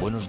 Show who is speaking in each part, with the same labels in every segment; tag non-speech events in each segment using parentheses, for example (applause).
Speaker 1: Buenos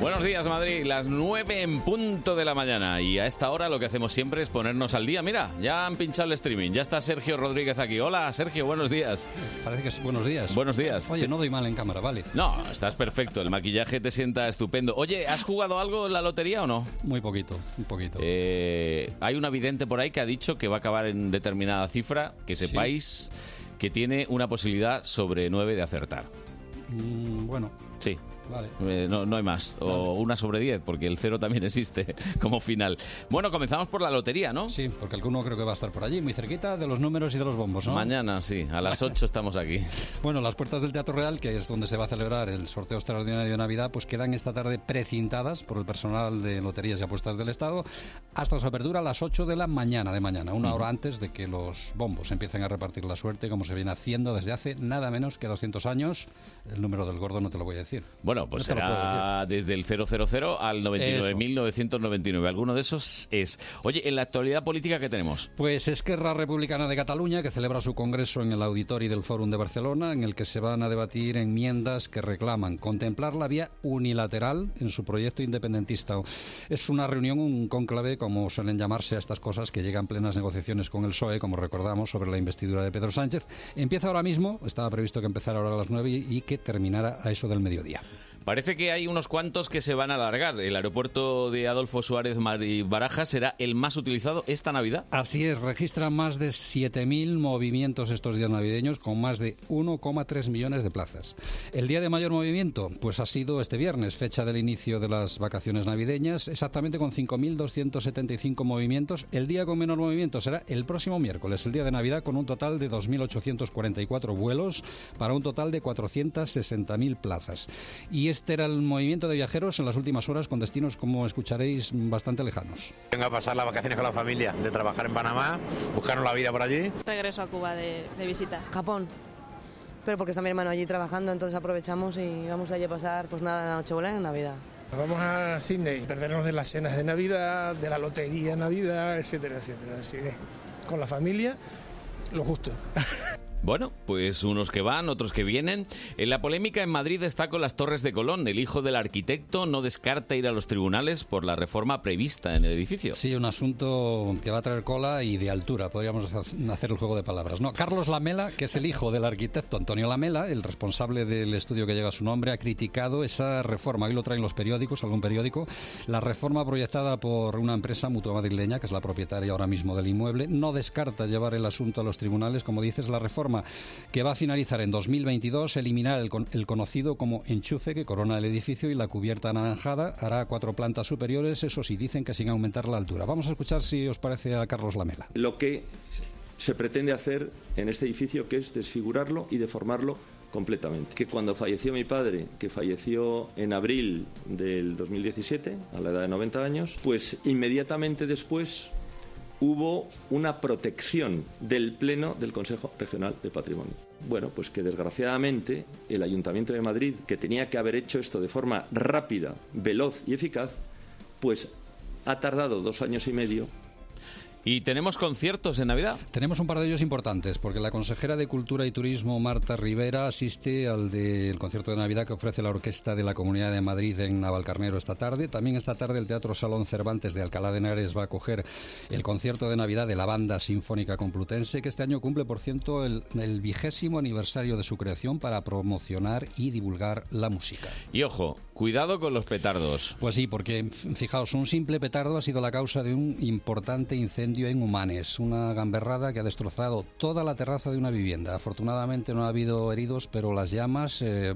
Speaker 2: Buenos días Madrid, las 9 en punto de la mañana y a esta hora lo que hacemos siempre es ponernos al día. Mira, ya han pinchado el streaming, ya está Sergio Rodríguez aquí. Hola Sergio, buenos días.
Speaker 3: Parece que es buenos días.
Speaker 2: Buenos días.
Speaker 3: Oye, no doy mal en cámara, vale.
Speaker 2: No, estás perfecto, el maquillaje te sienta estupendo. Oye, ¿has jugado algo en la lotería o no?
Speaker 3: Muy poquito, un poquito.
Speaker 2: Eh, hay una vidente por ahí que ha dicho que va a acabar en determinada cifra, que sepáis que tiene una posibilidad sobre 9 de acertar.
Speaker 3: Mm, bueno,
Speaker 2: Sí.
Speaker 3: Vale.
Speaker 2: Eh, no, no hay más. O una sobre 10, porque el cero también (laughs) existe como final. Bueno, comenzamos por la lotería, ¿no?
Speaker 3: sí, porque alguno creo que va a estar por allí, muy cerquita de los números y de los bombos, ¿no?
Speaker 2: Mañana, sí, a las 8 estamos
Speaker 3: (laughs)
Speaker 2: aquí.
Speaker 3: Bueno, las puertas del Teatro Real, que es donde se va a celebrar el sorteo extraordinario de Navidad, pues quedan esta tarde precintadas por el personal de Loterías y Apuestas del Estado hasta su apertura a las 8 de la mañana de mañana,
Speaker 2: Mm.
Speaker 3: una hora antes de que los bombos empiecen a repartir la suerte, como se viene haciendo desde hace nada menos que 200 años. El número del gordo no te lo voy a decir.
Speaker 2: Bueno, pues
Speaker 3: No te lo
Speaker 2: será desde el 000 al 99.999. Alguno de esos es. Oye, en la actualidad política, ¿qué tenemos?
Speaker 3: Pues Esquerra Republicana de Cataluña, que celebra su congreso en el Auditori del Fórum de Barcelona, en el que se van a debatir enmiendas que reclaman contemplar la vía unilateral en su proyecto independentista. Es una reunión, un cónclave, como suelen llamarse a estas cosas, que llegan plenas negociaciones con el PSOE, E, como recordamos, sobre la investidura de Pedro Sánchez. Empieza ahora mismo, estaba previsto que empezara ahora a las 9 y y que terminara a eso del mediodía.
Speaker 2: Parece que hay unos cuantos que se van a alargar. El aeropuerto de Adolfo Suárez Mari- Barajas será el más utilizado esta Navidad.
Speaker 3: Así es, registra más de 7.000 movimientos estos días navideños con más de 1,3 millones de plazas. El día de mayor movimiento pues ha sido este viernes, fecha del inicio de las vacaciones navideñas, exactamente con 5.275 movimientos. El día con menor movimiento será el próximo miércoles, el día de Navidad, con un total de 2.844 vuelos para un total de 460.000 plazas. Y este era el movimiento de viajeros en las últimas horas con destinos, como escucharéis, bastante lejanos.
Speaker 4: Vengo a pasar las vacaciones con la familia, de trabajar en Panamá, buscarnos la vida por allí.
Speaker 5: Regreso a Cuba de, de visita.
Speaker 6: Japón. Pero porque está mi hermano allí trabajando, entonces aprovechamos y vamos allí a pasar, pues nada, la Nochebuena en Navidad.
Speaker 7: Vamos a Sydney, perdernos de las cenas de Navidad, de la lotería Navidad, etcétera, etcétera. Así que con la familia, lo justo.
Speaker 2: Bueno, pues unos que van, otros que vienen. En la polémica en Madrid está con las Torres de Colón. El hijo del arquitecto no descarta ir a los tribunales por la reforma prevista en el edificio.
Speaker 3: Sí, un asunto que va a traer cola y de altura, podríamos ha- hacer el juego de palabras. No, Carlos Lamela, que es el hijo del arquitecto Antonio Lamela, el responsable del estudio que lleva su nombre, ha criticado esa reforma. Hoy lo traen los periódicos, algún periódico. La reforma proyectada por una empresa mutua madrileña, que es la propietaria ahora mismo del inmueble, no descarta llevar el asunto a los tribunales. Como dices, la reforma que va a finalizar en 2022 eliminar el, con- el conocido como enchufe que corona el edificio y la cubierta anaranjada hará cuatro plantas superiores, eso sí, dicen que sin aumentar la altura. Vamos a escuchar si os parece a Carlos Lamela.
Speaker 8: lo que se pretende hacer en este edificio, que es desfigurarlo y deformarlo completamente. Que cuando falleció mi padre, que falleció en abril del 2017, a la edad de 90 años, pues inmediatamente después hubo una protección del Pleno del Consejo Regional de Patrimonio. Bueno, pues que desgraciadamente el Ayuntamiento de Madrid, que tenía que haber hecho esto de forma rápida, veloz y eficaz, pues ha tardado dos años y medio
Speaker 2: Y tenemos conciertos en Navidad.
Speaker 3: Tenemos un par de ellos importantes, porque la consejera de Cultura y Turismo, Marta Rivera, asiste al del concierto de Navidad que ofrece la Orquesta de la Comunidad de Madrid en Navalcarnero esta tarde. También esta tarde el Teatro Salón Cervantes de Alcalá de Henares va a acoger el concierto de Navidad de la Banda Sinfónica Complutense, que este año cumple, por cierto, el, el vigésimo aniversario de su creación para promocionar y divulgar la música.
Speaker 2: Y ojo, cuidado con los petardos.
Speaker 3: Pues sí, porque f- fijaos, un simple petardo ha sido la causa de un importante incendio en Humanes, una gamberrada que ha destrozado toda la terraza de una vivienda. Afortunadamente no ha habido heridos, pero las llamas eh,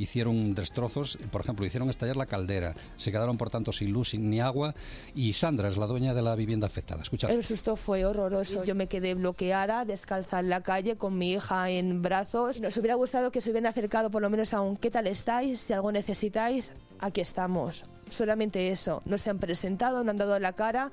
Speaker 3: hicieron destrozos, por ejemplo, hicieron estallar la caldera, se quedaron por tanto sin luz, sin, ni agua, y Sandra es la dueña de la vivienda afectada. Escuchad.
Speaker 9: El susto fue horroroso. Yo me quedé bloqueada, descalza en la calle, con mi hija en brazos. Nos hubiera gustado que se hubieran acercado por lo menos a un ¿qué tal estáis? Si algo necesitáis, aquí estamos. Solamente eso. No se han presentado, no han dado la cara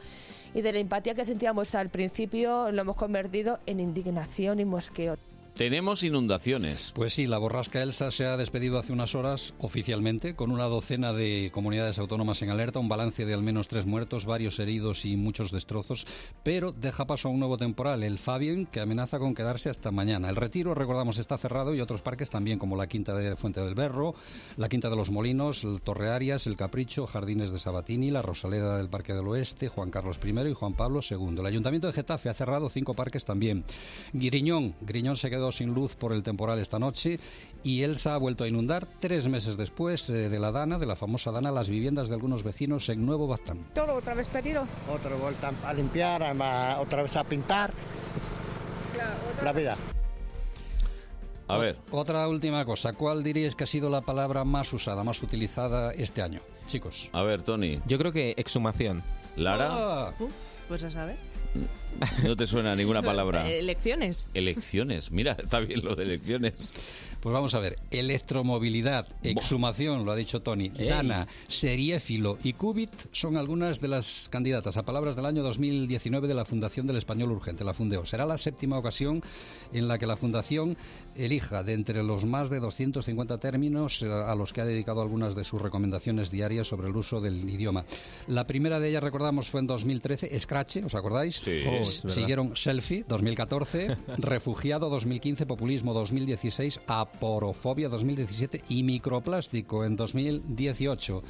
Speaker 9: y de la empatía que sentíamos al principio lo hemos convertido en indignación y mosqueo.
Speaker 2: Tenemos inundaciones.
Speaker 3: Pues sí, la borrasca Elsa se ha despedido hace unas horas oficialmente, con una docena de comunidades autónomas en alerta, un balance de al menos tres muertos, varios heridos y muchos destrozos, pero deja paso a un nuevo temporal, el Fabien, que amenaza con quedarse hasta mañana. El retiro, recordamos, está cerrado y otros parques también, como la Quinta de Fuente del Berro, la Quinta de los Molinos, el Torre Arias, el Capricho, Jardines de Sabatini, la Rosaleda del Parque del Oeste, Juan Carlos I y Juan Pablo II. El Ayuntamiento de Getafe ha cerrado cinco parques también. Griñón, Griñón se quedó sin luz por el temporal esta noche y Elsa ha vuelto a inundar tres meses después eh, de la Dana, de la famosa Dana, las viviendas de algunos vecinos en Nuevo Baztán.
Speaker 7: Todo otra vez perdido. Otra vuelta a limpiar, a- a- otra vez a pintar. La vida.
Speaker 2: A ver,
Speaker 3: Otra última cosa, ¿cuál diríais que ha sido la palabra más usada, más utilizada este año? Chicos.
Speaker 2: a ver, Tony.
Speaker 10: Yo creo que exhumación.
Speaker 2: Lara,
Speaker 9: Uh, pues a saber.
Speaker 2: no te suena ninguna palabra.
Speaker 9: (laughs) Eh, Elecciones.
Speaker 2: Elecciones, mira, está bien lo de elecciones.
Speaker 3: Pues vamos a ver, electromovilidad, exhumación, lo ha dicho Tony,
Speaker 2: Ey.
Speaker 3: Dana, seriéfilo y Cubit son algunas de las candidatas a palabras del año 2019 de la Fundación del Español Urgente, la Fundeo. Será la séptima ocasión en la que la Fundación elija de entre los más de 250 términos eh, a los que ha dedicado algunas de sus recomendaciones diarias sobre el uso del idioma. La primera de ellas, recordamos, fue en 2013, Scratch, ¿os acordáis?
Speaker 2: Sí. Oh, es verdad.
Speaker 3: Siguieron Fueron Selfie 2014, Refugiado 2015, Populismo 2016, Aporofobia 2017 y Microplástico en 2018.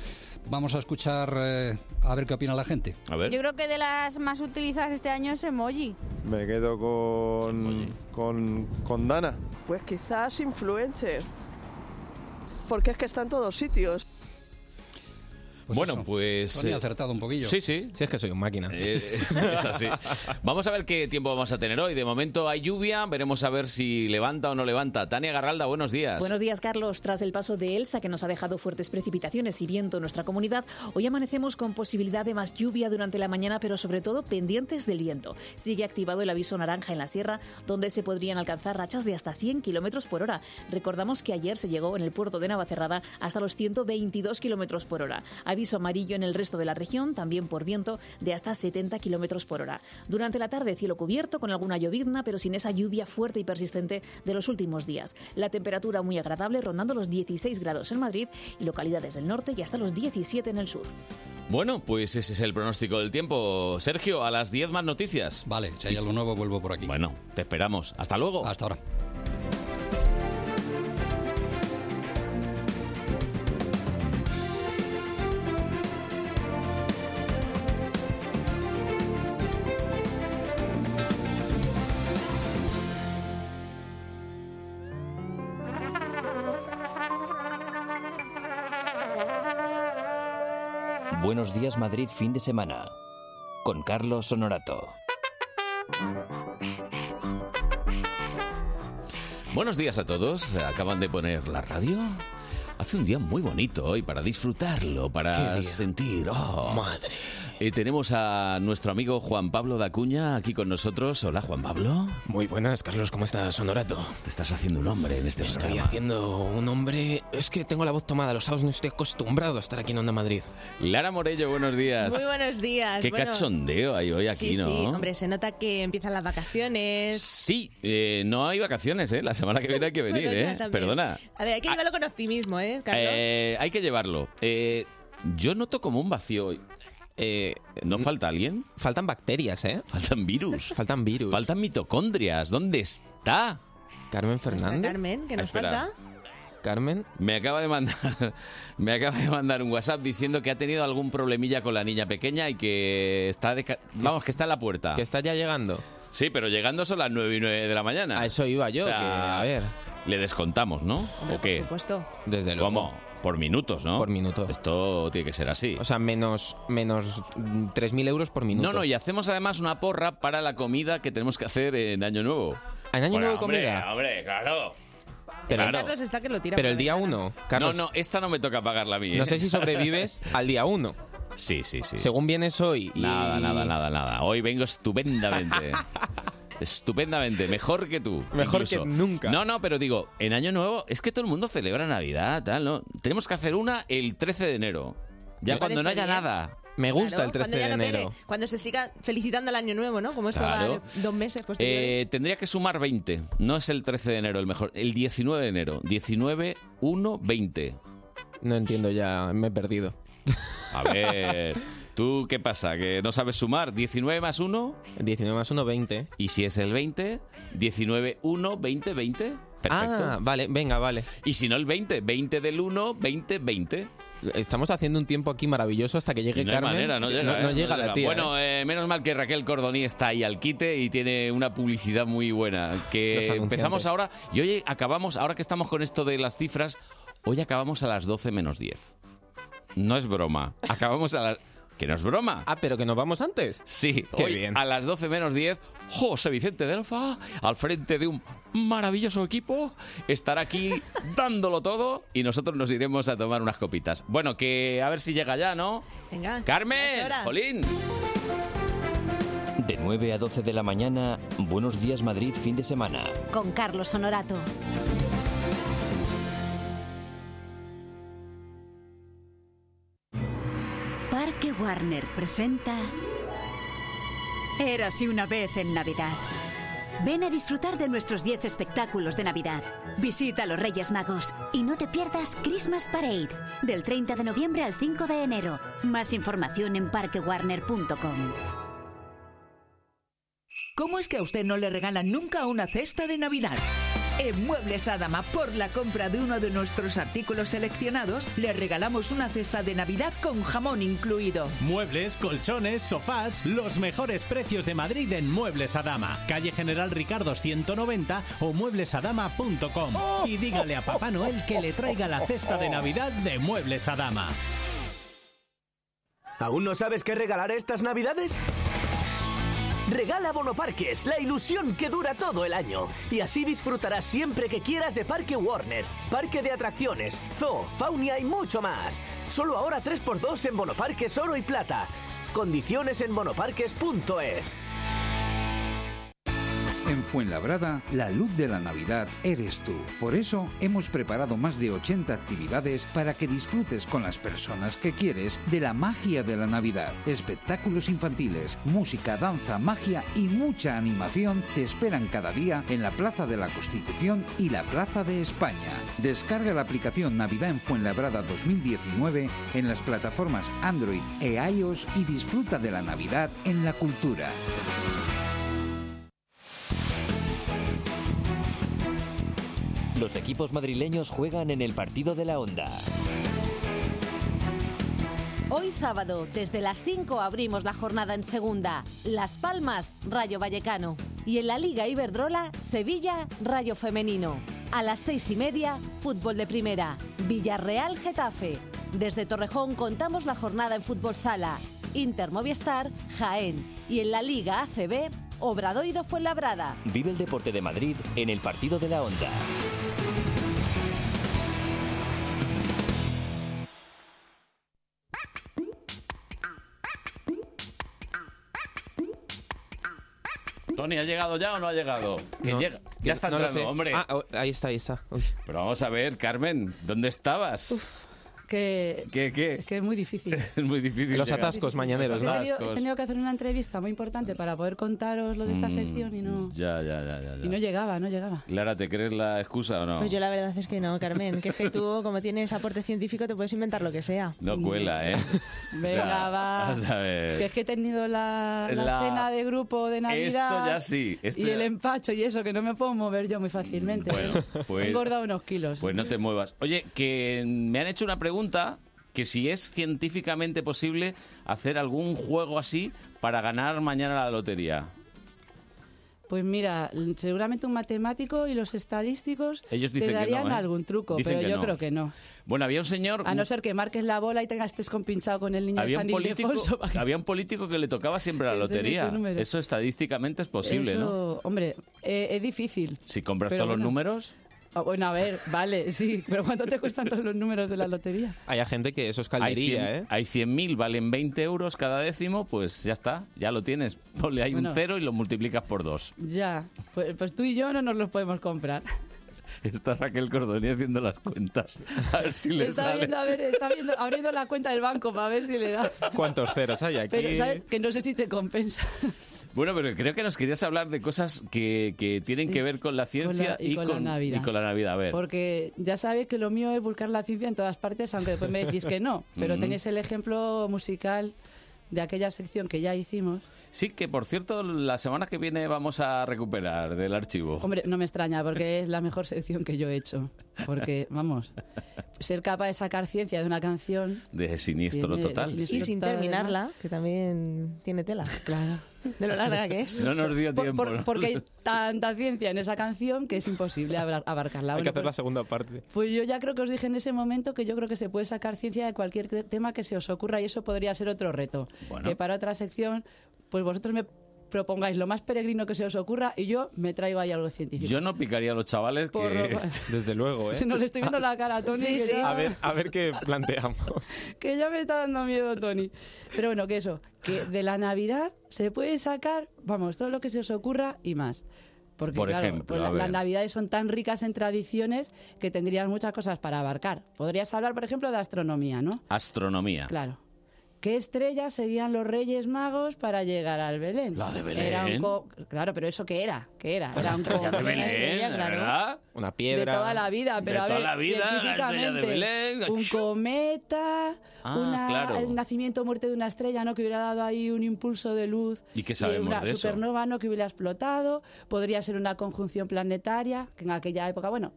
Speaker 3: Vamos a escuchar eh, a ver qué opina la gente.
Speaker 2: A
Speaker 11: Yo creo que de las más utilizadas este año es emoji.
Speaker 12: Me quedo
Speaker 2: pues
Speaker 12: con, con, con Dana.
Speaker 13: Pues quizás influencer. Porque es que está en todos sitios.
Speaker 2: bueno, pues.
Speaker 10: Tony ha
Speaker 3: acertado un poquillo.
Speaker 2: Sí, sí.
Speaker 10: Si es que soy un máquina.
Speaker 14: (laughs)
Speaker 2: Eh, (laughs) Es así. Vamos a ver qué tiempo vamos a tener hoy. De momento hay lluvia, veremos a ver si levanta o no levanta. Tania Garralda, buenos días.
Speaker 15: Buenos días, Carlos. Tras el paso de Elsa, que nos ha dejado fuertes precipitaciones y viento en nuestra comunidad, hoy amanecemos con posibilidad de más lluvia durante la mañana, pero sobre todo pendientes del viento. Sigue activado el aviso naranja en la sierra, donde se podrían alcanzar rachas de hasta 100 kilómetros por hora. Recordamos que ayer se llegó en el puerto de Navacerrada hasta los 122 kilómetros por hora. Aviso amarillo en el resto de la región, también por viento de hasta 70 kilómetros por hora. Durante la tarde, cielo cubierto con alguna llovizna, pero sin esa lluvia fuerte y persistente de los últimos días. La temperatura muy agradable, rondando los 16 grados en Madrid y localidades del norte y hasta los 17 en el sur.
Speaker 2: Bueno, pues ese es el pronóstico del tiempo. Sergio, a las 10 más noticias.
Speaker 3: Vale, si hay algo nuevo vuelvo por aquí.
Speaker 2: Bueno, te esperamos. Hasta luego.
Speaker 3: Hasta ahora.
Speaker 1: Buenos días Madrid fin de semana con Carlos Honorato.
Speaker 2: Buenos días a todos. Acaban de poner la radio. Hace un día muy bonito hoy para disfrutarlo,
Speaker 14: Qué
Speaker 2: para
Speaker 14: día.
Speaker 2: sentir. ¡Oh!
Speaker 14: Madre.
Speaker 2: Eh, tenemos a nuestro amigo Juan Pablo Dacuña aquí con nosotros. Hola, Juan Pablo.
Speaker 14: Muy buenas, Carlos. ¿Cómo estás, Honorato?
Speaker 2: Te estás haciendo un hombre en este
Speaker 14: Estoy
Speaker 2: programa.
Speaker 14: haciendo un hombre. Es que tengo la voz tomada. Los sábados no estoy acostumbrado a estar aquí en Onda Madrid.
Speaker 2: Lara Morello, buenos días.
Speaker 9: Muy buenos días.
Speaker 2: Qué
Speaker 9: Pues Bueno,
Speaker 2: cachondeo hay hoy aquí,
Speaker 9: sí,
Speaker 2: ¿no?
Speaker 9: Sí, hombre, se nota que empiezan las vacaciones.
Speaker 2: Sí, eh, no hay vacaciones, ¿eh? La semana que viene hay que venir,
Speaker 9: (laughs) Bueno, ya
Speaker 2: ¿eh?
Speaker 9: también.
Speaker 2: Perdona.
Speaker 9: A ver, hay que llevarlo con optimismo, ¿eh, Carlos?
Speaker 2: Ah. Eh, hay que llevarlo. Eh, yo noto como un vacío hoy. Eh, ¿No falta alguien?
Speaker 14: Faltan bacterias, ¿eh?
Speaker 2: Faltan virus.
Speaker 14: Faltan virus.
Speaker 2: Faltan mitocondrias. ¿Dónde está?
Speaker 14: Carmen
Speaker 9: Nuestra
Speaker 14: Fernández.
Speaker 9: Carmen, que
Speaker 2: Ah,
Speaker 9: nos
Speaker 2: espera.
Speaker 9: falta.
Speaker 14: Carmen.
Speaker 2: Me acaba de mandar, (laughs) me acaba de mandar un WhatsApp diciendo que ha tenido algún problemilla con la niña pequeña y que está, de ca- vamos, que está en la puerta.
Speaker 14: Que está ya llegando.
Speaker 2: Sí, pero llegando son las 9 y 9 de la mañana.
Speaker 14: A eso iba yo,
Speaker 2: O sea,
Speaker 14: que, a ver.
Speaker 2: Le descontamos, ¿no? ¿O qué?
Speaker 9: Puesto.
Speaker 14: Desde luego.
Speaker 2: ¿Cómo? Por minutos, ¿no?
Speaker 14: Por minuto.
Speaker 2: Esto tiene que ser así.
Speaker 14: O sea, menos, menos mm, 3.000 euros por minuto.
Speaker 2: No, no, y hacemos además una porra para la comida que tenemos que hacer en Año Nuevo.
Speaker 14: ¿En Año Nuevo
Speaker 2: hombre,
Speaker 14: comida?
Speaker 2: Hombre, claro.
Speaker 14: Pero-
Speaker 2: Claro.
Speaker 9: Carlos está que lo tira.
Speaker 14: Pero
Speaker 9: por
Speaker 14: el día
Speaker 9: la ventana.
Speaker 14: 1, Carlos.
Speaker 2: No, no, esta no me toca pagarla a mí. ¿eh?
Speaker 14: No sé si
Speaker 2: (laughs)
Speaker 14: sobrevives al día 1.
Speaker 2: Sí, sí, sí.
Speaker 14: Según vienes hoy. y-
Speaker 2: Nada, nada, nada, nada. Hoy
Speaker 14: (laughs)
Speaker 2: vengo estupendamente. estupendamente. Mejor que tú.
Speaker 14: Mejor que nunca.
Speaker 2: No, no, pero digo, en Año Nuevo es que todo el mundo celebra Navidad, tal, ¿no? Tenemos que hacer una el 13 de enero. Ya
Speaker 14: Me
Speaker 2: cuando no
Speaker 14: parece
Speaker 2: haya
Speaker 14: bien.
Speaker 2: nada.
Speaker 14: Me gusta
Speaker 9: Claro,
Speaker 14: el 13
Speaker 9: cuando
Speaker 14: de
Speaker 9: ya no
Speaker 14: enero.
Speaker 9: pere, cuando se siga felicitando el año nuevo, ¿no? Como esto
Speaker 2: Claro.
Speaker 9: va de- dos meses posteriores.
Speaker 2: Eh, tendría que sumar 20. No es el 13 de enero el mejor. El 19 de enero. 19, 1, 20.
Speaker 14: No entiendo ya, me he perdido.
Speaker 2: (laughs) A ver. ¿Tú qué pasa? ¿Que no sabes sumar? ¿19 más 1?
Speaker 14: 19 más 1, 20.
Speaker 2: ¿Y si es el 20? ¿19, 1, 20, 20? Perfecto.
Speaker 14: Ah, vale, venga, vale.
Speaker 2: Y si no el 20, 20 del 1, 20, 20.
Speaker 14: Estamos haciendo un tiempo aquí maravilloso hasta que llegue
Speaker 2: No hay
Speaker 14: Carmen.
Speaker 2: manera, no llega. ¿eh?
Speaker 14: no llega la tía.
Speaker 2: Bueno, eh, menos mal que Raquel Cordoní está ahí al quite y tiene una publicidad muy buena.
Speaker 14: Los
Speaker 2: Que
Speaker 14: anunciantes.
Speaker 2: empezamos ahora y hoy acabamos, ahora que estamos con esto de las cifras, hoy acabamos a las 12 menos 10. No es broma. Acabamos a las... Que no es broma.
Speaker 14: Ah, pero que nos vamos antes.
Speaker 2: Sí,
Speaker 14: Qué
Speaker 2: hoy
Speaker 14: bien.
Speaker 2: a las 12 menos 10, José Vicente Delfa, al frente de un maravilloso equipo,
Speaker 14: (laughs)
Speaker 2: estará aquí dándolo todo y nosotros nos iremos a tomar unas copitas. Bueno, que a ver si llega ya, ¿no?
Speaker 9: Venga. ya es
Speaker 2: Carmen,
Speaker 9: hora.
Speaker 2: Jolín.
Speaker 1: De 9 a 12 de la mañana, Buenos Días Madrid fin de semana.
Speaker 16: Con Carlos Honorato.
Speaker 17: Parque Warner presenta Érase una vez en Navidad. Ven a disfrutar de nuestros 10 espectáculos de Navidad. Visita los Reyes Magos y no te pierdas Christmas Parade del 30 de noviembre al 5 de enero. Más información en parquewarner.com.
Speaker 18: ¿Cómo es que a usted no le regalan nunca una cesta de Navidad? En Muebles Adama, por la compra de uno de nuestros artículos seleccionados, le regalamos una cesta de Navidad con jamón incluido.
Speaker 4: Muebles, colchones, sofás, los mejores precios de Madrid en Muebles Adama. Calle General Ricardos 190 o mueblesadama.com. Y dígale a Papá Noel que le traiga la cesta de Navidad de Muebles Adama.
Speaker 19: ¿Aún no sabes qué regalar estas navidades? Regala Bonoparques, la ilusión que dura todo el año. Y así disfrutarás siempre que quieras de Parque Warner, Parque de Atracciones, Zoo, Faunia y mucho más. Solo ahora 3x2 en Bonoparques Oro y Plata. Condiciones en bonoparques.es.
Speaker 20: En Fuenlabrada, la luz de la Navidad eres tú. Por eso hemos preparado más de 80 actividades para que disfrutes con las personas que quieres de la magia de la Navidad. Espectáculos infantiles, música, danza, magia y mucha animación te esperan cada día en la Plaza de la Constitución y la Plaza de España. Descarga la aplicación Navidad en Fuenlabrada 2019 en las plataformas Android e iOS y disfruta de la Navidad en la cultura.
Speaker 1: Los equipos madrileños juegan en el partido de la onda.
Speaker 16: Hoy sábado, desde las 5 abrimos la jornada en segunda. Las Palmas, Rayo Vallecano. Y en la Liga Iberdrola, Sevilla, Rayo Femenino. A las seis y media, fútbol de primera. Villarreal, Getafe. Desde Torrejón contamos la jornada en fútbol sala. Inter Movistar, Jaén. Y en la Liga ACB, Obradoiro Fuenlabrada.
Speaker 1: Vive el deporte de Madrid en el partido de la onda.
Speaker 2: Tony, ¿ha llegado ya o no ha llegado? Que
Speaker 14: No.
Speaker 2: llega. Ya está
Speaker 14: No lo
Speaker 2: entrando,
Speaker 14: sé.
Speaker 2: hombre.
Speaker 14: Ah, oh, ahí está, ahí está. Uy.
Speaker 2: Pero vamos a ver, Carmen, ¿dónde estabas?
Speaker 6: que
Speaker 2: ¿Qué, qué?
Speaker 6: es que es muy difícil.
Speaker 2: (laughs) Es muy difícil.
Speaker 14: Los
Speaker 2: llegar.
Speaker 14: atascos mañaneros,
Speaker 6: He
Speaker 2: Los
Speaker 6: tenido, he
Speaker 2: atascos.
Speaker 6: tenido que hacer una entrevista muy importante para poder contaros lo de esta
Speaker 2: Mm,
Speaker 6: sección y no,
Speaker 2: Ya, ya, ya, ya. ya.
Speaker 6: y no llegaba, no llegaba.
Speaker 2: Clara, ¿te crees la excusa o no?
Speaker 9: Pues yo la verdad es que no, Carmen. Que es que tú, como tienes aporte científico, te puedes inventar lo que sea.
Speaker 2: No cuela, ¿eh?
Speaker 6: (laughs) Venga, va.
Speaker 2: Vamos a ver.
Speaker 6: Que es que he tenido la, la
Speaker 2: La-
Speaker 6: cena de grupo de Navidad.
Speaker 2: Esto ya sí, esto
Speaker 6: y
Speaker 2: ya-
Speaker 6: el em- empacho y eso, que no me puedo mover yo muy fácilmente. (laughs)
Speaker 2: Bueno,
Speaker 6: He
Speaker 2: pues,
Speaker 6: engordado unos kilos.
Speaker 2: pues no te muevas. Oye, que me han hecho una pregunta que si es científicamente posible hacer algún juego así para ganar mañana la lotería.
Speaker 6: Pues mira, seguramente un matemático y los estadísticos
Speaker 2: Ellos
Speaker 6: te
Speaker 2: dicen que
Speaker 6: darían
Speaker 2: no, ¿eh?
Speaker 6: algún truco,
Speaker 2: Dicen
Speaker 6: pero
Speaker 2: que
Speaker 6: yo
Speaker 2: no.
Speaker 6: creo que no.
Speaker 2: Bueno, había un señor...
Speaker 6: A no ser que marques la bola y tengas estés compinchado con el niño de
Speaker 2: había un,
Speaker 6: San (laughs)
Speaker 2: político,
Speaker 6: Ildefonso.
Speaker 2: había un político que le tocaba siempre la
Speaker 6: Ese es
Speaker 2: lotería.
Speaker 6: el número.
Speaker 2: Eso estadísticamente es posible, ¿no?
Speaker 6: Eso, Hombre, eh, es difícil.
Speaker 2: Si compras
Speaker 6: Pero
Speaker 2: todos los
Speaker 6: bueno.
Speaker 2: números...
Speaker 6: Ah, bueno, a ver, vale, (laughs) sí, pero ¿cuánto te cuestan todos los números de la lotería?
Speaker 2: Hay gente que eso es
Speaker 14: calderilla, ¿eh?
Speaker 2: Hay 100.000, valen 20 euros cada décimo, pues ya está, ya lo tienes. Ponle ahí un
Speaker 6: Bueno.
Speaker 2: cero y lo multiplicas por dos. (laughs)
Speaker 6: Ya, pues, pues tú y yo no nos los podemos comprar.
Speaker 2: Está Raquel Cordoni haciendo las cuentas. A ver si le
Speaker 6: está
Speaker 2: sale.
Speaker 6: viendo, a ver, está viendo, abriendo la cuenta del banco para ver si le da.
Speaker 2: ¿Cuántos ceros hay
Speaker 6: Pero sabes que no sé si te compensa.
Speaker 2: Bueno, pero creo que nos querías hablar de cosas que, que tienen
Speaker 6: Sí.
Speaker 2: que ver con la ciencia
Speaker 6: y con la Navidad.
Speaker 2: y con la Navidad. A ver.
Speaker 6: Porque ya sabéis que lo mío es buscar la ciencia en todas partes, aunque después me decís que
Speaker 2: (laughs)
Speaker 6: no. Pero
Speaker 2: Ujú.
Speaker 6: tenéis el ejemplo musical de aquella sección que ya hicimos.
Speaker 2: Sí, que por cierto, la semana que viene vamos a recuperar del archivo.
Speaker 6: Hombre, no me extraña, porque es la mejor sección que yo he hecho. Porque, vamos, ser capaz de sacar ciencia de una canción...
Speaker 2: De siniestro
Speaker 6: Viene de
Speaker 2: total.
Speaker 6: siniestro.
Speaker 9: Y sin
Speaker 6: Todo lo
Speaker 9: terminarla,
Speaker 6: demás.
Speaker 9: que también tiene tela.
Speaker 6: Claro.
Speaker 9: De lo larga que es.
Speaker 2: No nos dio
Speaker 6: Por-
Speaker 2: tiempo.
Speaker 6: por-
Speaker 2: ¿no? (laughs)
Speaker 6: porque hay tanta ciencia en esa canción que es imposible abra- abarcarla.
Speaker 14: Hay que
Speaker 6: Ah, Bueno,
Speaker 14: hacer la segunda parte.
Speaker 6: Pues yo ya creo que os dije en ese momento que yo creo que se puede sacar ciencia de cualquier cre- tema que se os ocurra y eso podría ser otro reto.
Speaker 2: Bueno.
Speaker 6: Que para otra sección, pues vosotros me propongáis lo más peregrino que se os ocurra y yo me traigo ahí algo científico.
Speaker 2: Yo no picaría a los chavales
Speaker 6: Por lo-
Speaker 2: que...
Speaker 14: (laughs)
Speaker 6: (laughs)
Speaker 14: Desde luego, ¿eh?
Speaker 6: No le estoy viendo la cara a Tony. que ya-
Speaker 14: A ver, a ver qué planteamos.
Speaker 6: que ya me está dando miedo, Tony. Pero bueno, que eso, que de la Navidad se puede sacar, vamos, todo lo que se os ocurra y más. Porque,
Speaker 2: Por
Speaker 6: claro,
Speaker 2: ejemplo,
Speaker 6: pues
Speaker 2: a
Speaker 6: la-
Speaker 2: ver.
Speaker 6: las Navidades son tan ricas en tradiciones que tendrías muchas cosas para abarcar. Podrías hablar, por ejemplo, de astronomía, ¿no?
Speaker 2: (laughs) Astronomía.
Speaker 6: Claro. ¿Qué estrellas seguían los Reyes Magos para llegar al Belén?
Speaker 2: La de Belén.
Speaker 6: Era un co- claro, pero eso qué era? ¿Qué era? Era un
Speaker 2: (laughs)
Speaker 14: estrella de
Speaker 6: conjunto-
Speaker 14: Belén,
Speaker 6: estrella,
Speaker 14: ¿de
Speaker 6: claro.
Speaker 14: verdad? Una piedra.
Speaker 6: De toda la vida, pero
Speaker 14: De
Speaker 6: a
Speaker 14: toda
Speaker 6: ver,
Speaker 14: la vida, la estrella de
Speaker 6: científicamente,
Speaker 14: Belén.
Speaker 6: un cometa,
Speaker 2: Ah,
Speaker 6: una-
Speaker 2: claro.
Speaker 6: el nacimiento o muerte de una estrella, ¿no? Que hubiera dado ahí un impulso de luz.
Speaker 2: ¿Y qué sabemos
Speaker 6: una
Speaker 2: de eso?
Speaker 6: supernova, ¿no? Que hubiera explotado. Podría ser una conjunción planetaria, que en aquella época, bueno...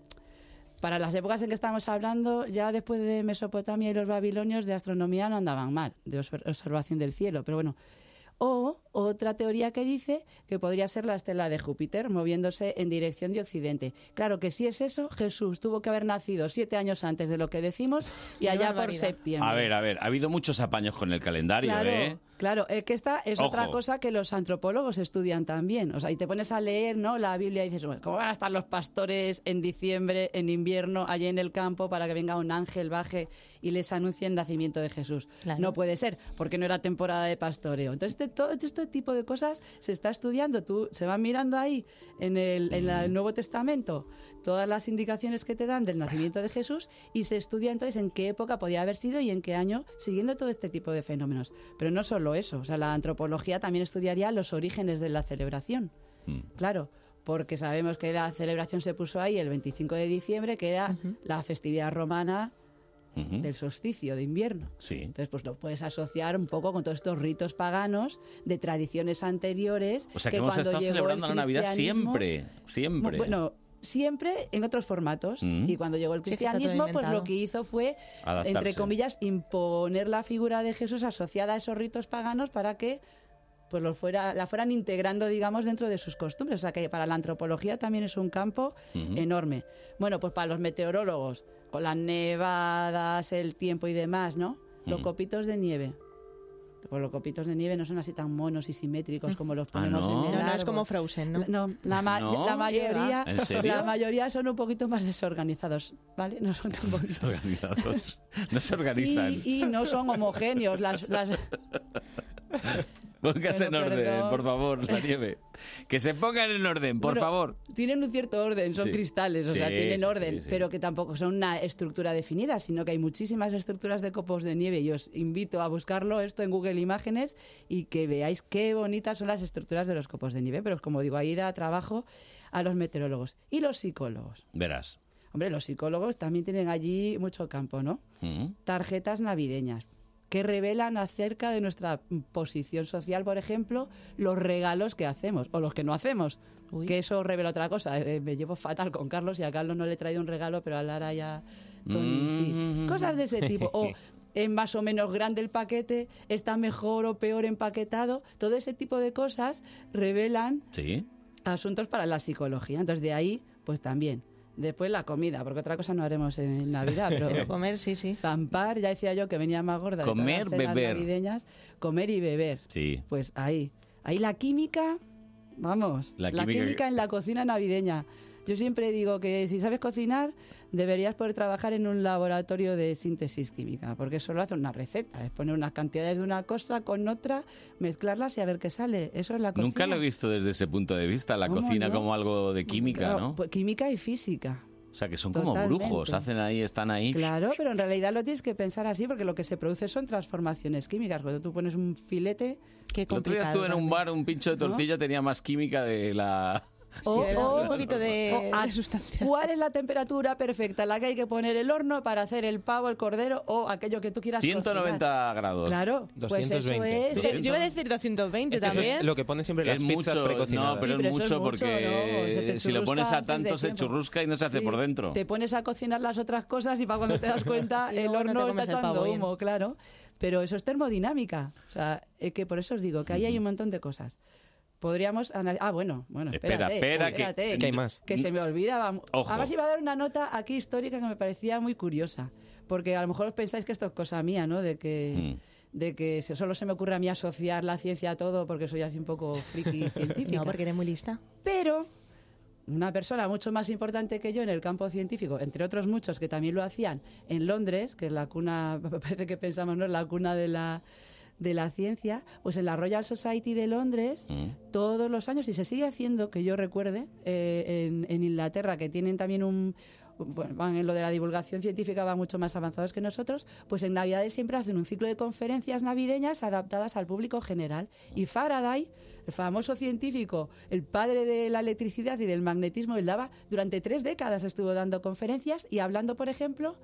Speaker 6: Para las épocas en que estamos hablando, ya después de Mesopotamia y los babilonios de astronomía no andaban mal, de obser- observación del cielo, pero bueno. O otra teoría que dice que podría ser la estela de Júpiter moviéndose en dirección de Occidente. Claro que si es eso, Jesús tuvo que haber nacido siete años antes de lo que decimos y
Speaker 9: Qué
Speaker 6: allá por
Speaker 9: barbaridad.
Speaker 6: septiembre.
Speaker 2: A ver, a ver, ha habido muchos apaños con el calendario,
Speaker 6: Claro,
Speaker 2: ¿eh?
Speaker 6: claro, es que esta es otra
Speaker 2: Ojo.
Speaker 6: cosa que los antropólogos estudian también. O sea, y te pones a leer, ¿no? La Biblia y dices, "Bueno, ¿cómo van a estar los pastores en diciembre, en invierno, allí en el campo para que venga un ángel baje y les anuncie el nacimiento de Jesús?
Speaker 9: Claro.
Speaker 6: No puede ser, porque no era temporada de pastoreo. Entonces, este- todo este tipo de cosas se está estudiando. Tú se van mirando ahí en el, en
Speaker 2: Mm.
Speaker 6: la- el Nuevo Testamento todas las indicaciones que te dan del nacimiento de Jesús y se estudia entonces en qué época podía haber sido y en qué año, siguiendo todo este tipo de fenómenos. Pero no solo eso, o sea, la antropología también estudiaría los orígenes de la celebración. Claro, porque sabemos que la celebración se puso ahí el 25 de diciembre, que era la festividad romana del solsticio de invierno.
Speaker 2: Mm. Sí.
Speaker 6: Entonces, pues lo puedes asociar un poco con todos estos ritos paganos de tradiciones anteriores.
Speaker 2: O sea que, hemos
Speaker 6: cuando
Speaker 2: estado
Speaker 6: llegó
Speaker 2: celebrando
Speaker 6: el
Speaker 2: la Navidad
Speaker 6: cristianismo-
Speaker 2: siempre, siempre.
Speaker 6: Bueno, siempre en otros formatos.
Speaker 2: Mm.
Speaker 6: Y cuando llegó el
Speaker 9: Sí, que está todo
Speaker 6: cristianismo, pues
Speaker 9: inventado.
Speaker 6: lo que hizo fue,
Speaker 2: Adaptarse.
Speaker 6: entre comillas, imponer la figura de Jesús asociada a esos ritos paganos para que pues lo fuera, la fueran integrando, digamos, dentro de sus costumbres. O sea que para la antropología también es un campo
Speaker 21: Ujú.
Speaker 6: enorme. Bueno, pues para los meteorólogos, con las nevadas, el tiempo y demás, ¿no? Los
Speaker 21: Ujú.
Speaker 6: copitos de nieve. Pues los copitos de nieve no son así tan monos y simétricos como los ponemos
Speaker 2: Mm. Ah, ¿no?
Speaker 6: en el
Speaker 2: No, no,
Speaker 9: es
Speaker 6: árbol.
Speaker 9: como Frozen, ¿no?
Speaker 6: La- No, la, ma-
Speaker 2: ¿No?
Speaker 6: la mayoría,
Speaker 2: ¿En serio?
Speaker 6: la mayoría son un poquito más desorganizados, ¿vale? No son tan
Speaker 2: (laughs)
Speaker 6: bonitos.
Speaker 2: Desorganizados. No se organizan.
Speaker 6: Y, y no son homogéneos. Las, las-
Speaker 2: Póngase en
Speaker 6: Bueno,
Speaker 2: orden,
Speaker 6: perdón.
Speaker 2: por favor, la nieve. Que se pongan en orden, (laughs) por
Speaker 6: Bueno,
Speaker 2: favor.
Speaker 6: Tienen un cierto orden, son
Speaker 2: Sí.
Speaker 6: cristales, o
Speaker 2: Sí,
Speaker 6: sea, tienen
Speaker 2: sí,
Speaker 6: orden,
Speaker 2: sí, sí.
Speaker 6: pero que tampoco son una estructura definida, sino que hay muchísimas estructuras de copos de nieve. Y os invito a buscarlo esto en Google Imágenes y que veáis qué bonitas son las estructuras de los copos de nieve. Pero como digo, ahí da trabajo a los meteorólogos y los psicólogos.
Speaker 2: Verás.
Speaker 6: Hombre, los psicólogos también tienen allí mucho campo, ¿no?
Speaker 2: Mm.
Speaker 6: tarjetas navideñas que revelan acerca de nuestra posición social, por ejemplo, los regalos que hacemos o los que no hacemos. Que eso revela otra cosa. Eh, me llevo fatal con Carlos y a Carlos no le he traído un regalo, pero a Lara y a Tony sí.
Speaker 21: Mm.
Speaker 6: Cosas de ese tipo. O es más o menos grande el paquete, está mejor o peor empaquetado. Todo ese tipo de cosas revelan
Speaker 2: Sí.
Speaker 6: asuntos para la psicología. Entonces, de ahí, pues también. Después la comida, porque otra cosa no haremos en
Speaker 9: (laughs)
Speaker 6: Navidad, pero
Speaker 9: comer, sí, sí.
Speaker 6: Zampar, ya decía yo que venía más gorda. de todas
Speaker 2: Comer,
Speaker 6: las cenas
Speaker 2: beber.
Speaker 6: navideñas. comer y beber.
Speaker 2: Sí.
Speaker 6: Pues ahí, ahí la química, vamos,
Speaker 2: La
Speaker 6: la,
Speaker 2: química
Speaker 6: química,
Speaker 2: que-
Speaker 6: en la cocina navideña. Yo siempre digo que si sabes cocinar, deberías poder trabajar en un laboratorio de síntesis química, porque solo hace una receta, es poner unas cantidades de una cosa con otra, mezclarlas y a ver qué sale. Eso es la cocina.
Speaker 2: Nunca lo he visto desde ese punto de vista, la
Speaker 6: ¿Cómo
Speaker 2: cocina
Speaker 6: no?
Speaker 2: como algo de química,
Speaker 6: Claro,
Speaker 2: ¿no?
Speaker 6: pues química y física.
Speaker 2: O sea, que son como
Speaker 6: Totalmente.
Speaker 2: brujos, hacen ahí, están ahí.
Speaker 6: Claro, pero en realidad lo tienes que pensar así porque lo que se produce son transformaciones químicas. Cuando tú pones un filete... Qué
Speaker 2: El otro día estuve en un bar, un pincho de
Speaker 6: ¿No? Oh,
Speaker 2: tortilla tenía más química de la...
Speaker 6: O- o-
Speaker 9: un poquito de-
Speaker 6: o a-
Speaker 9: de (laughs) sustancia.
Speaker 6: ¿Cuál es la temperatura perfecta? La que hay que poner el horno para hacer el pavo, el cordero o aquello que tú quieras cocinar?
Speaker 2: 190 grados.
Speaker 6: Claro, pues eso es.
Speaker 9: Yo iba a decir 220 también.
Speaker 2: que ponen siempre
Speaker 14: las pizzas
Speaker 2: mucho,
Speaker 14: precocinadas.
Speaker 2: No,
Speaker 14: Sí,
Speaker 2: pero,
Speaker 14: pero
Speaker 2: es
Speaker 14: eso
Speaker 2: mucho
Speaker 14: es mucho,
Speaker 2: porque
Speaker 14: ¿no? Se te
Speaker 2: si lo pones
Speaker 14: churrusca
Speaker 2: a
Speaker 14: antes de
Speaker 2: tanto se
Speaker 14: tiempo.
Speaker 2: churrusca y no se hace
Speaker 6: Sí,
Speaker 2: por dentro.
Speaker 6: Te pones a cocinar las otras cosas y para cuando te das cuenta
Speaker 9: (laughs) Y
Speaker 6: el
Speaker 9: luego no
Speaker 6: horno está
Speaker 9: te comes el pavo
Speaker 6: echando
Speaker 9: bien.
Speaker 6: humo, claro. Pero eso es termodinámica. O sea, eh, que por eso os digo que ahí hay un montón de cosas. Podríamos analizar. Ah, bueno, bueno.
Speaker 2: Espera,
Speaker 6: espérate,
Speaker 2: espera, que-
Speaker 6: espérate,
Speaker 2: que hay más.
Speaker 6: Que se me olvidaba.
Speaker 2: Ojo.
Speaker 6: Además, iba a dar una nota aquí histórica que me parecía muy curiosa. Porque a lo mejor pensáis que esto es cosa mía, ¿no? De que.
Speaker 2: Mm.
Speaker 6: De que se- solo se me ocurre a mí asociar la ciencia a todo porque soy así un poco
Speaker 9: (laughs)
Speaker 6: friki científica.
Speaker 9: No, porque eres muy lista.
Speaker 6: Pero una persona mucho más importante que yo en el campo científico, entre otros muchos que también lo hacían en Londres, que es la cuna, (laughs) me parece que pensamos, ¿no? La cuna de la, de la ciencia, pues en la Royal Society de Londres, todos los años, y se sigue haciendo, que yo recuerde, eh, en, en Inglaterra, que tienen también un. Bueno, van en lo de la divulgación científica, van mucho más avanzados que nosotros, pues en Navidades siempre hacen un ciclo de conferencias navideñas adaptadas al público general. Y Faraday, el famoso científico, el padre de la electricidad y del magnetismo, él daba, durante tres décadas estuvo dando conferencias y hablando, por ejemplo,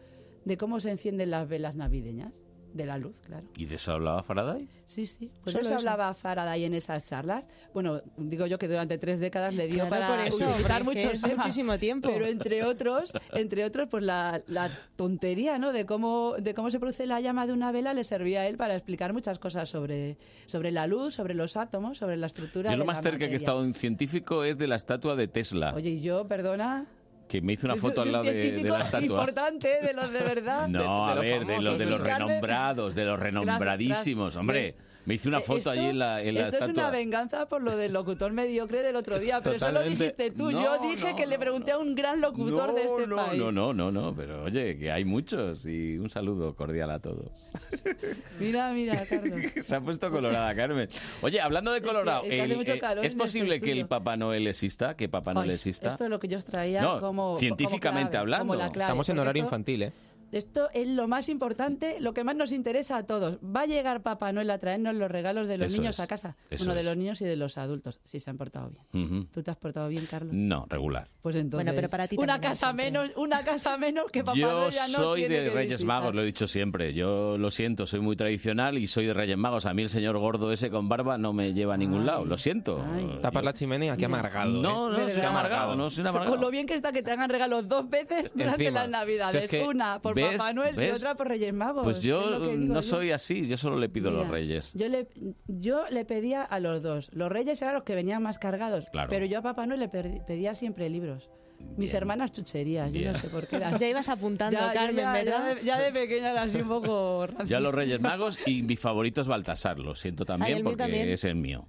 Speaker 6: de cómo se encienden las velas navideñas, de la luz, claro.
Speaker 2: ¿Y de eso hablaba Faraday?
Speaker 6: Sí, sí. Pues
Speaker 9: Solo
Speaker 6: eso,
Speaker 9: eso.
Speaker 6: hablaba Faraday en esas charlas. Bueno, digo yo que durante tres décadas le dio
Speaker 9: Claro, por
Speaker 6: para
Speaker 9: eso,
Speaker 6: utilizar
Speaker 9: porque
Speaker 6: muchos
Speaker 9: es
Speaker 6: temas.
Speaker 9: muchísimo tiempo.
Speaker 6: Pero entre otros, entre otros, pues la, la tontería, ¿no? De cómo, de cómo se produce la llama de una vela le servía a él para explicar muchas cosas sobre, sobre la luz, sobre los átomos, sobre la estructura.
Speaker 2: Yo
Speaker 6: de
Speaker 2: lo más
Speaker 6: la
Speaker 2: cerca que he
Speaker 6: materia.
Speaker 2: estado de un científico es de la estatua de Tesla,
Speaker 6: Oye, y yo, perdona.
Speaker 2: que me hizo una
Speaker 6: de-
Speaker 2: foto al
Speaker 6: de un
Speaker 2: lado de, de la
Speaker 6: científico
Speaker 2: estatua.
Speaker 6: Importante, de los de verdad.
Speaker 2: No, a ver, de los, de los
Speaker 6: Explicarme-
Speaker 2: renombrados, de los renombradísimos,
Speaker 6: gracias.
Speaker 2: hombre. Me hizo una
Speaker 6: Eh,
Speaker 2: foto
Speaker 6: esto-
Speaker 2: allí en la, en la
Speaker 6: Esto es una
Speaker 2: estatua.
Speaker 6: venganza por lo del locutor mediocre del otro
Speaker 2: Es
Speaker 6: día, pero eso lo
Speaker 2: totalmente-
Speaker 6: dijiste tú.
Speaker 2: No,
Speaker 6: Yo dije que le pregunté a un gran locutor de este país.
Speaker 2: No, no, no, no, pero oye, que hay muchos y un saludo cordial a todos. (laughs)
Speaker 6: Mira, mira, Carlos.
Speaker 2: Se ha puesto colorada, Carmen. Oye, hablando de colorado,
Speaker 6: es que hace
Speaker 2: el-
Speaker 6: mucho
Speaker 2: eh,
Speaker 6: calor
Speaker 2: ¿es
Speaker 6: en este
Speaker 2: posible que
Speaker 6: estudio.
Speaker 2: el Papá Noel exista? ¿Que Papá Noel
Speaker 6: Ay,
Speaker 2: exista?
Speaker 6: Esto es lo que yo os traía
Speaker 2: No,
Speaker 6: como.
Speaker 2: científicamente
Speaker 6: como clave,
Speaker 2: hablando.
Speaker 6: como la clave,
Speaker 14: Estamos en
Speaker 6: porque
Speaker 14: horario
Speaker 6: esto-
Speaker 14: infantil, ¿eh?
Speaker 6: Esto es lo más importante, lo que más nos interesa a todos. Va a llegar Papá Noel a traernos los regalos de los
Speaker 2: Eso
Speaker 6: niños
Speaker 2: es,
Speaker 6: a casa.
Speaker 2: eso
Speaker 6: Uno de
Speaker 2: es.
Speaker 6: los niños y de los adultos, si se han portado bien.
Speaker 2: Ujú.
Speaker 6: ¿Tú te has portado bien, Carlos?
Speaker 2: No, regular.
Speaker 6: Pues entonces.
Speaker 9: Bueno, pero para ti
Speaker 6: una
Speaker 9: también
Speaker 6: casa menos, una casa menos que Papá
Speaker 2: Yo
Speaker 6: Noel ya no
Speaker 2: soy
Speaker 6: tiene
Speaker 2: de
Speaker 6: que
Speaker 2: Reyes
Speaker 6: visitar.
Speaker 2: Magos, lo he dicho siempre. Yo lo siento, soy muy tradicional y soy de Reyes Magos. A mí el señor gordo ese con barba no me lleva a ningún lado, lo siento.
Speaker 14: Tapar la chimenea, qué amargado. ¿eh?
Speaker 2: Oh, No, no, soy
Speaker 14: Qué
Speaker 2: amargado, no soy un amargado.
Speaker 6: Con lo bien que está que te hagan regalos dos veces durante
Speaker 2: Encima.
Speaker 6: las Navidades.
Speaker 2: Si es que
Speaker 6: una por
Speaker 2: ves-
Speaker 6: Papá Noel y
Speaker 2: ves-
Speaker 6: otra por Reyes Magos.
Speaker 2: Pues
Speaker 6: Es lo
Speaker 2: yo
Speaker 6: que digo
Speaker 2: no soy así, yo solo le pido a los
Speaker 6: Mira,
Speaker 2: reyes.
Speaker 6: Yo le, yo le pedía a los dos. Los reyes eran los que venían más cargados.
Speaker 2: Claro.
Speaker 6: Pero yo a Papá Noel le per- pedía siempre libros. Mis hermanas chucherías, yo
Speaker 2: Bien.
Speaker 6: no sé
Speaker 2: (laughs)
Speaker 6: por qué eran.
Speaker 9: Ya ibas apuntando,
Speaker 6: Ya- yo
Speaker 9: Carmen,
Speaker 6: ya-
Speaker 9: ¿verdad?
Speaker 6: Ya de, ya de pequeña era así un poco rancia.
Speaker 2: Yo a los Reyes Magos
Speaker 6: (laughs)
Speaker 2: y mi favorito es Baltasar, lo
Speaker 6: Ay,
Speaker 2: siento
Speaker 6: el
Speaker 2: también
Speaker 6: mío
Speaker 2: porque
Speaker 6: también.
Speaker 2: es el mío,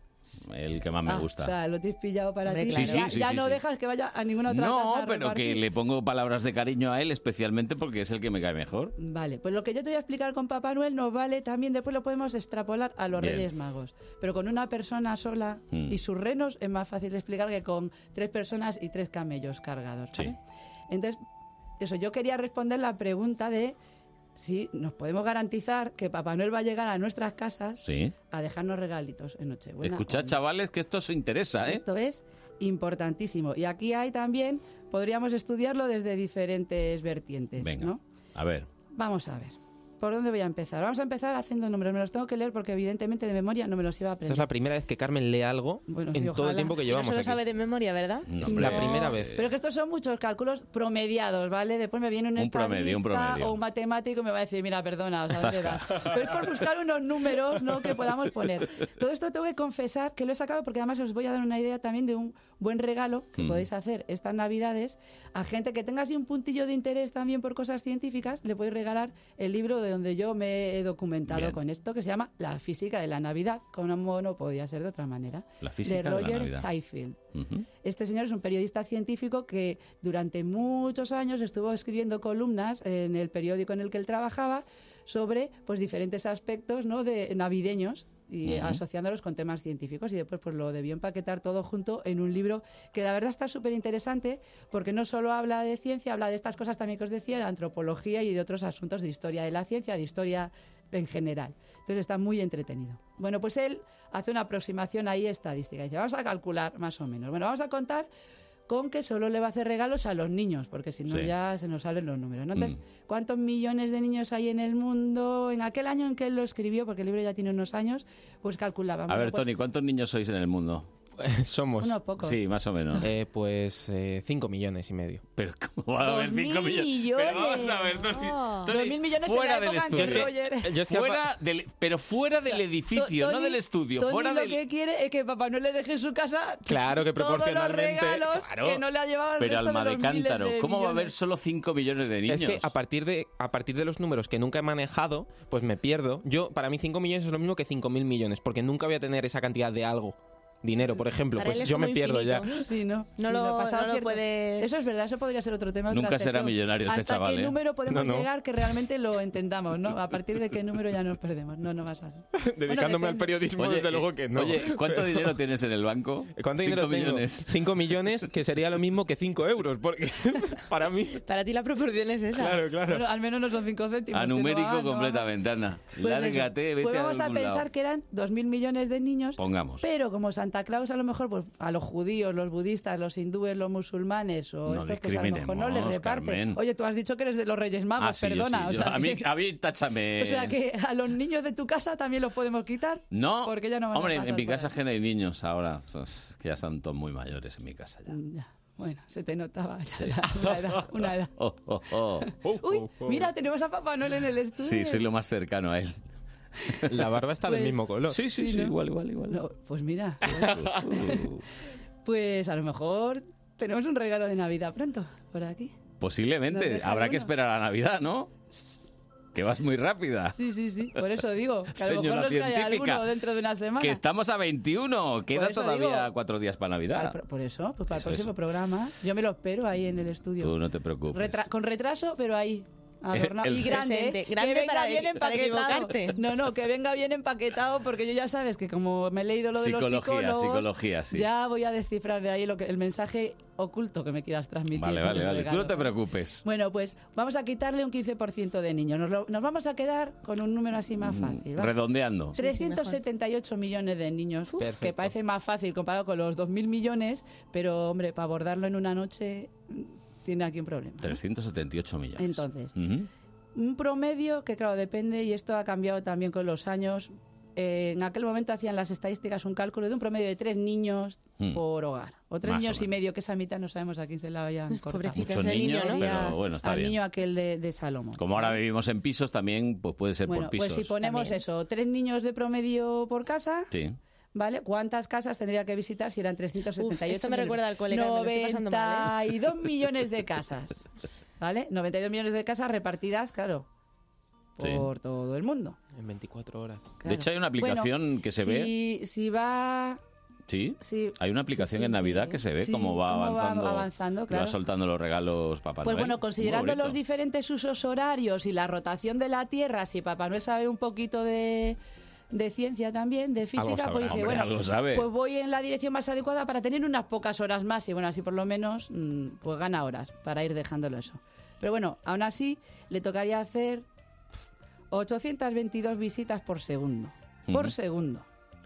Speaker 2: el que más me
Speaker 6: Ah,
Speaker 2: gusta.
Speaker 6: O sea, lo tienes pillado para
Speaker 2: Hombre,
Speaker 6: ti.
Speaker 2: claro. Sí,
Speaker 6: ya
Speaker 2: sí, sí,
Speaker 6: ya
Speaker 2: sí,
Speaker 6: no
Speaker 2: sí.
Speaker 6: dejas que vaya a ninguna otra casa.
Speaker 2: no,
Speaker 6: a
Speaker 2: pero
Speaker 6: repartir.
Speaker 2: que le pongo palabras de cariño a él especialmente porque es el que me cae mejor.
Speaker 6: Vale, pues lo que yo te voy a explicar con Papá Noel nos vale también, después lo podemos extrapolar a los
Speaker 2: Bien.
Speaker 6: Reyes Magos. Pero con una persona sola
Speaker 2: Mm.
Speaker 6: y sus renos es más fácil de explicar que con tres personas y tres camellos cargados. ¿vale? Entonces, eso, yo quería responder la pregunta de si nos podemos garantizar que Papá Noel va a llegar a nuestras casas
Speaker 2: Sí.
Speaker 6: a dejarnos regalitos en Nochebuena.
Speaker 2: Escuchad, chavales, que esto os interesa, ¿eh?
Speaker 6: Esto es importantísimo. Y aquí hay también, podríamos estudiarlo desde diferentes vertientes.
Speaker 2: Venga.
Speaker 6: ¿no?
Speaker 2: A ver.
Speaker 6: Vamos a ver. ¿Por dónde voy a empezar? Vamos a empezar haciendo números. Me los tengo que leer porque evidentemente de memoria no me los iba a
Speaker 14: Esta
Speaker 6: aprender.
Speaker 14: es la primera vez que Carmen lee algo en todo el tiempo que llevamos aquí.
Speaker 6: de memoria, ¿verdad?
Speaker 14: No, hombre. La primera vez.
Speaker 6: Pero que estos son muchos cálculos promediados, ¿vale? Después me viene un,
Speaker 14: Un promedio, un
Speaker 6: estadista
Speaker 14: promedio.
Speaker 6: o un matemático y me va a decir, mira, perdona, o sea, ¿dónde vas?
Speaker 14: Zasca.
Speaker 6: Pero es por buscar unos números ¿no? que podamos poner. Todo esto tengo que confesar que lo he sacado porque además os voy a dar una idea también de un buen regalo que
Speaker 21: Mm.
Speaker 6: podéis hacer estas navidades a gente que tenga así un puntillo de interés también por cosas científicas, le podéis regalar el libro de donde yo me he documentado
Speaker 2: Bien.
Speaker 6: con esto que se llama La física de la Navidad, como no podía ser de otra manera.
Speaker 2: La física de
Speaker 6: de
Speaker 2: la
Speaker 6: Roger
Speaker 2: Navidad.
Speaker 6: Highfield.
Speaker 2: Ujú.
Speaker 6: Este señor es un periodista científico que durante muchos años estuvo escribiendo columnas en el periódico en el que él trabajaba sobre pues diferentes aspectos ¿no? de navideños y
Speaker 21: Ujú.
Speaker 6: asociándolos con temas científicos y después pues lo debió empaquetar todo junto en un libro que la verdad está súper interesante porque no solo habla de ciencia, habla de estas cosas también que os decía, de antropología y de otros asuntos de historia de la ciencia, de historia en general. Entonces está muy entretenido. Bueno, pues él hace una aproximación ahí estadística. Dice, vamos a calcular más o menos. Bueno, vamos a contar con que solo le va a hacer regalos a los niños, porque si no
Speaker 21: Sí.
Speaker 6: ya se nos salen los números. ¿no? Entonces,
Speaker 2: Mm.
Speaker 6: ¿cuántos millones de niños hay en el mundo? En aquel año en que él lo escribió, porque el libro ya tiene unos años, pues calculaba.
Speaker 2: A
Speaker 6: Bueno,
Speaker 2: ver,
Speaker 6: pues,
Speaker 2: Tony, ¿cuántos niños sois en el mundo?
Speaker 14: (laughs) Somos.
Speaker 6: Unos pocos.
Speaker 2: Sí, más o menos.
Speaker 14: Eh, pues 5 millones y medio.
Speaker 2: Pero
Speaker 6: (laughs)
Speaker 2: ¿cómo va a haber 5 millones? Pero vamos a ver, Tony. Tony,
Speaker 6: Dos mil millones en la
Speaker 2: fuera del
Speaker 6: época en que
Speaker 2: estudio.
Speaker 6: Roger-
Speaker 14: Yo es que
Speaker 2: Fuera
Speaker 14: apa-
Speaker 2: del, pero fuera del edificio,
Speaker 6: To-
Speaker 2: no
Speaker 6: Tony-
Speaker 2: del estudio,
Speaker 6: Tony
Speaker 2: fuera
Speaker 6: lo
Speaker 2: del
Speaker 6: que quiere es que Papá Noel le deje en su casa
Speaker 14: Claro que proporcionalmente.
Speaker 6: todos los regalos
Speaker 2: Claro.
Speaker 6: que no le ha llevado el
Speaker 2: Pero
Speaker 6: resto
Speaker 2: alma
Speaker 6: de
Speaker 2: de
Speaker 6: los miles
Speaker 2: cántaro,
Speaker 6: de
Speaker 2: ¿cómo va a haber
Speaker 6: millones.
Speaker 2: solo 5 millones de niños?
Speaker 14: Es que a partir, de, a partir de los números que nunca he manejado, pues me pierdo. Yo, para mí, 5 millones es lo mismo que 5.000 millones, porque nunca voy a tener esa cantidad de algo. Dinero, por ejemplo,
Speaker 6: Para él
Speaker 14: pues
Speaker 6: es
Speaker 14: yo me
Speaker 6: como
Speaker 14: pierdo ya.
Speaker 6: infinito. Sí, no.
Speaker 9: No
Speaker 6: Sí,
Speaker 9: lo-
Speaker 6: pasado
Speaker 9: no lo
Speaker 6: cierto. Eso es verdad, eso podría ser otro tema. otra
Speaker 2: Nunca será
Speaker 6: sección.
Speaker 2: millonario este
Speaker 6: ¿Hasta
Speaker 2: chaval,
Speaker 6: qué
Speaker 2: ¿eh?
Speaker 6: número podemos
Speaker 14: No, no.
Speaker 6: llegar que realmente lo entendamos, no? A partir de qué número ya nos perdemos. No, no vas a...
Speaker 14: Dedicándome al periodismo,
Speaker 2: Oye, eh,
Speaker 14: desde luego que no.
Speaker 2: Oye,
Speaker 14: (laughs)
Speaker 2: ¿cuánto
Speaker 14: Pero-
Speaker 2: dinero tienes en el banco?
Speaker 14: ¿Cuánto
Speaker 2: Cinco
Speaker 14: dinero
Speaker 2: millones. (laughs)
Speaker 14: 5 millones, que sería lo mismo que 5 euros, porque (laughs) para mí...
Speaker 9: Pues Para ti la proporción es esa.
Speaker 14: Claro,
Speaker 6: Bueno, al menos no son 5 céntimos.
Speaker 2: Anumérico
Speaker 6: pero, ah, no,
Speaker 2: completamente, anda.
Speaker 6: Pues eso.
Speaker 2: Lárgate, vete
Speaker 6: Pues
Speaker 2: a
Speaker 6: vamos a,
Speaker 2: algún
Speaker 6: pensar
Speaker 2: lado.
Speaker 6: que eran 2.000 millones de niños.
Speaker 2: Pongamos.
Speaker 6: Pero como Santa Claus a lo mejor pues a los judíos, los budistas, los hindúes, los musulmanes o
Speaker 2: No
Speaker 6: estos pues a lo mejor no les
Speaker 2: discriminemos,
Speaker 6: reparte.
Speaker 2: Carmen.
Speaker 6: Oye, tú has dicho que eres de los Reyes Magos,
Speaker 2: Ah, sí, yo
Speaker 6: perdona.
Speaker 2: sí,
Speaker 6: o
Speaker 2: yo-
Speaker 6: sea
Speaker 2: a, mí,
Speaker 6: que-
Speaker 2: a mí,
Speaker 6: (laughs)
Speaker 2: táchame.
Speaker 6: o sea que a los niños de tu casa también los podemos quitar.
Speaker 2: No,
Speaker 6: porque ya no van a
Speaker 2: hombre, en
Speaker 6: pasar
Speaker 2: mi
Speaker 6: por
Speaker 2: casa ajena hay niños ahora, pues, que ya están todos muy mayores en mi casa ya.
Speaker 6: ahí. Mm, Ya, Bueno, se te notaba (laughs) ya la- una
Speaker 2: (laughs)
Speaker 6: edad. Una edad.
Speaker 2: Oh, oh, oh.
Speaker 6: Uy, mira, tenemos a Papá Noel en el estudio.
Speaker 2: Sí, soy lo más cercano a él.
Speaker 14: La barba está
Speaker 6: Eh. Pues-
Speaker 14: del mismo color.
Speaker 2: Sí, sí, sí,
Speaker 6: ¿no?
Speaker 2: igual, igual, igual.
Speaker 6: No, pues mira. pues a lo mejor tenemos un regalo de Navidad pronto por aquí. Nos
Speaker 2: (laughs) Posiblemente.
Speaker 6: deja
Speaker 2: Habrá
Speaker 6: alguno.
Speaker 2: que esperar a Navidad, ¿no? Que vas muy rápida.
Speaker 6: Sí, sí, sí. Por eso digo que a lo mejor
Speaker 2: Señora
Speaker 6: nos cae
Speaker 2: científica,
Speaker 6: alguno dentro de una semana.
Speaker 2: Que estamos a 21. Queda
Speaker 6: eso
Speaker 2: todavía
Speaker 6: digo-
Speaker 2: cuatro días para Navidad.
Speaker 6: Al pro- por eso, pues para
Speaker 2: Eso,
Speaker 6: el próximo
Speaker 2: eso.
Speaker 6: programa. Yo me lo espero ahí en el estudio.
Speaker 2: Tú no te preocupes.
Speaker 6: Retra- con retraso, pero ahí. Adornado.
Speaker 2: pues. (laughs) El-
Speaker 6: y grande,
Speaker 9: Presente.
Speaker 6: ¿eh?
Speaker 9: Grande
Speaker 6: que venga
Speaker 9: para
Speaker 6: bien
Speaker 9: de- para
Speaker 6: empaquetado.
Speaker 9: equivocarte.
Speaker 6: (laughs) No, no, que venga bien empaquetado, porque yo ya sabes que como me he leído lo de los
Speaker 2: Psicología,
Speaker 6: psicólogos,
Speaker 2: psicología, sí.
Speaker 6: ya voy a descifrar de ahí lo que, el mensaje oculto que me quieras transmitir.
Speaker 2: Vale,
Speaker 6: con
Speaker 2: vale,
Speaker 6: el
Speaker 2: vale. Tú
Speaker 6: regalo.
Speaker 2: no te preocupes.
Speaker 6: Bueno, pues vamos a quitarle un 15% de niños. Nos, lo- nos vamos a quedar con un número así
Speaker 2: Mm,
Speaker 6: más fácil. ¿va?
Speaker 2: Redondeando.
Speaker 6: 378 millones de niños, Uf, que parece más fácil comparado con los 2.000 millones, pero hombre, para abordarlo en una noche mm, tiene aquí un problema.
Speaker 2: 378 millones.
Speaker 6: Entonces.
Speaker 2: Ujú.
Speaker 6: Un promedio que, claro, depende, y esto ha cambiado también con los años. eh, en aquel momento hacían las estadísticas un cálculo de un promedio de tres niños
Speaker 2: Mm.
Speaker 6: por hogar, o tres
Speaker 2: Más
Speaker 6: niños
Speaker 2: o
Speaker 6: y medio, que esa mitad no sabemos a quién se la vayan cortado.
Speaker 2: Pobrecitos, Muchos ese niños, niño, ¿no?
Speaker 6: Sería
Speaker 2: pero bueno, está
Speaker 6: al
Speaker 2: bien.
Speaker 6: niño aquel de, de Salomón.
Speaker 2: Como ahora vivimos en pisos, también pues puede ser
Speaker 6: Bueno,
Speaker 2: por pisos.
Speaker 6: pues si ponemos eso, tres niños de promedio por casa,
Speaker 2: Sí.
Speaker 6: ¿Vale? ¿Cuántas casas tendría que visitar si eran 378?
Speaker 9: Uf, esto me recuerda al cole, Carmen, lo estoy pasando mal, ¿eh?
Speaker 6: 92 millones de casas. ¿Vale? 92 millones de casas repartidas, claro,
Speaker 2: Sí.
Speaker 6: por todo el mundo.
Speaker 14: En 24 horas.
Speaker 2: De hecho, hay una aplicación
Speaker 6: Bueno,
Speaker 2: que se
Speaker 6: si-
Speaker 2: ve.
Speaker 6: Si va.
Speaker 2: Sí.
Speaker 6: Sí.
Speaker 2: Hay una aplicación
Speaker 6: Sí, sí,
Speaker 2: en Navidad
Speaker 6: sí.
Speaker 2: que se ve
Speaker 6: Sí,
Speaker 2: cómo va
Speaker 6: cómo va
Speaker 2: avanzando.
Speaker 6: avanzando,
Speaker 2: y
Speaker 6: claro.
Speaker 2: Va soltando los regalos Papá
Speaker 6: Pues
Speaker 2: Noel.
Speaker 6: bueno,
Speaker 2: Muy
Speaker 6: considerando
Speaker 2: bonito.
Speaker 6: los diferentes usos horarios y la rotación de la Tierra, si Papá Noel sabe un poquito de, de ciencia también, de física,
Speaker 2: sabrá.
Speaker 6: pues dice,
Speaker 2: Hombre,
Speaker 6: bueno,
Speaker 2: algo sabe.
Speaker 6: pues voy en la dirección más adecuada para tener unas pocas horas más y bueno, así por lo menos, mm, pues gana horas para ir dejándolo eso. Pero bueno, aún así, le tocaría hacer 822 visitas por segundo. Por
Speaker 9: Ujú.
Speaker 6: segundo.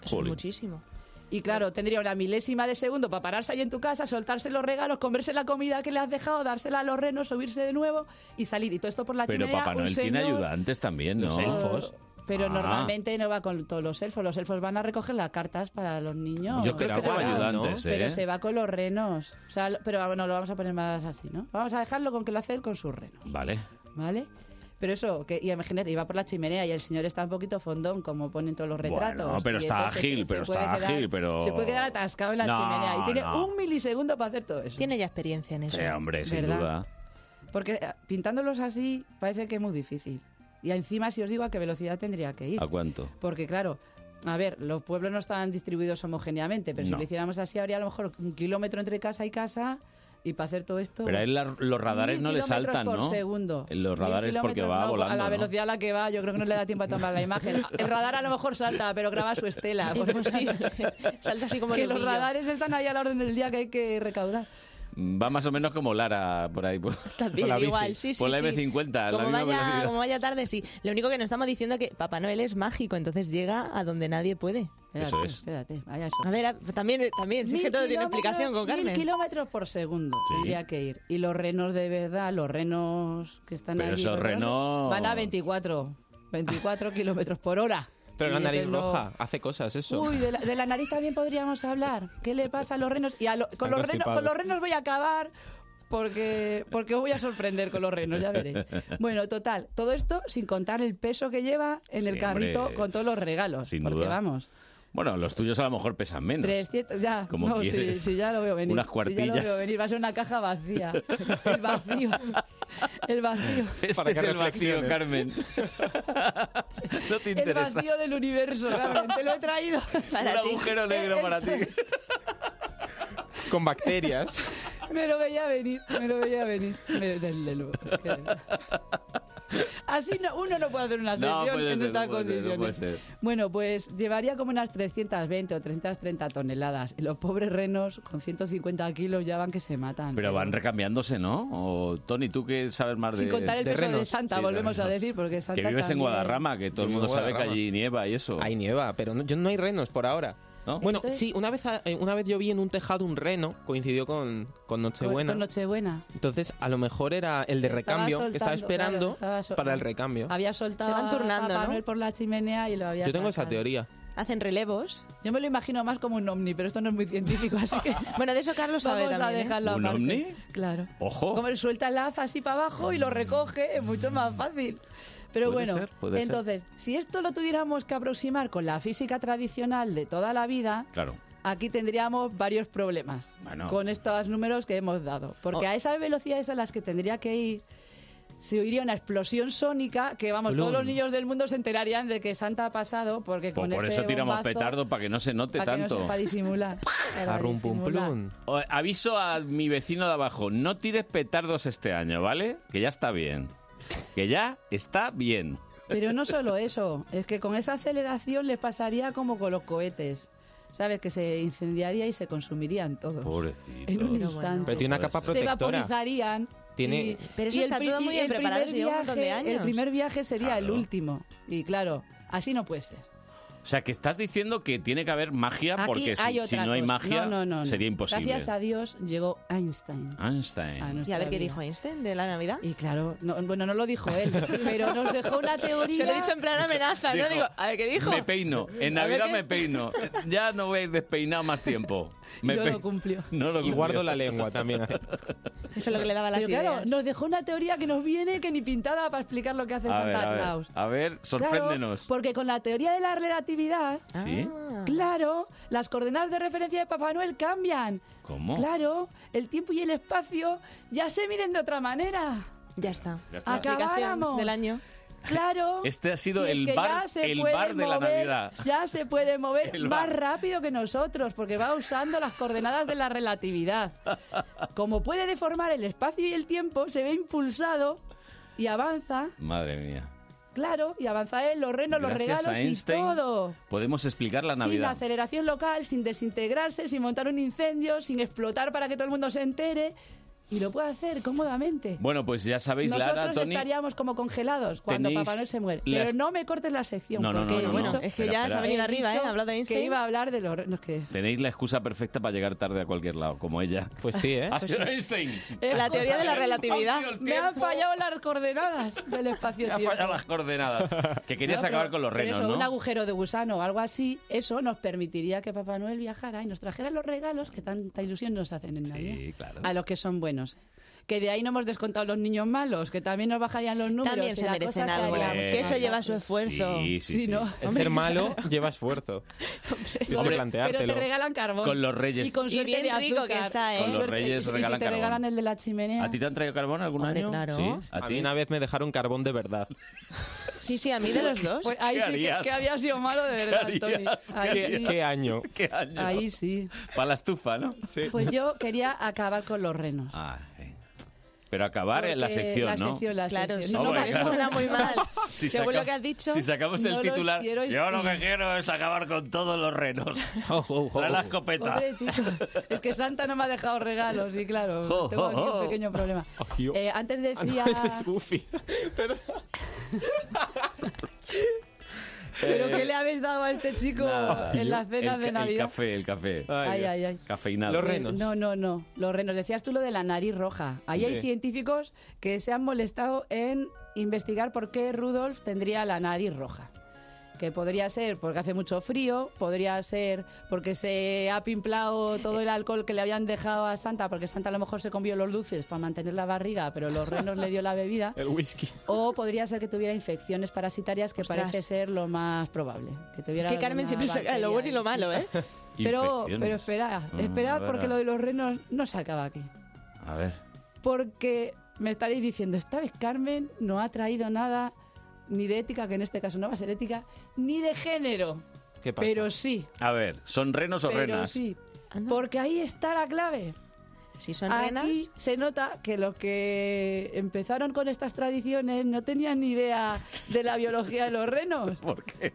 Speaker 9: Eso es muchísimo.
Speaker 6: Y claro, tendría una milésima de segundo para pararse ahí en tu casa, soltarse los regalos, comerse la comida que le has dejado, dársela a los renos, subirse de nuevo y salir. Y todo esto por la
Speaker 2: Pero
Speaker 6: chimenea.
Speaker 2: Papá
Speaker 6: un
Speaker 2: Noel tiene
Speaker 6: señor-
Speaker 2: ayudantes también, ¿no?
Speaker 6: Los elfos. Pero
Speaker 2: Ah.
Speaker 6: normalmente no va con todos los elfos. Los elfos van a recoger las cartas para los niños.
Speaker 2: Yo creo que
Speaker 6: Pero-
Speaker 2: van ayudantes,
Speaker 6: Pero
Speaker 2: ¿eh?
Speaker 6: se va con los renos. O sea, lo- pero bueno, lo vamos a poner más así, ¿no? Vamos a dejarlo con que lo hace él con sus renos,
Speaker 2: Vale.
Speaker 6: ¿vale? Pero eso, que y imagínate, iba por la chimenea y el señor está un poquito fondón, como ponen todos los retratos.
Speaker 2: Bueno, pero
Speaker 6: y
Speaker 2: está
Speaker 6: entonces se-
Speaker 2: ágil,
Speaker 6: se
Speaker 2: pero
Speaker 6: puede
Speaker 2: está
Speaker 6: quedar-
Speaker 2: ágil, pero...
Speaker 6: se puede quedar atascado en la
Speaker 2: No,
Speaker 6: chimenea y tiene
Speaker 2: no.
Speaker 6: un milisegundo para hacer todo eso.
Speaker 9: Tiene ya experiencia en eso.
Speaker 2: Sí, hombre, sin
Speaker 6: ¿Verdad?
Speaker 2: duda.
Speaker 6: Porque eh, pintándolos así parece que es muy difícil. Y encima, si os digo a qué velocidad tendría que ir.
Speaker 2: ¿A cuánto?
Speaker 6: Porque claro, a ver, los pueblos no están distribuidos homogéneamente, pero si
Speaker 2: No.
Speaker 6: lo hiciéramos así habría a lo mejor un kilómetro entre casa y casa Y para hacer todo esto...
Speaker 2: Pero a él la- los radares
Speaker 6: mil
Speaker 2: no le
Speaker 6: kilómetros
Speaker 2: saltan,
Speaker 6: por
Speaker 2: ¿no?
Speaker 6: segundo. Mil
Speaker 2: Los radares porque
Speaker 6: kilómetros,
Speaker 2: va
Speaker 6: no,
Speaker 2: volando.
Speaker 6: A la
Speaker 2: ¿no?
Speaker 6: velocidad a la que va, yo creo que no le da tiempo a tomar la imagen. El radar a lo mejor salta, pero graba su estela. porque
Speaker 9: (laughs) Salta así como
Speaker 6: que
Speaker 9: el
Speaker 6: los
Speaker 9: brillo.
Speaker 6: radares están ahí a la orden del día que hay que recaudar.
Speaker 2: Va más o menos como Lara por ahí.
Speaker 6: (laughs)
Speaker 2: Por,
Speaker 9: También,
Speaker 2: por la bici.
Speaker 9: igual, sí, sí.
Speaker 2: Por la
Speaker 9: sí.
Speaker 2: M50, a la
Speaker 9: Como
Speaker 2: misma
Speaker 9: vaya,
Speaker 2: velocidad.
Speaker 9: como vaya tarde, sí. Lo único que nos estamos diciendo es que Papá Noel es mágico, entonces llega a donde nadie puede.
Speaker 2: Eso es.
Speaker 6: Espérate,
Speaker 9: A ver, a- también, también, si es que
Speaker 6: Mil
Speaker 9: todo tiene
Speaker 6: kilómetros-
Speaker 9: explicación con Carmen.
Speaker 6: Mil kilómetros por segundo
Speaker 2: Sí.
Speaker 6: tendría que ir. Y los renos de verdad, los renos que están
Speaker 2: Pero
Speaker 6: allí,
Speaker 2: esos
Speaker 6: los renos,
Speaker 2: renos-
Speaker 6: Van a 24, 24 kilómetros por hora.
Speaker 14: Pero la
Speaker 6: Y
Speaker 14: nariz
Speaker 6: entonces no-
Speaker 14: roja hace cosas, eso.
Speaker 6: Uy, de la, de la nariz también podríamos hablar. ¿Qué le pasa a los renos? Y a lo- con,
Speaker 14: Están
Speaker 6: los renos, con
Speaker 14: constipados.
Speaker 6: los renos voy a acabar porque, porque os voy a sorprender con los renos, ya
Speaker 2: (laughs)
Speaker 6: veréis. Bueno, total, todo esto sin contar el peso que lleva en el
Speaker 2: Sí,
Speaker 6: carrito
Speaker 2: hombre.
Speaker 6: con todos los regalos.
Speaker 2: Sin
Speaker 6: porque
Speaker 2: duda.
Speaker 6: vamos,
Speaker 2: Bueno, los tuyos a lo mejor pesan menos.
Speaker 6: 300, ya.
Speaker 2: Como
Speaker 6: no, sí,
Speaker 2: quieres.
Speaker 6: sí, ya lo veo venir.
Speaker 2: Unas
Speaker 6: Sí, ya
Speaker 2: cuartillas.
Speaker 6: lo veo venir, va a ser una caja vacía. El
Speaker 2: (laughs)
Speaker 6: vacío. El vacío.
Speaker 2: Este
Speaker 19: Para que
Speaker 2: es el vacío,
Speaker 6: (laughs)
Speaker 19: reflexiones.
Speaker 2: Carmen. no te
Speaker 6: El
Speaker 2: interesa.
Speaker 6: vacío del universo, Carmen, te lo he
Speaker 2: (laughs)
Speaker 6: traído.
Speaker 2: Un agujero negro para ti.
Speaker 14: (laughs)
Speaker 13: (laughs)
Speaker 14: Con bacterias.
Speaker 6: Me lo veía venir, me lo veía venir. Me- desde luego, es que- Así no- uno no puede hacer una
Speaker 2: No,
Speaker 6: sección
Speaker 2: puede
Speaker 6: en
Speaker 2: ser,
Speaker 6: estas
Speaker 2: no puede ser, no
Speaker 6: condiciones.
Speaker 2: puede ser.
Speaker 6: Bueno, pues llevaría como unas 320 o 330 toneladas. Y los pobres renos con 150 kilos ya van que se matan.
Speaker 2: Pero van recambiándose, ¿no? O Tony, tú que sabes más
Speaker 6: Sin
Speaker 2: de
Speaker 6: contar el
Speaker 2: de
Speaker 6: peso de
Speaker 2: renos?
Speaker 6: Santa,
Speaker 2: Sí, de
Speaker 6: volvemos a
Speaker 2: renos.
Speaker 6: decir, porque Santa
Speaker 2: Que vives en
Speaker 6: también-
Speaker 2: Guadarrama, (laughs) que todo el
Speaker 14: Vivo en
Speaker 2: mundo sabe que
Speaker 14: Guadarrama.
Speaker 2: allí nieva y eso.
Speaker 14: Hay nieva, pero no, yo- no hay renos por ahora. Bueno,
Speaker 6: Entonces-
Speaker 14: sí, una vez, a- eh, una vez yo vi en un tejado un reno, coincidió con, con
Speaker 6: Con-
Speaker 14: Nochebuena.
Speaker 6: Con Nochebuena.
Speaker 14: Entonces, a lo mejor era el de recambio, que estaba
Speaker 6: soltando, claro,
Speaker 14: esperando
Speaker 6: estaba sol- ah,
Speaker 14: para el recambio.
Speaker 6: Había soltado
Speaker 9: Se van
Speaker 6: a
Speaker 9: turnando,
Speaker 6: Papá
Speaker 9: ¿no?
Speaker 6: Noel por la chimenea y lo había
Speaker 14: Yo tengo esa
Speaker 6: sacado.
Speaker 14: teoría.
Speaker 9: Hacen relevos.
Speaker 6: Yo me lo imagino más como un ovni, pero esto no es muy científico, así que...
Speaker 9: (laughs) Bueno, de eso Carlos sabe
Speaker 6: Vamos
Speaker 9: también,
Speaker 6: a
Speaker 9: ¿eh?
Speaker 6: dejarlo
Speaker 2: ¿Un
Speaker 6: aparte.
Speaker 2: ovni?
Speaker 6: Claro.
Speaker 2: Ojo.
Speaker 6: Como él suelta el haz así para abajo y lo recoge, es mucho más fácil. Pero
Speaker 2: Puede
Speaker 6: bueno,
Speaker 2: ser, puede ser.
Speaker 6: entonces, si esto lo tuviéramos que aproximar con la física tradicional de toda la vida,
Speaker 2: Claro.
Speaker 6: aquí tendríamos varios problemas
Speaker 2: Bueno.
Speaker 6: con estos números que hemos dado. Porque a esas velocidades a las que tendría que ir, se oiría una explosión sónica que, vamos,
Speaker 2: Plum.
Speaker 6: todos los niños del mundo se enterarían de que Santa ha pasado porque
Speaker 2: Pues
Speaker 6: con
Speaker 2: por
Speaker 6: ese
Speaker 2: eso tiramos
Speaker 6: bombazo,
Speaker 2: petardo, para que no se note
Speaker 6: para que no
Speaker 2: tanto.
Speaker 6: sepa disimular. Para disimular.
Speaker 2: O- Aviso a mi vecino de abajo, no tires petardos este año, ¿vale? Que ya está bien. Que ya está bien.
Speaker 6: Pero no solo eso, es que con esa aceleración les pasaría como con los cohetes. ¿Sabes? Que se incendiaría y se consumirían todos.
Speaker 2: Pobrecito.
Speaker 6: En un instante.
Speaker 14: Pero tiene una capa
Speaker 6: se
Speaker 14: protectora.
Speaker 6: vaporizarían.
Speaker 14: Tiene-
Speaker 6: y-
Speaker 9: Pero eso
Speaker 6: y
Speaker 9: está
Speaker 6: pri-
Speaker 9: todo
Speaker 6: y
Speaker 9: muy bien
Speaker 6: el
Speaker 9: preparado,
Speaker 6: primer
Speaker 9: si lleva un montón de
Speaker 6: viaje- El
Speaker 9: años.
Speaker 6: primer viaje sería el
Speaker 2: Claro.
Speaker 6: último. Y claro, así no puede ser.
Speaker 2: O sea, que estás diciendo que tiene que haber magia
Speaker 6: Aquí
Speaker 2: porque si,
Speaker 6: hay
Speaker 2: si
Speaker 6: otra
Speaker 2: no hay
Speaker 6: cosa.
Speaker 2: magia
Speaker 6: No, no, no, no.
Speaker 2: sería imposible.
Speaker 6: Gracias a Dios llegó Einstein.
Speaker 2: Einstein.
Speaker 6: a
Speaker 9: Y a
Speaker 6: nuestra
Speaker 9: ver qué
Speaker 6: vida.
Speaker 9: dijo Einstein de la Navidad.
Speaker 6: Y claro, no- bueno, no lo dijo él, pero nos dejó una teoría.
Speaker 9: (laughs) Se lo he dicho en plan amenaza,
Speaker 2: Dijo,
Speaker 9: ¿no? Digo, a ver qué dijo.
Speaker 2: Me
Speaker 6: (laughs)
Speaker 2: peino. En
Speaker 9: A ver
Speaker 2: Navidad
Speaker 9: qué-
Speaker 2: me peino. Ya no voy a ir despeinado
Speaker 6: (laughs)
Speaker 2: más tiempo. Me
Speaker 6: no
Speaker 2: pe-
Speaker 6: lo cumplió.
Speaker 2: (laughs) No lo
Speaker 14: Y guardo la lengua
Speaker 2: (laughs)
Speaker 14: también.
Speaker 9: Eso es lo que le daba las
Speaker 6: Pero claro,
Speaker 9: ideas.
Speaker 6: nos dejó una teoría que nos viene que ni pintada para explicar lo que hace
Speaker 2: A ver,
Speaker 6: Santa
Speaker 2: a ver,
Speaker 6: Claus.
Speaker 2: a ver, sorpréndenos.
Speaker 6: Claro, pues, porque con la teoría de la relatividad,
Speaker 9: Ah.
Speaker 2: ¿Sí?
Speaker 6: ah. claro, las coordenadas de referencia de Papá Noel cambian.
Speaker 2: ¿Cómo?
Speaker 6: Claro, el tiempo y el espacio ya se miden de otra manera.
Speaker 9: Ya está.
Speaker 2: Ya está.
Speaker 6: Acabáramos.
Speaker 9: Explicación del año.
Speaker 6: Claro.
Speaker 2: (laughs) Este ha sido
Speaker 6: si es
Speaker 2: el
Speaker 6: que
Speaker 2: bar-
Speaker 6: ya se
Speaker 2: el
Speaker 6: puede
Speaker 2: bar de la
Speaker 6: mover,
Speaker 2: Navidad.
Speaker 6: Ya se puede mover
Speaker 2: (laughs) El
Speaker 6: más
Speaker 2: bar.
Speaker 6: rápido que nosotros, porque va usando las coordenadas de la relatividad. Como puede deformar el espacio y el tiempo, se ve impulsado y avanza,
Speaker 2: Madre mía.
Speaker 6: claro, y avanza él, los renos, los
Speaker 2: Gracias a
Speaker 6: regalos y
Speaker 2: Einstein,
Speaker 6: todo.
Speaker 2: Podemos explicar la
Speaker 6: Sin
Speaker 2: Navidad.
Speaker 6: aceleración local, sin desintegrarse, sin montar un incendio, sin explotar para que todo el mundo se entere. Y lo puede hacer cómodamente.
Speaker 2: Bueno, pues ya sabéis,
Speaker 6: Nosotros
Speaker 2: Lara, Tony.
Speaker 6: estaríamos como congelados cuando
Speaker 2: tenéis
Speaker 6: Papá Noel se muere.
Speaker 2: las-
Speaker 6: Pero no me cortes la sección.
Speaker 2: No, no, no,
Speaker 6: porque
Speaker 2: no,
Speaker 6: he
Speaker 2: no.
Speaker 6: dicho-
Speaker 2: Es que Espera, ya se ha espera. venido
Speaker 6: he
Speaker 9: arriba,
Speaker 6: dicho
Speaker 9: ¿eh? Ha hablado de Einstein.
Speaker 6: Que iba a hablar de los... No, es que...
Speaker 2: Tenéis la excusa perfecta para llegar tarde a cualquier lado, como ella.
Speaker 14: Pues sí, ¿eh?
Speaker 2: Ha sido Einstein.
Speaker 6: Eh,
Speaker 9: La
Speaker 6: (laughs)
Speaker 9: teoría de la relatividad.
Speaker 6: Me han fallado las coordenadas del
Speaker 2: Me ha
Speaker 6: espacio-tiempo.
Speaker 2: fallado las coordenadas. Que querías
Speaker 6: No, pero-
Speaker 2: acabar con los
Speaker 6: pero
Speaker 2: renos,
Speaker 6: eso,
Speaker 2: ¿no?
Speaker 6: Un agujero de gusano o algo así, eso nos permitiría que Papá Noel viajara y nos trajera los regalos que tanta ilusión nos hacen en Navidad.
Speaker 2: claro.
Speaker 6: A los que son buenos. que de ahí no hemos descontado los niños malos, que también nos bajarían los números.
Speaker 9: También
Speaker 6: y
Speaker 9: se
Speaker 6: la
Speaker 9: merecen
Speaker 6: cosa se
Speaker 9: algo.
Speaker 6: haría
Speaker 14: Hombre,
Speaker 6: mucho
Speaker 14: que
Speaker 6: más
Speaker 14: eso
Speaker 9: lleva
Speaker 6: fácil.
Speaker 9: su esfuerzo.
Speaker 2: Sí, sí, sí.
Speaker 6: ¿no?
Speaker 14: El
Speaker 6: (laughs)
Speaker 14: ser malo lleva esfuerzo. Tienes que
Speaker 2: Hombre,
Speaker 14: planteártelo.
Speaker 6: Pero te regalan carbón.
Speaker 2: Con los reyes.
Speaker 6: Y con
Speaker 2: Y
Speaker 6: suerte
Speaker 9: bien
Speaker 6: de
Speaker 9: rico
Speaker 6: azúcar.
Speaker 9: que está, ¿eh? Con
Speaker 2: los
Speaker 6: suerte.
Speaker 2: reyes
Speaker 6: Y si-
Speaker 2: regalan
Speaker 6: y si te
Speaker 2: carbón.
Speaker 6: regalan el de la chimenea.
Speaker 2: ¿A ti te han traído carbón algún
Speaker 6: Hombre,
Speaker 2: año?
Speaker 6: claro.
Speaker 2: Sí, a
Speaker 14: A
Speaker 2: ti.
Speaker 14: mí una vez me dejaron carbón
Speaker 6: (laughs)
Speaker 14: de verdad.
Speaker 9: Sí, sí, a mí de los dos.
Speaker 6: Pues ahí
Speaker 14: ¿Qué
Speaker 6: sí que,
Speaker 14: harías?
Speaker 6: que había sido malo de
Speaker 14: ¿Qué
Speaker 6: verdad,
Speaker 14: harías?
Speaker 6: Tony.
Speaker 14: ¿Qué
Speaker 6: Ahí
Speaker 14: harías?
Speaker 6: sí.
Speaker 14: ¿Qué año?
Speaker 2: (laughs) ¿Qué año?
Speaker 6: Ahí sí.
Speaker 2: Para la estufa, ¿no? Sí.
Speaker 6: Pues yo quería acabar con los renos.
Speaker 2: Ah, venga. Pero acabar en la
Speaker 6: Porque
Speaker 2: sección,
Speaker 6: la
Speaker 2: ¿no?
Speaker 6: sección, la
Speaker 9: Claro,
Speaker 6: sección.
Speaker 9: sí,
Speaker 2: Hombre,
Speaker 9: porque eso
Speaker 2: claro.
Speaker 9: suena muy mal.
Speaker 2: (laughs) Si
Speaker 9: Según
Speaker 2: saca-
Speaker 9: lo que has dicho,
Speaker 2: Si sacamos el
Speaker 6: no los
Speaker 2: titular,
Speaker 6: quiero
Speaker 2: yo lo que
Speaker 6: escuchar".
Speaker 2: quiero es acabar con todos los (laughs) renos. Trae la escopeta. (laughs)
Speaker 6: Pobrecito. Es que Santa no me ha dejado regalos, y claro,
Speaker 2: (laughs) Jo,
Speaker 6: tengo aquí
Speaker 2: jo, jo.
Speaker 6: un pequeño problema. Eh,
Speaker 2: (laughs)
Speaker 6: antes
Speaker 14: (laughs) Ah, no,
Speaker 6: decía...
Speaker 14: ese es Goofy.
Speaker 6: ¿Pero
Speaker 2: Eh,
Speaker 6: qué le habéis dado a este chico
Speaker 2: nada.
Speaker 6: en las cenas
Speaker 2: El ca-
Speaker 6: de
Speaker 2: El
Speaker 6: Navidad?
Speaker 2: café, el café.
Speaker 6: Ay, Dios. ay, ay.
Speaker 2: Cafeinado.
Speaker 9: Eh,
Speaker 14: Los renos.
Speaker 6: No, no, no. Los renos. Decías tú lo de la nariz roja. Ahí hay
Speaker 14: Sí.
Speaker 6: científicos que se han molestado en investigar por qué Rudolf tendría la nariz roja. Que podría ser porque hace mucho frío, podría ser porque se ha pimplado todo el alcohol que le habían dejado a Santa, porque Santa a lo mejor se comió los dulces para mantener la barriga, pero los renos le dio la
Speaker 9: (laughs)
Speaker 6: bebida.
Speaker 14: El whisky.
Speaker 6: O podría ser que tuviera infecciones parasitarias, que
Speaker 9: Ostras.
Speaker 6: parece ser lo más probable. Que
Speaker 9: es
Speaker 6: tuviera
Speaker 9: que Carmen
Speaker 6: alguna
Speaker 9: siempre saca
Speaker 6: bacteria
Speaker 9: lo bueno y
Speaker 6: ahí,
Speaker 9: lo
Speaker 6: sí.
Speaker 2: (laughs)
Speaker 9: malo, ¿eh?
Speaker 6: Pero,
Speaker 2: Infecciones.
Speaker 6: pero esperad,
Speaker 2: Mm,
Speaker 6: esperad
Speaker 2: a ver,
Speaker 6: porque
Speaker 2: a
Speaker 6: lo de
Speaker 2: ver.
Speaker 6: los renos no se acaba aquí.
Speaker 2: A ver.
Speaker 6: Porque me estaréis diciendo, esta vez Carmen no ha traído nada ni de ética, que en este caso no va a ser ética, ni de género.
Speaker 2: ¿Qué pasa?
Speaker 6: Pero sí,
Speaker 2: A ver, ¿son renos o
Speaker 6: pero
Speaker 2: renas?
Speaker 6: sí. Porque ahí está la clave.
Speaker 9: Si son
Speaker 6: Aquí
Speaker 9: renas,
Speaker 6: se nota que los que empezaron con estas tradiciones no tenían ni idea de la biología de los renos.
Speaker 2: ¿Por qué?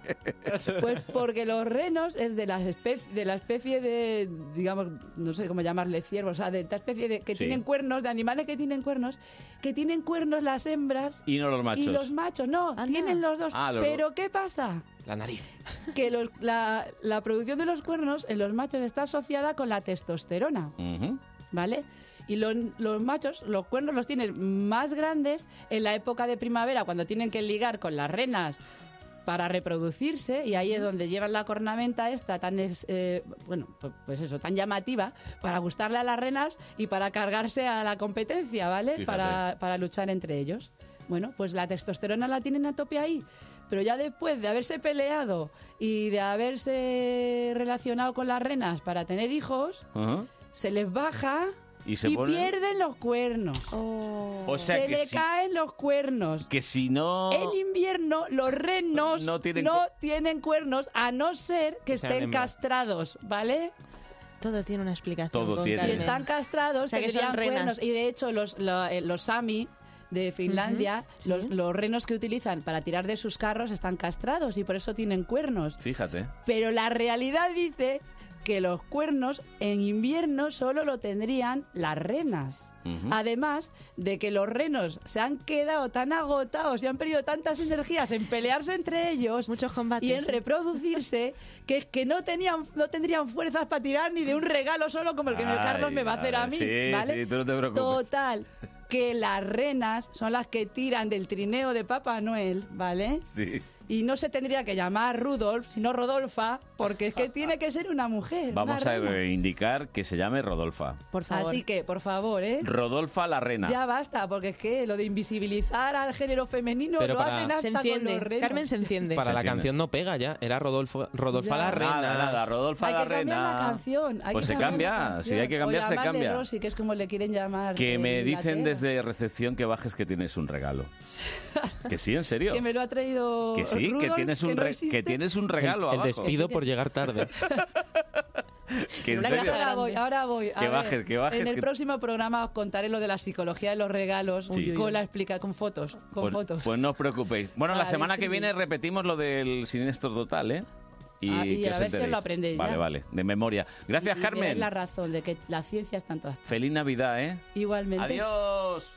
Speaker 6: Pues porque los renos es de, las espe- de la especie de, digamos, no sé cómo llamarle ciervos, o sea, de esta especie de que
Speaker 2: Sí.
Speaker 6: tienen cuernos, de animales que tienen cuernos, que tienen cuernos las hembras
Speaker 2: Y no los machos.
Speaker 6: y los machos. No, tienen los dos.
Speaker 2: Ah, los dos.
Speaker 6: Pero ¿qué pasa?
Speaker 14: La nariz.
Speaker 6: Que los- la, la producción de los cuernos en los machos está asociada con la testosterona.
Speaker 2: Ujú.
Speaker 6: ¿vale? Y lo- los machos, los cuernos los tienen más grandes en la época de primavera, cuando tienen que ligar con las renas para reproducirse, y ahí es donde llevan la cornamenta esta tan, es- eh, bueno, pu- pues eso, tan llamativa, para gustarle a las renas y para cargarse a la competencia, ¿vale?
Speaker 21: Fíjate.
Speaker 6: Para, para luchar entre ellos. Bueno, pues la testosterona la tienen a tope ahí. Pero ya después de haberse peleado y de haberse relacionado con las renas para tener hijos,
Speaker 2: Ajá.
Speaker 6: se les baja
Speaker 2: Y
Speaker 6: y,
Speaker 2: se ponen-
Speaker 6: pierden los cuernos.
Speaker 9: Oh.
Speaker 2: O sea
Speaker 6: se
Speaker 2: que
Speaker 6: le
Speaker 2: si-
Speaker 6: caen los cuernos.
Speaker 2: Que si no...
Speaker 6: En invierno los renos
Speaker 2: No
Speaker 6: no
Speaker 2: tienen
Speaker 6: tienen,
Speaker 2: cu-
Speaker 6: cuernos a no ser que
Speaker 2: Sean
Speaker 6: estén
Speaker 2: hembras.
Speaker 6: castrados, ¿vale?
Speaker 9: todo tiene una explicación.
Speaker 2: Todo
Speaker 9: con
Speaker 2: tiene.
Speaker 9: Carmen.
Speaker 2: Si
Speaker 6: Están castrados,
Speaker 9: O sea, que son
Speaker 6: tendrían
Speaker 9: renas.
Speaker 6: cuernos. Y de hecho los, la- eh, los Sami de Finlandia, los, los renos que utilizan para tirar de sus carros están castrados y por eso tienen cuernos.
Speaker 2: Fíjate.
Speaker 6: Pero la realidad dice que los cuernos en invierno solo lo tendrían las renas.
Speaker 2: Ujú.
Speaker 6: Además de que los renos se han quedado tan agotados y han perdido tantas energías en pelearse entre ellos y en reproducirse que es que no tenían no tendrían fuerzas para tirar ni de un regalo solo como el que
Speaker 2: Ay,
Speaker 6: Carlos me va a hacer a mí,
Speaker 2: Sí,
Speaker 6: ¿vale?
Speaker 2: sí, tú no te preocupes.
Speaker 6: Total, que las renas son las que tiran del trineo de Papá Noel, ¿vale?
Speaker 2: Sí.
Speaker 6: Y no se tendría que llamar Rudolf, sino Rodolfa, porque es
Speaker 2: (laughs)
Speaker 6: que tiene que ser una mujer.
Speaker 2: Vamos
Speaker 6: una
Speaker 2: a
Speaker 6: rena.
Speaker 2: indicar que se llame Rodolfa.
Speaker 6: Por favor. Así que, por favor, ¿eh?
Speaker 2: Rodolfa la rena.
Speaker 6: Ya basta, porque es que lo de invisibilizar al género femenino
Speaker 14: Pero
Speaker 6: lo
Speaker 14: para-
Speaker 6: hacen hasta
Speaker 14: Se
Speaker 9: enciende,
Speaker 6: con los renos.
Speaker 9: Carmen se enciende.
Speaker 14: Para la
Speaker 2: entiende.
Speaker 14: canción no pega ya. Era Rodolfo,
Speaker 6: Ya.
Speaker 14: Rodolfa la Reina.
Speaker 2: Nada, nada, Rodolfa
Speaker 6: Hay
Speaker 2: la
Speaker 6: que cambiar
Speaker 2: rena.
Speaker 6: la canción. hay
Speaker 2: Pues
Speaker 6: que
Speaker 2: se
Speaker 6: cambiar la
Speaker 2: cambia,
Speaker 6: canción.
Speaker 2: si hay que cambiar,
Speaker 6: O
Speaker 2: se
Speaker 6: llamarle
Speaker 2: cambia.
Speaker 6: Rosy, que es como le quieren llamar. eh,
Speaker 2: Que
Speaker 6: en
Speaker 2: me dicen
Speaker 6: Inglaterra.
Speaker 2: desde recepción que bajes que tienes
Speaker 6: (laughs)
Speaker 2: un regalo. Que sí, en serio.
Speaker 6: Que me lo ha traído.
Speaker 2: Que sí, que
Speaker 6: Rudolf,
Speaker 2: tienes un
Speaker 6: no
Speaker 2: re-
Speaker 6: existe.
Speaker 2: que tienes un regalo
Speaker 14: El- el
Speaker 2: abajo.
Speaker 6: (laughs)
Speaker 14: despido por llegar tarde.
Speaker 2: Que en
Speaker 6: Ahora
Speaker 2: serio.
Speaker 6: ahora voy, ahora voy. a
Speaker 2: Que
Speaker 6: ver.
Speaker 2: bajes, que bajes,
Speaker 6: En el
Speaker 2: que-
Speaker 6: próximo programa os contaré lo de la psicología de los regalos
Speaker 2: Sí.
Speaker 6: con la explica con fotos, con
Speaker 2: Pues,
Speaker 6: fotos.
Speaker 2: pues no os preocupéis. Bueno, la
Speaker 6: Vale,
Speaker 2: semana
Speaker 6: sí.
Speaker 2: que viene repetimos lo del siniestro total, ¿eh? Y,
Speaker 6: Ah, y
Speaker 2: que
Speaker 6: a
Speaker 2: os
Speaker 6: ver si os lo
Speaker 2: enteréis.
Speaker 6: aprendéis ya.
Speaker 2: Vale, vale, de memoria. Gracias,
Speaker 6: Y veréis
Speaker 2: Carmen.
Speaker 6: la razón de que la ciencia está en todas.
Speaker 2: Feliz Navidad, ¿eh?
Speaker 6: Igualmente.
Speaker 2: Adiós.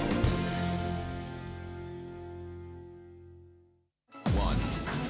Speaker 22: One,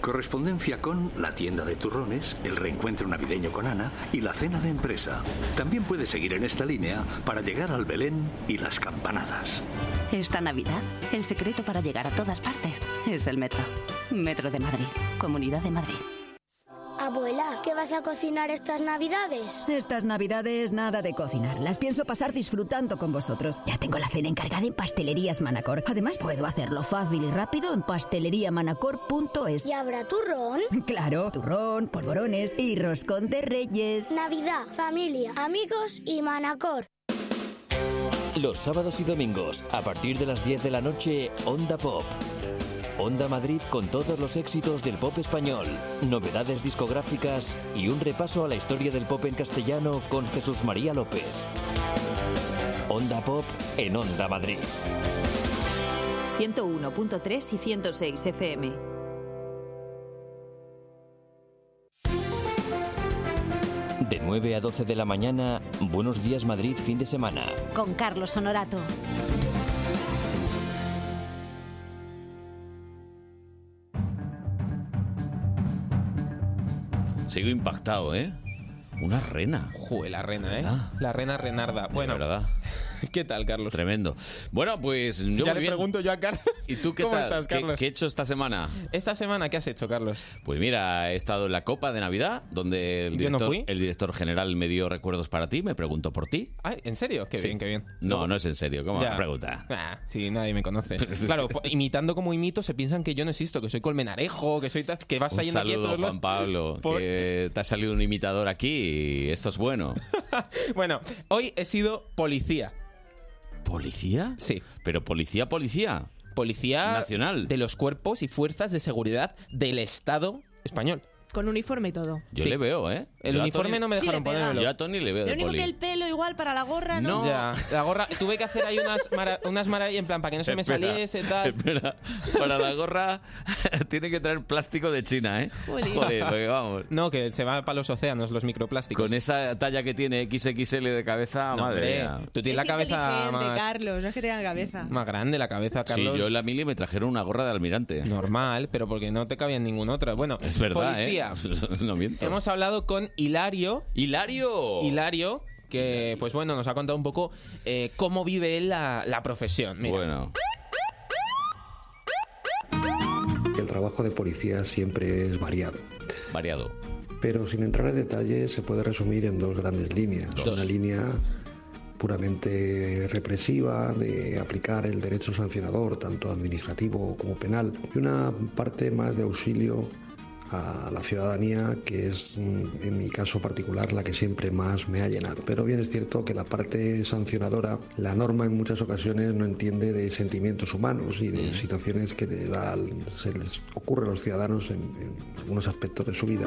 Speaker 7: Correspondencia con la tienda de turrones, el reencuentro navideño con Ana y la cena de empresa. También puedes seguir en esta línea para llegar al Belén y las campanadas.
Speaker 16: Esta Navidad, el secreto para llegar a todas partes es el metro. Metro de Madrid, Comunidad de Madrid.
Speaker 18: Abuela, ¿qué vas a cocinar estas navidades?
Speaker 23: Estas navidades nada de cocinar. Las pienso pasar disfrutando con vosotros. Ya tengo la cena encargada en Pastelerías Manacor. Además, puedo hacerlo fácil y rápido en pasteleriamanacor.es.
Speaker 18: ¿Y habrá turrón?
Speaker 23: (laughs) Claro, turrón, polvorones y roscón de reyes.
Speaker 18: Navidad, familia, amigos y Manacor.
Speaker 1: Los sábados y domingos, a partir de las 10 de la noche, Onda Pop. Onda Madrid con todos los éxitos del pop español, novedades discográficas y un repaso a la historia del pop en castellano con Jesús María López. Onda Pop en Onda Madrid.
Speaker 17: 101.3 y 106 FM.
Speaker 1: De 9 a 12 de la mañana, Buenos Días Madrid fin de semana.
Speaker 24: Con Carlos Honorato.
Speaker 2: Sigo impactado, ¿eh? Una rena.
Speaker 14: Jue, la rena, ¿eh? La rena renarda. Bueno,
Speaker 2: verdad.
Speaker 14: (laughs) ¿qué tal, Carlos?
Speaker 2: Tremendo. Bueno, pues yo muy
Speaker 14: ya le
Speaker 2: bien.
Speaker 14: pregunto yo a Carlos.
Speaker 2: ¿Y tú qué
Speaker 14: (laughs) ¿Cómo
Speaker 2: tal?
Speaker 14: estás,
Speaker 2: ¿Qué-
Speaker 14: Carlos?
Speaker 2: ¿Qué, he hecho esta semana?
Speaker 14: Esta semana, ¿qué has hecho, Carlos?
Speaker 2: Pues mira, he estado en la Copa de Navidad, donde el
Speaker 14: Yo no
Speaker 2: director,
Speaker 14: fui.
Speaker 2: el director general me dio recuerdos para ti, me preguntó por ti.
Speaker 14: Ay, ¿en serio? Qué
Speaker 2: Sí.
Speaker 14: bien, qué bien.
Speaker 2: No, no es en serio, ¿cómo
Speaker 14: Ya.
Speaker 2: me pregunta?
Speaker 14: Nah, sí, nadie me
Speaker 2: (laughs)
Speaker 14: conoce. Claro, po- imitando como imito, se piensan que yo no existo, que soy colmenarejo, que soy tal, que vas
Speaker 2: Un
Speaker 14: saliendo aquí a
Speaker 2: saludo,
Speaker 14: todos lados.
Speaker 2: Juan Pablo.
Speaker 14: Por-
Speaker 2: Que te ha salido un imitador aquí y esto es bueno.
Speaker 14: Bueno, hoy he sido policía.
Speaker 2: ¿Policía?
Speaker 14: Sí.
Speaker 2: Pero policía, policía.
Speaker 14: Policía
Speaker 2: Nacional.
Speaker 14: de los cuerpos y fuerzas de seguridad del Estado español.
Speaker 9: Con uniforme y todo.
Speaker 2: Yo le veo, ¿eh?
Speaker 14: El
Speaker 2: Yo a
Speaker 14: uniforme
Speaker 2: Tony-
Speaker 14: no me
Speaker 9: Sí,
Speaker 14: dejaron
Speaker 9: le pega.
Speaker 14: ponérmelo.
Speaker 2: Yo a Tony le veo
Speaker 9: Lo
Speaker 2: de
Speaker 9: único
Speaker 2: poli.
Speaker 9: que el pelo igual para la gorra, ¿no?
Speaker 14: Ya, la gorra, tuve que hacer ahí unas, mara- unas maravillas en plan para que no se me
Speaker 2: Espera,
Speaker 14: saliese tal.
Speaker 2: Espera, para la gorra (laughs) tiene que traer plástico de China, ¿eh?
Speaker 14: Jolín.
Speaker 2: Joder, porque vamos.
Speaker 14: No, que se va para los océanos, los microplásticos.
Speaker 2: Con esa talla que tiene XXL de cabeza,
Speaker 14: No,
Speaker 2: madre
Speaker 14: hombre,
Speaker 2: mía.
Speaker 14: Tú tienes la cabeza
Speaker 9: Inteligente,
Speaker 14: más,
Speaker 9: Carlos, no es que tenga cabeza.
Speaker 14: más grande, la cabeza,
Speaker 2: Sí,
Speaker 14: Carlos.
Speaker 2: yo en la mili me trajeron una gorra de almirante.
Speaker 14: Normal, pero porque no te cabía en ninguna otra. Bueno,
Speaker 2: Es verdad,
Speaker 14: policía.
Speaker 2: ¿eh? (laughs) No miento.
Speaker 14: Hemos hablado con Hilario.
Speaker 2: ¡Hilario!
Speaker 14: Hilario, que pues bueno, nos ha contado un poco eh, cómo vive él la, la profesión. Mira.
Speaker 2: Bueno.
Speaker 25: El trabajo de policía siempre es variado,
Speaker 2: Variado.
Speaker 25: pero sin entrar en detalle se puede resumir en dos grandes líneas.
Speaker 2: Dos.
Speaker 25: Una línea puramente represiva, de aplicar el derecho sancionador, tanto administrativo como penal, y una parte más de auxilio a la ciudadanía, que es mm, en mi caso particular la que siempre más me ha llenado. Pero bien es cierto que la parte sancionadora, la norma en muchas ocasiones no entiende de sentimientos humanos y de situaciones que le da- se les ocurre a los ciudadanos en, en algunos aspectos de su vida.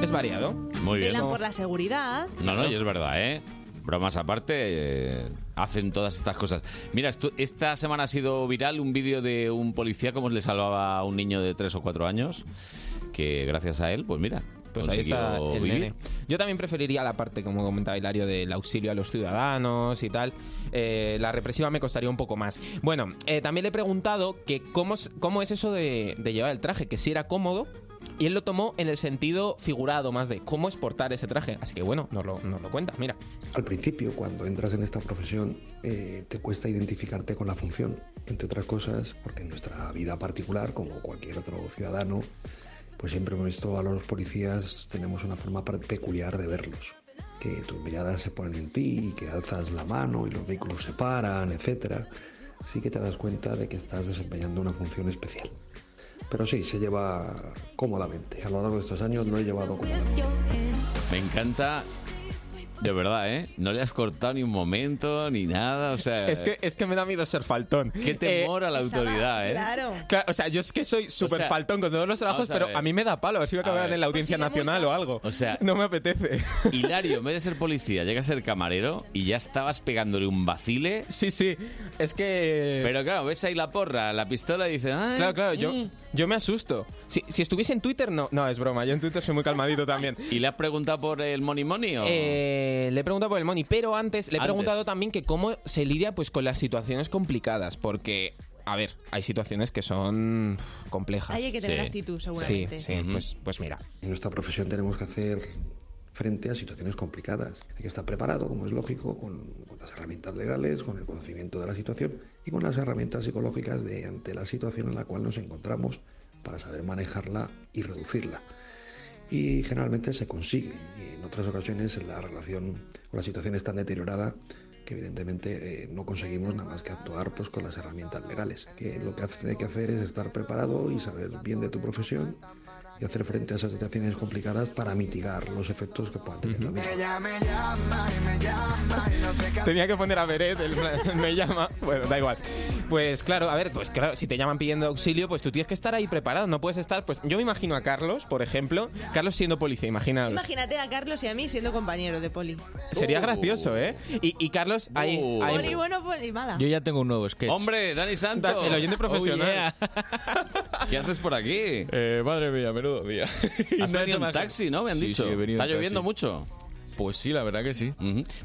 Speaker 14: Es variado.
Speaker 2: Muy bien.
Speaker 9: Velan por la seguridad.
Speaker 2: No, no, y es verdad, ¿eh? Bromas aparte, eh, hacen todas estas cosas. Mira, estu- esta semana ha sido viral un vídeo de un policía cómo le salvaba a un niño de 3 o 4 años, que gracias a él, pues mira,
Speaker 14: Pues ahí está
Speaker 2: consiguió
Speaker 14: el
Speaker 2: vivir.
Speaker 14: nene. Yo también preferiría la parte, como comentaba Hilario, del auxilio a los ciudadanos y tal. Eh, la represiva me costaría un poco más. Bueno, eh, también le he preguntado que cómo, es- cómo es eso de, de llevar el traje, que si era cómodo. Y él lo tomó en el sentido figurado más de cómo es portar ese traje. Así que bueno, nos lo, nos lo cuenta, mira.
Speaker 25: Al principio, cuando entras en esta profesión, eh, te cuesta identificarte con la función, entre otras cosas, porque en nuestra vida particular, como cualquier otro ciudadano, pues siempre hemos visto a los policías, tenemos una forma par- peculiar de verlos, que tus miradas se ponen en ti, y que alzas la mano y los vehículos se paran, etc. Sí que te das cuenta de que estás desempeñando una función especial. Pero sí, se lleva cómodamente. A lo largo de estos años lo he llevado cómodamente.
Speaker 2: Me encanta De verdad, ¿eh? No le has cortado ni un momento, ni nada, o sea...
Speaker 14: Es que, es que me da miedo ser faltón.
Speaker 2: Qué temor a la autoridad, ¿eh?
Speaker 9: Claro.
Speaker 14: Claro, o sea, yo es que soy súper
Speaker 2: sea,
Speaker 14: faltón con todos los trabajos,
Speaker 2: vamos a
Speaker 14: pero
Speaker 2: ver.
Speaker 14: a mí me da palo. A ver si voy a
Speaker 2: A
Speaker 14: acabar
Speaker 2: ver.
Speaker 14: en la Audiencia
Speaker 2: Consigue
Speaker 14: Nacional o algo.
Speaker 2: O sea...
Speaker 14: No me apetece. (laughs)
Speaker 2: Hilario, en vez de ser policía, llega a ser camarero y ya estabas pegándole un vacile.
Speaker 14: Sí, sí. Es que...
Speaker 2: Pero claro, ves ahí la porra, la pistola y dices... "Ay,
Speaker 14: Claro, claro, yo,
Speaker 2: mm".
Speaker 14: yo me asusto. Si, si estuviese en Twitter, no. No, es broma. Yo en Twitter soy muy calmadito también.
Speaker 2: ¿Y le has preguntado por el Money Money o...?
Speaker 14: Eh, le he preguntado por el money, pero antes le he
Speaker 2: Antes.
Speaker 14: preguntado también que cómo se lidia pues con las situaciones complicadas, porque a ver, hay situaciones que son pf, complejas.
Speaker 9: Hay que tener Sí. actitud, seguramente.
Speaker 14: Sí, sí, pues, pues mira.
Speaker 25: En nuestra profesión tenemos que hacer frente a situaciones complicadas. Hay que estar preparado, como es lógico, con, con las herramientas legales, con el conocimiento de la situación y con las herramientas psicológicas de ante la situación en la cual nos encontramos para saber manejarla y reducirla. Y generalmente se consigue. Y en otras ocasiones la relación o la situación es tan deteriorada que evidentemente eh, no conseguimos nada más que actuar pues, con las herramientas legales. Que lo que hace- hay que hacer es estar preparado y saber bien de tu profesión y hacer frente a esas situaciones complicadas para mitigar los efectos que puedan tener la misma.
Speaker 14: Tenía que poner a Beret, el plan- me (laughs) llama. Bueno, da igual. Pues claro, a ver, pues claro, si te llaman pidiendo auxilio, pues tú tienes que estar ahí preparado. No puedes estar, pues yo me imagino a Carlos, por ejemplo, Carlos siendo policía, imaginaos.
Speaker 9: Imagínate a Carlos y a mí siendo compañeros de poli.
Speaker 2: Uh.
Speaker 14: Sería gracioso, ¿eh? Y, y Carlos, ahí, ahí-
Speaker 9: Poli bueno, poli mala.
Speaker 26: ya tengo un nuevo sketch.
Speaker 2: ¡Hombre, Dani Santos! Oh,
Speaker 14: el oyente profesional.
Speaker 2: ¿Qué haces por aquí?
Speaker 26: Eh, madre mía, menudo día. (laughs)
Speaker 2: Has venido en taxi, ¿no? Me han
Speaker 26: Sí,
Speaker 2: dicho.
Speaker 26: sí, he venido
Speaker 2: Está
Speaker 26: en taxi.
Speaker 2: lloviendo mucho.
Speaker 26: Pues sí, la verdad que sí.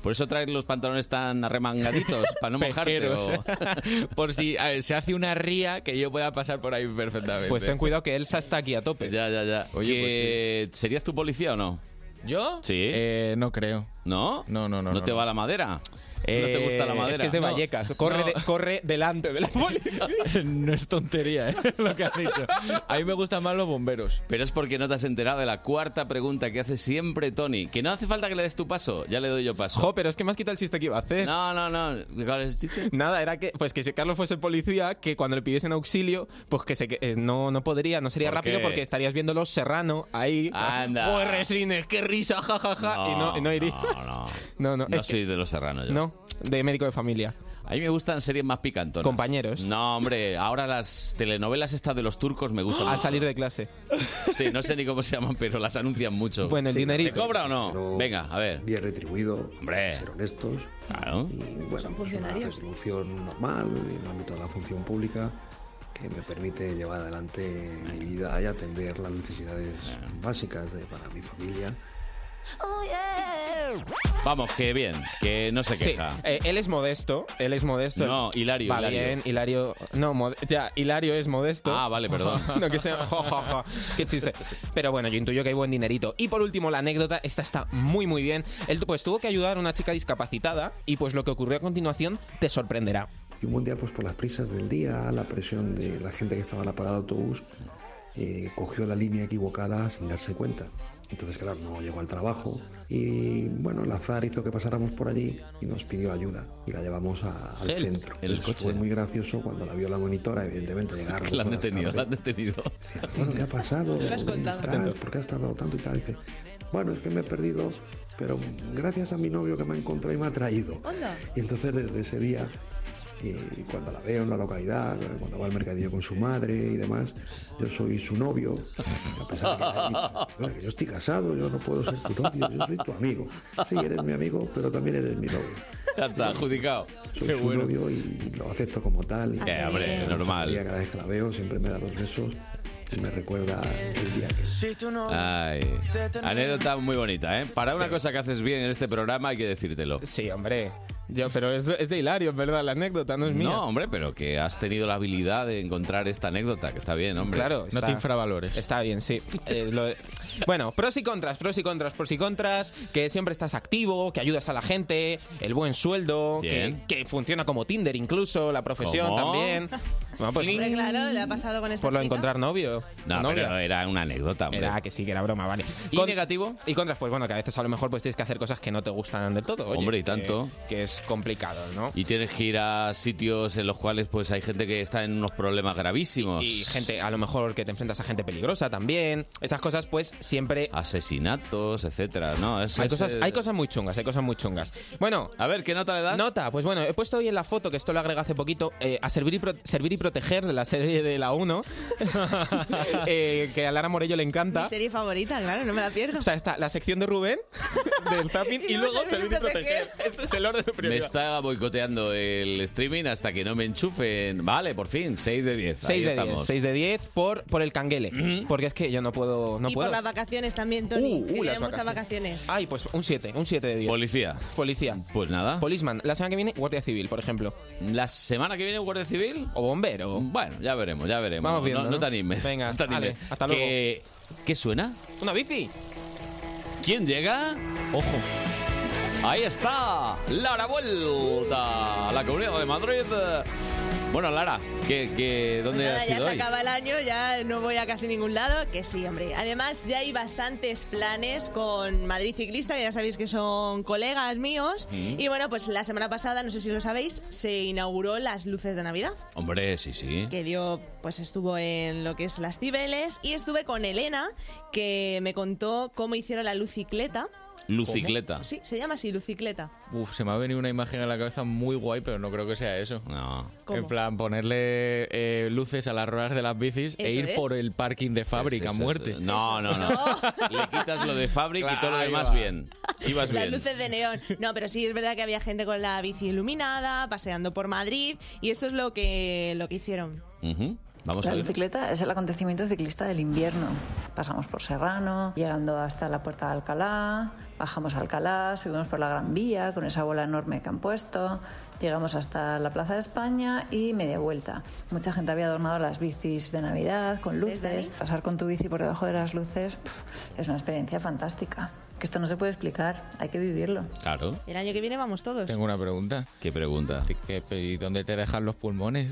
Speaker 2: Por eso traes los pantalones tan arremangaditos, para no mojarte. Oh. o-
Speaker 26: Pejeros. (laughs) por si a ver, se hace una ría que yo pueda pasar por ahí perfectamente.
Speaker 14: Pues ten cuidado que Elsa está aquí a tope.
Speaker 2: Ya, ya, ya. pues
Speaker 26: Oye,
Speaker 2: Que- ¿Serías tu policía o no?
Speaker 26: ¿Yo?
Speaker 2: Sí.
Speaker 26: Eh, no creo.
Speaker 2: ¿No?
Speaker 26: No, no, no.
Speaker 2: ¿No te va la madera? ¿No te
Speaker 26: Eh,
Speaker 2: gusta la madera?
Speaker 14: Es que es de
Speaker 26: No,
Speaker 14: Vallecas. Corre,
Speaker 26: no.
Speaker 14: de- corre delante
Speaker 2: (laughs)
Speaker 14: de la (laughs) policía.
Speaker 26: no es tontería, ¿eh? Lo que has dicho. A mí me gustan más los bomberos.
Speaker 2: Pero es porque no te has enterado de la cuarta pregunta que hace siempre Tony. Que no hace falta que le des tu paso, ya le doy yo paso.
Speaker 14: Jo, pero es que me has quitado el chiste que iba a hacer.
Speaker 2: No, no, no. ¿Cuál es el chiste?
Speaker 14: Nada, era que, pues que si Carlos fuese policía, que cuando le pidiesen auxilio, pues que se, que- eh, no, no podría, no sería
Speaker 2: ¿Por
Speaker 14: rápido
Speaker 2: qué?
Speaker 14: porque estarías viendo los Serrano ahí. (laughs)
Speaker 2: Anda.
Speaker 14: ¡Joder, Resines, qué risa, jajaja! y no, y no irías.
Speaker 2: No,
Speaker 14: (laughs) No, no.
Speaker 2: no. No
Speaker 14: es que-
Speaker 2: soy de los serranos yo.
Speaker 14: no, de médico de familia.
Speaker 2: A mí me gustan series más picantonas.
Speaker 14: Compañeros.
Speaker 2: No, hombre, ahora las telenovelas estas de los turcos me gustan.
Speaker 14: Al
Speaker 2: mucho.
Speaker 14: salir de clase.
Speaker 2: Sí, no sé ni cómo se llaman, pero las anuncian mucho.
Speaker 14: Bueno, el
Speaker 2: Sí,
Speaker 14: dinerito.
Speaker 2: ¿Se cobra o no? Venga, a ver.
Speaker 25: Bien retribuido,
Speaker 2: Hombre.
Speaker 25: ser honestos.
Speaker 2: Claro.
Speaker 25: Y bueno, pues una
Speaker 9: funcionarios.
Speaker 25: retribución normal en el ámbito de la función pública que me permite llevar adelante mi vida y atender las necesidades básicas de, para mi familia.
Speaker 16: Oh,
Speaker 2: Vamos, que bien, que no se
Speaker 14: Sí,
Speaker 2: queja.
Speaker 14: eh, él es modesto, él es modesto.
Speaker 2: No, Hilario,
Speaker 14: Va
Speaker 2: Hilario.
Speaker 14: bien, Hilario. No, mod- ya, Hilario es modesto.
Speaker 2: Ah, vale, perdón.
Speaker 14: (laughs) no, que sea. jo, jo, jo. Qué chiste. Pero bueno, yo intuyo que hay buen dinerito. Y por último, la anécdota, esta está muy, muy bien. Él pues tuvo que ayudar a una chica discapacitada y pues lo que ocurrió a continuación te sorprenderá.
Speaker 25: Y un buen día, pues por las prisas del día, la presión de la gente que estaba en la parada de autobús, eh, cogió la línea equivocada sin darse cuenta. Entonces, claro, no llegó al trabajo y, bueno, el azar hizo que pasáramos por allí y nos pidió ayuda y la llevamos a- al
Speaker 2: Help,
Speaker 25: centro.
Speaker 2: el
Speaker 25: Entonces,
Speaker 2: coche.
Speaker 25: Fue muy gracioso cuando la vio la monitora, evidentemente, llegar.
Speaker 2: (laughs) La han
Speaker 25: dos horas
Speaker 2: detenido,
Speaker 25: tarde.
Speaker 2: la han detenido.
Speaker 25: Bueno, ¿qué ha pasado?
Speaker 2: Lo has
Speaker 25: ¿Dónde
Speaker 2: contado.
Speaker 25: estás? ¿Por qué has tardado tanto? Y tal. Dice, bueno, es que me he perdido, pero gracias a mi novio que me ha encontrado y me ha traído. Y entonces desde ese día, eh, cuando la veo en la localidad, cuando va al mercadillo con su madre y demás, yo soy su novio. A pesar de que la he
Speaker 7: Ah,
Speaker 25: dicho, "Bueno, que yo estoy casado, yo no puedo ser tu novio, yo soy tu amigo. Sí, eres mi amigo, pero también eres mi novio.
Speaker 2: Ya está, adjudicado.
Speaker 25: Soy
Speaker 2: Qué
Speaker 25: su
Speaker 2: bueno.
Speaker 25: novio y lo acepto como tal. Y
Speaker 2: Eh, Ah, hombre, bien. normal.
Speaker 25: Cada vez que la veo siempre me da dos besos y me recuerda el día que...
Speaker 2: Ay, anécdota muy bonita, ¿eh? Para una cosa que haces bien en este programa hay que decírtelo.
Speaker 14: Sí, hombre. Yo, pero es, es de Hilario, es verdad, la anécdota no es mía.
Speaker 2: No, hombre, pero que has tenido la habilidad de encontrar esta anécdota, que está bien, hombre.
Speaker 14: Claro, está-
Speaker 2: infravalores.
Speaker 14: Está bien, sí. Eh, lo- Bueno, pros y contras, pros y contras, pros y contras, que siempre estás activo, que ayudas a la gente, el buen sueldo, que,
Speaker 2: Bien.
Speaker 14: que funciona como Tinder incluso, la profesión
Speaker 2: ¿Cómo?
Speaker 14: también. Bueno, pues-
Speaker 9: Hombre, claro, le ha pasado con esta
Speaker 14: por lo de
Speaker 9: chica.
Speaker 14: encontrar novio.
Speaker 2: No,
Speaker 14: o novia.
Speaker 2: pero era una anécdota. hombre.
Speaker 14: Era que sí, que era broma, vale. ¿Y negativo? Y contras, pues bueno, que a veces a lo mejor pues tienes que hacer cosas que no te gustan del todo. oye,
Speaker 2: Hombre, y
Speaker 14: que-
Speaker 2: tanto.
Speaker 14: Que, es complicado, ¿no?
Speaker 2: Y tienes que ir a sitios en los cuales pues hay gente que está en unos problemas gravísimos.
Speaker 14: Y gente, a lo mejor que te enfrentas a gente peligrosa también. Esas cosas, pues siempre.
Speaker 2: Asesinatos, etcétera, ¿no? Es-
Speaker 14: hay,
Speaker 2: es,
Speaker 14: cosas,
Speaker 2: eh,
Speaker 14: hay cosas muy chungas, hay cosas muy chungas. Bueno.
Speaker 2: A ver, ¿qué nota le das?
Speaker 14: Nota, pues bueno, he puesto hoy en la foto, que esto lo agregué hace poquito, eh, a servir y, pro- servir y proteger de la serie de la 1, (laughs) eh, que a Lara Morello le encanta.
Speaker 9: Mi serie favorita, claro, no me la pierdo.
Speaker 14: O sea, está la sección de Rubén, del zapping, y,
Speaker 9: Y
Speaker 14: luego
Speaker 9: luego
Speaker 14: servir y proteger. Ese es el orden de
Speaker 2: Me
Speaker 14: prioridad.
Speaker 2: está boicoteando el streaming hasta que no me enchufen. Vale, por fin, 6 de 10.
Speaker 14: 6
Speaker 2: ahí
Speaker 14: de 10,
Speaker 2: estamos.
Speaker 14: 6 de 10 por, por el canguele. Porque es que yo no puedo. No
Speaker 9: y
Speaker 14: puedo.
Speaker 9: por las vacaciones también,
Speaker 14: Uh,
Speaker 9: Tony.
Speaker 14: uh,
Speaker 9: que tiene
Speaker 14: las
Speaker 9: muchas vacaciones.
Speaker 14: Ay, pues un 7, un 7 de 10.
Speaker 2: Policía.
Speaker 14: Policía.
Speaker 2: Pues nada.
Speaker 14: Policeman. La semana que viene, Guardia Civil, por ejemplo.
Speaker 2: ¿La semana que viene Guardia Civil?
Speaker 14: O bombero.
Speaker 2: Bueno, ya veremos, ya veremos.
Speaker 14: Vamos
Speaker 2: No-
Speaker 14: viendo,
Speaker 2: no,
Speaker 14: ¿no?
Speaker 2: te animes.
Speaker 14: Venga,
Speaker 2: no te animes.
Speaker 14: ale, hasta
Speaker 2: ¿Qué- ¿Qué suena?
Speaker 14: Una bici.
Speaker 2: ¿Quién llega? Ojo. Ahí está, Lara Vuelta, la comunidad de Madrid. Bueno, Lara, ¿qué, qué, ¿dónde
Speaker 9: Nada,
Speaker 2: has
Speaker 9: ya
Speaker 2: ido
Speaker 9: se
Speaker 2: hoy?
Speaker 9: acaba el año, ya no voy a casi ningún lado, que sí, hombre. Además, ya hay bastantes planes con Madrid Ciclista, que ya sabéis que son colegas míos.
Speaker 2: Mm.
Speaker 9: Y bueno, pues la semana pasada, no sé si lo sabéis, se inauguró las luces de Navidad,
Speaker 2: Hombre, sí, sí.
Speaker 9: que dio, pues estuvo en lo que es las Cibeles, y estuve con Elena, que me contó cómo hicieron la lucicleta.
Speaker 2: Lucicleta.
Speaker 9: Sí, se llama así, lucicleta.
Speaker 7: Uf, se me ha venido una imagen a la cabeza muy guay, pero no creo que sea eso.
Speaker 2: No.
Speaker 9: ¿Cómo?
Speaker 7: En plan, ponerle eh, luces a las ruedas de las bicis e
Speaker 9: Eso
Speaker 7: ir
Speaker 9: es.
Speaker 7: por el parking de fábrica
Speaker 2: sí,
Speaker 7: a
Speaker 2: sí,
Speaker 7: muerte.
Speaker 2: sí. No, no, no. Le quitas lo de fábrica y todo lo
Speaker 7: Ahí
Speaker 2: demás
Speaker 7: va.
Speaker 2: bien. Ibas
Speaker 9: Las
Speaker 2: bien.
Speaker 9: luces de neón. No, pero sí es verdad que había gente con la bici iluminada, paseando por Madrid, y esto es lo que, lo que hicieron.
Speaker 2: Ujú. Vamos
Speaker 27: La
Speaker 2: a ver.
Speaker 27: bicicleta es el acontecimiento ciclista del invierno. Pasamos por Serrano, llegando hasta la puerta de Alcalá, bajamos a Alcalá, subimos por la Gran Vía con esa bola enorme que han puesto, llegamos hasta la Plaza de España y media vuelta. Mucha gente había adornado las bicis de Navidad con luces. Pasar con tu bici por debajo de las luces pf, es una experiencia fantástica. Que esto no se puede explicar, hay que vivirlo.
Speaker 2: Claro.
Speaker 9: El año que viene vamos todos.
Speaker 7: Tengo una pregunta.
Speaker 2: ¿Qué pregunta?
Speaker 7: ¿Y dónde te dejan los pulmones?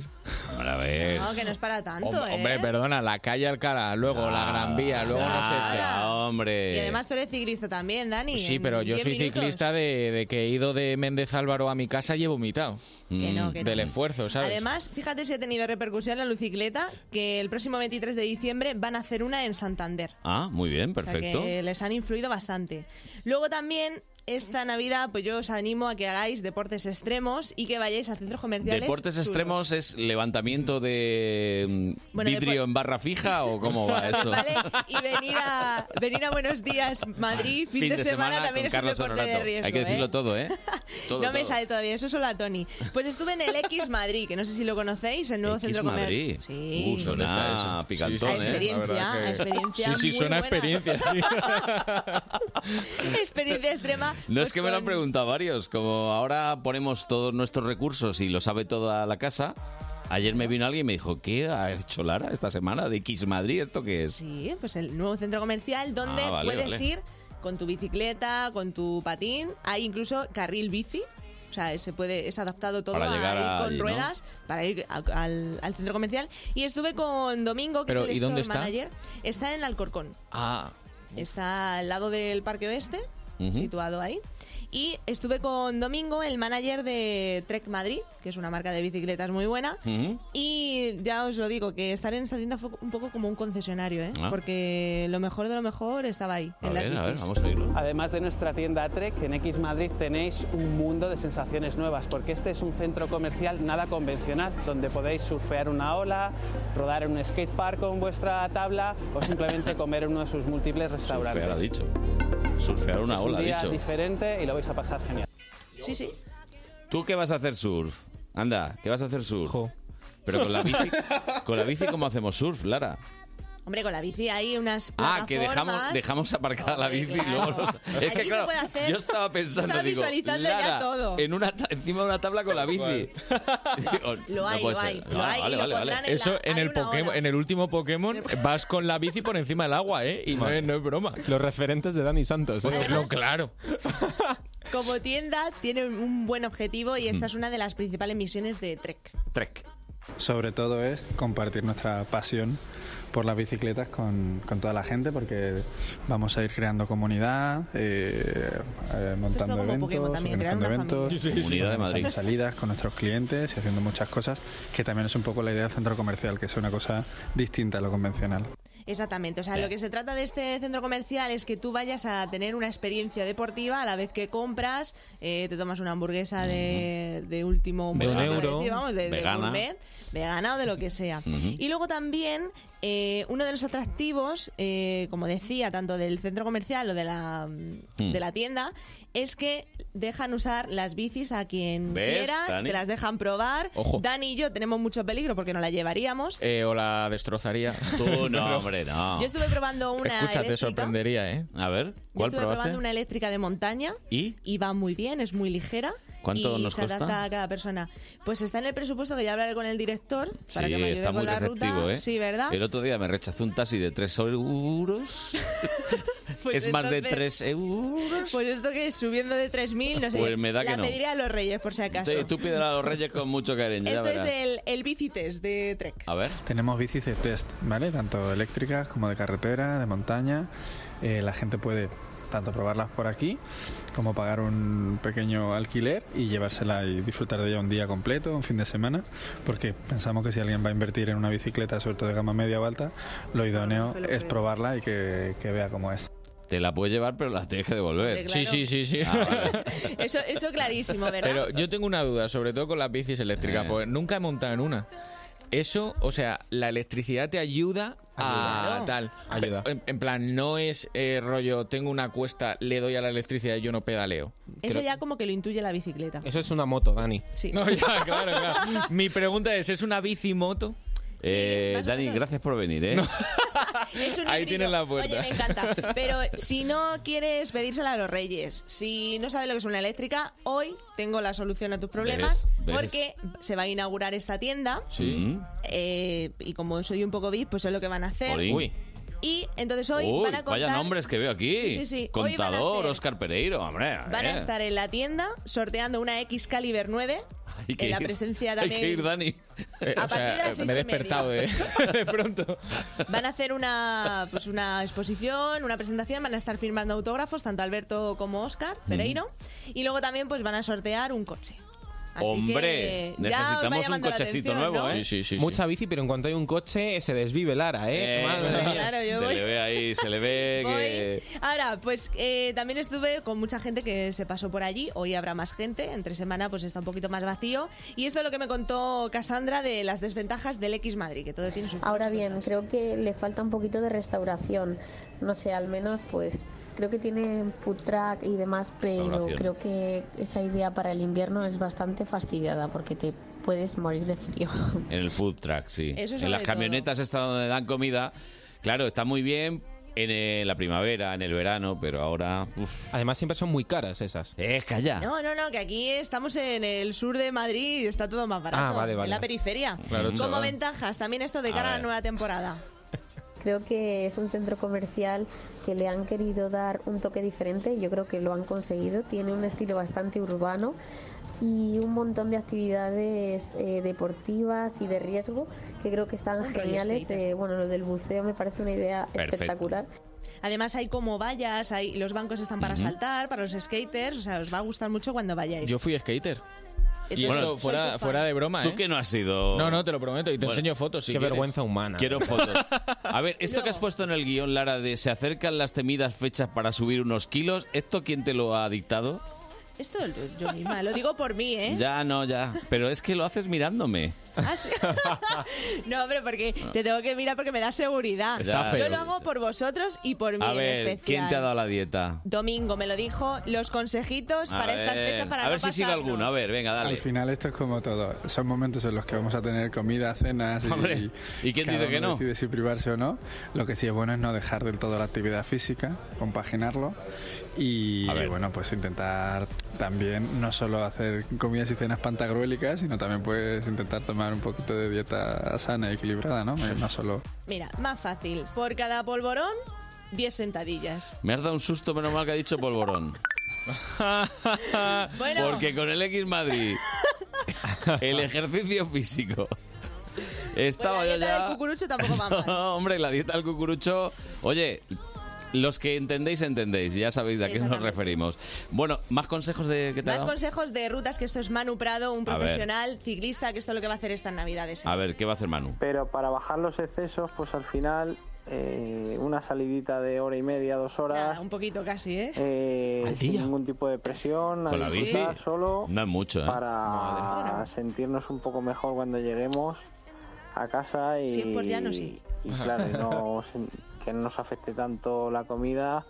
Speaker 2: a ver.
Speaker 9: No, que no es para tanto,
Speaker 7: Hombre,
Speaker 9: ¿eh?
Speaker 7: hombre, perdona, la calle Alcalá, luego la Gran Vía, luego no sé qué. Pues
Speaker 2: Ah, hombre.
Speaker 9: Y además tú eres ciclista también, Dani.
Speaker 2: pues
Speaker 7: Sí,
Speaker 9: en
Speaker 7: pero yo
Speaker 9: 10
Speaker 7: soy
Speaker 9: minutos.
Speaker 7: ciclista de, de que he ido de Méndez Álvaro a mi casa y he vomitado.
Speaker 2: Mm.
Speaker 9: Que no, que
Speaker 7: Del
Speaker 9: no.
Speaker 7: esfuerzo, ¿sabes?
Speaker 9: Además, fíjate si ha tenido repercusión la lucicleta, que el próximo 23 de diciembre van a hacer una en Santander.
Speaker 2: Ah, muy bien,
Speaker 9: O sea,
Speaker 2: perfecto.
Speaker 9: que les han influido bastante. Luego también, esta Navidad, pues yo os animo a que hagáis deportes extremos y que vayáis a centros comerciales.
Speaker 2: ¿Deportes
Speaker 9: chulos.
Speaker 2: extremos es levantamiento de mm,
Speaker 9: Bueno,
Speaker 2: vidrio en barra fija o cómo
Speaker 9: (laughs)
Speaker 2: va eso?
Speaker 9: Vale, y venir a, venir a Buenos Días Madrid, fin, de, semana, también
Speaker 2: con
Speaker 9: es
Speaker 2: Carlos
Speaker 9: un deporte
Speaker 2: Honorato.
Speaker 9: de riesgo.
Speaker 2: Hay que
Speaker 9: ¿eh?
Speaker 2: decirlo todo,
Speaker 9: (laughs)
Speaker 2: ¿eh? Todo,
Speaker 9: no me
Speaker 2: todo.
Speaker 9: sale todavía, eso solo a Tony. Pues estuve en el X Madrid, que no sé si lo conocéis, el nuevo
Speaker 2: X
Speaker 9: centro comercial.
Speaker 2: Madrid.
Speaker 7: (laughs)
Speaker 9: Sí.
Speaker 2: Uh,
Speaker 7: ¿Dónde
Speaker 2: suena
Speaker 7: está eso?
Speaker 2: picantón,
Speaker 7: Sí, sí, sí,
Speaker 2: ¿eh?
Speaker 7: la
Speaker 9: Experiencia,
Speaker 7: verdad
Speaker 9: experiencia
Speaker 7: Sí, sí,
Speaker 9: muy
Speaker 7: suena
Speaker 9: buena.
Speaker 7: experiencia,
Speaker 9: (laughs)
Speaker 7: sí.
Speaker 9: (laughs) Experiencia extrema.
Speaker 2: No es que me lo han preguntado varios, como ahora ponemos todos nuestros recursos y lo sabe toda la casa. Ayer me vino alguien y me dijo, ¿qué ha hecho Lara esta semana de X Madrid? ¿Esto qué es?
Speaker 9: Sí, pues el nuevo centro comercial donde
Speaker 2: Ah, vale,
Speaker 9: puedes
Speaker 2: vale.
Speaker 9: ir con tu bicicleta, con tu patín. Hay incluso carril bici. O sea, se puede, es adaptado todo
Speaker 7: Para
Speaker 9: a
Speaker 7: llegar
Speaker 9: ir con
Speaker 7: allí, ¿no?
Speaker 9: ruedas para ir a- al, al centro comercial. Y estuve con Domingo, que
Speaker 7: Pero,
Speaker 9: es el
Speaker 7: ¿y dónde
Speaker 9: store
Speaker 7: está?
Speaker 9: manager. Está en Alcorcón.
Speaker 7: Ah,
Speaker 9: Está al lado del Parque Oeste,
Speaker 7: Ujú.
Speaker 9: situado ahí. Y estuve con Domingo, el manager de Trek Madrid, que es una marca de bicicletas muy buena. Y ya os lo digo, que estar en esta tienda fue un poco como un concesionario, ¿eh?
Speaker 2: Ah.
Speaker 9: Porque lo mejor de lo mejor estaba ahí,
Speaker 2: A
Speaker 9: en las
Speaker 2: ver, a ver,
Speaker 9: bicis.
Speaker 2: vamos a oírlo.
Speaker 17: Además de nuestra tienda Trek, en X Madrid tenéis un mundo de sensaciones nuevas, porque este es un centro comercial nada convencional, donde podéis surfear una ola, rodar en un skatepark con vuestra tabla o simplemente comer en uno de sus múltiples restaurantes.
Speaker 2: Surfear ha dicho. Surfear una
Speaker 17: es
Speaker 2: ola,
Speaker 17: un
Speaker 2: ha
Speaker 17: día
Speaker 2: dicho.
Speaker 17: diferente y lo vais a pasar genial.
Speaker 9: Sí, sí.
Speaker 2: ¿Tú qué vas a hacer surf? Anda, ¿qué vas a hacer surf? Pero con la bici, con la bici ¿cómo hacemos surf, Lara?
Speaker 9: Hombre, con la bici hay unas
Speaker 2: Ah, que dejamos,
Speaker 9: plataformas.
Speaker 2: dejamos aparcada la bici y luego nos- Es que
Speaker 9: Allí se
Speaker 2: claro,
Speaker 9: puede hacer-
Speaker 2: yo estaba pensando,
Speaker 9: estaba
Speaker 2: digo,
Speaker 9: visualizando ya
Speaker 2: Lara,
Speaker 9: todo.
Speaker 2: En una ta- encima de una tabla con la bici. (laughs) Digo,
Speaker 9: Lo hay,
Speaker 2: puede
Speaker 9: lo
Speaker 2: ser.
Speaker 9: hay,
Speaker 2: Ah,
Speaker 9: lo hay,
Speaker 2: vale, vale,
Speaker 9: y lo
Speaker 2: vale.
Speaker 9: pondrán en
Speaker 7: Eso
Speaker 9: la-
Speaker 7: en
Speaker 9: hay
Speaker 7: el
Speaker 9: una
Speaker 7: Pokémon,
Speaker 9: ola.
Speaker 7: en el último
Speaker 9: (laughs)
Speaker 7: Pokémon vas con la bici por encima del agua, ¿eh? Y no es, no es broma.
Speaker 14: Los referentes de Dani Santos. ¿eh?
Speaker 7: Bueno, no, claro.
Speaker 9: Como tienda tiene un buen objetivo y esta es una de las principales misiones de Trek.
Speaker 2: Trek.
Speaker 28: Sobre todo es compartir nuestra pasión por las bicicletas con, con toda la gente porque vamos a ir creando comunidad, eh, eh, montando
Speaker 9: como
Speaker 28: eventos,
Speaker 9: Pokémon también, crear
Speaker 28: organizando
Speaker 9: una
Speaker 28: eventos,
Speaker 9: familia. Sí, sí, sí. Comunidad de
Speaker 28: organizando
Speaker 9: Madrid.
Speaker 28: salidas con nuestros clientes y haciendo muchas cosas, que también es un poco la idea del centro comercial, que es una cosa distinta a lo convencional.
Speaker 9: Exactamente, o sea,
Speaker 28: Bien.
Speaker 9: lo que se trata de este centro comercial es que tú vayas a tener una experiencia deportiva a la vez que compras, eh, te tomas una hamburguesa de, de último
Speaker 2: De un
Speaker 9: momento,
Speaker 2: euro,
Speaker 9: de- vamos, de, de
Speaker 2: vegana.
Speaker 9: gourmet, vegana o de lo que sea.
Speaker 2: Ujú.
Speaker 9: Y luego también eh, uno de los atractivos, eh, como decía, tanto del centro comercial o de la,
Speaker 2: Mm.
Speaker 9: de la tienda, es que dejan usar las bicis a quien
Speaker 2: ¿Ves,
Speaker 9: quiera,
Speaker 2: Dani?
Speaker 9: te las dejan probar.
Speaker 2: Ojo.
Speaker 9: Dani y yo tenemos mucho peligro porque no la llevaríamos.
Speaker 14: Eh, o la destrozaría.
Speaker 2: Tú
Speaker 14: (laughs)
Speaker 2: no, hombre, no.
Speaker 9: Yo estuve probando una este
Speaker 14: Escucha, te
Speaker 9: eléctrica.
Speaker 14: sorprendería, ¿eh?
Speaker 2: A ver,
Speaker 9: Yo estuve probando una eléctrica de montaña
Speaker 2: ¿Y?
Speaker 9: y va muy bien, es muy ligera.
Speaker 2: ¿Cuánto
Speaker 9: y
Speaker 2: nos
Speaker 9: se
Speaker 2: cuesta?
Speaker 9: adapta a cada persona. Pues está en el presupuesto que ya hablaré con el director para
Speaker 2: sí,
Speaker 9: que me ayude
Speaker 2: está
Speaker 9: con
Speaker 2: muy
Speaker 9: la
Speaker 2: receptivo,
Speaker 9: ruta.
Speaker 2: ¿eh?
Speaker 9: Sí, ¿verdad?
Speaker 2: El otro día me rechazó un taxi de 3 euros.
Speaker 9: (laughs) Pues
Speaker 2: es más de
Speaker 9: entonces-
Speaker 2: 3 euros.
Speaker 9: (laughs) Pues esto que es subiendo de 3.000, no sé.
Speaker 2: Pues me da
Speaker 9: la
Speaker 2: que no.
Speaker 9: pediré a los reyes, por si acaso.
Speaker 2: Tú
Speaker 9: (laughs)
Speaker 2: pídela a los reyes con mucho cariño, ya
Speaker 9: Esto es
Speaker 2: verás.
Speaker 9: el, el bicitest de
Speaker 2: (laughs)
Speaker 9: Trek.
Speaker 2: A ver.
Speaker 28: Tenemos bicis de test, ¿vale? Tanto eléctricas como de carretera, de montaña. Eh, la gente puede tanto probarlas por aquí como pagar un pequeño alquiler y llevársela y disfrutar de ella un día completo, un fin de semana, porque pensamos que si alguien va a invertir en una bicicleta, sobre todo de gama media o alta, lo idóneo es probarla y que, que vea cómo es.
Speaker 2: Te la puedes llevar, pero la tienes que devolver. Ah,
Speaker 9: Hombre, Sí, claro.
Speaker 14: sí, sí.
Speaker 9: Eso, eso clarísimo, ¿verdad?
Speaker 14: Pero yo tengo una duda, sobre todo con las bicis
Speaker 2: Eh.
Speaker 14: eléctricas, porque nunca he montado en una. Eso, o sea, la electricidad te ayuda a
Speaker 9: Ayuda. Claro.
Speaker 14: tal. En, en plan, no es eh, rollo, tengo una cuesta, le doy a la electricidad y yo no pedaleo.
Speaker 9: Eso ya como que lo intuye la bicicleta.
Speaker 14: Eso es una moto, Dani.
Speaker 2: (laughs)
Speaker 9: Sí.
Speaker 14: No, ya, claro, claro. (laughs) Mi pregunta es, ¿es una bicimoto?
Speaker 2: Eh, Dani, gracias por venir, ¿eh?
Speaker 9: (laughs) Es un
Speaker 14: Ahí
Speaker 9: híbrido.
Speaker 14: tienes la puerta.
Speaker 9: Oye, me encanta. Pero si no quieres pedírsela a los reyes, si no sabes lo que es una eléctrica, hoy tengo la solución a tus problemas
Speaker 2: Ves, ves.
Speaker 9: porque se va a inaugurar esta tienda
Speaker 2: Sí.
Speaker 9: eh, y como soy un poco VIP, pues es lo que van a hacer.
Speaker 2: Jolín. Uy.
Speaker 9: Y entonces hoy
Speaker 2: Uy,
Speaker 9: van a contar...
Speaker 2: vaya nombres que veo aquí.
Speaker 9: Sí, sí, sí. Hoy van a
Speaker 2: Contador,
Speaker 9: hacer-
Speaker 2: Oscar Pereiro, hombre.
Speaker 9: Van a
Speaker 2: eh.
Speaker 9: estar en la tienda sorteando una Excalibur 9.
Speaker 2: Hay que
Speaker 9: en la
Speaker 2: ir.
Speaker 9: presencia
Speaker 2: Hay
Speaker 9: también
Speaker 2: que ir, Dani.
Speaker 9: (laughs) A o sea, partir de las me he seis y despertado
Speaker 2: ¿eh?
Speaker 9: (laughs)
Speaker 14: de pronto.
Speaker 9: Van a hacer una, pues una exposición, una presentación, van a estar firmando autógrafos, tanto Alberto como Oscar Pereiro. Y luego también pues van a sortear un coche. Así
Speaker 2: Hombre,
Speaker 9: que ya os va
Speaker 2: necesitamos un
Speaker 9: llamando la
Speaker 2: cochecito
Speaker 9: atención,
Speaker 2: nuevo,
Speaker 9: ¿no?
Speaker 2: ¿eh? Sí, sí, sí.
Speaker 26: Mucha bici, pero en cuanto hay un coche, se desvive Lara, ¿eh?
Speaker 2: Eh,
Speaker 26: Madre mía.
Speaker 9: Claro, yo voy.
Speaker 2: ve ahí, se le ve que...
Speaker 9: Ahora, pues eh, también estuve con mucha gente que se pasó por allí. Hoy habrá más gente. Entre semana, pues está un poquito más vacío. Y esto es lo que me contó Cassandra de las desventajas del X Madrid, que todo tiene su.
Speaker 11: Ahora bien, creo que le falta un poquito de restauración. No sé, al menos pues creo que tiene food truck y demás, pero
Speaker 15: Restauración.
Speaker 11: creo que esa idea para el invierno es bastante fastidiada porque te puedes morir de frío.
Speaker 2: En el food truck, sí.
Speaker 11: Eso sobre
Speaker 2: en las
Speaker 11: todo.
Speaker 2: camionetas está donde dan comida. Claro, está muy bien en eh, la primavera, en el verano, pero ahora... Eh,
Speaker 26: Además siempre son muy caras esas.
Speaker 2: Es que allá.
Speaker 9: No, no, no, que aquí estamos en el sur de Madrid y está todo más barato.
Speaker 26: Ah, vale, vale.
Speaker 9: En la periferia.
Speaker 26: Claro,
Speaker 9: Como
Speaker 26: chaval.
Speaker 9: ventajas, también esto de
Speaker 11: A
Speaker 9: cara a, la
Speaker 11: ver.
Speaker 9: nueva temporada.
Speaker 11: Creo que es un centro comercial que le han querido dar un toque diferente, yo creo que lo han conseguido, tiene un estilo bastante urbano y un montón de actividades eh, deportivas y de riesgo que creo que están
Speaker 9: Un roller
Speaker 11: geniales.
Speaker 9: skater.
Speaker 11: Eh, bueno, lo del buceo me parece una idea
Speaker 2: Perfecto.
Speaker 11: espectacular.
Speaker 9: Además hay como vallas, hay, los bancos están para
Speaker 14: Ujú.
Speaker 9: saltar, para los skaters, o sea, os va a gustar mucho cuando vayáis.
Speaker 14: Yo fui skater. Y
Speaker 9: Entonces,
Speaker 14: esto
Speaker 9: soy tu
Speaker 14: fuera,
Speaker 9: fan.
Speaker 14: fuera de broma,
Speaker 2: Tú
Speaker 14: ¿eh?
Speaker 2: que no has sido...
Speaker 14: No, no, te lo prometo. Y te
Speaker 2: Bueno,
Speaker 14: enseño fotos si
Speaker 2: qué
Speaker 14: quieres.
Speaker 2: vergüenza
Speaker 26: humana.
Speaker 2: Quiero fotos. (laughs) A ver, esto que has puesto en el guión, Lara, de se acercan las temidas fechas para subir unos kilos, ¿esto quién te lo ha dictado?
Speaker 9: Esto lo- yo misma, lo digo por mí, ¿eh?
Speaker 2: Ya, no, ya. Pero es que lo haces mirándome.
Speaker 9: Ah, sí. (laughs) no, hombre, porque te tengo que mirar porque me da seguridad.
Speaker 2: Está
Speaker 9: Yo
Speaker 2: feo.
Speaker 9: lo hago por vosotros y por mí
Speaker 2: A
Speaker 9: en
Speaker 2: ver,
Speaker 9: especial.
Speaker 2: ¿quién te ha dado la dieta?
Speaker 9: Domingo me lo dijo, los consejitos
Speaker 2: A
Speaker 9: Pues para estas
Speaker 2: ver,
Speaker 9: fechas para
Speaker 2: a
Speaker 9: no
Speaker 2: ver si sigue
Speaker 9: pasarnos.
Speaker 2: alguno. A ver, venga, dale.
Speaker 28: Al final esto es como todo. Son momentos en los que vamos a tener comida, cenas y,
Speaker 2: Hombre, ¿y quién
Speaker 28: cada
Speaker 2: dice que
Speaker 28: uno
Speaker 2: no?
Speaker 28: decide si privarse o no. Lo que sí es bueno es no dejar del todo la actividad física, compaginarlo y bueno, pues intentar también no solo hacer comidas y cenas pantagruélicas, sino también puedes intentar tomar un poquito de dieta sana y equilibrada, ¿no? Eh, No solo
Speaker 9: Mira, más fácil. Por cada polvorón, 10 (laughs) sentadillas.
Speaker 2: Me has dado un susto, menos mal que ha dicho
Speaker 9: (laughs)
Speaker 2: polvorón.
Speaker 9: Bueno. (laughs)
Speaker 2: Porque con el X Madrid, el ejercicio físico Estaba
Speaker 9: Pues la
Speaker 2: yo
Speaker 9: dieta
Speaker 2: ya.
Speaker 9: del cucurucho tampoco
Speaker 2: (laughs)
Speaker 9: va mal.
Speaker 2: No, hombre, la dieta del cucurucho. Oye, los que entendéis, entendéis. Ya sabéis de a qué nos
Speaker 9: Exactamente.
Speaker 2: referimos. Bueno, más consejos de qué
Speaker 9: Más
Speaker 2: tal.
Speaker 9: consejos de rutas, que esto es Manu Prado, un
Speaker 2: A ver.
Speaker 9: profesional ciclista, que esto es lo que va a hacer estas navidades.
Speaker 2: A ver, ¿qué va a hacer Manu?
Speaker 12: Pero para bajar los excesos, pues al final eh, una salidita de hora y media, dos horas,
Speaker 9: Nada, un poquito casi, ¿eh?
Speaker 12: eh,
Speaker 2: Al
Speaker 12: sin
Speaker 2: día.
Speaker 12: ningún tipo de presión, a
Speaker 2: Con la
Speaker 12: disfrutar
Speaker 2: bici.
Speaker 12: solo
Speaker 2: No es mucho, ¿eh?
Speaker 12: para sentirnos un poco mejor cuando lleguemos a casa y,
Speaker 9: Si es por llano, sí.
Speaker 12: y claro, y
Speaker 2: (laughs)
Speaker 12: no sen- que no nos afecte tanto la comida.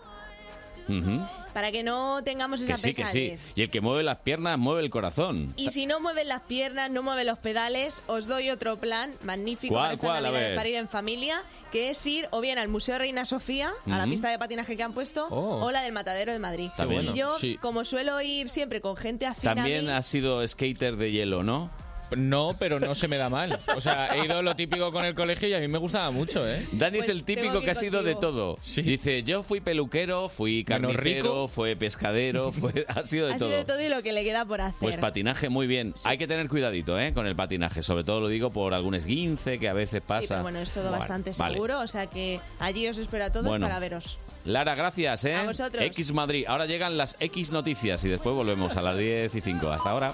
Speaker 2: Ujú.
Speaker 9: Para que no tengamos esa
Speaker 2: Que sí, que sí.
Speaker 9: pesadez.
Speaker 2: Y el que mueve las piernas mueve el corazón.
Speaker 9: Y si no mueven las piernas, no mueven los pedales, os doy otro plan magnífico
Speaker 2: ¿Cuál,
Speaker 9: para esta
Speaker 2: cuál? A
Speaker 9: Navidad
Speaker 2: ver.
Speaker 9: para ir en familia, que es ir o bien al Museo Reina Sofía, a la
Speaker 2: Ujú.
Speaker 9: pista de patinaje que han puesto,
Speaker 2: Oh.
Speaker 9: o la del Matadero de Madrid.
Speaker 2: Está bueno,
Speaker 9: Y yo,
Speaker 2: sí.
Speaker 9: como suelo ir siempre con gente afina a
Speaker 2: También
Speaker 9: mí,
Speaker 2: has sido skater de hielo, ¿no?
Speaker 7: No, pero no se me da mal. O sea, he ido a lo típico con el colegio y a mí me gustaba mucho, ¿eh?
Speaker 2: (laughs) Dani
Speaker 9: Pues
Speaker 2: es el
Speaker 7: tengo
Speaker 2: típico
Speaker 7: que
Speaker 2: que,
Speaker 7: ir
Speaker 2: ha sido de
Speaker 7: contigo.
Speaker 2: todo. Dice, yo fui peluquero, fui
Speaker 7: Menos
Speaker 2: carnicero, fue
Speaker 7: (laughs)
Speaker 2: pescadero, fue... ha sido de
Speaker 9: ha
Speaker 2: todo.
Speaker 9: sido de todo y lo que le queda por hacer.
Speaker 2: Pues patinaje muy bien. Hay que tener cuidadito, ¿eh? Con el patinaje. Sobre todo lo digo por algún esguince que a veces pasa.
Speaker 9: Sí, pero bueno, es todo
Speaker 2: Vale,
Speaker 9: bastante
Speaker 2: vale.
Speaker 9: seguro, o sea que allí os espero a todos
Speaker 2: Bueno.
Speaker 9: para veros.
Speaker 2: Lara, gracias, ¿eh?
Speaker 9: A vosotros.
Speaker 2: X Madrid. Ahora llegan las X noticias y después volvemos a las 10 y 5. Hasta ahora.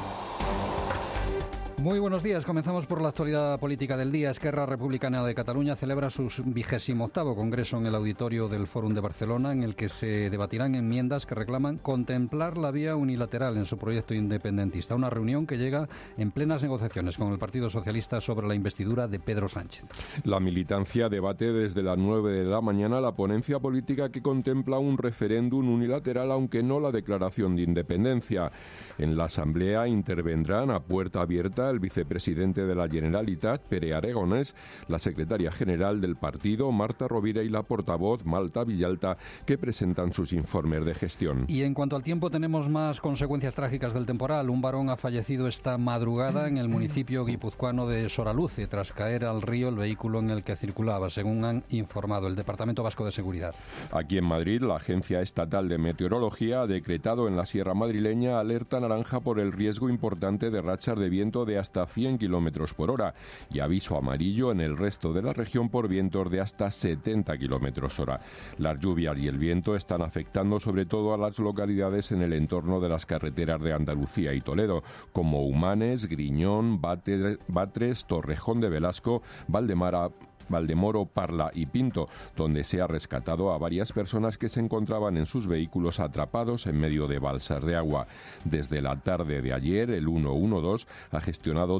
Speaker 3: Muy buenos días. Comenzamos por la actualidad política del día. Esquerra Republicana de Cataluña celebra su vigésimo octavo congreso en el auditorio del Fórum de Barcelona, en el que se debatirán enmiendas que reclaman contemplar la vía unilateral en su proyecto independentista. Una reunión que llega en plenas negociaciones con el Partido Socialista sobre la investidura de Pedro Sánchez.
Speaker 29: La militancia debate desde las 9 de la mañana la ponencia política que contempla un referéndum unilateral, aunque no la declaración de independencia. En la Asamblea intervendrán a puerta abierta el vicepresidente de la Generalitat, Pere Aragonés, la secretaria general del partido, Marta Rovira, y la portavoz, Malta Villalta, que presentan sus informes de gestión.
Speaker 3: Y en cuanto al tiempo, tenemos más consecuencias trágicas del temporal. Un varón ha fallecido esta madrugada en el municipio guipuzcoano de Soraluce tras caer al río el vehículo en el que circulaba, según han informado el Departamento Vasco de Seguridad.
Speaker 29: Aquí en Madrid, la Agencia Estatal de Meteorología ha decretado en la Sierra Madrileña alerta naranja por el riesgo importante de rachas de viento de hasta 100 kilómetros por hora y aviso amarillo en el resto de la región por vientos de hasta 70 kilómetros hora. Las lluvias y el viento están afectando sobre todo a las localidades en el entorno de las carreteras de Andalucía y Toledo, como Humanes, Griñón, Bate- Batres, Torrejón de Velasco, Valdemara, Valdemoro, Parla y Pinto, donde se ha rescatado a varias personas que se encontraban en sus vehículos atrapados en medio de balsas de agua. Desde la tarde de ayer, el 112 ha gestionado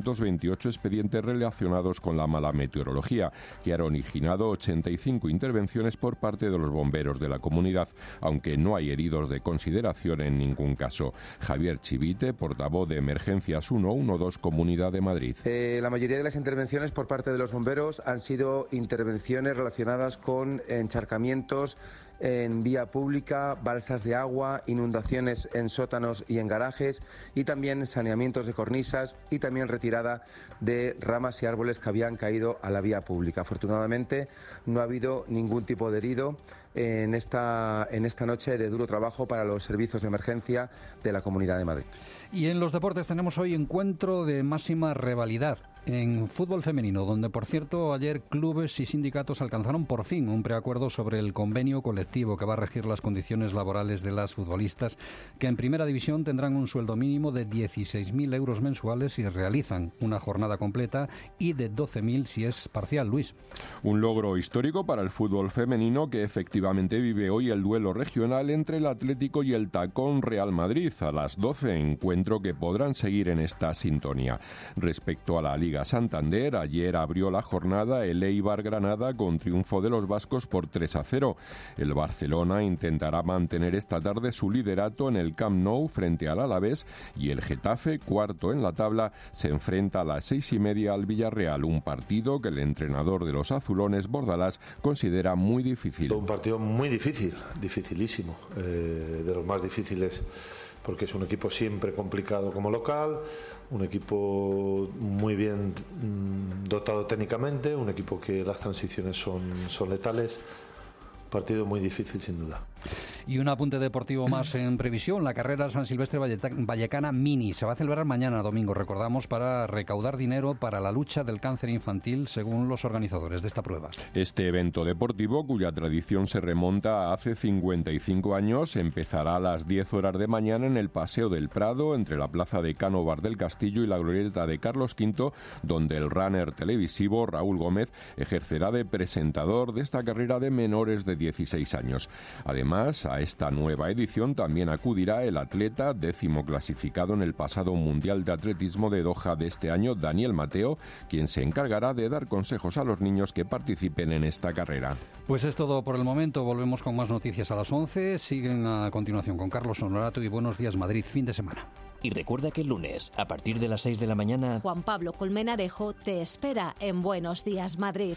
Speaker 29: 328 expedientes relacionados con la mala meteorología, que han originado 85 intervenciones por parte de los bomberos de la comunidad, aunque no hay heridos de consideración en ningún caso. Javier Chivite, portavoz de Emergencias 112 Comunidad de Madrid.
Speaker 30: Eh, la mayoría de las intervenciones por parte de los bomberos han sido intervenciones relacionadas con encharcamientos en vía pública, balsas de agua, inundaciones en sótanos y en garajes y también saneamientos de cornisas y también retirada de ramas y árboles que habían caído a la vía pública. Afortunadamente no ha habido ningún tipo de herido en esta, en esta noche de duro trabajo para los servicios de emergencia de la Comunidad de Madrid.
Speaker 3: Y en los deportes tenemos hoy encuentro de máxima rivalidad en fútbol femenino, donde por cierto ayer clubes y sindicatos alcanzaron por fin un preacuerdo sobre el convenio colectivo que va a regir las condiciones laborales de las futbolistas que en primera división tendrán un sueldo mínimo de 16.000 euros mensuales si realizan una jornada completa y de 12.000 si es parcial, Luis.
Speaker 29: Un logro histórico para el fútbol femenino que efectivamente vive hoy el duelo regional entre el Atlético y el Tacón Real Madrid a las 12, encuentro que podrán seguir en esta sintonía. Respecto a la Liga Santander, ayer abrió la jornada el Eibar Granada con triunfo de los vascos por 3 a 0. El Barcelona intentará mantener esta tarde su liderato en el Camp Nou frente al Alavés y el Getafe, cuarto en la tabla, se enfrenta a las seis y media al Villarreal, un partido que el entrenador de los azulones, Bordalás, considera muy difícil.
Speaker 22: Un partido muy difícil, dificilísimo, eh, de los más difíciles, porque es un equipo siempre complicado como local, un equipo muy bien mm, dotado técnicamente, un equipo que las transiciones son, son letales. Partido muy difícil, sin duda.
Speaker 3: Y un apunte deportivo más en previsión. La carrera San Silvestre Valleta- Vallecana Mini se va a celebrar mañana domingo, recordamos, para recaudar dinero para la lucha del cáncer infantil, según los organizadores de esta prueba.
Speaker 29: Este evento deportivo, cuya tradición se remonta a hace 55 años, empezará a las 10 horas de mañana en el Paseo del Prado, entre la Plaza de Cánovar del Castillo y la Glorieta de Carlos V, donde el runner televisivo Raúl Gómez ejercerá de presentador de esta carrera de menores de 16 años. Además, a esta nueva edición también acudirá el atleta décimo clasificado en el pasado Mundial de Atletismo de Doha de este año, Daniel Mateo, quien se encargará de dar consejos a los niños que participen en esta carrera.
Speaker 3: Pues es todo por el momento. Volvemos con más noticias a las 11. Siguen a continuación con Carlos Honorato y Buenos Días Madrid, fin de semana.
Speaker 1: Y recuerda que el lunes, a partir de las 6 de la mañana,
Speaker 16: Juan Pablo Colmenarejo te espera en Buenos Días Madrid.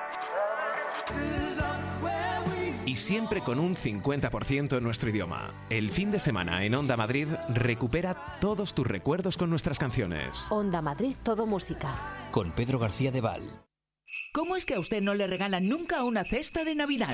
Speaker 7: Y siempre con un 50% en nuestro idioma. El fin de semana en Onda Madrid recupera todos tus recuerdos con nuestras canciones.
Speaker 16: Onda Madrid, todo música.
Speaker 1: con Pedro García de Val.
Speaker 18: ¿Cómo es que a usted no le regalan nunca una cesta de Navidad?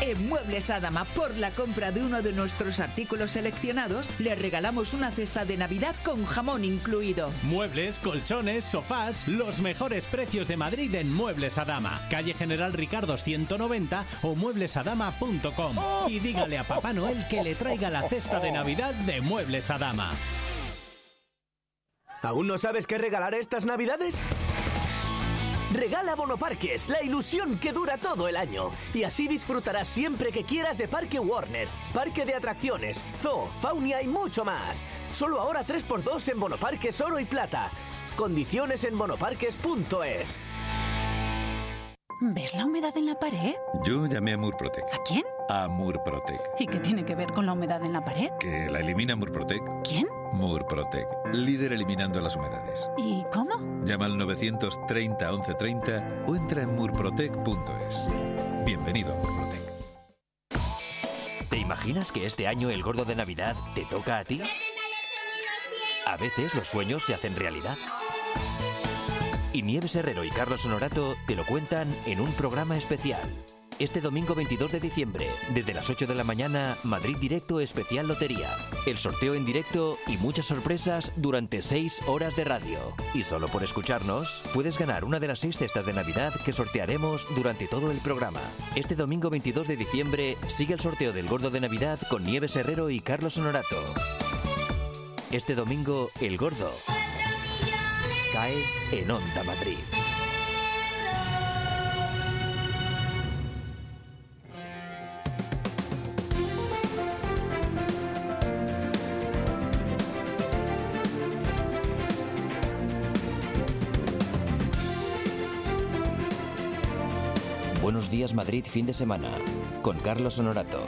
Speaker 18: En Muebles Adama, por la compra de uno de nuestros artículos seleccionados, le regalamos una cesta de Navidad con jamón incluido.
Speaker 4: Muebles, colchones, sofás, los mejores precios de Madrid en Muebles Adama. Calle General Ricardo 190 o mueblesadama.com. Y dígale a Papá Noel que le traiga la cesta de Navidad de Muebles Adama.
Speaker 19: ¿Aún no sabes qué regalar estas navidades? Regala Bonoparques, la ilusión que dura todo el año. Y así disfrutarás siempre que quieras de Parque Warner, Parque de Atracciones, Zoo, Faunia y mucho más. Solo ahora 3x2 en Bonoparques Oro y Plata. Condiciones en bonoparques.es.
Speaker 31: ¿Ves la humedad en la pared?
Speaker 32: Yo llamé a Murprotec.
Speaker 31: ¿A quién?
Speaker 32: A Murprotec,
Speaker 31: ¿Y qué tiene que ver con la humedad en la pared?
Speaker 32: que la elimina Murprotec.
Speaker 31: ¿Quién?
Speaker 32: Murprotec, líder eliminando las humedades.
Speaker 31: ¿Y cómo?
Speaker 32: Llama al 930 1130 o entra en murprotec.es. Bienvenido a Murprotec.
Speaker 1: ¿Te imaginas que este año el gordo de Navidad te toca a ti? A veces los sueños se hacen realidad. Y Nieves Herrero y Carlos Honorato te lo cuentan en un programa especial. Este domingo 22 de diciembre, desde las 8 de la mañana, Madrid Directo Especial Lotería. El sorteo en directo y muchas sorpresas durante 6 horas de radio. Y solo por escucharnos, puedes ganar una de las 6 cestas de Navidad que sortearemos durante todo el programa. Este domingo 22 de diciembre, sigue el sorteo del Gordo de Navidad con Nieves Herrero y Carlos Honorato. Este domingo, el Gordo cae en Onda Madrid. Buenos días Madrid fin de semana con Carlos Honorato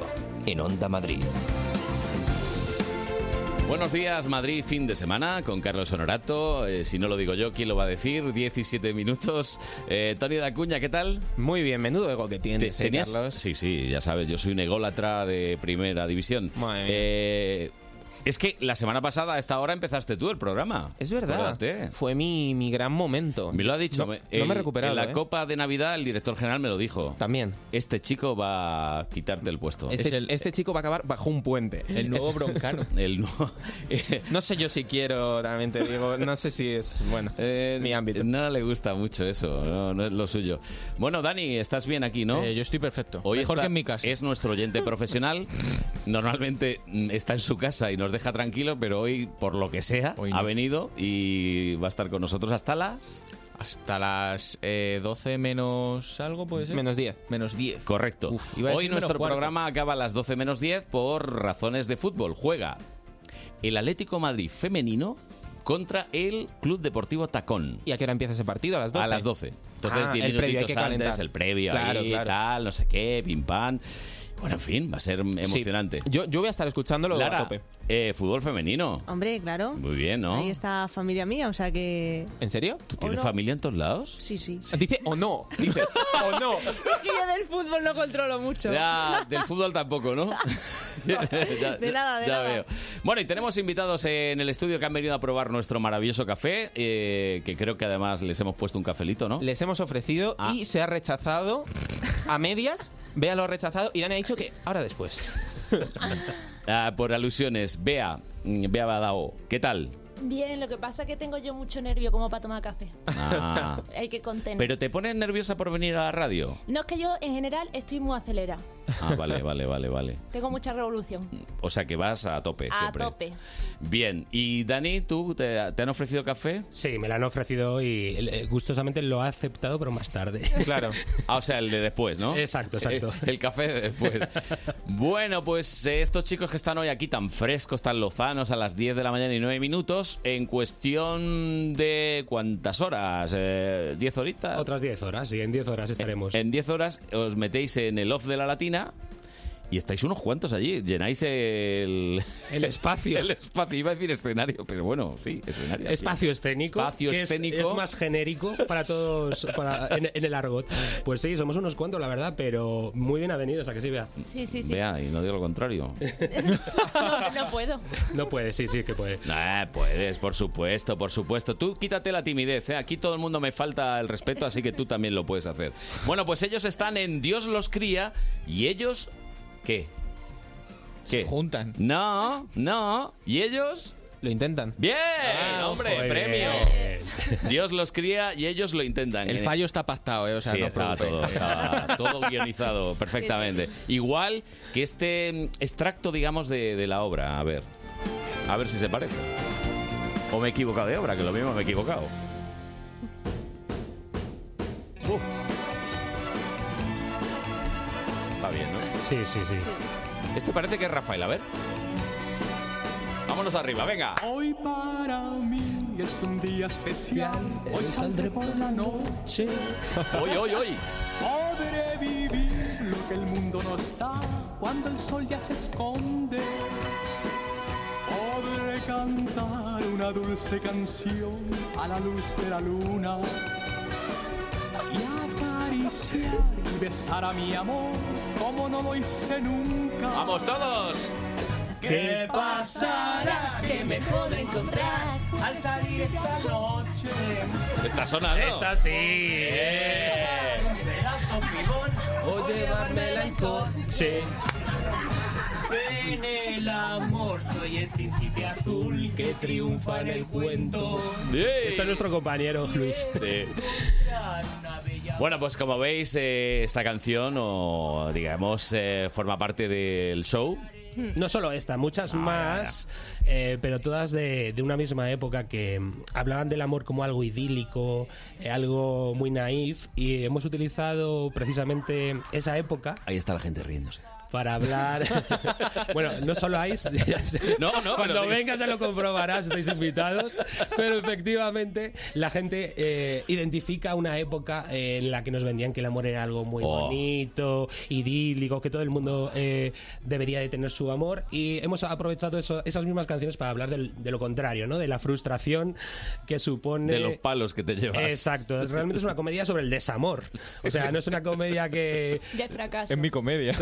Speaker 1: en Onda Madrid.
Speaker 2: Buenos días, Madrid, fin de semana con Carlos Honorato. Eh, si no lo digo yo, ¿quién lo va a decir? 17 minutos. Eh, Tony Dacuña, ¿qué tal?
Speaker 14: Muy bien, menudo ego que tienes,
Speaker 2: Te-
Speaker 14: eh,
Speaker 2: tenías-
Speaker 14: Carlos.
Speaker 2: Sí, sí, ya sabes, yo soy un ególatra de primera división. Eh, es que la semana pasada a esta hora empezaste tú el programa.
Speaker 14: Es verdad.
Speaker 2: Acuérdate.
Speaker 14: Fue mi, mi gran momento.
Speaker 2: Me lo ha dicho.
Speaker 14: No,
Speaker 2: me-
Speaker 14: no me he
Speaker 2: en-
Speaker 14: recuperado.
Speaker 2: En la
Speaker 14: ¿eh?
Speaker 2: Copa de Navidad el director general me lo dijo.
Speaker 14: También.
Speaker 2: Este chico va a quitarte el puesto.
Speaker 14: Este, este chico va a acabar bajo un puente.
Speaker 2: El nuevo
Speaker 14: broncano.
Speaker 2: (laughs) El
Speaker 14: no sé yo si quiero, realmente digo. No sé si es, bueno, mi ámbito.
Speaker 2: Eh, No le gusta mucho eso, no, no es lo suyo. Bueno, Dani, estás bien aquí, ¿no?
Speaker 33: Eh,
Speaker 2: yo
Speaker 33: estoy perfecto.
Speaker 2: Hoy
Speaker 33: Mejor
Speaker 2: está-
Speaker 33: que en mi casa.
Speaker 2: Es nuestro oyente profesional. Normalmente mm, está en su casa y nos nos deja tranquilo, pero hoy, por lo que sea, ha venido y va a estar con nosotros hasta las...
Speaker 7: Hasta las eh, 12 menos algo, puede ser.
Speaker 2: Menos
Speaker 7: 10. Menos 10.
Speaker 2: Correcto.
Speaker 7: iba a
Speaker 2: Hoy
Speaker 7: decir
Speaker 2: nuestro
Speaker 7: menos cuarto.
Speaker 2: programa acaba a las 12 menos 10 por razones de fútbol. Juega el Atlético Madrid femenino contra el Club Deportivo Tacón.
Speaker 14: ¿Y a qué hora empieza ese partido? ¿A las 12?
Speaker 2: A las 12. Entonces,
Speaker 14: Ah,
Speaker 2: 10
Speaker 14: el previo, hay
Speaker 2: minutitos
Speaker 14: que
Speaker 2: antes,
Speaker 14: calentar.
Speaker 2: el previo
Speaker 14: Claro,
Speaker 2: ahí,
Speaker 14: claro.
Speaker 2: tal, no sé qué, pim pam. Bueno, en fin, va a ser emocionante.
Speaker 14: Yo, yo voy a estar escuchándolo a
Speaker 2: Lara,
Speaker 14: tope.
Speaker 2: eh, fútbol femenino.
Speaker 9: Hombre, claro.
Speaker 2: Muy bien, ¿no?
Speaker 9: Ahí está familia mía, o sea que...
Speaker 14: ¿En serio? ¿Tú
Speaker 2: tienes
Speaker 9: no.
Speaker 2: familia en todos lados?
Speaker 9: Sí, sí.
Speaker 14: Dice o no.
Speaker 2: (laughs)
Speaker 14: Dice o no.
Speaker 9: Es que yo del fútbol no controlo mucho.
Speaker 2: Ya, del fútbol tampoco, ¿no? (laughs) Ya-
Speaker 9: de nada, de
Speaker 2: ya
Speaker 9: nada.
Speaker 2: veo. Bueno, y tenemos invitados en el estudio que han venido a probar nuestro maravilloso café, eh, que creo que además les hemos puesto un cafelito, ¿no? Ah.
Speaker 14: Les hemos ofrecido y se ha rechazado a medias. Vea lo rechazado y Dani ha dicho que ahora después.
Speaker 2: (laughs) Ah, por alusiones, Bea, mm, Bea Badao, ¿qué tal?
Speaker 21: Bien, lo que pasa es que tengo yo mucho nervio como para tomar café.
Speaker 2: Ah,
Speaker 21: Hay que contener.
Speaker 2: ¿Pero te pones nerviosa por venir a la radio?
Speaker 21: No es que yo en general estoy muy acelerada.
Speaker 2: Ah, vale, vale, vale, vale.
Speaker 21: Tengo mucha revolución.
Speaker 2: O sea que vas a tope
Speaker 21: a
Speaker 2: Mm, siempre.
Speaker 21: tope.
Speaker 2: Bien, ¿y Dani, tú te, te han ofrecido café?
Speaker 34: Sí, me la han ofrecido y eh, gustosamente lo ha aceptado, pero más tarde.
Speaker 2: (laughs) Claro. Ah, o sea, el de después, ¿no?
Speaker 34: Exacto, exacto.
Speaker 2: (laughs) El, el café de después. bueno, pues eh, estos chicos que están hoy aquí tan frescos, tan lozanos, a las 10 de la mañana y 9 minutos, en cuestión de cuántas horas, eh, 10 horitas.
Speaker 34: Otras 10 horas, sí, en 10 horas estaremos.
Speaker 2: En 10 horas os metéis en el off de la latina. Y estáis unos cuantos allí, llenáis el...
Speaker 34: El espacio.
Speaker 2: (laughs) El espacio, iba a decir escenario, pero bueno, sí, escenario.
Speaker 34: Espacio escénico.
Speaker 2: Espacio
Speaker 34: que es-
Speaker 2: escénico.
Speaker 34: Es, más genérico para todos para- en, en el argot. Pues sí, somos unos cuantos, la verdad, pero muy bien avenidos, a que sí, vea.
Speaker 21: Sí, sí, sí.
Speaker 2: Vea, y no digo lo contrario.
Speaker 21: No, no puedo.
Speaker 34: No puede, sí, sí que puede.
Speaker 2: Eh, puedes, por supuesto, por supuesto. Tú quítate la timidez, ¿eh? aquí todo el mundo me falta el respeto, así que tú también lo puedes hacer. Bueno, pues ellos están en Dios los cría y ellos... ¿Qué? ¿Qué?
Speaker 7: juntan.
Speaker 2: No, no. ¿Y ellos?
Speaker 14: Lo intentan.
Speaker 2: Bien,
Speaker 7: Ah,
Speaker 2: hombre,
Speaker 7: joder.
Speaker 2: premio. Dios los cría y ellos lo intentan.
Speaker 7: El fallo está pactado, ¿eh? O sea,
Speaker 2: sí,
Speaker 7: no os
Speaker 2: estaba todo,
Speaker 7: preocupéis.
Speaker 2: estaba todo
Speaker 7: (laughs)
Speaker 2: guionizado perfectamente. Igual que este mm, extracto, digamos, de, de la obra. A ver. A ver si se parece. O me he equivocado de obra, que lo mismo me he equivocado. Uh. Está bien, ¿no?
Speaker 34: Sí, sí, sí.
Speaker 2: Este parece que es Rafael, a ver. Vámonos arriba, venga.
Speaker 27: Hoy para mí es un día especial. Hoy saldré por la noche.
Speaker 2: Hoy, hoy, hoy.
Speaker 27: Podré vivir lo que el mundo nos da cuando el sol ya se esconde. Podré cantar una dulce canción a la luz de la luna. Y acariciar y besar a mi amor como no lo hice nunca.
Speaker 2: ¡Vamos todos!
Speaker 27: ¿Qué pasará? Que me podré encontrar al salir esta noche.
Speaker 2: Está sonando. Eh.
Speaker 34: Está sí.
Speaker 27: O llevármela en coche. En el amor soy el príncipe azul que triunfa en el cuento.
Speaker 34: Está nuestro compañero Luis.
Speaker 2: Bueno, pues como veis, eh, esta canción, o digamos, eh, forma parte del show.
Speaker 34: No solo esta, muchas
Speaker 2: Ah,
Speaker 34: más, eh, pero todas de, de una misma época que mm, hablaban del amor como algo idílico, eh, algo muy naif, y hemos utilizado precisamente esa época
Speaker 2: Ahí está la gente riéndose.
Speaker 34: para
Speaker 2: (laughs)
Speaker 34: hablar. (laughs) bueno, no solo hay. (laughs)
Speaker 2: No, no,
Speaker 34: Cuando
Speaker 2: pero digo-
Speaker 34: vengas ya lo comprobarás, estáis invitados. Pero efectivamente, la gente eh, identifica una época eh, en la que nos vendían que el amor era algo muy
Speaker 2: Oh.
Speaker 34: bonito, idílico, que todo el mundo eh, debería de tener su amor. Y hemos aprovechado eso- esas mismas canciones para hablar del- de lo contrario, ¿no? De la frustración que supone.
Speaker 2: De los palos que te llevas.
Speaker 34: Exacto, realmente es una comedia sobre el desamor. O sea, no es una comedia que
Speaker 21: De
Speaker 2: (laughs)
Speaker 21: fracaso.
Speaker 2: Em,
Speaker 34: Es mi
Speaker 7: comedia. (laughs)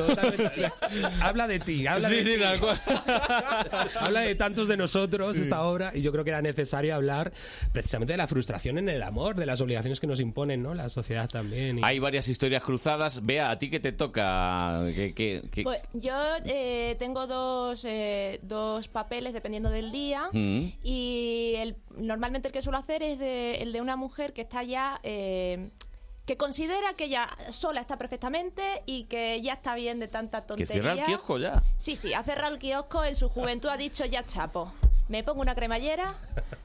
Speaker 34: habla de ti, habla
Speaker 7: Sí,
Speaker 34: de
Speaker 7: sí,
Speaker 34: ti.
Speaker 7: tal cual.
Speaker 34: (laughs) habla de tantos de nosotros esta obra y yo creo que era necesario hablar precisamente de la frustración en el amor, de las obligaciones que nos imponen, ¿no? La sociedad también. y-
Speaker 2: (laughs) Hay varias historias cruzadas. Vea, a ti que te toca. ¿Qué- qué- qué-
Speaker 21: Pues yo eh, tengo dos, eh, dos papeles dependiendo del día
Speaker 2: Mm.
Speaker 21: y el, normalmente el que suelo hacer es de- el de una mujer que está ya eh, que considera que ella sola está perfectamente y que ya está bien de tanta
Speaker 2: Que
Speaker 21: tontería.
Speaker 2: cierra el kiosco ya.
Speaker 21: Sí, sí, ha cerrado el kiosco, en su juventud ha dicho ya chapo. Me pongo una cremallera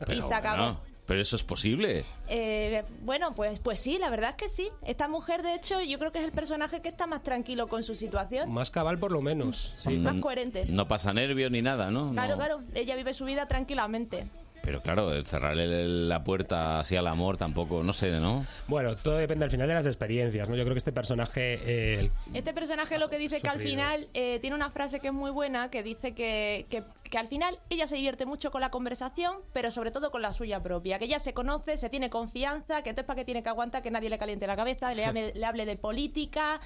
Speaker 21: y
Speaker 2: Pero
Speaker 21: se acabó.
Speaker 2: bueno, pero eso es posible.
Speaker 21: Eh, bueno, pues, pues sí, la verdad es que sí. Esta mujer, de hecho, yo creo que es el personaje que está más tranquilo con su situación.
Speaker 34: Más cabal por lo menos.
Speaker 21: sí. Más coherente.
Speaker 2: No pasa nervios ni nada, ¿no?
Speaker 21: Claro,
Speaker 2: No.
Speaker 21: claro, ella vive su vida tranquilamente.
Speaker 2: Pero claro, el cerrarle el- la puerta así al amor tampoco, no sé, ¿no?
Speaker 34: Bueno, todo depende al final de las experiencias, ¿no? Yo creo que este personaje... eh, el-
Speaker 21: Este personaje lo que dice que al
Speaker 34: Sufrido.
Speaker 21: final eh, tiene una frase que es muy buena, que dice que, que- que al final ella se divierte mucho con la conversación, pero sobre todo con la suya propia, que ella se conoce, se tiene confianza, que entonces para qué tiene que aguantar que nadie le caliente la cabeza, le, ame- le hable de política.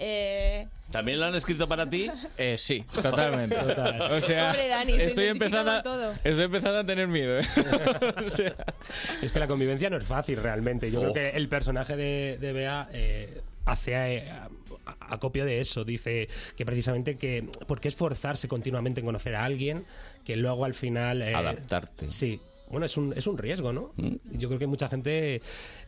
Speaker 21: eh,
Speaker 2: ¿También lo han escrito para ti?
Speaker 7: Eh, sí, totalmente.
Speaker 2: Total.
Speaker 7: O sea,
Speaker 21: Pobre Dani, se
Speaker 7: estoy,
Speaker 21: identifica
Speaker 7: empezando
Speaker 21: con todo.
Speaker 7: a, estoy empezando a tener miedo. ¿eh? (laughs)
Speaker 34: Es que la convivencia no es fácil realmente. Yo
Speaker 7: Oh.
Speaker 34: creo que el personaje de, de Bea eh, hace eh, a- a- acopio de eso. Dice que precisamente que... Porque esforzarse continuamente en conocer a alguien que luego al final... eh,
Speaker 2: Adaptarte.
Speaker 34: Sí. Bueno, es un, es un riesgo, ¿no? Yo creo que mucha gente, eh,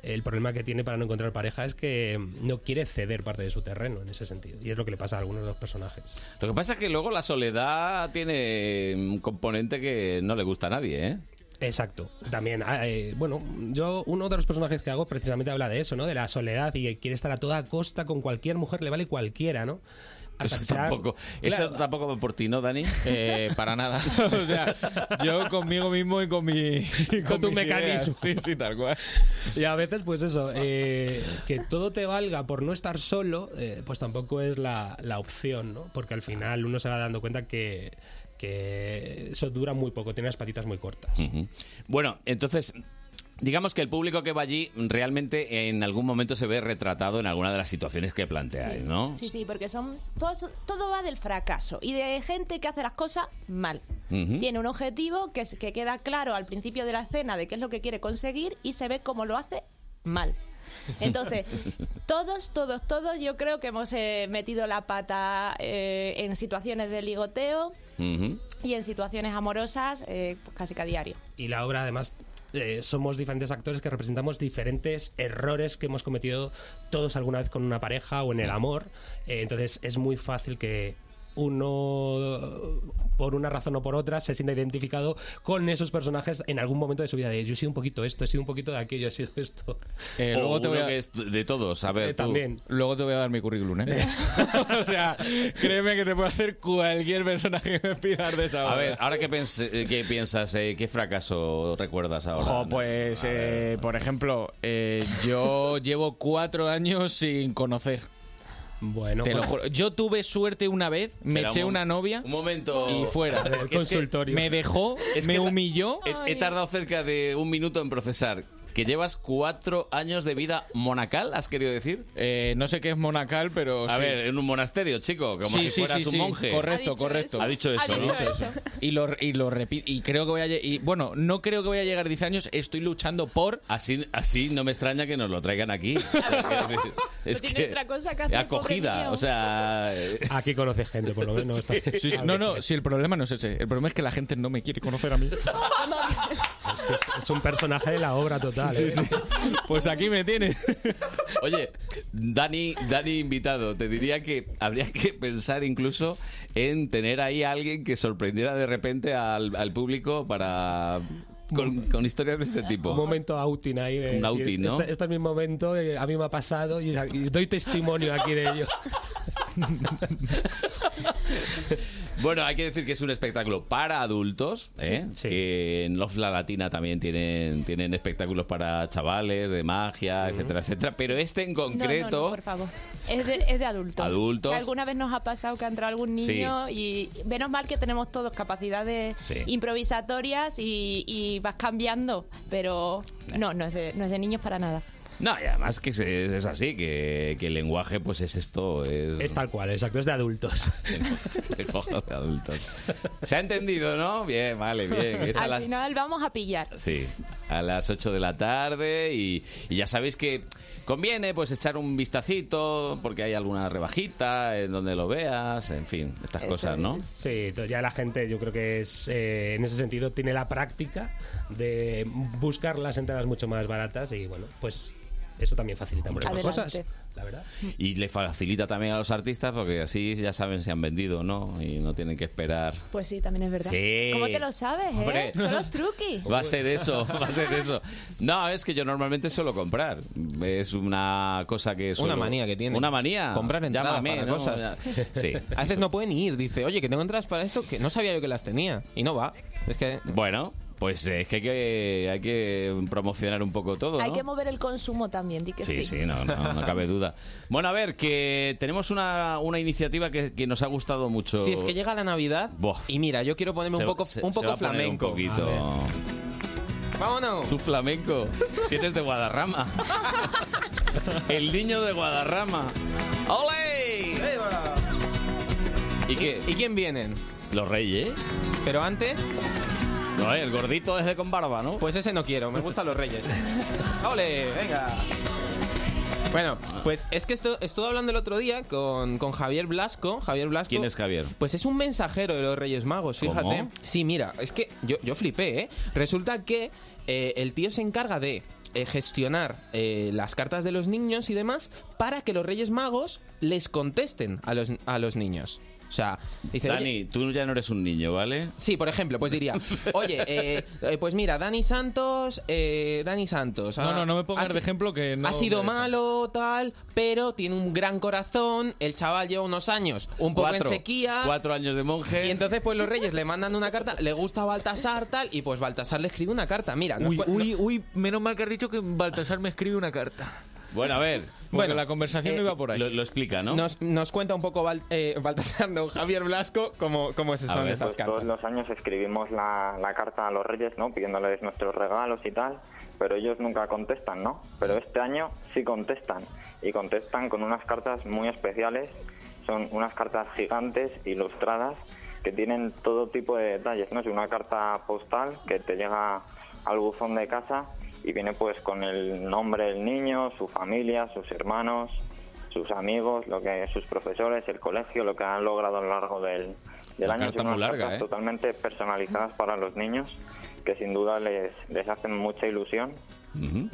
Speaker 34: el problema que tiene para no encontrar pareja es que no quiere ceder parte de su terreno en ese sentido. Y es lo que le pasa a algunos de los personajes.
Speaker 2: Lo que pasa es que luego la soledad tiene un componente que no le gusta a nadie, ¿eh?
Speaker 34: Exacto. También, ah, eh, bueno, yo uno de los personajes que hago precisamente habla de eso, ¿no? De la soledad y que quiere estar a toda costa con cualquier mujer, le vale cualquiera, ¿no? Hasta que
Speaker 2: Eso
Speaker 34: se da-
Speaker 2: tampoco, eso
Speaker 34: Claro.
Speaker 2: tampoco va por ti,
Speaker 7: (laughs)
Speaker 2: ¿no, Dani? Eh,
Speaker 7: para nada. (laughs) O
Speaker 2: (laughs)
Speaker 7: sea, yo conmigo mismo y con
Speaker 28: (laughs)
Speaker 7: mi. Con,
Speaker 34: tu
Speaker 7: mis ideas.
Speaker 34: mecanismo.
Speaker 7: Sí, sí, tal cual.
Speaker 34: Y a veces, pues eso, eh, que todo te valga por no estar solo, eh, pues tampoco es la, la opción, ¿no? Porque al final uno se va dando cuenta que, que eso dura muy poco, tiene las patitas muy cortas.
Speaker 2: Ujú. Bueno, entonces, digamos que el público que va allí realmente en algún momento se ve retratado en alguna de las situaciones que planteáis, ¿no?
Speaker 21: Sí, sí, porque son, todo, eso- todo va del fracaso y de gente que hace las cosas mal.
Speaker 2: Ujú.
Speaker 21: Tiene un objetivo que, es- que queda claro al principio de la escena de qué es lo que quiere conseguir y se ve cómo lo hace mal. Entonces, todos, todos, todos, yo creo que hemos eh, metido la pata eh, en situaciones de ligoteo y en situaciones amorosas eh, pues casi que a diario.
Speaker 34: y la obra además eh, somos diferentes actores que representamos diferentes errores que hemos cometido todos alguna vez con una pareja o en el amor Eh, entonces es muy fácil que uno por una razón o por otra se sienta identificado con esos personajes en algún momento de su vida de yo he sido un poquito esto he sido un poquito de aquello he sido esto
Speaker 7: Eh,
Speaker 2: O
Speaker 7: luego te voy
Speaker 2: uno
Speaker 7: a-
Speaker 2: que es de todos, a ver,
Speaker 34: Eh,
Speaker 2: tú.
Speaker 34: también.
Speaker 7: Luego te voy a dar mi currículum, ¿eh? (laughs) o sea, créeme que te puedo hacer cualquier personaje que me pidas de esa
Speaker 2: (laughs) A
Speaker 7: obra.
Speaker 2: ver, ahora qué, pens- eh, qué piensas, eh, qué fracaso recuerdas ahora.
Speaker 7: Jo, pues, eh, por ejemplo, eh, yo llevo cuatro años sin conocer.
Speaker 34: Bueno,
Speaker 7: Te lo
Speaker 2: bueno.
Speaker 7: juro. Yo tuve suerte una vez, me
Speaker 2: Espera, un
Speaker 7: eché
Speaker 2: mom-
Speaker 7: una novia.
Speaker 2: Un momento.
Speaker 7: Y fuera.
Speaker 2: Es que
Speaker 7: Me dejó,
Speaker 2: (laughs) Es
Speaker 7: me
Speaker 2: que ta-
Speaker 7: humilló.
Speaker 2: He, he tardado cerca de un minuto en procesar. ¿Que llevas cuatro años de vida monacal, has querido decir?
Speaker 7: Eh, no sé qué es monacal, pero.
Speaker 2: A
Speaker 7: Oh, sí.
Speaker 2: ver, en un monasterio, chico, como
Speaker 7: Sí,
Speaker 2: si
Speaker 7: sí,
Speaker 2: fueras
Speaker 7: sí,
Speaker 2: un
Speaker 7: sí.
Speaker 2: monje.
Speaker 7: Correcto, correcto.
Speaker 2: Ha dicho eso, ¿no?
Speaker 7: Y lo, y lo repito. Y creo que voy a. lle- Y, bueno, no creo que voy a llegar a 10 años. Estoy luchando por.
Speaker 2: Así, así no me extraña que nos lo
Speaker 7: (laughs)
Speaker 2: traigan aquí. es
Speaker 21: tiene
Speaker 2: que
Speaker 21: otra cosa que hacer, pobre
Speaker 2: acogida,
Speaker 21: mío.
Speaker 2: o sea, eh,
Speaker 34: aquí conoces gente por lo menos esta-
Speaker 7: Sí, sí. no, no, si el problema no es ese. El problema es que la gente no me quiere conocer a
Speaker 34: (laughs)
Speaker 7: mí.
Speaker 34: es, que es- es un personaje de la obra total
Speaker 7: Sí,
Speaker 34: ¿eh?
Speaker 7: sí. Pues aquí me tiene.
Speaker 2: Oye, Dani, Dani invitado, te diría que habría que pensar incluso en tener ahí a alguien que sorprendiera de repente al, al público para con, con historias de este
Speaker 34: Un
Speaker 2: tipo.
Speaker 34: momento outing ahí. De,
Speaker 2: Un outing,
Speaker 34: decir,
Speaker 2: ¿no?
Speaker 34: Este, este es mi momento, eh, a mí me ha pasado y, y doy testimonio aquí de ello.
Speaker 2: Bueno, hay que decir que es un espectáculo para adultos, ¿eh? que en Love La Latina también tienen, tienen espectáculos para chavales, de magia, etcétera, etcétera. Pero este en
Speaker 21: No, no,
Speaker 2: concreto...
Speaker 21: no, por favor. Es de, es de adultos.
Speaker 2: Adultos.
Speaker 21: Que alguna vez nos ha pasado que ha entrado algún niño y menos mal que tenemos todos capacidades
Speaker 2: Sí.
Speaker 21: improvisatorias y, y vas cambiando, pero no, no es, de, no es de niños para nada.
Speaker 2: No, y además que es, es así, que, que el lenguaje pues es esto. Es,
Speaker 34: Es tal cual, exacto, es de adultos.
Speaker 2: lenguaje (laughs) de adultos. Se ha entendido, ¿no? Bien, vale,
Speaker 21: (laughs)
Speaker 2: bien. Es a
Speaker 21: Al
Speaker 2: las,
Speaker 21: final vamos a pillar.
Speaker 2: sí, a las 8 de la tarde y, y ya sabéis que conviene pues echar un vistacito porque hay alguna rebajita en donde lo veas, en fin, estas cosas, ¿no?
Speaker 34: Sí, to- ya la gente, yo creo que es eh, en ese sentido tiene la práctica de buscar las entradas mucho más baratas y bueno, pues Eso también facilita muchas las
Speaker 30: Adelante.
Speaker 34: cosas, la verdad.
Speaker 2: Y le facilita también a los artistas porque así ya saben si han vendido o no y no tienen que esperar.
Speaker 21: Pues sí, también es verdad.
Speaker 2: Sí.
Speaker 21: ¿Cómo te lo sabes,
Speaker 2: Hombre.
Speaker 21: eh? Son los truquis.
Speaker 2: (laughs) Va a ser eso, va a ser eso. No, es que yo normalmente suelo comprar. Es una cosa que suelo...
Speaker 14: Una manía que tiene.
Speaker 2: Una manía.
Speaker 14: Comprar entradas
Speaker 2: Llámame,
Speaker 14: para
Speaker 2: ¿no?
Speaker 14: cosas. (laughs)
Speaker 2: Sí.
Speaker 14: A veces no pueden ir. Dice, oye, que tengo entradas para esto que no sabía yo que las tenía. Y no va. Es que...
Speaker 2: Bueno, pues es que hay que, hay que promocionar un poco todo,
Speaker 21: Hay
Speaker 2: ¿no?
Speaker 21: que mover el consumo también, di que
Speaker 2: Sí,
Speaker 21: sí.
Speaker 2: sí, no, no, no cabe duda. Bueno, a ver, que tenemos una, una iniciativa que, que nos ha gustado mucho.
Speaker 14: Si es que llega la Navidad... Y mira, yo quiero ponerme
Speaker 2: Se-
Speaker 14: un poco,
Speaker 2: se-
Speaker 14: un
Speaker 2: se
Speaker 14: poco
Speaker 2: va a poner
Speaker 14: flamenco.
Speaker 2: Un poquito.
Speaker 14: Vámonos.
Speaker 2: Tú flamenco. Si eres
Speaker 14: (laughs)
Speaker 2: de Guadarrama. El niño de Guadarrama. ¡Ole! ¿Y, qué?
Speaker 14: ¿Y quién vienen?
Speaker 2: Los reyes.
Speaker 14: Pero antes...
Speaker 2: No, eh, el gordito desde con barba, ¿no?
Speaker 14: Pues ese no quiero, me gustan los
Speaker 2: (laughs)
Speaker 14: reyes. ¡Ole! ¡Venga! Bueno, pues es que esto, estuve hablando el otro día con, con Javier Blasco. Javier Blasco.
Speaker 2: ¿Quién es Javier?
Speaker 14: Pues es un mensajero de los Reyes Magos, fíjate.
Speaker 2: ¿Cómo?
Speaker 14: Sí, mira, es que yo, yo flipé, ¿eh? Resulta que eh, el tío se encarga de eh, gestionar eh, las cartas de los niños y demás para que los Reyes Magos les contesten a los, a los niños. O sea, dice,
Speaker 2: Dani,
Speaker 14: "Oye,
Speaker 2: tú ya no eres un niño, ¿vale?
Speaker 14: Sí, por ejemplo, pues
Speaker 2: (laughs)
Speaker 14: diría, oye, eh, eh, pues mira, Dani Santos, eh, Dani Santos.
Speaker 7: No,
Speaker 14: ah,
Speaker 7: no, no me
Speaker 14: ha
Speaker 7: pongas
Speaker 14: si-
Speaker 7: de ejemplo que no.
Speaker 14: ha sido
Speaker 7: me deja.
Speaker 14: malo, tal, pero tiene un gran corazón. El chaval lleva unos años, un poco
Speaker 2: Cuatro.
Speaker 14: en sequía.
Speaker 2: Cuatro años de monje.
Speaker 14: Y entonces, pues los reyes le mandan una carta, le gusta Baltasar, tal, y pues Baltasar le escribe una carta. Mira, nos
Speaker 7: Uy,
Speaker 14: cue-
Speaker 7: uy, uy, menos mal que has dicho que Baltasar me escribe una carta.
Speaker 2: Bueno, a ver.
Speaker 7: Bueno, la
Speaker 14: eh,
Speaker 7: conversación no iba por ahí.
Speaker 2: Lo, lo explica, ¿no?
Speaker 14: Nos, nos cuenta un poco Bal- eh, Baltasar, no, Javier Blasco, cómo, cómo se son
Speaker 35: ver,
Speaker 14: estas
Speaker 35: pues
Speaker 14: cartas.
Speaker 35: Todos los años escribimos la, la carta a los reyes, ¿no? Pidiéndoles nuestros regalos y tal, pero ellos nunca contestan, ¿no?
Speaker 14: Mm.
Speaker 35: Pero este año sí contestan, y contestan con unas cartas muy especiales, son unas cartas gigantes, ilustradas, que tienen todo tipo de detalles, ¿no? Es una carta postal que te llega al buzón de casa y viene pues con el nombre del niño, su familia, sus hermanos, sus amigos, lo que sus profesores, el colegio, lo que han logrado a lo largo del, del
Speaker 2: La
Speaker 35: año.
Speaker 2: carta
Speaker 35: Son
Speaker 2: muy
Speaker 35: unas
Speaker 2: larga,
Speaker 35: cartas
Speaker 2: ¿eh?
Speaker 35: Totalmente personalizadas para los niños, que sin duda les, les hacen mucha ilusión.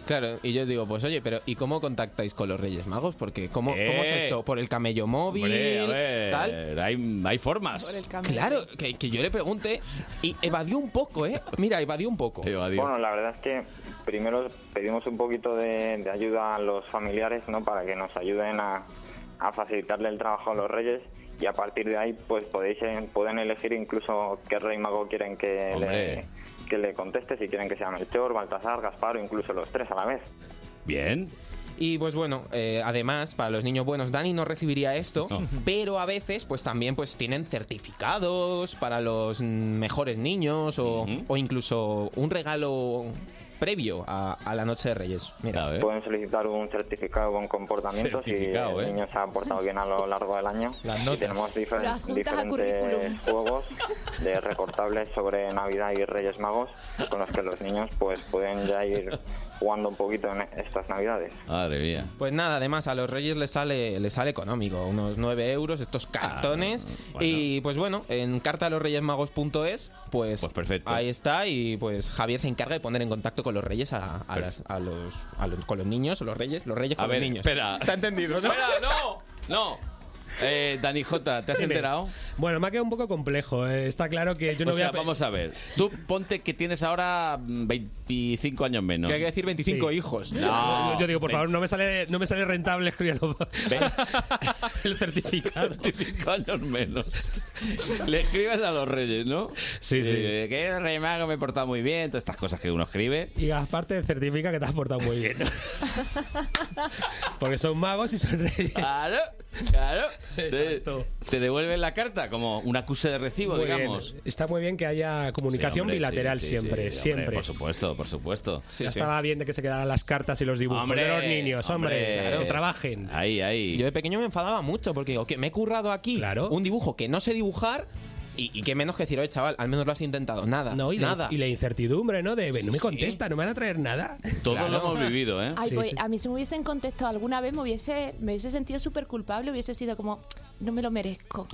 Speaker 14: Claro, y yo digo, pues oye, pero ¿y cómo contactáis con los Reyes Magos? Porque ¿cómo, cómo
Speaker 2: Eh.
Speaker 14: es esto? ¿Por el camello móvil?
Speaker 2: Hombre, a ver,
Speaker 14: tal?
Speaker 2: Hay, hay formas.
Speaker 14: Claro, que, que yo le pregunte y evadió un poco, ¿eh? Mira, evadió un poco.
Speaker 35: Bueno, la verdad es que primero pedimos un poquito de, de ayuda a los familiares, ¿no? Para que nos ayuden a, a facilitarle el trabajo a los reyes y a partir de ahí, pues podéis eh, pueden elegir incluso qué rey mago quieren que
Speaker 2: Hombre.
Speaker 35: le que le conteste, si quieren que sea Melchor, Baltasar, Gaspar o incluso los tres a la vez.
Speaker 2: Bien.
Speaker 14: Y pues bueno, eh, además, para los niños buenos, Dani no recibiría esto, (laughs) pero a veces, pues también pues tienen certificados para los mm, mejores niños o, o incluso un regalo previo a, a la Noche de Reyes. Mira,
Speaker 35: Pueden solicitar un certificado de buen comportamiento si
Speaker 14: Certificado,
Speaker 35: el
Speaker 14: ¿eh?
Speaker 35: niño se ha portado bien a lo largo del año.
Speaker 14: Las
Speaker 35: Y
Speaker 14: notas.
Speaker 35: tenemos difer-
Speaker 14: Lo adjuntas al currículum.
Speaker 35: diferentes juegos de recortables sobre Navidad y Reyes Magos con los que los niños pues pueden ya ir jugando un poquito en estas Navidades.
Speaker 2: Madre mía.
Speaker 14: Pues nada, además a los Reyes les sale, les sale económico, unos 9 euros
Speaker 2: Ah,
Speaker 14: estos cartones. Y pues bueno, en cartalosreyesmagos.es, pues, pues perfecto. ahí está. Y pues Javier se encarga de poner en contacto con los Reyes, a, a las- a los, a los- con los niños, los Reyes, los Reyes
Speaker 2: A
Speaker 14: con
Speaker 2: ver,
Speaker 14: los niños.
Speaker 2: espera.
Speaker 14: ¿Te ha entendido, no?
Speaker 2: Espera, no, no. Eh, Dani J, ¿te has
Speaker 34: Dime.
Speaker 2: enterado?
Speaker 34: Bueno, me ha quedado un poco complejo. eh, Está claro que yo no
Speaker 2: o
Speaker 34: voy
Speaker 2: sea,
Speaker 34: a... pe-
Speaker 2: vamos a ver. Tú ponte que tienes ahora mm, 25 años menos.
Speaker 34: Que hay que decir 25 Sí.
Speaker 14: hijos.
Speaker 2: No.
Speaker 34: Yo- Yo digo, por favor, no me sale, no me sale rentable (laughs) escribir el certificado.
Speaker 2: 25 años menos. Le escribes a los reyes, ¿no? Sí,
Speaker 34: sí.
Speaker 2: que el rey mago me he portado muy bien, todas estas cosas que uno escribe.
Speaker 34: Y Gaspar te certifica que te has portado muy bien. Porque son magos y son reyes.
Speaker 2: Claro, claro. Te, te devuelven la carta como un acuse de recibo,
Speaker 34: (laughs) Muy bien.
Speaker 2: digamos.
Speaker 34: Está muy bien que haya comunicación
Speaker 2: Sí, hombre,
Speaker 34: bilateral
Speaker 2: sí, sí,
Speaker 34: siempre,
Speaker 2: sí, hombre, pues,
Speaker 34: siempre.
Speaker 2: por supuesto, por supuesto.
Speaker 34: ya estaba bien de que se quedaran las cartas y los dibujos de los niños, hombre. Claro, trabajen.
Speaker 2: Ahí, ahí.
Speaker 14: Yo de pequeño me enfadaba mucho porque digo, que me he currado aquí un dibujo que no sé dibujar y, y que menos que decir, oye, chaval, al menos lo has intentado. Nada,
Speaker 34: No, y, la-
Speaker 14: nada.
Speaker 34: y La, incertidumbre, ¿no? De,
Speaker 14: Sí,
Speaker 34: no me
Speaker 14: sí.
Speaker 34: contesta, no me van a traer nada.
Speaker 2: Todo lo hemos vivido, ¿eh?
Speaker 21: Ay, pues, a mí si me hubiesen contestado alguna vez me hubiese, me hubiese sentido súper culpable, hubiese sido como, no me lo merezco.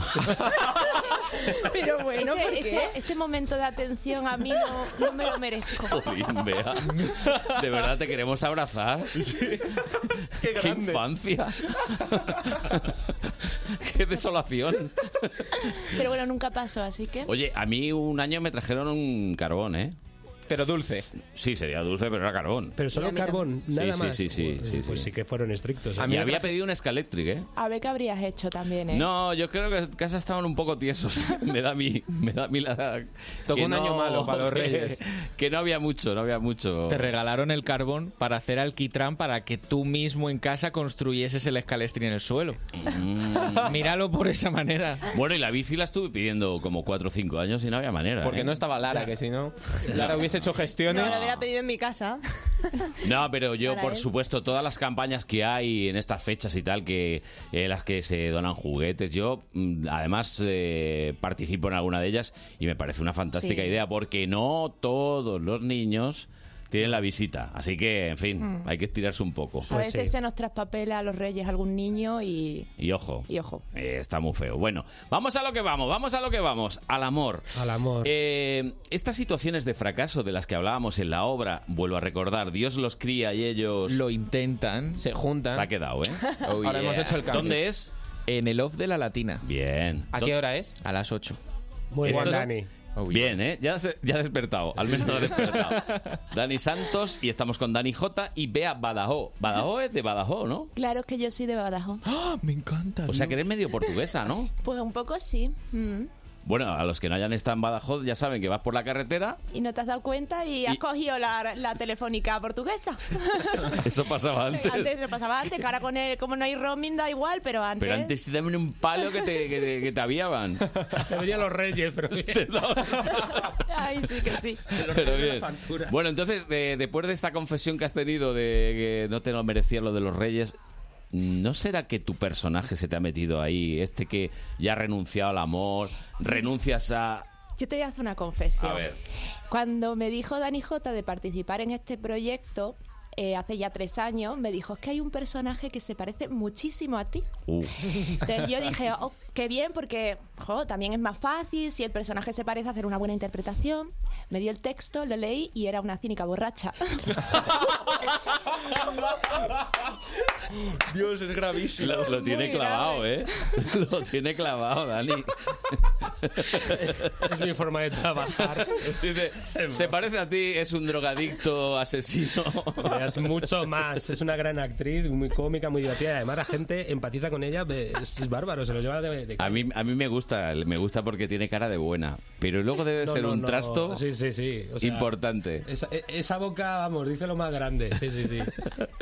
Speaker 9: Pero (laughs) bueno,
Speaker 21: este,
Speaker 9: ¿por qué?
Speaker 21: Este, este momento de atención a mí no, no me lo merezco.
Speaker 2: (laughs) Jolín, Bea. De verdad te queremos abrazar. (laughs) Qué, infancia. (laughs) Qué desolación.
Speaker 21: Pero bueno, nunca pasó, así que...
Speaker 2: Oye, a mí un año me trajeron un carbón, ¿eh? Pero dulce. Sí, sería dulce, pero era carbón.
Speaker 34: Pero solo carbón,
Speaker 2: Sí,
Speaker 34: nada
Speaker 2: sí,
Speaker 34: más.
Speaker 2: Sí, sí, sí,
Speaker 34: Pues sí que fueron estrictos. ¿eh?
Speaker 2: A mí había pedido un Scalectric, ¿eh?
Speaker 21: A ver qué habrías hecho también, ¿eh?
Speaker 2: No, yo creo que en casa estaban un poco tiesos. (laughs) Me da a mí, me da a mí la...
Speaker 7: Tocó
Speaker 2: que
Speaker 7: un año malo para
Speaker 2: (laughs)
Speaker 7: los
Speaker 2: que-
Speaker 7: Reyes.
Speaker 2: Que no había mucho, no había mucho.
Speaker 7: Te regalaron el carbón para hacer alquitrán para que tú mismo en casa construyeses el escalestri en el suelo.
Speaker 2: Mm.
Speaker 7: Míralo por esa manera.
Speaker 2: Bueno, y la bici la estuve pidiendo como 4 o 5 años y no había manera. ¿eh?
Speaker 7: Porque
Speaker 2: no estaba Lara, que si no. Lara hubiese hecho
Speaker 9: (laughs) No,
Speaker 2: gestiones.
Speaker 9: lo hubiera pedido en mi casa.
Speaker 2: No, pero yo,
Speaker 9: Para
Speaker 2: por
Speaker 9: él.
Speaker 2: supuesto, todas las campañas que hay en estas fechas y tal, que eh, las que se donan juguetes, yo mm, además eh, participo en alguna de ellas y me parece una fantástica
Speaker 17: Sí.
Speaker 2: idea, porque no todos los niños tienen la visita. Así que, en fin,
Speaker 21: Mm.
Speaker 2: hay que estirarse un poco.
Speaker 21: A veces se nos traspapela a los reyes algún niño y...
Speaker 2: Y ojo.
Speaker 21: Y ojo.
Speaker 2: Eh, está muy feo. Bueno, vamos a lo que vamos, vamos a lo que vamos, al amor.
Speaker 34: Al amor.
Speaker 2: Eh, estas situaciones de fracaso de las que hablábamos en la obra, vuelvo a recordar, Dios los cría y ellos...
Speaker 7: Lo intentan. Se juntan.
Speaker 2: Se ha quedado, ¿eh?
Speaker 7: (laughs) Oh, yeah.
Speaker 2: Ahora hemos hecho el cambio.
Speaker 7: ¿Dónde es? En el off de la latina.
Speaker 2: Bien.
Speaker 7: ¿A qué hora es? A las Oh, 8.
Speaker 34: Muy
Speaker 2: Esto
Speaker 34: bien,
Speaker 2: es-
Speaker 34: Dani.
Speaker 2: Bien, ¿eh? Ya, se- ya ha despertado, al menos lo
Speaker 7: (laughs)
Speaker 2: ha despertado. Dani Santos y estamos con Dani J y Bea Badajoz. Badajoz es de Badajoz, ¿no?
Speaker 21: Claro es que yo soy
Speaker 2: (gasps)
Speaker 21: de Badajoz.
Speaker 2: ¡Ah! Me encanta. O sea, que eres medio portuguesa, ¿no?
Speaker 21: Pues un poco sí. mm.
Speaker 2: Bueno, a los que no hayan estado en Badajoz ya saben que vas por la carretera
Speaker 21: Y no te has dado cuenta y has
Speaker 2: Y-
Speaker 21: cogido la, la telefónica portuguesa.
Speaker 2: Eso pasaba (laughs) antes.
Speaker 21: Antes lo pasaba antes, que ahora con él, como no hay roaming da igual, pero antes...
Speaker 2: Pero antes te daban un palo que te, que te, que te aviaban.
Speaker 34: (laughs) Te venían los reyes, pero...
Speaker 21: (laughs) Ay, sí que sí.
Speaker 2: Pero bien. Bueno, entonces, de- después de esta confesión que has tenido de que no te lo merecías lo de los reyes, ¿no será que tu personaje se te ha metido ahí? Este que ya ha renunciado al amor, renuncias a...
Speaker 21: Yo te voy a hacer una confesión.
Speaker 2: A ver.
Speaker 21: Cuando me dijo Dani J de participar en este proyecto, eh, hace ya tres años, me dijo, es que hay un personaje que se parece muchísimo a ti.
Speaker 2: Uh.
Speaker 34: (laughs)
Speaker 21: Entonces yo dije, oh, qué bien, porque jo, también es más fácil si el personaje se parece hacer una buena interpretación. Me dio el texto, lo leí y era una
Speaker 34: (laughs)
Speaker 21: cínica borracha.
Speaker 2: (laughs) Dios, es gravísimo. Lo, lo tiene
Speaker 21: Muy
Speaker 2: clavado, ¿eh? (laughs) Lo tiene clavado, Dani.
Speaker 34: (laughs) Es mi forma de trabajar.
Speaker 2: Dice, se parece a ti, es un drogadicto
Speaker 34: (laughs)
Speaker 2: asesino.
Speaker 34: Es mucho más. Es una gran actriz, muy cómica, muy divertida. Además, la gente empatiza con ella. ve- Es, es bárbaro, se lo lleva de... de-
Speaker 2: A mí, a mí me gusta, me gusta porque tiene cara de buena, pero luego debe
Speaker 34: No,
Speaker 2: ser
Speaker 34: no,
Speaker 2: un
Speaker 34: no.
Speaker 2: trasto
Speaker 34: Sí, sí, sí. O sea,
Speaker 2: importante.
Speaker 34: Esa, e- esa boca, vamos, dice lo más grande. Sí, sí, sí.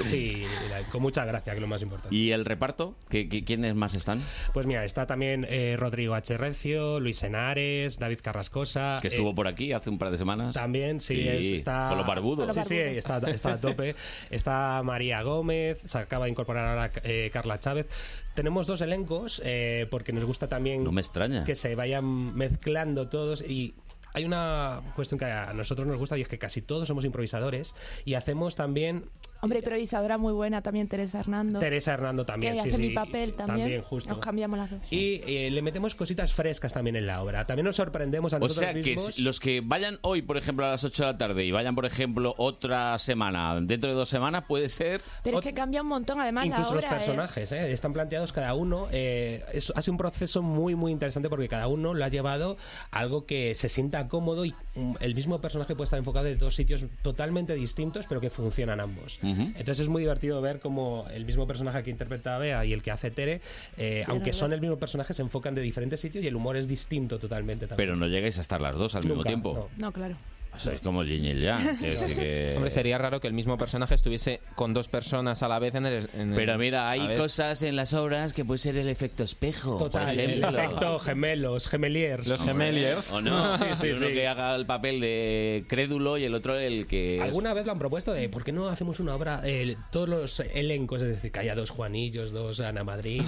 Speaker 34: Sí, mira, con mucha gracia, que es lo más importante.
Speaker 2: ¿Y el reparto? ¿Qué, qué- quiénes más están?
Speaker 34: Pues mira, está también eh, Rodrigo H. Recio, Luis Henares, David Carrascosa.
Speaker 2: Que
Speaker 34: eh,
Speaker 2: estuvo por aquí hace un par de semanas.
Speaker 34: También, sí, es- está...
Speaker 2: Con los barbudos.
Speaker 34: Sí, sí, está, está a
Speaker 21: (laughs)
Speaker 34: tope. Está María Gómez, se acaba de incorporar ahora eh, Carla Chávez. Tenemos dos elencos eh, porque nos gusta también
Speaker 2: No me extraña.
Speaker 34: que se vayan mezclando todos y... Hay una cuestión que a nosotros nos gusta y es que casi todos somos improvisadores y hacemos también
Speaker 21: Hombre, improvisadora muy buena también, Teresa Hernando.
Speaker 34: Teresa Hernando también,
Speaker 21: que
Speaker 34: sí,
Speaker 21: hace
Speaker 34: sí,
Speaker 21: mi papel también.
Speaker 34: justo.
Speaker 21: Nos cambiamos las dos.
Speaker 34: Y eh, le metemos cositas frescas también en la obra. También nos sorprendemos a
Speaker 2: O
Speaker 34: nosotros
Speaker 2: sea que
Speaker 34: mismos.
Speaker 2: si- los que vayan hoy, por ejemplo, a las 8 de la tarde y vayan, por ejemplo, otra semana, dentro de dos semanas, puede ser.
Speaker 21: Pero es que cambia un montón, además,
Speaker 34: Incluso
Speaker 21: la
Speaker 34: los
Speaker 21: obra. ¿eh?
Speaker 34: personajes, ¿eh? están planteados cada uno. eh, es, ha sido un proceso muy, muy interesante porque cada uno lo ha llevado a algo que se sienta cómodo y mm, el mismo personaje puede estar enfocado en dos sitios totalmente distintos, pero que funcionan ambos.
Speaker 2: Ujú.
Speaker 34: Entonces es muy divertido ver cómo el mismo personaje que interpreta Bea y el que hace Tere, eh,
Speaker 2: Claro,
Speaker 34: aunque son
Speaker 2: claro.
Speaker 34: el mismo personaje, se enfocan de diferentes sitios y el humor es distinto totalmente también.
Speaker 2: Pero no llegáis a estar las dos al mismo
Speaker 34: Nunca,
Speaker 2: tiempo.
Speaker 21: No, claro.
Speaker 2: Sois Pues como el yin y el yang.
Speaker 34: (laughs)
Speaker 2: quiero decir que-
Speaker 14: Hombre, sería raro que el mismo personaje estuviese con dos personas a la vez en el... en el-
Speaker 2: Pero mira,
Speaker 14: a
Speaker 2: hay
Speaker 14: ver.
Speaker 2: cosas en las obras que puede ser el efecto espejo. por
Speaker 34: Total, el
Speaker 2: ejemplo.
Speaker 34: efecto gemelos, gemeliers.
Speaker 2: Hombre, ¿O
Speaker 34: (laughs)
Speaker 2: no?
Speaker 34: Sí, sí,
Speaker 2: Hay uno
Speaker 34: sí.
Speaker 2: que haga el papel de crédulo y el otro el que. es-
Speaker 34: ¿Alguna vez lo han propuesto de por qué no hacemos una obra, eh, todos los elencos, es decir, que haya dos Juanillos, dos Ana Madrid?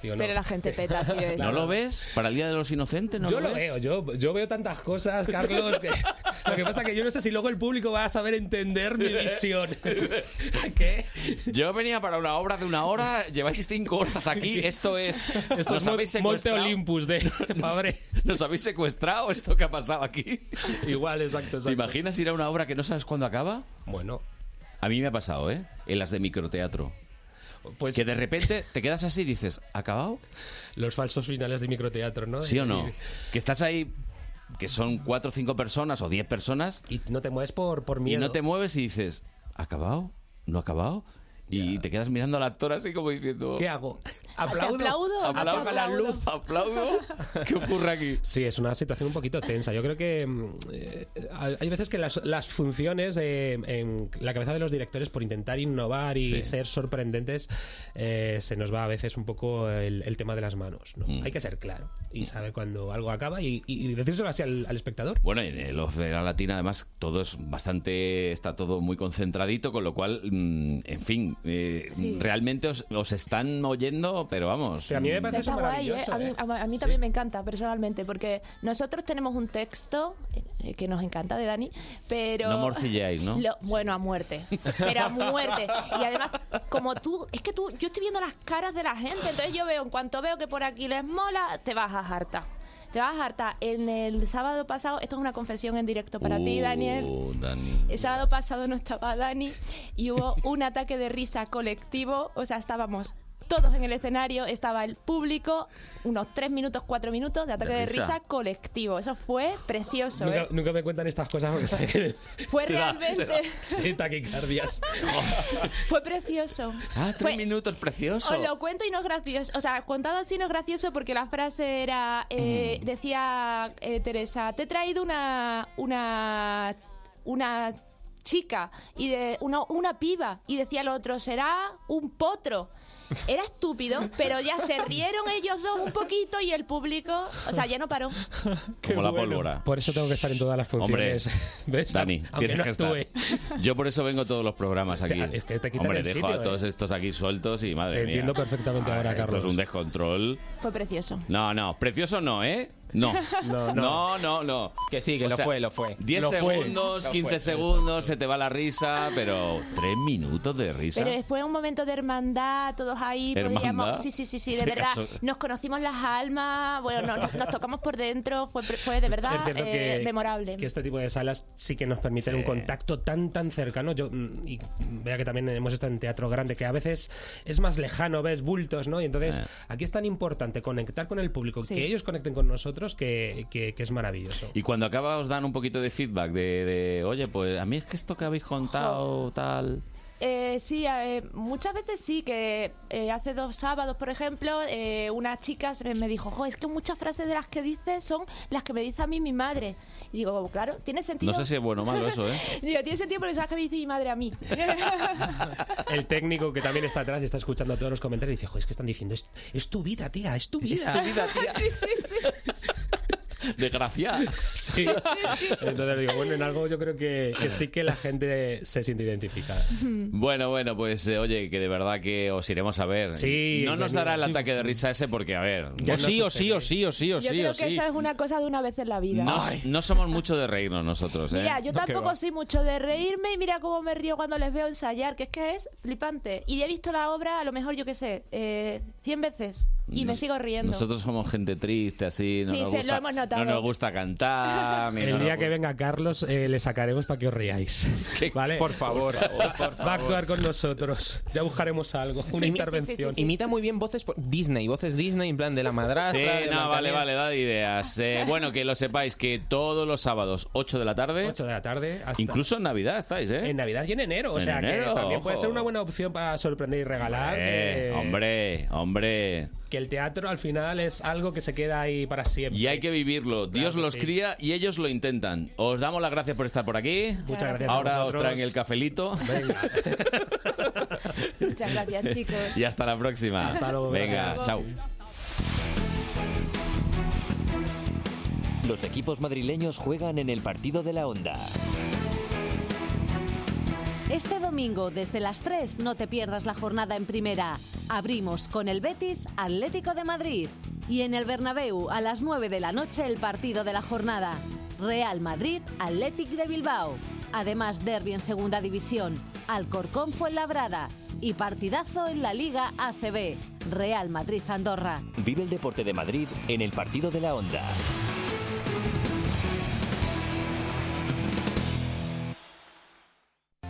Speaker 21: Pero la gente peta, así
Speaker 34: (laughs)
Speaker 21: es.
Speaker 2: ¿No lo ves? Para el Día de los Inocentes, ¿no
Speaker 34: yo lo,
Speaker 2: ves?
Speaker 34: veo, yo, yo veo tantas cosas, Carlos, que, (laughs) Lo que pasa es que yo no sé si luego el público va a saber entender
Speaker 2: (laughs)
Speaker 34: mi visión. ¿Qué?
Speaker 2: Yo venía para una obra de una hora, lleváis cinco
Speaker 34: (laughs)
Speaker 2: horas aquí, esto es...
Speaker 34: Esto
Speaker 2: ¿nos
Speaker 34: es Mon-
Speaker 2: habéis
Speaker 34: Monte
Speaker 2: secuestrado?
Speaker 34: Olympus
Speaker 2: (laughs)
Speaker 34: de Fabre.
Speaker 2: ¿Nos habéis secuestrado esto que ha pasado aquí?
Speaker 34: Igual, exacto,
Speaker 2: ¿Te imaginas ir a una obra que no sabes cuándo acaba?
Speaker 34: Bueno.
Speaker 2: A mí me ha pasado, ¿eh? En las de microteatro.
Speaker 34: Pues-
Speaker 2: Que de repente te quedas así y dices, ¿acabado?
Speaker 34: Los falsos finales de microteatro, ¿no?
Speaker 2: ¿Sí o no?
Speaker 34: Y-
Speaker 2: Que estás ahí, que son cuatro o cinco personas o diez personas.
Speaker 34: Y no te mueves por, por
Speaker 2: Y
Speaker 34: miedo.
Speaker 2: no te mueves y dices, ¿acabado? ¿No ha acabado? Y te quedas mirando al actor así como diciendo...
Speaker 34: ¿Qué hago? ¿Aplaudo?
Speaker 2: ¿Aplaudo?
Speaker 34: Apaga la
Speaker 2: ¿Aplaudo?
Speaker 34: luz.
Speaker 2: ¿Aplaudo? (laughs) ¿Qué ocurre aquí?
Speaker 34: Sí, es una situación un poquito tensa. Yo creo que mm, eh, hay veces que las, las funciones eh, en la cabeza de los directores por intentar innovar y
Speaker 2: Sí.
Speaker 34: ser sorprendentes eh, se nos va a veces un poco el, el tema de las manos. ¿no?
Speaker 2: Mm.
Speaker 34: Hay que ser claro y saber cuando algo acaba y, y decírselo así al- al espectador.
Speaker 2: Bueno, en el off de la latina, además, todo es bastante. Está todo muy concentradito, con lo cual, mm, en fin, eh,
Speaker 21: Sí.
Speaker 2: realmente os, os están oyendo, pero vamos.
Speaker 34: Pero a mí me
Speaker 2: mm,
Speaker 34: parece
Speaker 21: Está guay, ¿eh? A mí, a- a mí también me encanta personalmente, porque nosotros tenemos un texto eh, que nos encanta de Dani, pero...
Speaker 2: No morcilláis, ¿no?
Speaker 21: Lo- bueno, a muerte.
Speaker 2: (laughs)
Speaker 21: Pero a muerte. Y además, como tú, es que tú, yo estoy viendo las caras de la gente, entonces yo veo, en cuanto veo que por aquí les mola, te vas a harta. Te vas a harta. En el sábado pasado, esto es una confesión en directo para ti, Daniel.
Speaker 2: Uh, Dani.
Speaker 21: El sábado pasado no estaba Dani y
Speaker 34: (laughs)
Speaker 21: hubo un ataque de risa colectivo. O sea, estábamos todos en el escenario, estaba el público, unos tres minutos, cuatro minutos de ataque
Speaker 34: De
Speaker 21: de,
Speaker 34: risa.
Speaker 21: risa. colectivo. Eso fue precioso,
Speaker 34: Nunca,
Speaker 21: ¿eh?
Speaker 34: nunca me cuentan estas cosas porque sé que
Speaker 21: (laughs) Fue
Speaker 34: (laughs) te da-
Speaker 21: realmente-
Speaker 34: te da- sí, taquicardias.
Speaker 21: (laughs) Fue precioso.
Speaker 2: (laughs) Ah, tres
Speaker 21: Fue-
Speaker 2: minutos, precioso.
Speaker 21: Os lo cuento y no es gracioso. O sea, contado así no es gracioso porque la frase era, eh, decía eh, Teresa, te he traído una, una, una chica y de una, una piba y decía el otro, será un potro. Era estúpido, pero ya se rieron ellos dos un poquito y el público, o sea, ya no paró.
Speaker 2: Como la pólvora.
Speaker 34: Por eso tengo que estar en todas las
Speaker 2: Hombre,
Speaker 34: funciones. ¿Ves?
Speaker 2: Dani,
Speaker 34: Aunque
Speaker 2: tienes
Speaker 34: no
Speaker 2: que estar. Yo por eso vengo a todos los programas aquí.
Speaker 34: Te- es que te quitan
Speaker 2: Hombre,
Speaker 34: el
Speaker 2: dejo
Speaker 34: sitio,
Speaker 2: a
Speaker 34: ¿eh?
Speaker 2: todos estos aquí sueltos y madre
Speaker 34: Te
Speaker 2: mía.
Speaker 34: entiendo perfectamente ahora,
Speaker 2: esto
Speaker 34: Carlos.
Speaker 2: es un descontrol.
Speaker 21: Fue precioso.
Speaker 2: No, no, precioso no, ¿eh?
Speaker 7: (laughs)
Speaker 2: No.
Speaker 14: No, no.
Speaker 2: no, no, no.
Speaker 14: Que sí, que lo fue, lo fue.
Speaker 2: 10
Speaker 14: Lo fue.
Speaker 2: segundos,
Speaker 14: Lo
Speaker 2: 15
Speaker 14: fue,
Speaker 2: segundos, se te va la risa, pero 3 minutos de risa.
Speaker 21: Pero fue un momento de hermandad, todos ahí.
Speaker 2: ¿Hermandad?
Speaker 21: podíamos- sí, sí,
Speaker 2: (laughs)
Speaker 21: sí, sí, de
Speaker 2: Qué
Speaker 21: verdad.
Speaker 2: cacho-
Speaker 21: Nos conocimos las almas, bueno, no- nos, tocamos por dentro, fue, fue de verdad
Speaker 34: Es cierto
Speaker 21: eh,
Speaker 34: que-
Speaker 21: memorable.
Speaker 34: Que este tipo de salas sí que nos permiten un contacto tan, tan cercano. Yo, mm, y vea que también hemos estado en teatro grande, que a veces es más lejano, ves bultos, ¿no? Y entonces aquí es tan importante conectar con el público, que ellos conecten con nosotros, que, que- que es maravilloso.
Speaker 2: Y cuando acaba os dan un poquito de feedback de, de, oye, pues a mí es que esto que habéis contado, tal...
Speaker 21: Eh, sí, eh, muchas veces sí, que eh, hace dos sábados, por ejemplo, eh, una chica se- me dijo, jo, es que muchas frases de las que dices son las que me dice a mí mi madre. Y digo, claro, tiene sentido.
Speaker 2: No sé si es bueno o malo eso, ¿eh?
Speaker 21: (laughs) Digo, tiene sentido porque son las que me dice mi madre a mí.
Speaker 34: El técnico que también está atrás y está escuchando todos los comentarios y dice, joder, es que están diciendo, es, es tu vida, tía, es tu vida.
Speaker 21: (laughs) sí, sí, sí.
Speaker 2: (laughs) Desgraciada.
Speaker 34: Sí. Entonces digo, bueno, en algo yo creo que, que sí que la gente se siente identificada.
Speaker 2: Bueno, bueno, pues eh, oye, que de verdad que os iremos a ver.
Speaker 34: Sí,
Speaker 2: No nos
Speaker 34: venimos.
Speaker 2: dará el ataque de risa ese porque, a ver...
Speaker 7: O sí, o sí, o sí, o sí, o
Speaker 21: Yo
Speaker 7: sí,
Speaker 21: creo
Speaker 7: o
Speaker 21: que
Speaker 7: sí.
Speaker 21: eso es una cosa de una vez en la vida.
Speaker 2: No, no somos mucho de reírnos nosotros, ¿eh?
Speaker 21: Mira, yo tampoco soy mucho de reírme y mira cómo me río cuando les veo ensayar, que es que es flipante. Y he visto la obra, a lo mejor, yo qué sé, eh, 100 veces y me
Speaker 2: Nos-
Speaker 21: sigo riendo.
Speaker 2: Nosotros somos gente triste, así, no,
Speaker 21: Sí,
Speaker 2: nos,
Speaker 21: se- lo
Speaker 2: gusta,
Speaker 21: hemos notado.
Speaker 2: no nos gusta
Speaker 21: (laughs)
Speaker 2: cantar. ni
Speaker 34: El
Speaker 2: no nos
Speaker 34: día que venga Carlos eh, le sacaremos para que
Speaker 36: (laughs)
Speaker 34: os riáis. ¿Vale?
Speaker 14: Por favor. Por favor, por
Speaker 34: Va a
Speaker 14: favor.
Speaker 34: actuar con nosotros. Ya buscaremos algo, una intervención.
Speaker 14: Imita muy bien voces por- Disney, voces Disney, en plan de la madrastra.
Speaker 2: Sí,
Speaker 14: de
Speaker 2: no, vale,
Speaker 14: Blancanieves.
Speaker 2: vale, da ideas.
Speaker 21: (laughs)
Speaker 2: Eh, bueno, que lo sepáis que todos los sábados, 8 de la tarde. 8
Speaker 34: de la tarde.
Speaker 2: Incluso en Navidad estáis, ¿eh?
Speaker 34: (laughs) En Navidad y en enero, o
Speaker 2: En
Speaker 34: sea
Speaker 2: enero,
Speaker 34: que también puede
Speaker 2: ojo.
Speaker 34: ser una buena opción para sorprender y regalar.
Speaker 2: Eh,
Speaker 34: eh,
Speaker 2: hombre, hombre.
Speaker 34: Que el teatro al final es algo que se queda ahí para siempre.
Speaker 2: Y hay que vivirlo. Dios
Speaker 34: que
Speaker 2: los
Speaker 34: sí.
Speaker 2: cría y ellos lo intentan. Os damos las gracias por estar por aquí.
Speaker 34: Muchas gracias a
Speaker 2: Ahora os
Speaker 34: vosotros.
Speaker 2: traen el cafelito.
Speaker 21: (laughs) Muchas gracias, chicos.
Speaker 2: (laughs) Y hasta la próxima.
Speaker 21: Hasta luego,
Speaker 2: Venga,
Speaker 21: gracias.
Speaker 2: chao.
Speaker 1: Los equipos madrileños juegan en el partido de la onda.
Speaker 16: Este domingo, desde las 3, no te pierdas la jornada en primera. Abrimos con el Betis Atlético de Madrid. Y en el Bernabéu, a las 9 de la noche, el partido de la jornada. Real Madrid, Athletic de Bilbao. Además, derbi en Segunda División, Alcorcón Fuenlabrada y partidazo en la Liga ACB, Real Madrid Andorra.
Speaker 1: Vive el deporte de Madrid en el partido de la onda.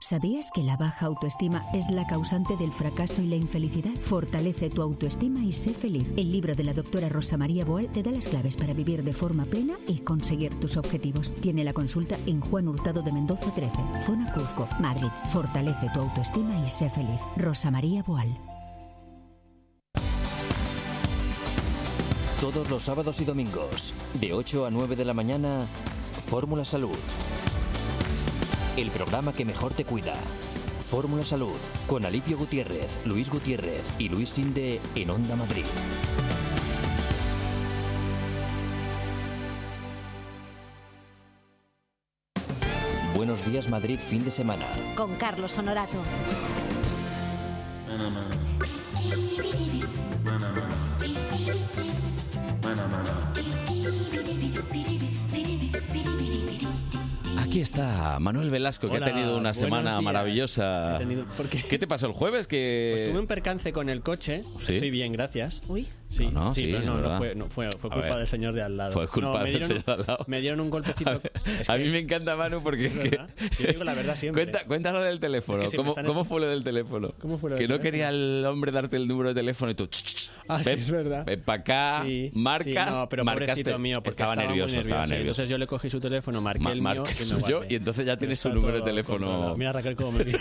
Speaker 15: ¿Sabías que la baja autoestima es la causante del fracaso y la infelicidad? Fortalece tu autoestima y sé feliz. El libro de la doctora Rosa María Boal te da las claves para vivir de forma plena y conseguir tus objetivos. Tiene la consulta en Juan Hurtado de Mendoza 13, Zona Cuzco, Madrid. Fortalece tu autoestima y sé feliz. Rosa María Boal.
Speaker 1: Todos los sábados y domingos, de 8 a 9 de la mañana, Fórmula Salud. El programa que mejor te cuida. Fórmula Salud, con Alipio Gutiérrez, Luis Gutiérrez y Luis Sinde en Onda Madrid. Buenos días Madrid, fin de semana.
Speaker 16: Con Carlos Honorato.
Speaker 2: Aquí está Manuel Velasco, que
Speaker 36: Hola,
Speaker 2: ha tenido una
Speaker 36: buenos
Speaker 2: semana
Speaker 36: días.
Speaker 2: maravillosa.
Speaker 36: He tenido- ¿por qué?
Speaker 2: te pasó el jueves? Que
Speaker 36: Tuve un percance con el coche.
Speaker 2: ¿Sí?
Speaker 36: Estoy bien, gracias.
Speaker 9: Uy.
Speaker 36: Sí,
Speaker 2: No, no,
Speaker 36: sí,
Speaker 2: sí,
Speaker 36: pero
Speaker 2: es
Speaker 36: no, no
Speaker 2: verdad.
Speaker 36: fue, no fue, fue
Speaker 2: A
Speaker 36: culpa
Speaker 2: ver.
Speaker 36: del señor de al lado.
Speaker 2: Fue culpa
Speaker 36: No, me
Speaker 2: del
Speaker 36: dieron un-
Speaker 2: señor de al lado.
Speaker 36: Me dieron un golpecito.
Speaker 2: (laughs) a mí me encanta Manu porque
Speaker 36: Es
Speaker 2: es que-
Speaker 36: verdad. Yo digo la verdad siempre.
Speaker 2: Cuenta, cuéntalo del teléfono.
Speaker 36: Es que si me
Speaker 2: ¿Cómo,
Speaker 36: están
Speaker 2: cómo
Speaker 36: escuchando-
Speaker 2: fue lo del teléfono?
Speaker 36: ¿Cómo fue lo
Speaker 2: que
Speaker 36: del
Speaker 2: no
Speaker 36: teléfono?
Speaker 2: quería el hombre darte el número de teléfono y tú. ch, ch, ch,
Speaker 36: Ah, sí,
Speaker 2: ven-
Speaker 36: es verdad.
Speaker 2: Ven para acá,
Speaker 36: Sí,
Speaker 2: marcas.
Speaker 36: sí, no, pero
Speaker 2: marcaste.
Speaker 36: pobrecito mío, porque
Speaker 2: estaba, nervioso,
Speaker 36: muy
Speaker 2: estaba nervioso.
Speaker 36: Entonces yo le cogí su teléfono, marqué
Speaker 2: Ma-
Speaker 36: el mío.
Speaker 2: marca
Speaker 36: y
Speaker 2: (laughs) el
Speaker 36: no
Speaker 2: suyo
Speaker 36: guardé.
Speaker 2: y entonces ya tienes
Speaker 36: Está
Speaker 2: su número de
Speaker 36: todo
Speaker 2: teléfono.
Speaker 36: controlado. (laughs) Mira Raquel cómo me vio.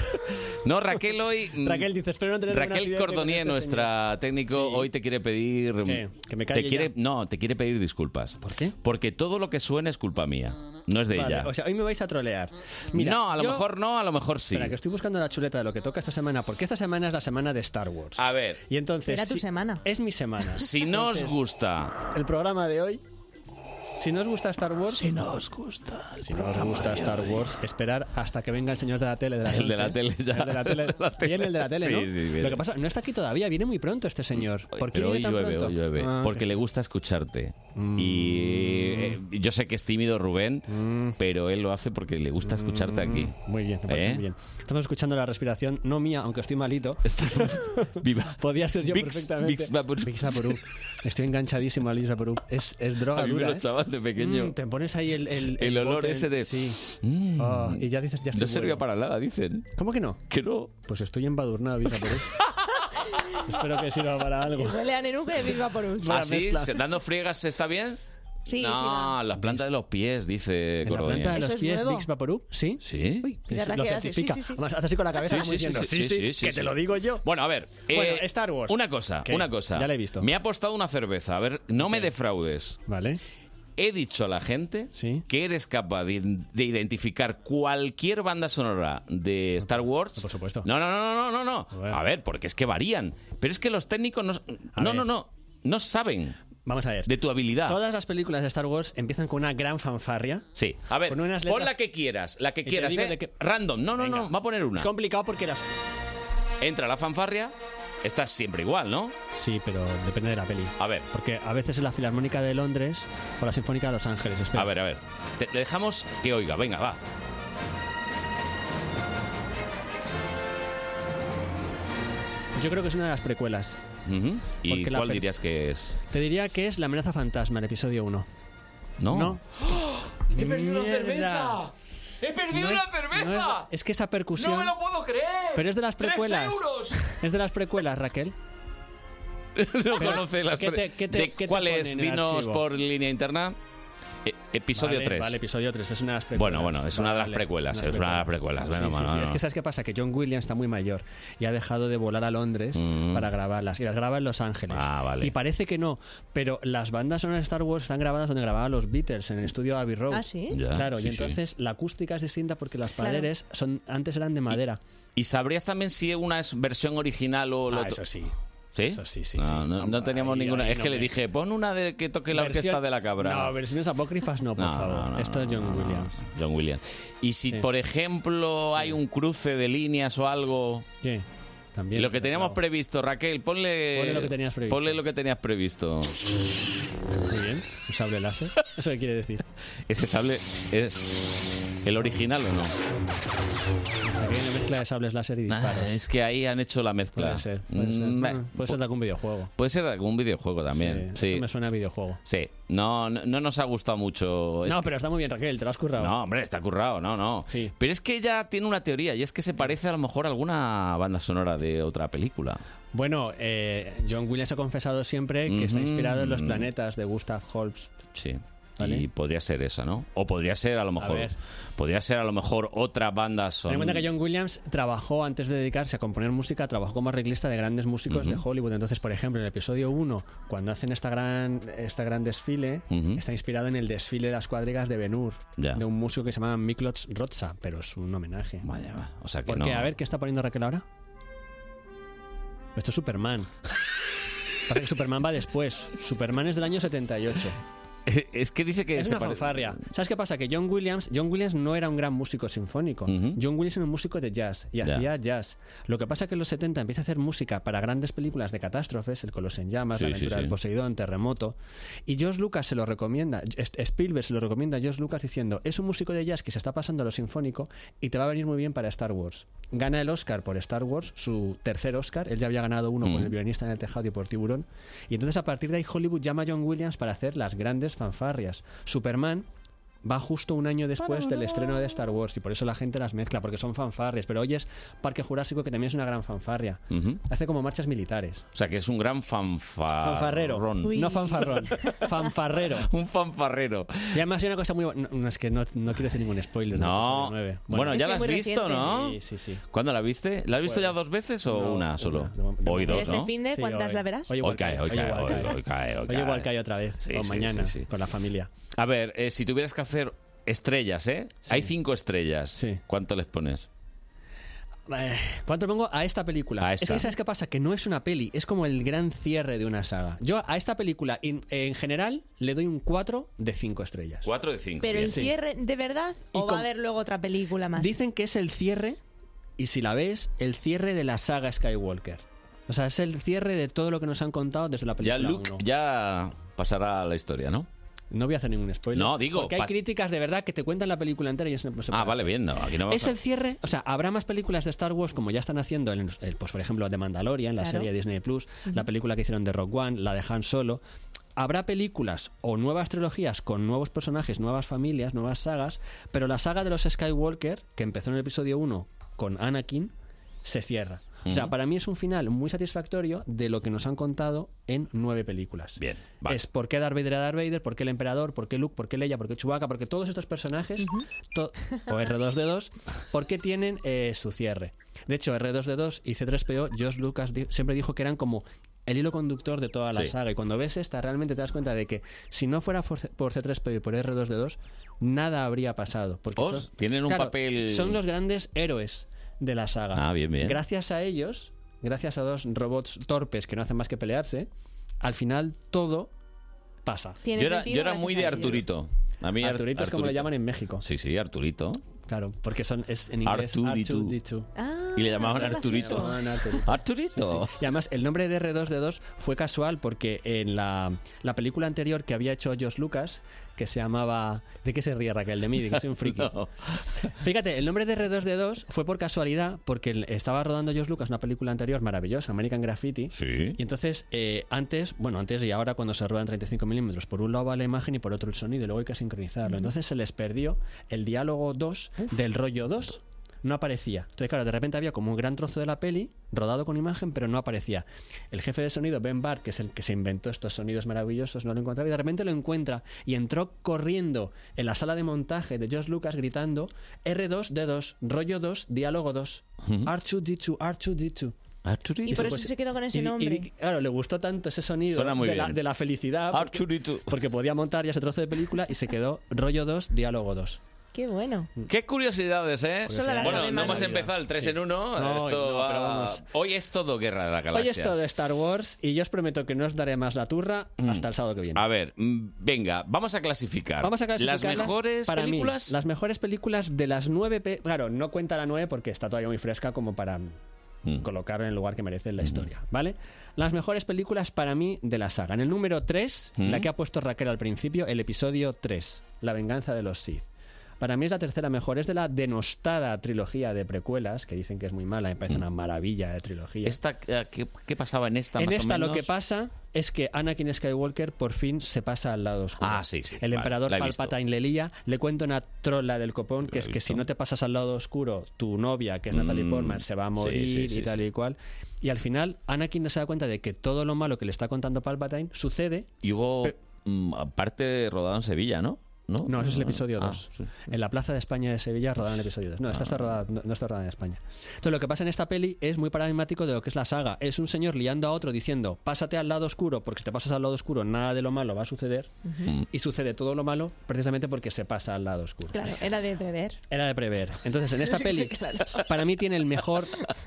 Speaker 2: No, Raquel hoy. (laughs) mm,
Speaker 36: Raquel dice, espero no tener ningún
Speaker 2: Raquel
Speaker 36: accidente con
Speaker 2: Cordonier,
Speaker 36: este
Speaker 2: nuestra técnico, hoy te quiere pedir. mm,
Speaker 36: ¿Qué? ¿Que me calle
Speaker 2: te quiere,
Speaker 36: ya?
Speaker 2: No, te quiere pedir disculpas. ¿Por qué? Porque todo lo que suena es culpa mía. No es de
Speaker 36: Vale,
Speaker 2: ella.
Speaker 36: O sea, hoy me vais a trolear.
Speaker 2: No, a lo mejor no, a lo mejor sí.
Speaker 36: Espera, que estoy buscando la chuleta de lo que toca esta semana, porque esta semana es la semana de Star Wars.
Speaker 2: A ver.
Speaker 36: Y entonces.
Speaker 9: Era tu
Speaker 36: si-
Speaker 9: semana.
Speaker 36: Es mi semana.
Speaker 2: Si no os
Speaker 36: Entonces,
Speaker 2: gusta.
Speaker 36: El programa de hoy. Si no os gusta Star Wars. Si
Speaker 2: no os gusta.
Speaker 36: Si no os gusta Star Wars, esperar hasta que venga el señor de la tele. De las
Speaker 2: El de la
Speaker 36: 11.
Speaker 2: tele ya.
Speaker 36: El de la tele.
Speaker 2: (laughs) El de la tele.
Speaker 36: Viene el de la tele,
Speaker 2: Sí,
Speaker 36: ¿no?
Speaker 2: sí, viene.
Speaker 36: Lo que pasa, no está aquí todavía, viene muy pronto este señor. ¿Por qué
Speaker 2: Pero hoy
Speaker 36: viene tan
Speaker 2: llueve,
Speaker 36: pronto?
Speaker 2: hoy llueve.
Speaker 36: Ah, Mm.
Speaker 2: porque le gusta escucharte. Y eh, yo sé que es tímido Rubén, pero él lo hace porque le gusta escucharte aquí.
Speaker 36: Mm.
Speaker 2: ¿Eh?
Speaker 36: Muy bien, me parece muy bien. Estamos escuchando la respiración, no mía, aunque estoy malito. (laughs) Podía ser yo
Speaker 2: Vicks-
Speaker 36: perfectamente.
Speaker 2: Vicks Vaporub.
Speaker 36: Vicks Vaporub. Estoy enganchadísimo al Vicks Vaporub. Es, es droga
Speaker 2: A mí me
Speaker 36: dura,
Speaker 2: lo
Speaker 36: ¿eh?
Speaker 2: echaban de pequeño.
Speaker 36: Mm, te pones ahí el... El,
Speaker 2: El olor
Speaker 36: bote,
Speaker 2: ese de-
Speaker 36: Sí. Ah, y ya dices, ya estoy
Speaker 2: no sirvió
Speaker 36: bueno.
Speaker 2: para nada, dicen.
Speaker 36: ¿Cómo que no?
Speaker 2: Que no.
Speaker 36: Pues estoy embadurnado, Vicks
Speaker 2: (laughs)
Speaker 36: Vaporub. Espero que sirva para algo.
Speaker 9: Huele a nenuque de Bilbao por
Speaker 2: Ah,
Speaker 9: un.
Speaker 36: Buena
Speaker 2: ¿Así?
Speaker 36: mezcla.
Speaker 2: ¿Dando friegas está bien?
Speaker 9: Sí,
Speaker 2: no,
Speaker 9: sí, va.
Speaker 2: la planta de los pies, dice
Speaker 36: En la
Speaker 2: Cordonier.
Speaker 36: planta de los
Speaker 9: Eso es
Speaker 36: pies,
Speaker 9: nuevo.
Speaker 36: Vicks Vaporub, ¿sí.
Speaker 2: ¿Sí?
Speaker 36: Sí,
Speaker 9: Mira,
Speaker 36: sí, lo
Speaker 9: Raquel hace, sí,
Speaker 36: certifica.
Speaker 9: sí, sí.
Speaker 36: Además, hace así con la cabeza.
Speaker 2: Sí,
Speaker 36: como
Speaker 2: sí,
Speaker 36: diciendo,
Speaker 2: sí, sí, sí,
Speaker 36: que
Speaker 2: sí,
Speaker 36: te
Speaker 2: sí.
Speaker 36: lo digo yo.
Speaker 2: Bueno, a ver.
Speaker 36: Bueno,
Speaker 2: eh,
Speaker 36: Star Wars.
Speaker 2: Una cosa,
Speaker 36: ¿Qué?
Speaker 2: una cosa.
Speaker 36: Ya la he visto.
Speaker 2: Me ha apostado una cerveza. A ver, no me defraudes.
Speaker 36: Vale.
Speaker 2: He dicho a la gente que eres capaz de, de identificar cualquier banda sonora de Star Wars. Por
Speaker 36: supuesto.
Speaker 2: No, no, no, no, no, no. A ver, porque es que varían. Pero es que los técnicos no. No, no, no. No saben.
Speaker 36: Vamos a ver.
Speaker 2: De tu habilidad.
Speaker 36: Todas las películas de Star Wars empiezan con una gran fanfarria.
Speaker 2: Sí. A ver,
Speaker 36: Con unas
Speaker 2: pon
Speaker 36: letras-
Speaker 2: la que quieras. La que
Speaker 36: Y te
Speaker 2: quieras,
Speaker 36: digo
Speaker 2: ¿eh?
Speaker 36: de qué-
Speaker 2: Random. No, no, no. Va a poner una.
Speaker 36: Es complicado porque las.
Speaker 2: Entra la fanfarria. Estás siempre igual, ¿no?
Speaker 36: Sí, pero depende de la peli.
Speaker 2: A ver.
Speaker 36: Porque a veces es la Filarmónica de Londres o la Sinfónica de Los Ángeles. Espera.
Speaker 2: A ver, a ver. Te- le dejamos que oiga. Venga, va.
Speaker 36: Yo creo que es una de las precuelas.
Speaker 2: Ujú. ¿Y
Speaker 36: Porque la
Speaker 2: cuál
Speaker 36: pel-
Speaker 2: dirías que
Speaker 36: (laughs)
Speaker 2: es?
Speaker 36: Te diría que es La amenaza fantasma, el episodio 1.
Speaker 2: No.
Speaker 36: No.
Speaker 2: ¡He perdido una
Speaker 36: Mierda.
Speaker 2: cerveza! ¡He
Speaker 36: No
Speaker 2: perdido una
Speaker 36: es- no es-
Speaker 2: cerveza!
Speaker 36: es que esa percusión.
Speaker 2: ¡No me lo puedo creer!
Speaker 36: Pero es de las
Speaker 2: ¡Tres
Speaker 36: precuelas.
Speaker 2: euros!
Speaker 36: Es de las precuelas, Raquel.
Speaker 2: (laughs) No conoce las
Speaker 36: ¿qué te-
Speaker 2: pre-
Speaker 36: qué te-
Speaker 2: ¿De
Speaker 36: qué te
Speaker 2: ¿Cuál
Speaker 36: pone
Speaker 2: es?
Speaker 36: en el
Speaker 2: Dinos
Speaker 36: archivo?
Speaker 2: por línea interna. E- episodio
Speaker 36: Vale,
Speaker 2: 3.
Speaker 36: Vale, episodio 3. Es una de las precuelas.
Speaker 2: Bueno, bueno, es una de las
Speaker 36: Vale,
Speaker 2: precuelas. Es una de las precuelas.
Speaker 36: Sí,
Speaker 2: Bueno,
Speaker 36: sí,
Speaker 2: bueno,
Speaker 36: sí.
Speaker 2: bueno.
Speaker 36: Es que ¿sabes qué pasa? Que John Williams está muy mayor y ha dejado de volar a Londres
Speaker 2: Mm.
Speaker 36: para grabarlas. Y las graba en Los Ángeles.
Speaker 2: Ah, vale.
Speaker 36: Y parece que no, pero las bandas sonoras de Star Wars están grabadas donde grababan los Beatles, en el estudio Abbey Road.
Speaker 9: Ah, ¿sí?
Speaker 2: Ya,
Speaker 36: claro,
Speaker 2: sí,
Speaker 36: y entonces la acústica es distinta porque las
Speaker 9: Claro.
Speaker 36: paredes son, antes eran de madera.
Speaker 2: ¿Y sabrías también si una es versión original o lo
Speaker 36: Ah,
Speaker 2: otro?
Speaker 36: eso sí.
Speaker 2: ¿Sí? sí, sí. No, no, no teníamos
Speaker 36: ahí,
Speaker 2: ninguna.
Speaker 36: ahí
Speaker 2: es
Speaker 36: no
Speaker 2: que le
Speaker 36: me-
Speaker 2: dije, pon una de que toque la
Speaker 36: Versión-
Speaker 2: orquesta de la cabra.
Speaker 36: No, versiones apócrifas no, por
Speaker 2: No,
Speaker 36: favor.
Speaker 2: no, no,
Speaker 36: Esto es John Williams.
Speaker 2: John Williams. Y si,
Speaker 36: Sí.
Speaker 2: por ejemplo, hay un cruce de líneas o algo.
Speaker 36: ¿Qué? También.
Speaker 2: Lo que teníamos previsto, Raquel, ponle.
Speaker 36: Ponle lo que tenías previsto.
Speaker 2: Ponle lo que tenías previsto.
Speaker 36: Muy bien. Un sable láser. ¿Eso qué quiere decir?
Speaker 2: (laughs) ¿Ese sable es el original o no?
Speaker 36: Aquí hay una mezcla de sables láser y disparos.
Speaker 2: Ah, es que ahí han hecho la mezcla.
Speaker 36: Puede ser, puede ser.
Speaker 2: Mm,
Speaker 36: Ah, puede ser de algún videojuego.
Speaker 2: Puede ser de algún videojuego también. Sí.
Speaker 36: Esto me suena a videojuego.
Speaker 2: Sí. No, no, no nos ha gustado mucho. Es
Speaker 36: No, pero está muy bien, Raquel, te lo has currado.
Speaker 2: No, hombre, está currado, no, no. Pero es que ella tiene una teoría y es que se parece a lo mejor a alguna banda sonora de otra película.
Speaker 36: Bueno, eh, John Williams ha confesado siempre que está
Speaker 2: Ujú.
Speaker 36: inspirado en los planetas de Gustav Holst.
Speaker 2: Sí.
Speaker 36: Vale.
Speaker 2: Y podría ser esa, ¿no? O podría ser a lo mejor.
Speaker 36: ver.
Speaker 2: podría ser a lo mejor otra banda
Speaker 36: Ten en
Speaker 2: sonora.
Speaker 36: cuenta que John Williams trabajó antes de dedicarse a componer música, trabajó como arreglista de grandes músicos de Hollywood. Entonces, por ejemplo, en el episodio 1, cuando hacen esta gran, esta gran desfile,
Speaker 2: Ujú.
Speaker 36: está inspirado en el desfile de las cuadrigas de Benur,
Speaker 2: Ya.
Speaker 36: de un músico que se llama Miklos Rotza, pero es un homenaje.
Speaker 2: Vaya, va. O sea que
Speaker 36: Porque,
Speaker 2: no-
Speaker 36: a ver, ¿qué está poniendo Raquel ahora? Esto es
Speaker 2: (laughs)
Speaker 36: Superman. Pasa que Superman va después. Superman es del año 78.
Speaker 2: (laughs) Es que dice que
Speaker 36: es
Speaker 2: se
Speaker 36: una
Speaker 2: pare-
Speaker 36: fanfarria. ¿Sabes qué pasa? Que John Williams, John Williams no era un gran músico sinfónico. John Williams era un músico de jazz y
Speaker 2: Ya.
Speaker 36: hacía jazz. Lo que pasa es que en los 70 empieza a hacer música para grandes películas de catástrofes, El Coloso en Llamas,
Speaker 2: Sí,
Speaker 36: La
Speaker 2: sí,
Speaker 36: Aventura
Speaker 2: sí.
Speaker 36: del Poseidón, Terremoto. Y George Lucas se lo recomienda, Est- Spielberg se lo recomienda a George Lucas diciendo, es un músico de jazz que se está pasando a lo sinfónico y te va a venir muy bien para Star Wars. Gana el Oscar por Star Wars, su tercer Oscar. Él ya había ganado uno por
Speaker 2: Mm.
Speaker 36: El violinista en el tejado y por Tiburón. Y entonces a partir de ahí Hollywood llama a John Williams para hacer las grandes fanfarrias. Superman va justo un año después del estreno de Star Wars y por eso la gente las mezcla, porque son fanfarrias. Pero hoy es Parque Jurásico, que también es una gran fanfarria.
Speaker 2: Ujú.
Speaker 36: Hace como marchas militares.
Speaker 2: O sea que es un gran fanfarrón.
Speaker 36: Fanfarrero. No fanfarrón. fanfarrero.
Speaker 2: (laughs) un fanfarrero.
Speaker 36: Y además hay una cosa muy... bu- No, no, es que no, no quiero hacer ningún spoiler.
Speaker 2: (laughs) No. Bueno, ya la has visto, ¿no?
Speaker 36: Sí, sí, sí.
Speaker 2: ¿Cuándo la viste? ¿La has visto ya dos veces o una solo? Hoy
Speaker 9: Pero
Speaker 2: dos,
Speaker 9: este
Speaker 2: ¿no?
Speaker 9: fin de,
Speaker 36: Sí,
Speaker 9: ¿cuántas
Speaker 36: hoy.
Speaker 9: la verás?
Speaker 36: Hoy
Speaker 2: Hoy
Speaker 36: igual
Speaker 2: cae, hoy cae, hoy cae, hoy cae, hoy
Speaker 36: Hoy igual
Speaker 2: cae.
Speaker 36: cae otra vez.
Speaker 2: Sí,
Speaker 36: o
Speaker 2: sí,
Speaker 36: mañana,
Speaker 2: sí, sí.
Speaker 36: con la familia.
Speaker 2: A ver, eh, si tuvieras que hacer estrellas, ¿eh? Hay cinco estrellas. ¿Cuánto les pones?
Speaker 36: Eh, ¿Cuánto pongo a esta película?
Speaker 2: A
Speaker 36: Eh, es
Speaker 2: esta.
Speaker 36: que, ¿sabes qué pasa? Que no es una peli, es como el gran cierre de una saga. Yo a esta película, in- en general, le doy un 4 de 5 estrellas.
Speaker 2: Cuatro de cinco.
Speaker 9: Pero el
Speaker 36: Sí.
Speaker 9: cierre, ¿de verdad? ¿O va a haber luego otra película más?
Speaker 36: Dicen que es el cierre, y si la ves, el cierre de la saga Skywalker. O sea, es el cierre de todo lo que nos han contado desde la película.
Speaker 2: Ya Luke
Speaker 36: uno.
Speaker 2: ya pasará a la historia, ¿no?
Speaker 36: No voy a hacer ningún spoiler.
Speaker 2: No, digo,
Speaker 36: Porque hay
Speaker 2: pas-
Speaker 36: críticas de verdad que te cuentan la película entera y pues, eso no se puede
Speaker 2: Ah, vale, bien, no, aquí no vamos
Speaker 36: es
Speaker 2: a-
Speaker 36: el cierre, o sea, habrá más películas de Star Wars como ya están haciendo, en- el- pues por ejemplo, de Mandalorian, la
Speaker 2: Claro.
Speaker 36: serie de Disney Plus, la
Speaker 2: Ujú.
Speaker 36: película que hicieron de Rock One, la de Han Solo. Habrá películas o nuevas trilogías con nuevos personajes, nuevas familias, nuevas sagas, pero la saga de los Skywalker, que empezó en el episodio 1 con Anakin, se cierra. O sea,
Speaker 2: Ujú.
Speaker 36: para mí es un final muy satisfactorio de lo que nos han contado en nueve películas.
Speaker 2: Bien,
Speaker 36: Es por qué Darth Vader era Darth Vader, por qué el emperador, por qué Luke, por qué Leia, por qué Chewbacca, por qué todos estos personajes, to- o R2D2, por qué tienen eh, su cierre. De hecho, R2D2 y C3PO, George Lucas di- siempre dijo que eran como el hilo conductor de toda la
Speaker 2: Sí.
Speaker 36: saga. Y cuando ves esta, realmente te das cuenta de que si no fuera por C- por C3PO y por R2D2, nada habría pasado. Porque
Speaker 2: Os,
Speaker 36: son-
Speaker 2: tienen un
Speaker 36: Claro,
Speaker 2: papel-
Speaker 36: Son los grandes héroes de la saga.
Speaker 2: Ah, bien, bien.
Speaker 36: Gracias a ellos, gracias a dos robots torpes que no hacen más que pelearse, al final todo pasa.
Speaker 2: Yo era, yo era muy de Arturito. A mí Ar-
Speaker 36: Arturito es como le llaman en México.
Speaker 2: Sí, sí, Arturito.
Speaker 36: Claro, porque son es en inglés
Speaker 2: R2D2.
Speaker 36: R2D2. Ah.
Speaker 2: y le llamaban Arturito.
Speaker 36: Llamaban Arturito.
Speaker 2: Arturito.
Speaker 36: Y además, el nombre de R2D2 fue casual porque en la, la película anterior que había hecho Josh Lucas, que se llamaba. ¿De qué se ríe Raquel? De mí, de que soy un
Speaker 2: (laughs)
Speaker 36: friki. Fíjate, el nombre de R2D2 fue por casualidad porque el- estaba rodando Josh Lucas una película anterior maravillosa, American Graffiti. Y entonces, eh, antes, bueno, antes y ahora cuando se ruedan 35 milímetros, por un lado va la imagen y por otro el sonido, y luego hay que sincronizarlo. Entonces se les perdió el diálogo 2 del rollo 2 no aparecía. Entonces, claro, de repente había como un gran trozo de la peli rodado con imagen, pero no aparecía. El jefe de sonido, Ben Bart, que es el que se inventó estos sonidos maravillosos, no lo encontraba y de repente lo encuentra y entró corriendo en la sala de montaje de George Lucas gritando R2D2, rollo 2, diálogo 2. R2D2, R2D2.
Speaker 9: Y por eso se quedó con ese
Speaker 36: y- y-
Speaker 9: nombre.
Speaker 36: claro, le gustó tanto ese sonido
Speaker 2: Suena muy
Speaker 36: de, La,
Speaker 2: bien. Ah,
Speaker 36: de la felicidad. Porque, porque podía montar ya ese trozo de película y se quedó rollo 2, diálogo 2.
Speaker 9: Qué bueno.
Speaker 2: Qué curiosidades, ¿eh?
Speaker 9: Solo las
Speaker 2: bueno,
Speaker 9: sabe
Speaker 2: no hemos
Speaker 9: Manuel.
Speaker 2: empezado el 3 en 1.
Speaker 36: No,
Speaker 2: Esto
Speaker 36: no,
Speaker 2: va-
Speaker 36: pero vamos.
Speaker 2: Hoy es todo Guerra de la
Speaker 36: Hoy
Speaker 2: Galaxia.
Speaker 36: es todo de Star Wars y yo os prometo que no os daré más la turra
Speaker 2: Mm.
Speaker 36: hasta el sábado que viene.
Speaker 2: A ver, mm, venga, vamos a clasificar.
Speaker 36: Vamos a
Speaker 2: Las
Speaker 36: clasificarlas
Speaker 2: mejores
Speaker 36: para mí,
Speaker 2: películas.
Speaker 36: las mejores películas de las nueve. pe- Claro, no cuenta la nueve porque está todavía muy fresca como para
Speaker 2: Mm.
Speaker 36: colocar en el lugar que merece en la historia, ¿vale? Las mejores películas para mí de la saga. En el número 3,
Speaker 2: Mm.
Speaker 36: la que ha puesto Raquel al principio, el episodio 3, La venganza de los Sith. Para mí es la tercera mejor, es de la denostada trilogía de precuelas, que dicen que es muy mala, me
Speaker 2: Mm.
Speaker 36: parece una maravilla de trilogía.
Speaker 2: Esta, eh, ¿qué, qué pasaba en esta?
Speaker 36: En
Speaker 2: más o
Speaker 36: esta lo
Speaker 2: menos?
Speaker 36: que pasa es que Anakin Skywalker por fin se pasa al lado oscuro.
Speaker 2: Ah, sí, sí.
Speaker 36: El
Speaker 2: vale,
Speaker 36: emperador
Speaker 2: la he visto.
Speaker 36: Palpatine le lía, le cuenta una trola del copón que es que si no te pasas al lado oscuro, tu novia, que es Natalie
Speaker 2: Mm,
Speaker 36: Portman, se va a
Speaker 2: sí,
Speaker 36: morir
Speaker 2: sí, sí,
Speaker 36: y tal
Speaker 2: sí.
Speaker 36: y cual. Y al final Anakin no se da cuenta de que todo lo malo que le está contando Palpatine sucede.
Speaker 2: Y hubo mm, parte rodada en Sevilla, ¿no? No,
Speaker 36: No, eso es el episodio
Speaker 2: Ah,
Speaker 36: 2.
Speaker 2: sí.
Speaker 36: En la Plaza de España de Sevilla rodaron el episodio 2. No, esta
Speaker 2: Ah.
Speaker 36: está rodada, no, no está rodada en España. Entonces, lo que pasa en esta peli es muy paradigmático de lo que es la saga. Es un señor liando a otro diciendo, pásate al lado oscuro, porque si te pasas al lado oscuro, nada de lo malo va a suceder. Y sucede todo lo malo precisamente porque se pasa al lado oscuro.
Speaker 9: Claro, era de beber.
Speaker 36: Era de prever. Entonces, en
Speaker 9: (laughs)
Speaker 36: esta peli,
Speaker 9: Claro.
Speaker 36: para mí tiene el mejor,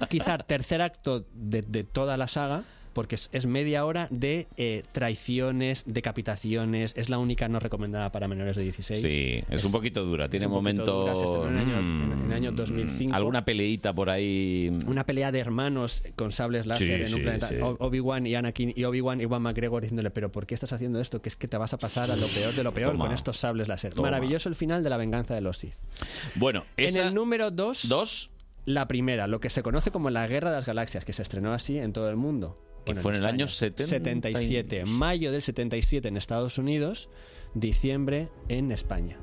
Speaker 36: quizá tercer acto de, de toda la saga, porque es, es media hora de eh, traiciones, decapitaciones. Es la única no recomendada para menores de 16.
Speaker 2: Sí, es, un poquito dura. Tiene
Speaker 36: un poquito
Speaker 2: momentos.
Speaker 36: dura, se estrenó en el año-
Speaker 2: mm,
Speaker 36: en el año 2005.
Speaker 2: Alguna peleita por ahí.
Speaker 36: Una pelea de hermanos con sables láser
Speaker 2: Sí,
Speaker 36: en un
Speaker 2: sí,
Speaker 36: planeta.
Speaker 2: sí.
Speaker 36: O- Obi-Wan y Anakin y Obi-Wan y Juan McGregor diciéndole, pero ¿por qué estás haciendo esto? Que es que te vas a pasar a lo peor de lo peor
Speaker 2: Toma.
Speaker 36: con estos sables láser.
Speaker 2: Toma.
Speaker 36: Maravilloso el final de la venganza de los Sith.
Speaker 2: Bueno, esa-
Speaker 36: En el número 2. La primera, lo que se conoce como la Guerra de las Galaxias, que se estrenó así en todo el mundo.
Speaker 2: Que
Speaker 36: Bueno,
Speaker 2: fue en el
Speaker 36: España.
Speaker 2: año 70
Speaker 36: 77. Mayo del 77 en Estados Unidos, diciembre en España.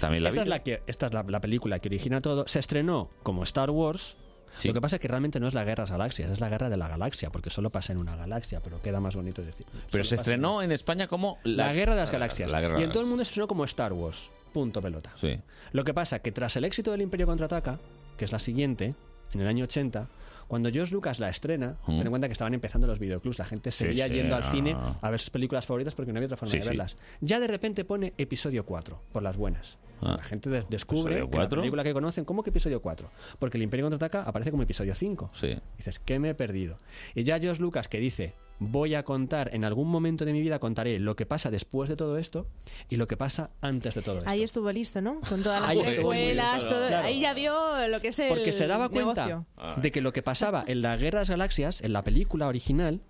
Speaker 2: también la vi.
Speaker 36: Esta es, la que, esta es la, la película que origina todo. Se estrenó como Star Wars. Lo que pasa es que realmente no es la guerra de las galaxias, es la guerra de la galaxia, porque solo pasa en una galaxia, pero queda más bonito decir.
Speaker 2: Pero
Speaker 36: Solo pasa
Speaker 2: se
Speaker 36: en-
Speaker 2: estrenó en España como
Speaker 36: la, guerra de las galaxias.
Speaker 2: La guerra
Speaker 36: y
Speaker 2: de
Speaker 36: en todo el mundo se estrenó como Star Wars. Punto pelota.
Speaker 2: Sí.
Speaker 36: Lo que pasa que tras el éxito del Imperio Contraataca, que es la siguiente, en el año 80, cuando George Lucas la estrena,
Speaker 2: Ujú.
Speaker 36: ten en cuenta que estaban empezando los videoclubs, la gente
Speaker 2: Sí,
Speaker 36: seguía
Speaker 2: sí,
Speaker 36: yendo al
Speaker 2: ah.
Speaker 36: cine a ver sus películas favoritas porque no había otra forma
Speaker 2: Sí,
Speaker 36: de
Speaker 2: sí.
Speaker 36: verlas. Ya de repente pone episodio 4, por las buenas.
Speaker 2: Ah.
Speaker 36: La gente de- descubre
Speaker 2: ¿Episodio
Speaker 36: que la
Speaker 2: 4?
Speaker 36: película que conocen, ¿cómo que episodio 4? Porque el Imperio Contraataca aparece como episodio 5.
Speaker 2: Sí.
Speaker 36: Dices, ¿qué me he perdido? Y ya George Lucas que dice, voy a contar, en algún momento de mi vida contaré lo que pasa después de todo esto y lo que pasa antes de todo esto.
Speaker 9: Ahí estuvo listo, ¿no? Con todas las
Speaker 36: Ahí estuvo muy
Speaker 9: escuelas,
Speaker 36: listo,
Speaker 9: todo.
Speaker 36: claro.
Speaker 9: Ahí ya vio lo que es el
Speaker 36: Porque se daba cuenta
Speaker 9: negocio.
Speaker 36: de que lo que pasaba en la Guerra de las Galaxias, en la película original,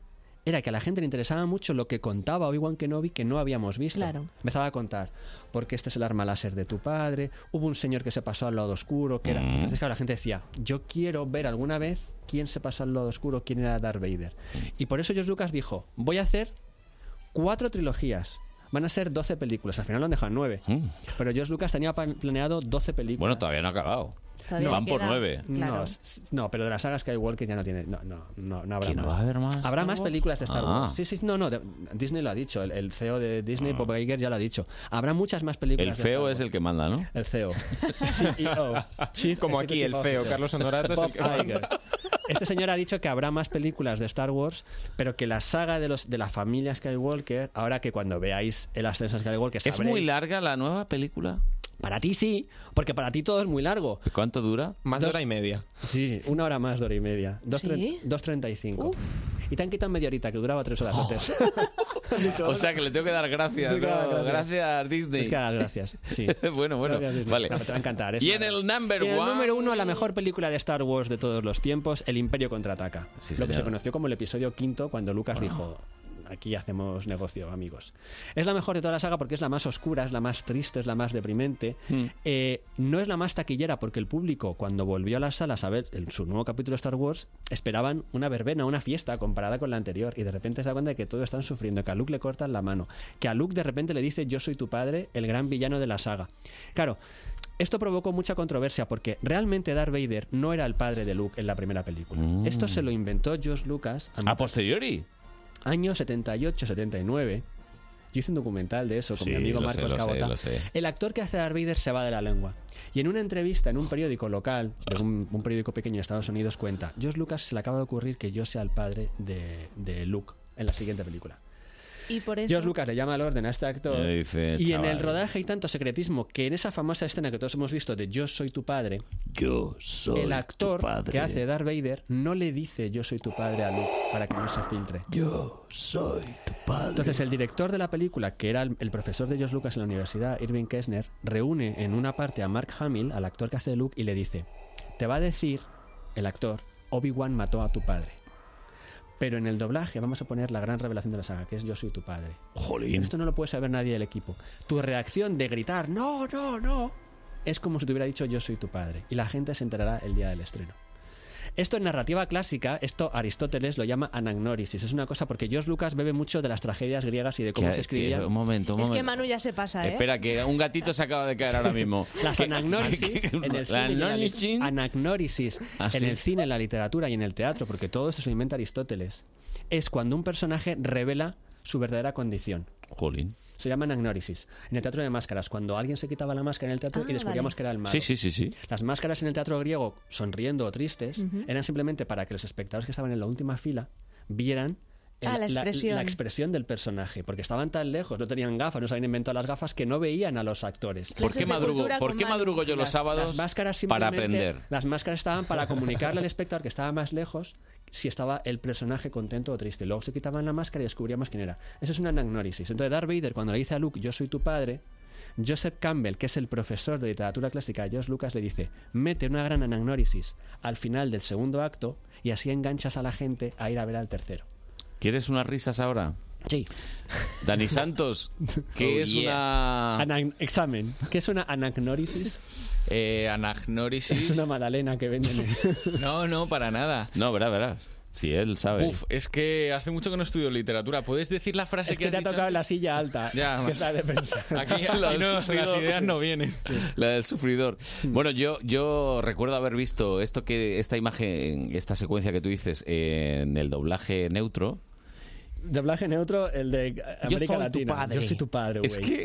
Speaker 36: era que a la gente le interesaba mucho lo que contaba Obi-Wan Kenobi que no habíamos visto. Empezaba a contar, porque este es el arma láser de tu padre, hubo un señor que se pasó al lado oscuro, que era...
Speaker 2: Mm.
Speaker 36: Entonces, claro, la gente decía, yo quiero ver alguna vez quién se pasó al lado oscuro, quién era Darth Vader. Y por eso George Lucas dijo, voy a hacer cuatro trilogías. Van a ser 12 películas. Al final lo han dejado en 9. Pero George Lucas tenía pan- planeado 12 películas.
Speaker 2: Mm. Bueno, todavía no ha acabado.
Speaker 36: Todavía
Speaker 2: Van por
Speaker 36: queda-
Speaker 2: nueve.
Speaker 36: No, s- s- no, pero de la saga Skywalker ya no tiene. No, no, no, no habrá
Speaker 2: ¿Que no
Speaker 36: más.
Speaker 2: va a haber más
Speaker 36: Habrá
Speaker 2: Star
Speaker 36: más
Speaker 2: Wars?
Speaker 36: películas de Star
Speaker 2: Ah.
Speaker 36: Wars. Sí, sí, no, no. de- Disney lo ha dicho. El, el CEO de Disney, Bob Iger, ya lo ha dicho. Habrá muchas más películas.
Speaker 2: El
Speaker 36: de Star
Speaker 2: feo
Speaker 36: Wars.
Speaker 2: es el que manda, ¿no?
Speaker 36: El E CEO. CEO. oh, Chief
Speaker 14: Como aquí
Speaker 36: Executive
Speaker 14: el feo,
Speaker 36: Officer.
Speaker 14: Carlos Honorato es el
Speaker 36: Bob
Speaker 14: que manda.
Speaker 36: Iger. Este señor ha dicho que habrá más películas de Star Wars, pero que la saga de los de la familia Skywalker, ahora que cuando veáis el ascenso Skywalker,
Speaker 2: ¿Es muy
Speaker 36: sabréis-
Speaker 2: larga la nueva película?
Speaker 36: Para ti sí, porque para ti todo es muy largo.
Speaker 2: ¿Cuánto dura?
Speaker 14: Más de
Speaker 36: Dos-
Speaker 14: hora y media.
Speaker 36: Sí, una hora más de hora y media. Dos
Speaker 14: ¿Sí?
Speaker 36: tre- 2.35. Y te han quitado media horita, que duraba tres
Speaker 14: Oh.
Speaker 36: horas antes.
Speaker 2: O sea que le tengo que dar gracias.
Speaker 36: Tengo que
Speaker 2: ¿no?
Speaker 36: dar gracias.
Speaker 2: Gracias, Disney.
Speaker 36: Es que dar gracias, sí.
Speaker 2: (laughs) bueno, bueno.
Speaker 36: Gracias, Disney.
Speaker 2: Vale.
Speaker 36: No, te va a encantar. es
Speaker 2: Y
Speaker 36: una-
Speaker 2: en el number
Speaker 36: Y en el
Speaker 2: one.
Speaker 36: número uno, la mejor película de Star Wars de todos los tiempos, El Imperio Contraataca. lo que
Speaker 2: señor.
Speaker 36: se conoció como el episodio quinto, cuando Lucas dijo... Aquí hacemos negocio, amigos. Es la mejor de toda la saga porque es la más oscura, es la más triste, es la más deprimente.
Speaker 2: Hmm.
Speaker 36: Eh, no es la más taquillera porque el público, cuando volvió a las salas a ver el- su nuevo capítulo de Star Wars, esperaban una verbena, una fiesta comparada con la anterior. Y de repente se da cuenta de que todos están sufriendo, que a Luke le cortan la mano, que a Luke de repente le dice: Yo soy tu padre, el gran villano de la saga. Claro, esto provocó mucha controversia porque realmente Darth Vader no era el padre de Luke en la primera película. Esto se lo inventó George Lucas a
Speaker 2: A posteriori.
Speaker 36: año 78-79. Yo hice un documental de eso con
Speaker 2: Sí,
Speaker 36: mi amigo
Speaker 2: lo sé,
Speaker 36: Marcos
Speaker 2: lo sé,
Speaker 36: Cabota.
Speaker 2: lo sé.
Speaker 36: El actor que hace a Darth Vader se va de la lengua. Y en una entrevista en un periódico local, de un, un periódico pequeño de Estados Unidos, cuenta: George Lucas se le acaba de ocurrir que yo sea el padre de, de Luke en la siguiente película.
Speaker 9: Y por eso.
Speaker 36: George Lucas le llama al orden a este actor.
Speaker 2: Le dice,
Speaker 36: y en
Speaker 2: "Chaval".
Speaker 36: el rodaje hay tanto secretismo que en esa famosa escena que todos hemos visto de Yo soy tu padre,
Speaker 2: Yo soy
Speaker 36: el actor
Speaker 2: tu padre.
Speaker 36: que hace Darth Vader no le dice Yo soy tu padre a Luke para que no se filtre.
Speaker 2: Yo soy tu padre.
Speaker 36: Entonces el director de la película, que era el, el profesor de George Lucas en la universidad, Irving Kessner, reúne en una parte a Mark Hamill, al actor que hace de Luke, y le dice, te va a decir el actor, Obi-Wan mató a tu padre. Pero en el doblaje vamos a poner la gran revelación de la saga, que es Yo soy tu padre.
Speaker 2: Jolín.
Speaker 36: Esto no lo puede saber nadie del equipo. Tu reacción de gritar, no, no, no, es como si te hubiera dicho Yo soy tu padre. Y la gente se enterará el día del estreno. Esto en narrativa clásica, esto Aristóteles lo llama anagnórisis. Es una cosa porque George Lucas bebe mucho de las tragedias griegas y de cómo
Speaker 2: Que-
Speaker 36: se escribían.
Speaker 2: que- un momento, un
Speaker 9: Es que
Speaker 2: momento.
Speaker 9: Manu ya se pasa, ¿eh?
Speaker 2: Espera, que un gatito se acaba de caer ahora mismo.
Speaker 36: Las anagnórisis, (laughs)
Speaker 2: que-
Speaker 36: en el
Speaker 2: la
Speaker 36: cine y en la
Speaker 2: anagnórisis.
Speaker 36: lit- anagnórisis,
Speaker 2: Ah,
Speaker 36: en
Speaker 2: sí.
Speaker 36: el cine, en la literatura y en el teatro, porque todo eso se lo inventa Aristóteles, es cuando un personaje revela su verdadera condición.
Speaker 2: Jolín.
Speaker 36: Se llama anagnórisis. En el teatro de máscaras, cuando alguien se quitaba la máscara en el teatro
Speaker 2: Ah,
Speaker 36: y descubríamos
Speaker 2: vale.
Speaker 36: que era el malo.
Speaker 2: Sí, sí, sí, sí.
Speaker 36: Las máscaras en el teatro griego, sonriendo o tristes,
Speaker 9: Ujú.
Speaker 36: eran simplemente para que los espectadores que estaban en la última fila vieran el-
Speaker 9: Ah, la expresión.
Speaker 36: la expresión del personaje, porque estaban tan lejos, no tenían gafas, no se habían inventado las gafas que no veían a los actores.
Speaker 2: ¿Por qué madrugo, ¿por qué madrugo yo los
Speaker 36: Las-
Speaker 2: sábados
Speaker 36: las máscaras
Speaker 2: para
Speaker 36: simplemente-
Speaker 2: aprender?
Speaker 36: Las máscaras estaban
Speaker 2: (laughs)
Speaker 36: para comunicarle al espectador que estaba más lejos si estaba el personaje contento o triste. Luego se quitaban la máscara y descubríamos quién era. Eso es una anagnórisis. Entonces Darth Vader, cuando le dice a Luke, yo soy tu padre, Joseph Campbell, que es el profesor de literatura clásica a George Lucas, le dice, mete una gran anagnórisis al final del segundo acto y así enganchas a la gente a ir a ver al tercero.
Speaker 2: ¿Quieres unas risas ahora?
Speaker 36: Sí. (laughs)
Speaker 2: Dani Santos, ¿qué
Speaker 36: Oh,
Speaker 2: es
Speaker 36: yeah.
Speaker 2: una.
Speaker 36: Anan- examen. ¿Qué es una anagnórisis?
Speaker 2: Eh,
Speaker 7: anagnórisis.
Speaker 36: Es una magdalena que venden. (laughs) en-
Speaker 7: No, no, para nada.
Speaker 2: No, verás, verás. Si él sabe.
Speaker 7: Uf, es que hace mucho que no estudio literatura. ¿Puedes decir la frase
Speaker 36: Es que
Speaker 7: has
Speaker 36: te ha
Speaker 7: dicho
Speaker 36: tocado la silla
Speaker 2: (laughs)
Speaker 36: alta.
Speaker 7: Ya,
Speaker 36: que
Speaker 7: macho.
Speaker 36: es la de pensar. (laughs)
Speaker 7: Aquí, (laughs) aquí no, las ideas no vienen.
Speaker 2: La del sufridor. Bueno, yo, yo recuerdo haber visto esto que esta imagen, esta secuencia que tú dices en el doblaje neutro.
Speaker 36: Doblaje neutro, el de eh, América
Speaker 2: Yo soy tu
Speaker 36: Latina.
Speaker 2: padre.
Speaker 36: Yo soy tu padre, güey.
Speaker 2: Es que-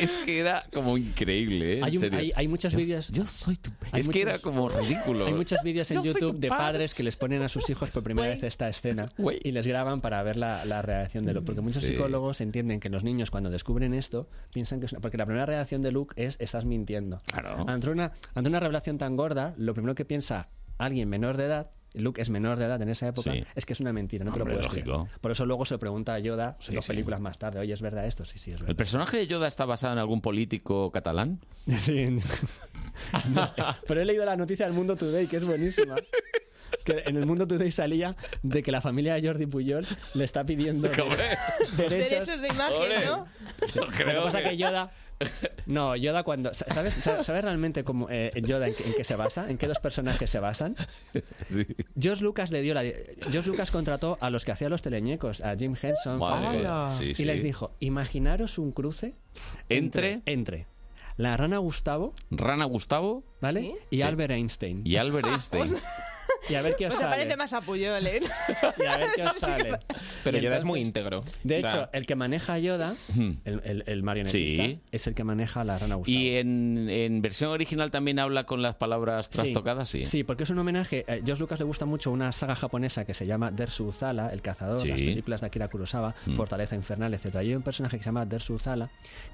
Speaker 2: Es que era como increíble, ¿eh? En
Speaker 36: Hay, un-
Speaker 2: serio.
Speaker 36: hay, hay muchos
Speaker 2: Yo-
Speaker 36: vídeos.
Speaker 2: Yo soy tu
Speaker 36: hay
Speaker 2: Es que
Speaker 36: muchos-
Speaker 2: era como ridículo.
Speaker 36: Hay muchos vídeos en
Speaker 2: Yo soy
Speaker 36: YouTube
Speaker 2: tu
Speaker 36: de
Speaker 2: padre.
Speaker 36: padres que les ponen a sus hijos por primera vez esta escena y les graban para ver la, la reacción de Luke. Porque muchos
Speaker 2: Sí.
Speaker 36: psicólogos entienden que los niños, cuando descubren esto, piensan que es una- Porque la primera reacción de Luke es: estás mintiendo.
Speaker 2: Claro.
Speaker 36: Ante una, ante una revelación tan gorda, lo primero que piensa alguien menor de edad. Luke es menor de edad en esa época,
Speaker 2: Sí.
Speaker 36: es que es una mentira, no
Speaker 2: Hombre,
Speaker 36: te lo puedes creer.
Speaker 2: lógico.
Speaker 36: Por eso luego se lo pregunta a Yoda
Speaker 2: Sí,
Speaker 36: dos
Speaker 2: sí.
Speaker 36: películas más tarde, oye, ¿es verdad esto? Sí, sí, es verdad.
Speaker 2: ¿El personaje de Yoda está basado en algún político catalán?
Speaker 36: (laughs) Sí. (laughs) Pero he leído la noticia del Mundo Today, que es buenísima. Que en el Mundo Today salía de que la familia de Jordi Puyol le está pidiendo de- derechos.
Speaker 9: Derechos de imagen, ¿no?
Speaker 36: Lo que
Speaker 2: Creo
Speaker 36: pasa
Speaker 2: que-
Speaker 36: que Yoda... No, Yoda cuando... sa- ¿Sabes, sa- sabes realmente cómo, eh, Yoda en, qué- en qué se basa? ¿En qué dos personajes se basan? George Lucas le dio la... George Lucas contrató a los que hacían los teleñecos, a Jim Henson, Fran-
Speaker 2: Madre mía. Sí,
Speaker 36: y
Speaker 2: sí.
Speaker 36: les dijo, imaginaros un cruce
Speaker 2: Entre-
Speaker 36: entre la rana Gustavo
Speaker 2: Rana Gustavo
Speaker 36: ¿Vale? Y
Speaker 2: Sí.
Speaker 36: Albert Einstein.
Speaker 2: y Albert Einstein.
Speaker 36: Y a ver qué os
Speaker 9: Pues se
Speaker 36: sale.
Speaker 9: parece más a Puyol, ¿eh?
Speaker 36: (laughs) Y a ver
Speaker 9: (laughs)
Speaker 36: qué os sale.
Speaker 14: Pero
Speaker 36: Y
Speaker 14: Yoda es
Speaker 36: entonces-
Speaker 14: muy íntegro.
Speaker 36: De
Speaker 14: O sea,
Speaker 36: hecho, el que maneja a Yoda, el, el- el marionetista,
Speaker 2: Hmm. Sí.
Speaker 36: es el que maneja a la rana Gustavo.
Speaker 2: Y en, en versión original también habla con las palabras trastocadas, sí.
Speaker 36: Sí, porque es un homenaje. A George Lucas le gusta mucho una saga japonesa que se llama Dersu Uzala, El Cazador,
Speaker 2: Sí.
Speaker 36: las películas de Akira Kurosawa,
Speaker 2: Mm.
Speaker 36: Fortaleza Infernal, etc. Y hay un personaje que se llama Dersu Uzala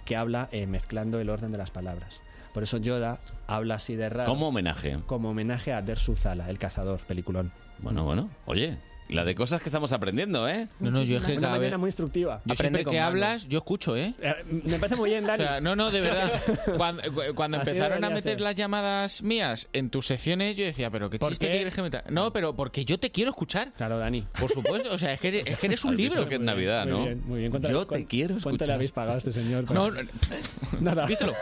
Speaker 36: que habla eh, mezclando el orden de las palabras. Por eso Yoda habla así de raro.
Speaker 2: Como homenaje.
Speaker 36: Como homenaje a Dersu Uzala, El Cazador, peliculón.
Speaker 2: Bueno, bueno. Oye, la de cosas que estamos aprendiendo, ¿eh?
Speaker 7: No, no, yo es que
Speaker 36: Una
Speaker 7: cada vez-
Speaker 36: mañana muy instructiva.
Speaker 7: Yo siempre que hablas, yo escucho, ¿eh?
Speaker 36: Me parece muy bien,
Speaker 7: (laughs)
Speaker 36: Dani.
Speaker 7: O sea, no, no, de verdad.
Speaker 14: (laughs)
Speaker 7: Cuando, cu- cuando
Speaker 36: Así
Speaker 7: empezaron a
Speaker 36: debería
Speaker 7: meter
Speaker 36: ser.
Speaker 7: las llamadas mías en tus secciones, yo decía, pero qué
Speaker 36: ¿Por
Speaker 7: chiste
Speaker 36: qué?
Speaker 7: quieres que meta. No, pero porque yo te quiero escuchar.
Speaker 36: Claro, Dani.
Speaker 7: Por supuesto, o sea, es que eres, es que
Speaker 2: (laughs)
Speaker 7: eres un
Speaker 2: Has visto
Speaker 7: libro.
Speaker 2: que es Navidad,
Speaker 36: muy
Speaker 2: ¿no?
Speaker 36: bien, muy bien. ¿Cuánto-
Speaker 2: Yo te
Speaker 36: cuán-
Speaker 2: quiero
Speaker 36: ¿Cuánto
Speaker 2: escuchar.
Speaker 36: le habéis pagado a este señor?
Speaker 7: No, no,
Speaker 36: (laughs) nada.
Speaker 7: díselo.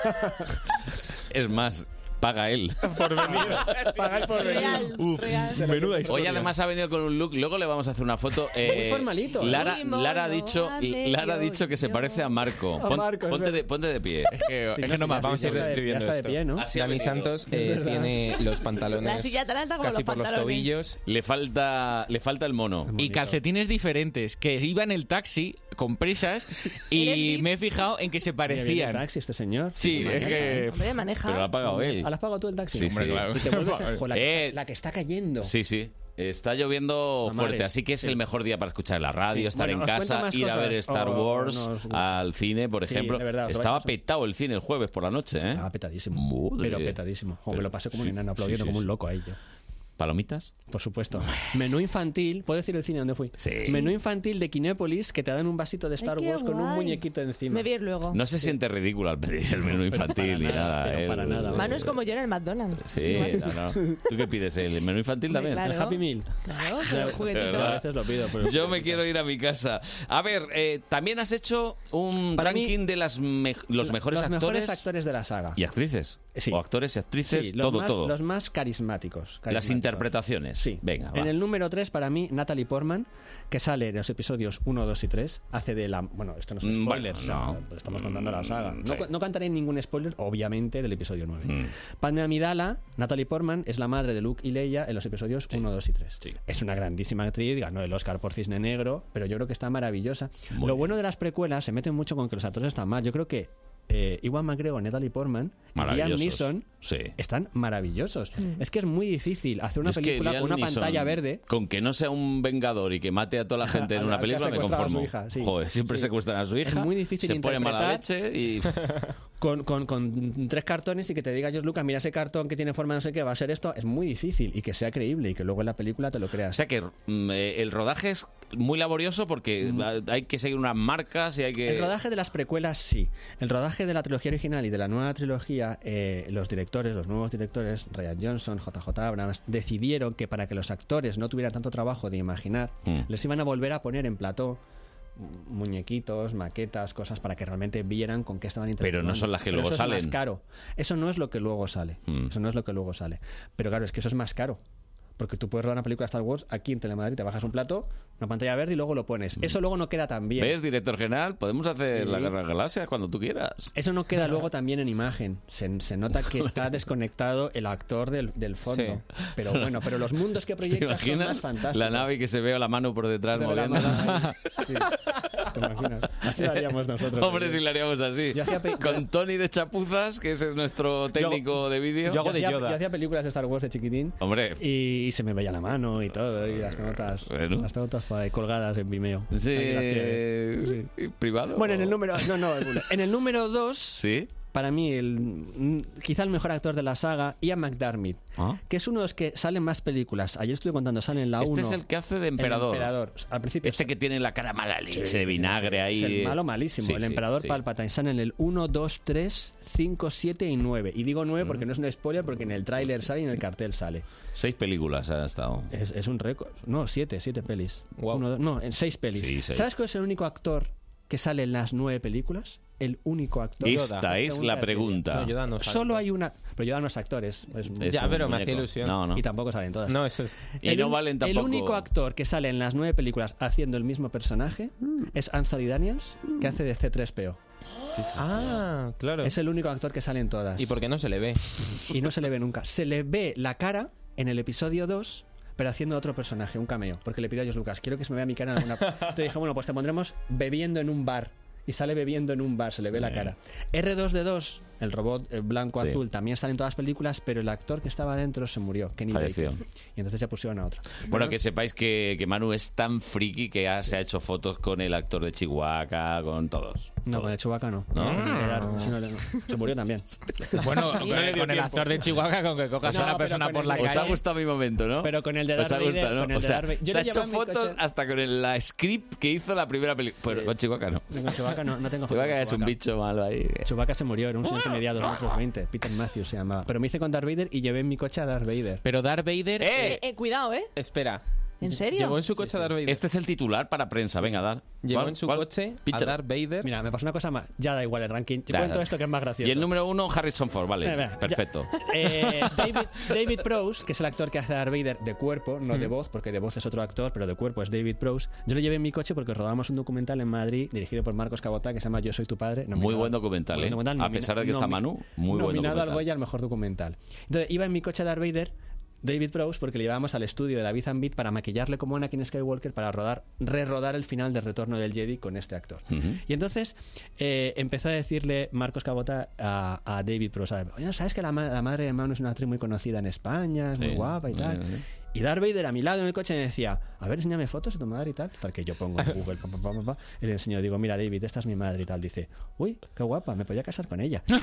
Speaker 2: Es más, paga él.
Speaker 36: Pagar por venir.
Speaker 2: Uf,
Speaker 7: menuda
Speaker 36: historia.
Speaker 2: Hoy además ha venido con un look. Luego le vamos a hacer
Speaker 36: (laughs)
Speaker 2: una foto. eh,
Speaker 36: formalito, ¿eh?
Speaker 2: Lara,
Speaker 36: Muy mono,
Speaker 2: Lara ha dicho,
Speaker 36: amé
Speaker 2: Lara ha
Speaker 36: yo,
Speaker 2: dicho que se parece a Marco.
Speaker 36: A
Speaker 2: Pon-
Speaker 36: Marco, es
Speaker 2: ponte,
Speaker 36: verdad.
Speaker 2: de, ponte de pie. Es
Speaker 14: que- es que no más, vamos a ir describiendo esto. Así ha
Speaker 2: Dani
Speaker 14: venido.
Speaker 2: Santos
Speaker 14: eh, Es verdad. tiene los pantalones
Speaker 9: La silla tan alta como los pantalones.
Speaker 2: Le falta, le falta el mono.
Speaker 7: Y calcetines diferentes, que iba en el taxi con
Speaker 9: (laughs)
Speaker 7: prisas y me he fijado en que se
Speaker 36: Oye, viene el
Speaker 7: parecían.
Speaker 36: taxi este señor?
Speaker 7: Sí, es
Speaker 2: ¿eh?
Speaker 7: que- Hombre, maneja.
Speaker 2: Pero lo ha pagado él.
Speaker 36: ¿Ah, ¿Lo has pagado tú el taxi?
Speaker 2: Sí, sí. (laughs)
Speaker 36: Y te vuelves a-
Speaker 2: Eh,
Speaker 36: jo, la, que está, la que está cayendo.
Speaker 2: Sí, sí. Está lloviendo
Speaker 28: A
Speaker 2: fuerte,
Speaker 28: mares,
Speaker 2: así que es
Speaker 28: sí.
Speaker 2: el mejor día para escuchar la radio,
Speaker 28: Sí.
Speaker 2: estar
Speaker 28: Bueno,
Speaker 2: en
Speaker 28: ¿os cuento
Speaker 2: casa,
Speaker 28: más
Speaker 2: ir a ver
Speaker 28: cosas
Speaker 2: Star
Speaker 28: o
Speaker 2: Wars,
Speaker 28: no os-
Speaker 2: al cine, por
Speaker 36: Sí,
Speaker 2: ejemplo.
Speaker 36: de verdad, os vais
Speaker 2: Estaba
Speaker 36: a pasar.
Speaker 2: petado el cine el jueves por la noche, ¿eh? Estaba
Speaker 36: petadísimo. Pero petadísimo. O me lo pasé como un enano aplaudiendo como un loco ahí yo.
Speaker 2: ¿Palomitas?
Speaker 36: Por supuesto. Menú infantil, ¿puedo decir el cine donde fui? Menú infantil de Kinépolis que te dan un vasito de Star
Speaker 9: qué
Speaker 36: Wars con un
Speaker 9: guay.
Speaker 36: muñequito encima.
Speaker 9: Me vi luego.
Speaker 2: No se siente ridículo al pedir el
Speaker 36: (laughs)
Speaker 2: menú infantil ni nada, ¿eh?
Speaker 36: para nada.
Speaker 9: Manu es como yo en el McDonald's.
Speaker 2: Sí,
Speaker 9: Igual.
Speaker 2: no, no. ¿Tú qué pides? ¿El menú infantil también?
Speaker 9: Hombre, claro. El Happy
Speaker 36: (laughs) Meal.
Speaker 9: Claro, con el juguetito.
Speaker 2: ¿Verdad?
Speaker 36: A veces lo pido, pero-
Speaker 2: Yo me quiero ir a mi casa. A ver, eh, también has hecho un
Speaker 36: Para mí,
Speaker 2: ranking de las mej- los
Speaker 36: La-
Speaker 2: mejores
Speaker 36: los
Speaker 2: actores
Speaker 36: mejores actores de la saga.
Speaker 2: y actrices. O actores y actrices,
Speaker 36: Sí, los
Speaker 2: todo,
Speaker 36: más-
Speaker 2: todo.
Speaker 36: Los más carismáticos.
Speaker 2: Las
Speaker 36: carismáticos.
Speaker 2: interpretaciones. Sí. Venga, va.
Speaker 36: En el número 3, para mí, Natalie Portman, que sale en los episodios 1, 2 y 3, hace de la... Bueno, esto no son
Speaker 2: Mm,
Speaker 36: spoilers,
Speaker 2: bueno,
Speaker 36: o sea,
Speaker 2: no.
Speaker 36: estamos contando la saga.
Speaker 2: Mm,
Speaker 36: No,
Speaker 2: sí. Mm.
Speaker 36: cu- no cantaré ningún spoiler, obviamente, del episodio 9. Padme Amidala, Natalie Portman, es la madre de Luke y Leia en los episodios 1, 2 y 3. Es una grandísima actriz, ganó el Oscar por Cisne Negro, pero yo creo que está maravillosa. Lo bueno de las precuelas, se meten mucho con que los actores están mal. Yo creo que eh, Iwan McGregor, Natalie Portman, y Liam
Speaker 2: Maravillosos.
Speaker 36: Neeson
Speaker 2: Sí.
Speaker 36: están maravillosos.
Speaker 2: Mm.
Speaker 36: Es que es muy difícil hacer una
Speaker 2: Es que
Speaker 36: película
Speaker 2: Liam
Speaker 36: con una
Speaker 2: Neeson,
Speaker 36: pantalla verde.
Speaker 2: Con que no sea un vengador y que mate a toda
Speaker 36: (laughs)
Speaker 2: la gente en
Speaker 36: A la
Speaker 2: una
Speaker 36: que
Speaker 2: película
Speaker 36: ha
Speaker 2: me
Speaker 36: secuestrado a su
Speaker 2: conformo.
Speaker 36: hija, sí.
Speaker 2: Joder, siempre
Speaker 36: Sí.
Speaker 2: secuestran a su
Speaker 36: Es
Speaker 2: hija.
Speaker 36: muy difícil
Speaker 2: se pone mala
Speaker 36: interpretar.
Speaker 2: leche y.
Speaker 36: (laughs) Con, con- con tres cartones y que te diga yo Lucas, mira ese cartón que tiene forma de no sé qué, va a ser esto, es muy difícil y que sea creíble y que luego en la película te lo
Speaker 2: O
Speaker 36: creas.
Speaker 2: sea que mm, eh, el rodaje es muy laborioso porque va- hay que seguir unas marcas y hay que.
Speaker 36: Mm. El rodaje de las precuelas sí. El rodaje de la trilogía original y de la nueva trilogía, eh, los directores, los nuevos directores, Ryan Johnson, JJ Abrams, decidieron que para que los actores no tuvieran tanto trabajo de imaginar,
Speaker 2: Mm.
Speaker 36: les iban a volver a poner en plató mu- muñequitos, maquetas, cosas para que realmente vieran con qué estaban interactuando.
Speaker 2: no son las que luego
Speaker 36: eso Es
Speaker 2: salen.
Speaker 36: más caro. Eso no es lo que luego sale.
Speaker 2: Mm.
Speaker 36: Eso no es lo que luego sale. Pero claro, es que eso es más caro. Porque tú puedes rodar una película de Star Wars aquí en Telemadrid, te bajas un plato, una pantalla verde y luego lo pones. Eso luego no queda tan bien.
Speaker 2: Mm. ¿Ves, director general? Podemos hacer
Speaker 36: Sí.
Speaker 2: la guerra de galaxias cuando tú quieras.
Speaker 36: Eso no queda luego también en imagen. Se, se nota que
Speaker 2: (laughs)
Speaker 36: está desconectado el actor del, del fondo.
Speaker 2: Sí.
Speaker 36: Pero bueno, pero los mundos que
Speaker 2: (laughs) ¿Te
Speaker 36: proyectas son
Speaker 2: imaginas
Speaker 36: más fantásticos.
Speaker 2: la nave que se ve la mano por detrás
Speaker 36: Se ve la
Speaker 2: moviéndola? (laughs)
Speaker 36: ¿Te imaginas? Así lo haríamos nosotros.
Speaker 2: Hombre, si la haríamos así. Con Tony de Chapuzas, que ese es nuestro técnico de vídeo.
Speaker 36: hacía, Yo hacía películas de Star Wars de chiquitín.
Speaker 2: Hombre.
Speaker 36: Y, y se me veía la mano y todo, y las notas, las notas por ahí colgadas en Vimeo.
Speaker 2: Sí,
Speaker 36: Ahí las tiene. Sí.
Speaker 2: ¿Privado?
Speaker 36: Bueno, en el número. No, no, en el número 2.
Speaker 2: Sí.
Speaker 36: Para mí, el, mm, quizá el mejor actor de la saga, Ian McDermott,
Speaker 2: Ah.
Speaker 36: que es uno de los que salen más películas. Ayer estuve contando, sale en la 1.
Speaker 2: Este es el que hace de emperador.
Speaker 36: emperador. Al principio.
Speaker 2: Este que tiene la cara mala leche
Speaker 36: Sí,
Speaker 2: de vinagre ahí.
Speaker 36: Es el
Speaker 2: eh.
Speaker 36: malo malísimo.
Speaker 2: Sí,
Speaker 36: el
Speaker 2: sí,
Speaker 36: emperador
Speaker 2: sí.
Speaker 36: Palpatine sale en el 1, 2, 3, 5, 7 y 9. Y digo 9 porque no es un spoiler, porque en el tráiler sale y en el cartel sale.
Speaker 2: Seis películas ha estado.
Speaker 36: Es, es un récord. No, siete, siete pelis. Uno, dos- no, en seis pelis.
Speaker 2: Sí, seis.
Speaker 36: ¿Sabes cuál es el único actor que sale en las nueve películas? El único actor.
Speaker 2: Esta
Speaker 36: Yoda.
Speaker 2: es la
Speaker 36: de
Speaker 2: pregunta.
Speaker 36: trivia.
Speaker 2: No, Yoda no sale.
Speaker 36: Solo hay una. Pero Yoda no es actor. Es, es-
Speaker 2: Es Ya, un pero me muñeco. hacía ilusión. No, no.
Speaker 36: Y tampoco salen todas.
Speaker 2: No, eso es- Y
Speaker 36: El
Speaker 2: no
Speaker 36: un-
Speaker 2: valen
Speaker 36: El
Speaker 2: tampoco-
Speaker 36: único actor que sale en las nueve películas haciendo el mismo personaje
Speaker 2: Mm.
Speaker 36: es Anthony Daniels, que hace de C3PO.
Speaker 14: Ah, claro.
Speaker 36: Es el único actor que sale en todas.
Speaker 14: ¿Y por qué no se le ve?
Speaker 36: (laughs) Y no se le ve nunca. Se le ve la cara en el episodio 2, pero haciendo otro personaje, un cameo. Porque le pido a Josh Lucas, quiero que se me vea mi cara en
Speaker 14: (laughs)
Speaker 36: alguna... Entonces dije, bueno, pues te pondremos bebiendo en un bar. Y sale bebiendo en un bar, se le ve la cara. R2D2, el robot eh, blanco-azul,
Speaker 2: Sí.
Speaker 36: también sale en todas las películas, pero el actor que estaba dentro se murió, Kenny
Speaker 2: Falleció.
Speaker 36: Baker. Y entonces ya pusieron a otro.
Speaker 2: Bueno, que sepáis que, que Manu es tan friki que ha- se ha hecho fotos con el actor de Chihuahua, con todos.
Speaker 36: No, con el Chewbacca no.
Speaker 2: No.
Speaker 36: Era- si no le- se murió
Speaker 14: (laughs)
Speaker 36: también. (laughs)
Speaker 7: Bueno, con, con el actor de Chihuahua, con que cojas
Speaker 36: No,
Speaker 7: a una
Speaker 36: pero
Speaker 7: persona
Speaker 36: con
Speaker 7: por
Speaker 36: el
Speaker 7: la
Speaker 36: de-
Speaker 7: calle.
Speaker 2: Os ha gustado mi momento, ¿no?
Speaker 36: Pero con el de
Speaker 2: Os ha
Speaker 36: Darth Vader,
Speaker 2: gustado, ¿no?
Speaker 36: con el
Speaker 2: O
Speaker 36: de
Speaker 2: sea,
Speaker 36: Darth Vader. Yo
Speaker 2: se ha
Speaker 36: le llevo
Speaker 2: hecho
Speaker 36: en mi
Speaker 2: fotos
Speaker 36: coche.
Speaker 2: hasta con el- la script que hizo la primera película. Pero con Chihuahua no.
Speaker 36: Con Chewbacca no, no tengo foto
Speaker 2: Chewbacca
Speaker 36: con
Speaker 2: es un
Speaker 36: Chewbacca.
Speaker 2: bicho malo ahí.
Speaker 36: Chewbacca se murió, era un señor que medía 2 metros 20. Peter Matthews se llamaba. Pero me hice con Darth Vader y llevé en mi coche a Darth Vader.
Speaker 7: Pero Darth Vader.
Speaker 9: Eh, eh, cuidado, ¿eh?
Speaker 14: Espera.
Speaker 9: ¿En serio? Llevó en
Speaker 14: su coche a Darth Vader.
Speaker 2: Este es el titular para prensa, venga, dar.
Speaker 14: Llevó en su coche a Darth Vader.
Speaker 36: Mira, me pasó una cosa más. Ya da igual el ranking. Te
Speaker 2: Da,
Speaker 36: cuento
Speaker 2: da.
Speaker 36: esto que es más gracioso.
Speaker 2: Y el número uno, Harrison Ford, vale.
Speaker 36: Espera, espera, ya. (laughs)
Speaker 2: Perfecto.
Speaker 36: Eh, David, David Prowse, que es el actor que hace a Darth Vader de cuerpo, no
Speaker 2: Mm.
Speaker 36: de voz, porque de voz es otro actor, pero de cuerpo es David Prowse. Yo lo llevé en mi coche porque rodamos un documental en Madrid dirigido por Marcos Cabota que se llama Yo soy tu padre.
Speaker 2: Muy buen documental, ¿eh? A pesar de que está Manu, muy
Speaker 36: Nominado
Speaker 2: buen
Speaker 36: al
Speaker 2: documental.
Speaker 36: Goya al mejor documental. Entonces iba en mi coche a Darth Vader. David Prowse, porque le llevábamos al estudio de David Zambit para maquillarle como Anakin Skywalker para rodar, re-rodar el final del retorno del Jedi con este actor. Y entonces eh, empezó a decirle Marcos Cabota a, a David Prowse, oye, ¿sabes que la, ma- la madre de Manu es una actriz muy conocida en España, es muy
Speaker 2: Sí,
Speaker 36: guapa y
Speaker 2: muy
Speaker 36: tal?
Speaker 2: bien, ¿eh?
Speaker 36: Y Darth Vader a mi lado en el coche me decía, a ver, enséñame fotos de tu madre y tal. Tal que yo pongo en Google, pam, pam, pam, pam, pam, y le enseño, digo, mira David, esta es mi madre y tal. Dice, uy, qué guapa, me podía casar con ella. Digo,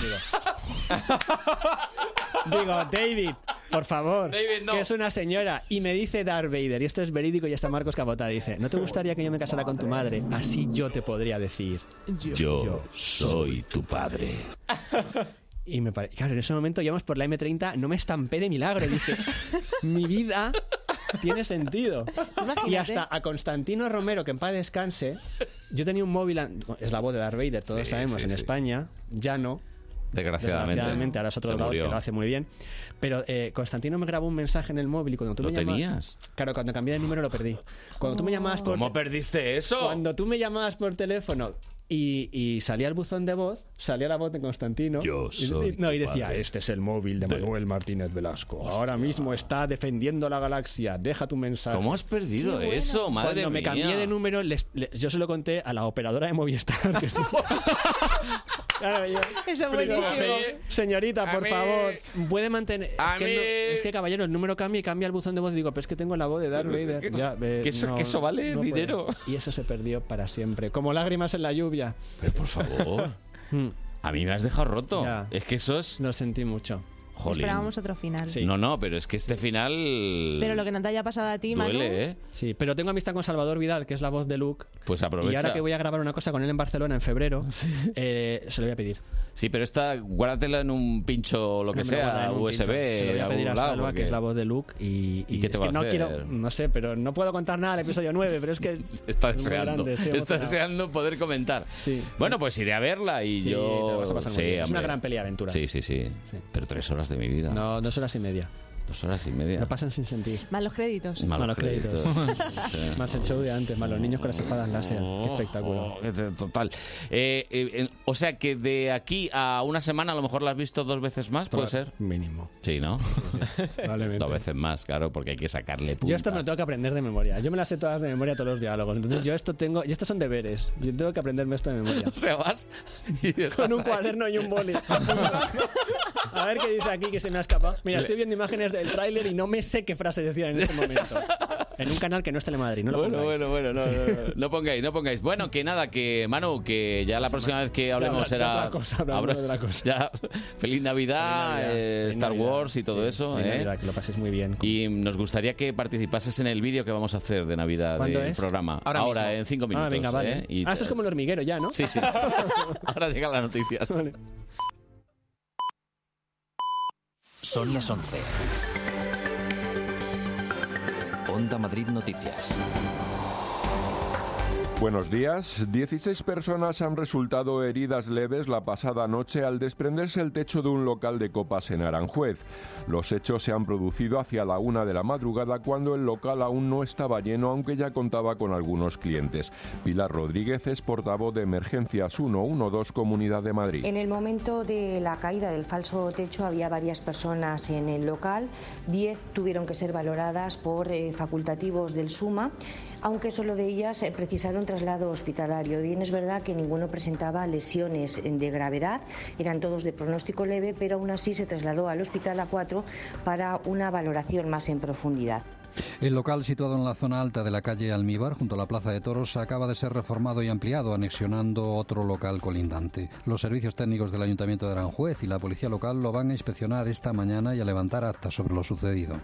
Speaker 36: Digo, David, por favor, que es una señora. Y me dice Darth Vader, y esto es verídico y está Marcos Cabota, dice, ¿no te gustaría que yo me casara con tu madre? Así yo te podría decir.
Speaker 2: Yo soy tu padre.
Speaker 36: Y me pare- claro, en ese momento íbamos por la M30, no me estampé de milagro. Dije, mi vida tiene sentido. Y hasta a Constantino Romero, que en paz descanse, yo tenía un móvil, an- es la voz de Darth Vader, todos
Speaker 2: Sí,
Speaker 36: sabemos,
Speaker 2: sí,
Speaker 36: en
Speaker 2: sí.
Speaker 36: España, ya no.
Speaker 2: Desgraciadamente.
Speaker 36: Desgraciadamente, ahora es otro
Speaker 2: Se
Speaker 36: lado que
Speaker 2: murió.
Speaker 36: lo hace muy bien. Pero eh, Constantino me grabó un mensaje en el móvil y cuando tú
Speaker 2: ¿Lo
Speaker 36: me llamabas-
Speaker 2: tenías?
Speaker 36: Claro, cuando cambié de número lo perdí. Cuando tú me llamabas por
Speaker 2: ¿Cómo perdiste eso?
Speaker 36: cuando tú me llamabas por teléfono y, y salía el buzón de voz, salía la voz de Constantino.
Speaker 2: Yo
Speaker 36: y- y-
Speaker 2: soy
Speaker 36: no, y
Speaker 2: tu
Speaker 36: decía,
Speaker 2: padre.
Speaker 36: este es el móvil de Manuel Martínez Velasco. Ahora mismo está defendiendo la galaxia. Deja tu mensaje.
Speaker 2: ¿Cómo has perdido Qué bueno. eso? Madre
Speaker 36: Cuando me
Speaker 2: mía.
Speaker 36: cambié de número, les- les- yo se lo conté a la operadora de Movistar. que estuvo- Claro, yo-
Speaker 9: Eso es
Speaker 36: Digo,
Speaker 9: buenísimo.
Speaker 36: "Se- Señorita,
Speaker 9: A
Speaker 36: por
Speaker 9: mí-
Speaker 36: favor, puede mantener.
Speaker 9: A
Speaker 36: Es que,
Speaker 9: mí-
Speaker 36: no- es que, caballero, el número cambia y cambia el buzón de voz. Y digo, pero es que tengo la voz de Darth
Speaker 2: (laughs)
Speaker 36: Vader. Ya, eh,
Speaker 2: que eso- que eso vale
Speaker 36: puedo.
Speaker 2: dinero.
Speaker 36: Y eso se perdió para siempre. Como lágrimas en la lluvia. Pero por (laughs)
Speaker 2: favor. A mí me has dejado roto.
Speaker 36: Hmm. Ya.
Speaker 2: Es que eso es...
Speaker 36: Lo sentí mucho.
Speaker 2: Jolín.
Speaker 9: Esperábamos otro final.
Speaker 2: No, no, pero es que este final...
Speaker 9: Pero lo que no te haya pasado a ti, Manu,
Speaker 2: Duele, ¿eh?
Speaker 36: Sí, pero tengo amistad con Salvador Vidal, que es la voz de Luke.
Speaker 2: Pues aprovecha.
Speaker 36: Y ahora que voy a grabar una cosa con él en Barcelona en
Speaker 2: (laughs)
Speaker 36: febrero, eh, se lo voy a pedir.
Speaker 2: Sí, pero esta, guárdatela en un pincho o lo que
Speaker 36: No me lo guardaré
Speaker 2: sea,
Speaker 36: en un
Speaker 2: USB.
Speaker 36: pincho. Se lo voy
Speaker 2: en
Speaker 36: a pedir
Speaker 2: algún
Speaker 36: a
Speaker 2: lado,
Speaker 36: Salva,
Speaker 2: porque-
Speaker 36: que es la voz de Luke. Y,
Speaker 2: ¿Y qué te
Speaker 36: es
Speaker 2: va
Speaker 36: que
Speaker 2: a
Speaker 36: no
Speaker 2: hacer?
Speaker 36: quiero, no sé, pero no puedo contar nada del episodio 9, pero es que.
Speaker 2: Está
Speaker 36: es muy
Speaker 2: deseando,
Speaker 36: grande, estoy
Speaker 2: está
Speaker 36: emocionado.
Speaker 2: deseando poder comentar. Bueno, pues iré a verla y
Speaker 36: Sí,
Speaker 2: yo.
Speaker 36: te lo vas a pasar muy
Speaker 2: Sí,
Speaker 36: bien. Es una
Speaker 2: hombre.
Speaker 36: gran peli de aventuras.
Speaker 2: Sí, sí, sí, Pero tres horas de mi vida.
Speaker 36: No, dos horas y media.
Speaker 2: Dos horas y media.
Speaker 36: No pasan sin sentir.
Speaker 9: Malos créditos.
Speaker 2: Malos
Speaker 36: Malos créditos.
Speaker 2: créditos.
Speaker 36: (laughs)
Speaker 2: Sí.
Speaker 36: Más el show de antes, más los niños con las espadas láser. Qué espectáculo.
Speaker 2: Oh, qué te- total. Eh, eh, eh, o sea que de aquí a una semana a lo mejor la has visto dos veces más, ¿puede ser?
Speaker 36: Mínimo.
Speaker 2: Sí, ¿no? (laughs) Dos veces más, claro, porque hay que sacarle punta.
Speaker 36: Yo esto me lo tengo que aprender de memoria. Yo me las sé todas de memoria, todos los diálogos. Entonces yo esto tengo... Y estos son deberes. Yo tengo que aprenderme esto de memoria.
Speaker 2: O sea, vas y estás
Speaker 36: Con un
Speaker 2: ahí.
Speaker 36: cuaderno y un
Speaker 2: (laughs)
Speaker 36: boli. A ver qué dice aquí que se me ha escapado. Mira,
Speaker 2: Le-
Speaker 36: estoy viendo imágenes del tráiler y no me sé qué frase decían en ese
Speaker 2: (laughs)
Speaker 36: momento. En un canal que no es Telemadrid, no lo
Speaker 2: bueno,
Speaker 36: pongáis.
Speaker 2: bueno, bueno, no,
Speaker 36: Sí. (laughs) Ah,
Speaker 2: no, no, no pongáis, no pongáis. Bueno, que nada, que Manu, que ya la próxima vez que hablemos
Speaker 36: Pues habla- de
Speaker 2: será.
Speaker 36: otra cosa, hablaremos
Speaker 2: habrá-
Speaker 36: de otra cosa.
Speaker 2: (laughs) Ya, feliz Navidad,
Speaker 36: Feliz Navidad,
Speaker 2: eh,
Speaker 36: feliz
Speaker 2: Star
Speaker 36: Navidad,
Speaker 2: Wars y todo
Speaker 36: sí,
Speaker 2: eso.
Speaker 36: feliz
Speaker 2: ¿eh?
Speaker 36: Navidad, que lo paséis muy bien.
Speaker 2: Y nos gustaría que participases en el vídeo que vamos a hacer de Navidad
Speaker 36: ¿Cuándo
Speaker 2: del
Speaker 36: es?
Speaker 2: programa.
Speaker 36: Ahora mismo.
Speaker 2: en cinco minutos.
Speaker 36: Ah, venga, vale.
Speaker 2: ¿eh? Y
Speaker 36: Ah, esto es como el hormiguero ya, ¿no? (laughs)
Speaker 2: (laughs) Sí, sí. Ahora llegan las noticias.
Speaker 1: Son las 11. Onda Madrid Noticias.
Speaker 29: Buenos días. 16 personas han resultado heridas leves la pasada noche al desprenderse el techo de un local de copas en Aranjuez. Los hechos se han producido hacia la una de la madrugada cuando el local aún no estaba lleno, aunque ya contaba con algunos clientes. Pilar Rodríguez es portavoz de Emergencias 112 Comunidad de Madrid.
Speaker 37: En el momento de la caída del falso techo había varias personas en el local, 10 tuvieron que ser valoradas por eh, facultativos del SUMA, aunque solo de ellas eh, precisaron traslado hospitalario. Bien es verdad que ninguno presentaba lesiones eh, de gravedad, eran todos de pronóstico leve, pero aún así se trasladó al hospital a 4 para una valoración más en profundidad.
Speaker 3: El local situado en la zona alta de la calle Almíbar, junto a la Plaza de Toros, acaba de ser reformado y ampliado, anexionando otro local colindante. Los servicios técnicos del Ayuntamiento de Aranjuez y la Policía Local lo van a inspeccionar esta mañana y a levantar acta sobre lo sucedido.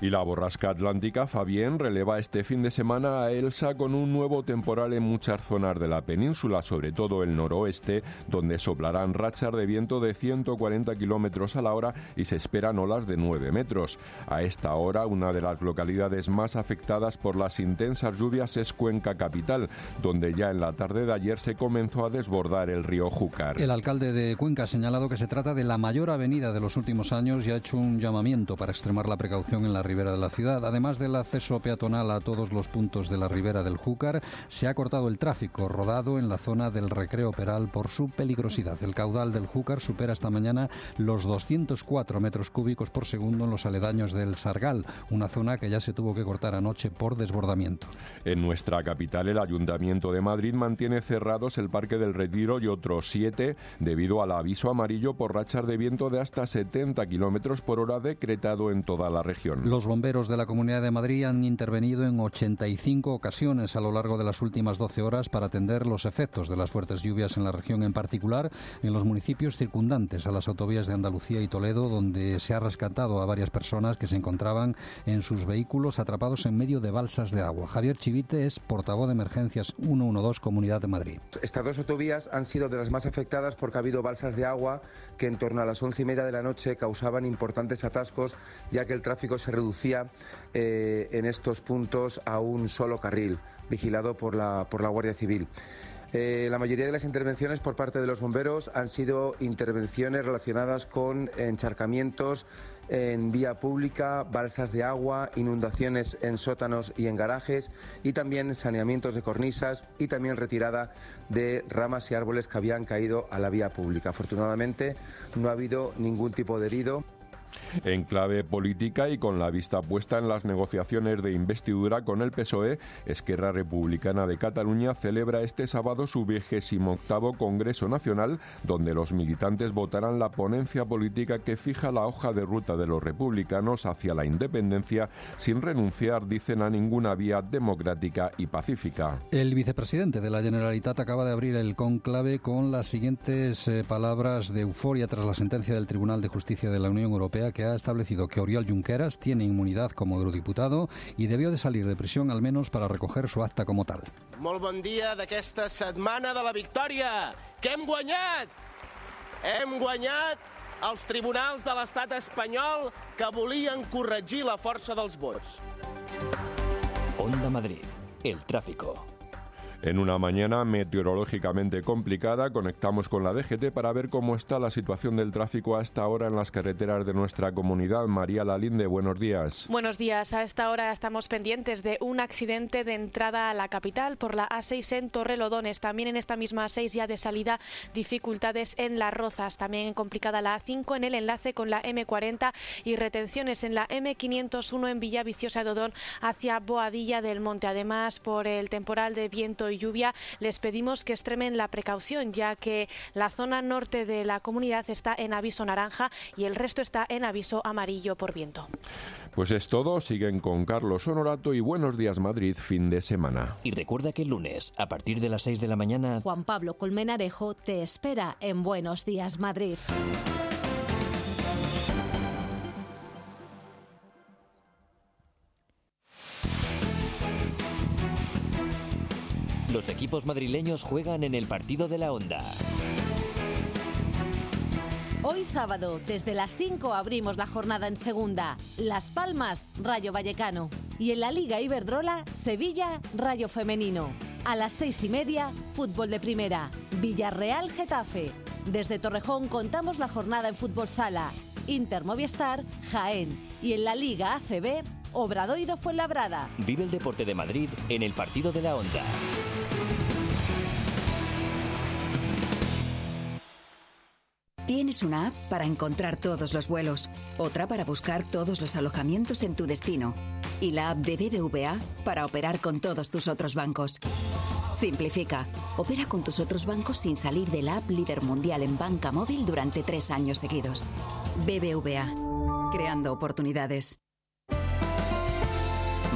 Speaker 29: Y la borrasca atlántica Fabián releva este fin de semana a Elsa con un nuevo temporal en muchas zonas de la península, sobre todo el noroeste, donde soplarán rachas de viento de 140 kilómetros a la hora y se esperan olas de 9 metros. A esta hora, una de las localidades más afectadas por las intensas lluvias es Cuenca Capital, donde ya en la tarde de ayer se comenzó a desbordar el río Júcar.
Speaker 3: El alcalde de Cuenca ha señalado que se trata de la mayor avenida de los últimos años y ha hecho un llamamiento para extremar la precaución en la ribera de la ciudad. Además del acceso peatonal a todos los puntos de la ribera del Júcar, se ha cortado el tráfico rodado en la zona del Recreo Peral por su peligrosidad. El caudal del Júcar supera esta mañana los 204 metros cúbicos por segundo en los aledaños del Sargal, una zona que ya ya se tuvo que cortar anoche por desbordamiento.
Speaker 29: En nuestra capital, el Ayuntamiento de Madrid mantiene cerrados el Parque del Retiro y otros siete debido al aviso amarillo por rachas de viento de hasta 70 kilómetros por hora decretado en toda la región.
Speaker 3: Los bomberos de la Comunidad de Madrid han intervenido en 85 ocasiones a lo largo de las últimas 12 horas para atender los efectos de las fuertes lluvias en la región, en particular en los municipios circundantes a las autovías de Andalucía y Toledo, donde se ha rescatado a varias personas que se encontraban en sus vehículos atrapados en medio de balsas de agua. Javier Chivite es portavoz de Emergencias 112 Comunidad de Madrid.
Speaker 30: Estas dos autovías han sido de las más afectadas porque ha habido balsas de agua que en torno a las once y media de la noche causaban importantes atascos, ya que el tráfico se reducía eh, en estos puntos a un solo carril, vigilado por la, por la Guardia Civil. Eh, la mayoría de las intervenciones por parte de los bomberos han sido intervenciones relacionadas con encharcamientos en vía pública, balsas de agua, inundaciones en sótanos y en garajes y también saneamientos de cornisas y también retirada de ramas y árboles que habían caído a la vía pública. Afortunadamente no ha habido ningún tipo de herido.
Speaker 29: En clave política y con la vista puesta en las negociaciones de investidura con el PSOE, E, Esquerra Republicana de Cataluña celebra este sábado su vigésimo octavo Congreso Nacional, donde los militantes votarán la ponencia política que fija la hoja de ruta de los republicanos hacia la independencia, sin renunciar, dicen, a ninguna vía democrática y pacífica.
Speaker 3: El vicepresidente de la Generalitat acaba de abrir el conclave con las siguientes eh, palabras de euforia tras la sentencia del Tribunal de Justicia de la Unión Europea que ha establecido que Oriol Junqueras tiene inmunidad como eurodiputado y debió de salir de prisión al menos para recoger su acta como tal.
Speaker 38: Molt bon dia d'aquesta setmana de la victòria, que hem guanyat! Hem guanyat els tribunals de l'estat espanyol que volien corregir la força dels vots.
Speaker 1: Onda Madrid, el tráfico.
Speaker 29: En una mañana meteorológicamente complicada, conectamos con la DGT para ver cómo está la situación del tráfico hasta ahora en las carreteras de nuestra comunidad. María Lalinde, buenos días.
Speaker 39: Buenos días. A esta hora estamos pendientes de un accidente de entrada a la capital por la A6 en Torrelodones. También en esta misma A6 ya de salida dificultades en Las Rozas. También complicada la A5 en el enlace con la M40 y retenciones en la M501 en Villaviciosa de Odón hacia Boadilla del Monte. Además, por el temporal de viento y lluvia, les pedimos que extremen la precaución ya que la zona norte de la comunidad está en aviso naranja y el resto está en aviso amarillo por viento.
Speaker 29: Pues es todo, siguen con Carlos Honorato y buenos días Madrid, fin de semana.
Speaker 1: Y recuerda que el lunes, a partir de las 6 de la mañana,
Speaker 16: Juan Pablo Colmenarejo te espera en Buenos Días Madrid.
Speaker 1: los equipos madrileños juegan en el partido de la Onda.
Speaker 16: Hoy sábado, desde las 5 abrimos la jornada en segunda. Las Palmas, Rayo Vallecano. Y en la Liga Iberdrola, Sevilla, Rayo Femenino. A las seis y media, fútbol de primera. Villarreal, Getafe. Desde Torrejón contamos la jornada en fútbol sala. Inter Movistar, Jaén. Y en la Liga ACB, Obradoiro Fuenlabrada.
Speaker 1: Vive el deporte de Madrid en el partido de la Onda.
Speaker 17: Tienes una app para encontrar todos los vuelos, otra para buscar todos los alojamientos en tu destino y la app de BBVA para operar con todos tus otros bancos. Simplifica. Opera con tus otros bancos sin salir de la app líder mundial en banca móvil durante tres años seguidos. BBVA. Creando oportunidades.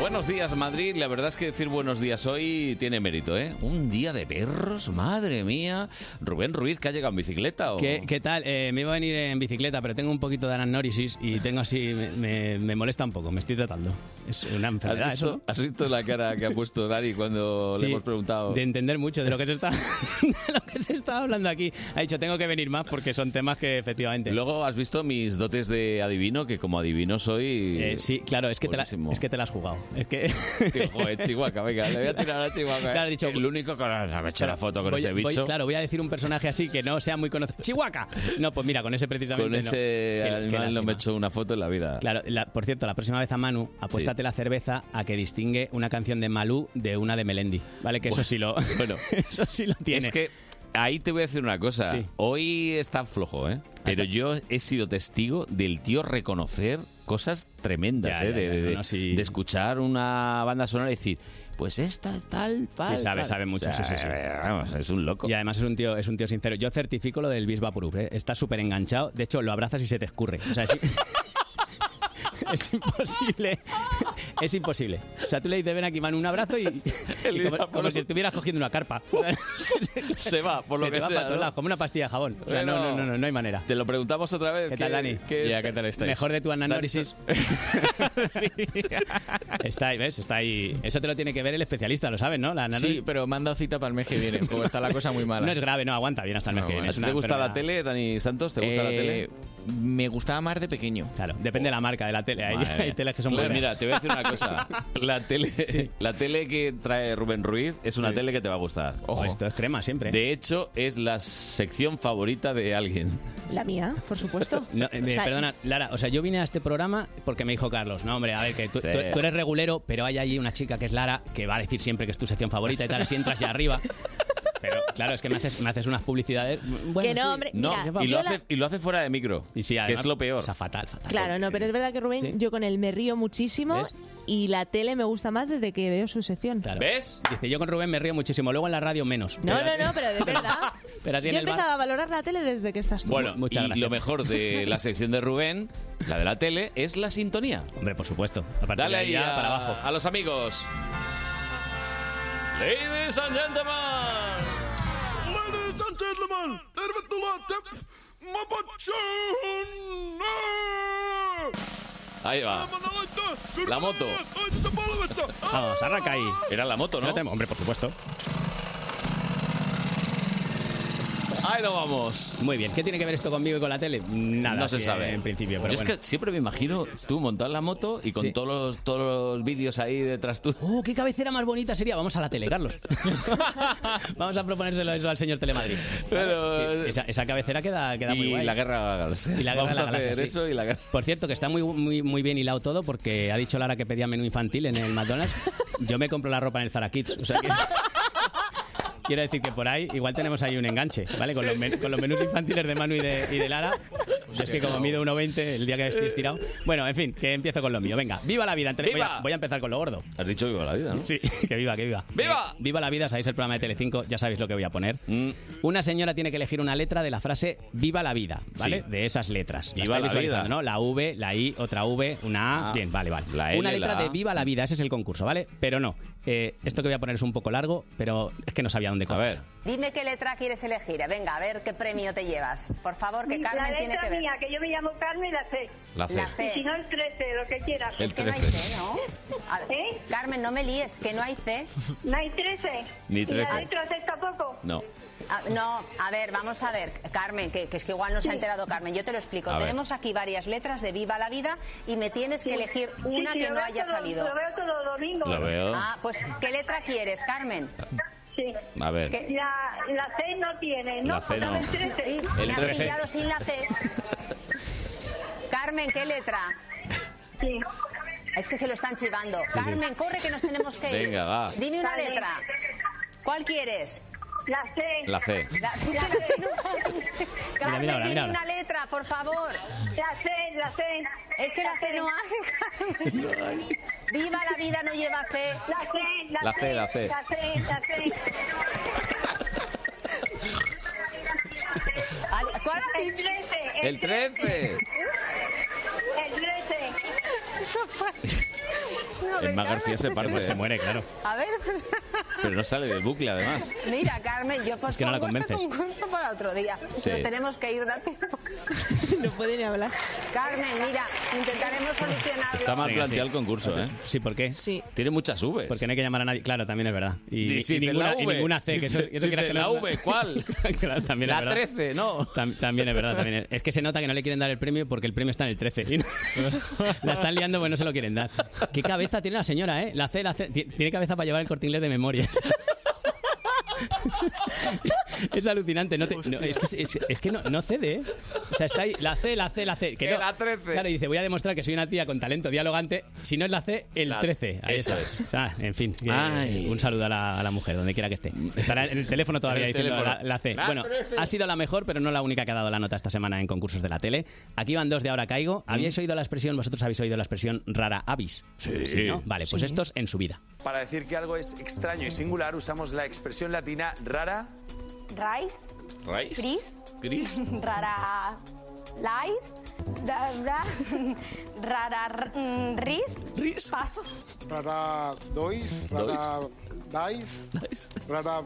Speaker 2: Bueno, Buenos días, Madrid. La verdad es que decir buenos días hoy tiene mérito, ¿eh? Un día de perros, madre mía. Rubén Ruiz, que ha llegado en bicicleta. ¿o?
Speaker 27: ¿Qué, qué tal? Eh, me iba a venir en bicicleta, pero tengo un poquito de ananórisis y tengo así, me, me- me molesta un poco, me estoy tratando. Es una enfermedad.
Speaker 2: ¿Has visto,
Speaker 27: eso.
Speaker 2: has visto la cara que ha puesto Dani cuando
Speaker 27: Sí,
Speaker 2: le hemos preguntado?
Speaker 27: De entender mucho de lo que se está, de lo (laughs) que se está hablando aquí. Ha dicho, tengo que venir más porque son temas que efectivamente.
Speaker 2: (laughs) Luego has visto mis dotes de adivino, que como adivino soy.
Speaker 27: Eh, sí, claro, es que, te la-
Speaker 2: buenísimo.
Speaker 27: es que te la has jugado.
Speaker 2: (laughs)
Speaker 27: Es que. (laughs)
Speaker 2: Digo, Joder, Chihuahua, venga, le voy a tirar a Chihuahua. eh.
Speaker 27: Claro, he dicho-
Speaker 2: el único que Ah, no me he hecho la foto con
Speaker 27: Voy-
Speaker 2: ese
Speaker 27: voy-
Speaker 2: bicho.
Speaker 27: claro, voy a decir un personaje así que no sea muy conocido. ¡Chihuahua! No, pues mira, con ese precisamente.
Speaker 2: Con
Speaker 27: no.
Speaker 2: ese
Speaker 27: Qué- qué
Speaker 2: animal no
Speaker 27: lástima.
Speaker 2: me he hecho una foto en la vida.
Speaker 27: Claro, la- por cierto, la próxima vez a Manu, apuéstate la cerveza a que distingue una canción de Malú de una de Melendi. Vale, que eso sí lo.
Speaker 2: (laughs) Bueno,
Speaker 27: (laughs) eso sí lo tiene.
Speaker 2: Es que ahí te voy a decir una cosa.
Speaker 27: Sí.
Speaker 2: Hoy está flojo, ¿eh? Pero yo he sido testigo del tío reconocer cosas tremendas,
Speaker 27: Ya,
Speaker 2: ¿eh?
Speaker 27: ya,
Speaker 2: de,
Speaker 27: ya,
Speaker 2: de-
Speaker 27: no,
Speaker 2: de-
Speaker 27: no, sí.
Speaker 2: de escuchar una banda sonora y decir, pues esta es tal, tal.
Speaker 27: Sí, sabe,
Speaker 2: tal.
Speaker 27: sabe mucho.
Speaker 2: O sea,
Speaker 27: sí, sí, sí.
Speaker 2: Eh, Vamos, es un loco.
Speaker 27: Y además es un tío, es un tío sincero. Yo certifico lo del Bis Vaporub, ¿eh? Está súper enganchado. De hecho, lo abrazas y se te escurre. O sea, es, (laughs) es imposible. (laughs) Es imposible. O sea, tú le dices, ven aquí, man, un
Speaker 2: (laughs)
Speaker 27: abrazo y, y como, como si estuvieras cogiendo una carpa. O sea, (laughs)
Speaker 2: (laughs) Se va, por lo
Speaker 27: (laughs) se
Speaker 2: que
Speaker 27: te va
Speaker 2: sea,
Speaker 27: para todos
Speaker 2: ¿no?
Speaker 27: lados, como una pastilla de jabón. O sea, no,
Speaker 2: Bueno.
Speaker 27: no, no, no, no hay manera.
Speaker 2: Te lo preguntamos otra vez.
Speaker 27: ¿Qué tal, Dani?
Speaker 2: qué es-
Speaker 27: Ya, ¿qué tal estáis? Mejor de tu ananórisis. Está ahí, ¿ves? Está ahí. Eso te lo tiene que ver el especialista, lo sabes, ¿no? La
Speaker 7: Sí, pero me han dado cita para el mes que viene, porque está la cosa muy mala.
Speaker 27: No es grave, no, aguanta bien hasta el mes que viene.
Speaker 7: ¿A
Speaker 27: Es
Speaker 7: ti
Speaker 27: una
Speaker 7: te gusta la
Speaker 27: enfermedad-
Speaker 2: tele, Dani Santos? ¿Te
Speaker 7: gusta la
Speaker 27: Eh,
Speaker 7: tele? Me gustaba más de pequeño.
Speaker 27: Claro, depende de la marca de la tele. (laughs) Hay,
Speaker 2: Madre
Speaker 27: hay
Speaker 2: mía.
Speaker 27: teles que son
Speaker 2: Pues
Speaker 27: buenas.
Speaker 2: Mira, te voy a decir una
Speaker 27: (laughs)
Speaker 2: cosa. La tele, la tele que trae Rubén Ruiz es una tele que te va a gustar. Ojo.
Speaker 27: Esto es crema siempre. ¿eh?
Speaker 2: De hecho, es la sección favorita de alguien.
Speaker 9: La mía,
Speaker 36: (laughs)
Speaker 9: por supuesto.
Speaker 27: No, eh,
Speaker 9: O sea,
Speaker 27: perdona, Lara, o sea, yo vine a este programa porque me dijo Carlos, no, hombre, a ver, que tú,
Speaker 2: Sí.
Speaker 27: tú- tú eres regulero, pero hay allí una chica que es Lara que va a decir siempre que es tu sección favorita y tal, si entras ya
Speaker 9: (laughs)
Speaker 27: arriba. Pero claro, es que me haces, me haces unas publicidades. Bueno,
Speaker 9: Que no,
Speaker 27: sí.
Speaker 9: hombre, No, mira,
Speaker 2: y,
Speaker 9: yo
Speaker 2: lo
Speaker 9: la-
Speaker 2: hace, y lo hace fuera de micro, que es lo peor. O sea,
Speaker 27: fatal, fatal.
Speaker 9: Claro, no, pero es verdad que Rubén,
Speaker 27: Sí.
Speaker 9: yo con él me río muchísimo
Speaker 27: ¿Ves?
Speaker 9: y la tele me gusta más desde que veo su sección.
Speaker 2: ¿Ves?
Speaker 27: Dice, yo con Rubén me río muchísimo, luego en la radio menos.
Speaker 9: No,
Speaker 27: Pero-
Speaker 9: no, no, pero de verdad.
Speaker 27: Pero así
Speaker 9: yo
Speaker 27: en
Speaker 9: he
Speaker 27: el bar-
Speaker 9: empezado a valorar la tele desde que estás tú.
Speaker 2: Bueno,
Speaker 27: muchas
Speaker 2: y
Speaker 27: gracias.
Speaker 2: lo (laughs) mejor de la
Speaker 27: (laughs)
Speaker 2: sección de Rubén, la de la tele, es la sintonía.
Speaker 27: Hombre, por supuesto.
Speaker 2: Dale
Speaker 27: de ahí
Speaker 2: ahí
Speaker 27: ya
Speaker 2: a-
Speaker 27: para abajo.
Speaker 2: a los amigos. Ladies and gentlemen.
Speaker 11: Ladies and gentlemen,
Speaker 2: Ahí va. La moto.
Speaker 27: Vamos, arranca ahí.
Speaker 2: Era la moto, ¿no?
Speaker 27: Espérate, hombre, por supuesto.
Speaker 2: Ahí lo vamos.
Speaker 27: Muy bien. ¿Qué tiene que ver esto conmigo y con la tele? Nada.
Speaker 2: no se
Speaker 27: sí,
Speaker 2: sabe.
Speaker 27: En principio,
Speaker 2: Yo
Speaker 27: pero
Speaker 2: es
Speaker 27: bueno.
Speaker 2: que siempre me imagino tú montar la moto y con
Speaker 27: Sí.
Speaker 2: todos los, todos los vídeos ahí detrás tú.
Speaker 27: Oh, qué cabecera más bonita sería. Vamos a la tele, Carlos. Vamos a proponérselo eso al señor Telemadrid. Que Esa, esa cabecera queda, queda muy
Speaker 2: Y
Speaker 27: guay.
Speaker 2: la guerra de las galaxias.
Speaker 27: Y la guerra
Speaker 2: Vamos
Speaker 27: de
Speaker 2: a
Speaker 27: las
Speaker 2: hacer
Speaker 27: galaxias, sí.
Speaker 2: eso y la guerra.
Speaker 27: Por cierto, que está muy, muy, muy bien hilado todo porque ha dicho Lara que pedía menú infantil en el McDonald's. Yo me compro la ropa en el Zara Kids. O sea que... (laughs) Quiero decir que por ahí igual tenemos ahí un enganche, ¿vale? Con los, men- con los menús infantiles de Manu y de, y de Lara.
Speaker 2: Pues
Speaker 27: Yo es que como mido 1,20 el día que estoy estirado. Bueno, en fin, que empiezo con lo mío. Venga, viva la vida. Entre- voy a-
Speaker 2: ¡Viva!
Speaker 27: voy a empezar con lo gordo.
Speaker 2: Has dicho viva la vida, ¿no?
Speaker 27: Sí, (laughs) que viva, que viva. ¡Viva! viva la vida, sabéis el programa de Telecinco, ya sabéis lo que voy a poner.
Speaker 2: Mm.
Speaker 27: Una señora tiene que elegir una letra de la frase viva la vida, ¿vale?
Speaker 2: Sí.
Speaker 27: De esas letras.
Speaker 2: Viva
Speaker 27: estáis
Speaker 2: la
Speaker 27: visualizando,
Speaker 2: vida.
Speaker 27: ¿no? La V, la I, otra V, una A.
Speaker 2: Ah.
Speaker 27: Bien, vale, vale.
Speaker 2: La L,
Speaker 27: una letra
Speaker 2: la A.
Speaker 27: de viva la vida, ese es el concurso, ¿vale? Pero no, eh, esto que voy a poner es un poco largo, pero es que no sabía dónde coger. A ver.
Speaker 6: Dime qué letra quieres elegir. Venga, a ver qué premio te llevas. Por favor, que
Speaker 40: la
Speaker 6: Carmen
Speaker 40: letra
Speaker 6: tiene que ver.
Speaker 40: mía, que yo me llamo Carmen, la C.
Speaker 2: La C. La C.
Speaker 6: C.
Speaker 40: Y si no, el 13, lo que quieras. ¿Eh?
Speaker 2: El Es que no hay 13. C,
Speaker 6: A ver, Carmen, no me líes, que no hay C.
Speaker 40: ¿No hay 13?
Speaker 2: Ni
Speaker 6: ¿Y la
Speaker 2: 13.
Speaker 6: letra
Speaker 40: C tampoco?
Speaker 2: No.
Speaker 6: Ah, no, a ver, vamos a ver, Carmen, que, que es que igual no se ha enterado Carmen. Yo te lo explico.
Speaker 2: A ver.
Speaker 6: Tenemos aquí varias letras de Viva la Vida y me tienes que elegir una
Speaker 40: sí,
Speaker 6: que
Speaker 40: lo
Speaker 6: no
Speaker 40: veo
Speaker 6: haya
Speaker 40: todo-
Speaker 6: salido.
Speaker 40: lo veo todo domingo.
Speaker 2: Lo veo.
Speaker 6: Ah, pues ¿qué letra quieres, Carmen?
Speaker 40: Sí.
Speaker 2: A ver.
Speaker 40: La, la C no tiene, ¿no?
Speaker 2: La C no.
Speaker 40: El 13.
Speaker 2: El
Speaker 6: Me has
Speaker 2: 13.
Speaker 6: pillado sin la C. Carmen, ¿qué letra?
Speaker 40: Sí.
Speaker 6: Es que se lo están chivando.
Speaker 2: sí.
Speaker 6: Carmen, corre que nos tenemos que ir.
Speaker 2: Venga, va.
Speaker 6: Dime una
Speaker 40: Vale.
Speaker 6: letra. ¿Cuál quieres?
Speaker 40: La C.
Speaker 2: La C.
Speaker 6: La, la C. Carmen,
Speaker 2: mira ahora,
Speaker 6: dime
Speaker 2: mira ahora.
Speaker 6: una letra, por favor.
Speaker 40: La C, la C.
Speaker 6: Es que la, C no hay, Carmen. Viva la vida, no lleva C.
Speaker 40: La C,
Speaker 2: La C, C, la C. la
Speaker 6: C, la C. ¿Cuál has dicho?
Speaker 2: El 13.
Speaker 40: El 13.
Speaker 2: Emma García se parte.
Speaker 27: Pues Se muere, claro.
Speaker 40: A ver,
Speaker 2: Pero no sale del bucle, además.
Speaker 40: mira, Carmen, yo por
Speaker 2: Es que no la
Speaker 40: favor,
Speaker 2: convences.
Speaker 40: un curso para otro día.
Speaker 2: Sí.
Speaker 40: Nos tenemos que ir rápido.
Speaker 4: (laughs) no puede ni hablar.
Speaker 40: Carmen, mira, intentaremos solucionarlo.
Speaker 2: Está mal
Speaker 27: Venga, sí.
Speaker 2: planteado el concurso, ¿eh?
Speaker 27: Sí, ¿por qué?
Speaker 4: Sí.
Speaker 2: Tiene muchas V.
Speaker 27: Porque no hay que llamar a nadie. Claro, también es verdad. Y,
Speaker 2: Dice,
Speaker 27: y
Speaker 2: dice,
Speaker 27: ninguna,
Speaker 2: la
Speaker 27: y
Speaker 2: V.
Speaker 27: ninguna C. Que eso, eso
Speaker 2: Dice,
Speaker 27: quieras que no
Speaker 2: la
Speaker 27: es una-
Speaker 2: V, ¿cuál?
Speaker 27: (laughs) Claro, también es
Speaker 2: La
Speaker 27: verdad.
Speaker 2: 13, ¿no?
Speaker 27: Tam- también es verdad. También es. es que se nota que no le quieren dar el premio porque el premio está en el 13.
Speaker 2: (laughs)
Speaker 27: Y no- la están liando porque no se lo quieren dar. ¿Qué cabeza tiene la señora, eh? La C, la C. Ti- Tiene cabeza para llevar el corte inglés de memoria. (laughs) Es alucinante, no te- no, es que, es- es que no, no cede, ¿eh? O sea, está ahí, la C, la C, la C. Que
Speaker 2: Que
Speaker 27: no.
Speaker 2: la 13.
Speaker 27: Claro, y dice, voy a demostrar que soy una tía con talento dialogante. Si no es la C, el
Speaker 2: La-
Speaker 27: 13. Ahí
Speaker 2: eso
Speaker 27: está.
Speaker 2: es.
Speaker 27: O sea, en fin, que-
Speaker 2: Ay.
Speaker 27: un saludo a la, a la mujer, donde quiera que esté. Estará en el teléfono todavía
Speaker 2: En el
Speaker 27: diciendo
Speaker 2: teléfono.
Speaker 27: La, la C.
Speaker 2: La
Speaker 27: bueno,
Speaker 2: 13.
Speaker 27: ha sido la mejor, pero no la única que ha dado la nota esta semana en concursos de la tele. Aquí van dos de Ahora Caigo.
Speaker 2: Mm.
Speaker 27: ¿Habíais oído la expresión, vosotros habéis oído la expresión rara avis?
Speaker 39: Sí.
Speaker 27: ¿no? Vale, pues
Speaker 39: Sí.
Speaker 27: estos en su vida.
Speaker 39: Para decir que algo es extraño y singular usamos la expresión latina rara.
Speaker 16: Rice.
Speaker 39: Rice.
Speaker 16: Cris.
Speaker 39: Cris.
Speaker 16: (laughs) Rara. Lice. Da, da, (laughs) rara. r- mm, Ris. Ris. Paso.
Speaker 38: Rara Dois, Rara Dice, Rara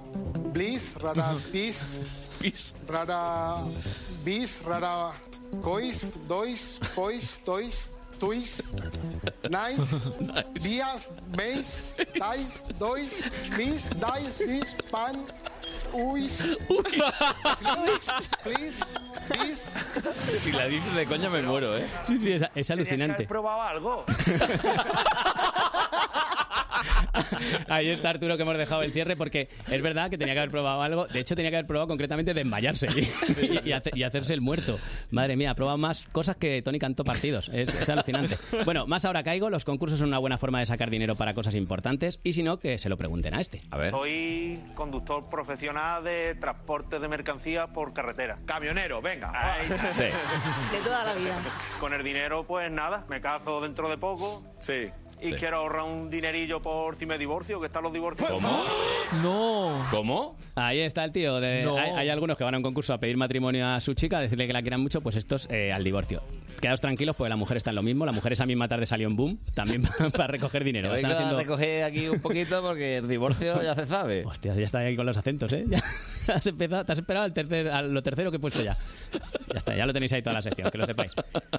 Speaker 38: Bliss, Rara Peace, Rara Bis, Rara Cois, Dois, Pois, Tois, Tuis, Nice, Días, Beis, Dice, Dois, Bis, Dice, Bis, Pan, Uis, Flis, Plis, Bis,
Speaker 2: Si la dices de coña me muero, ¿eh?
Speaker 27: Sí, sí, es, es
Speaker 39: Tenías que
Speaker 27: alucinante.
Speaker 39: haber probado algo.
Speaker 27: Ahí está Arturo que hemos dejado el cierre porque es verdad que tenía que haber probado algo. De hecho, tenía que haber probado concretamente desmayarse y, y- y hace- y hacerse el muerto. Madre mía, ha probado más cosas que Tony cantó partidos. Es, es alucinante. Bueno, más ahora caigo. Los concursos son una buena forma de sacar dinero para cosas importantes y si no, que se lo pregunten a este. A
Speaker 41: Soy conductor profesional de transporte de mercancías por carretera.
Speaker 39: Camionero, venga.
Speaker 2: Sí.
Speaker 4: De toda la vida.
Speaker 41: Con el dinero, pues nada, me caso dentro de poco.
Speaker 39: Sí.
Speaker 41: Y
Speaker 2: Sí.
Speaker 41: quiero ahorrar un dinerillo por si me divorcio, que están los divorcios.
Speaker 2: ¿Cómo?
Speaker 27: No.
Speaker 2: ¿Cómo?
Speaker 27: Ahí está el tío. de-
Speaker 41: No.
Speaker 27: hay, hay algunos que van a un concurso a pedir matrimonio a su chica, a decirle que la quieran mucho, pues estos eh, al divorcio. Quedaos tranquilos, porque la mujer está en lo mismo. La mujer esa misma tarde salió en Boom, también (laughs) para, recoger dinero. Están haciendo-
Speaker 2: recoger aquí un poquito porque el divorcio ya se sabe.
Speaker 27: (laughs) Hostia, ya está ahí con los acentos, ¿eh? (laughs) Ya has empezado, te has esperado al tercer, a lo tercero que he puesto ya. Ya está, ya lo tenéis ahí toda la sección, que lo sepáis.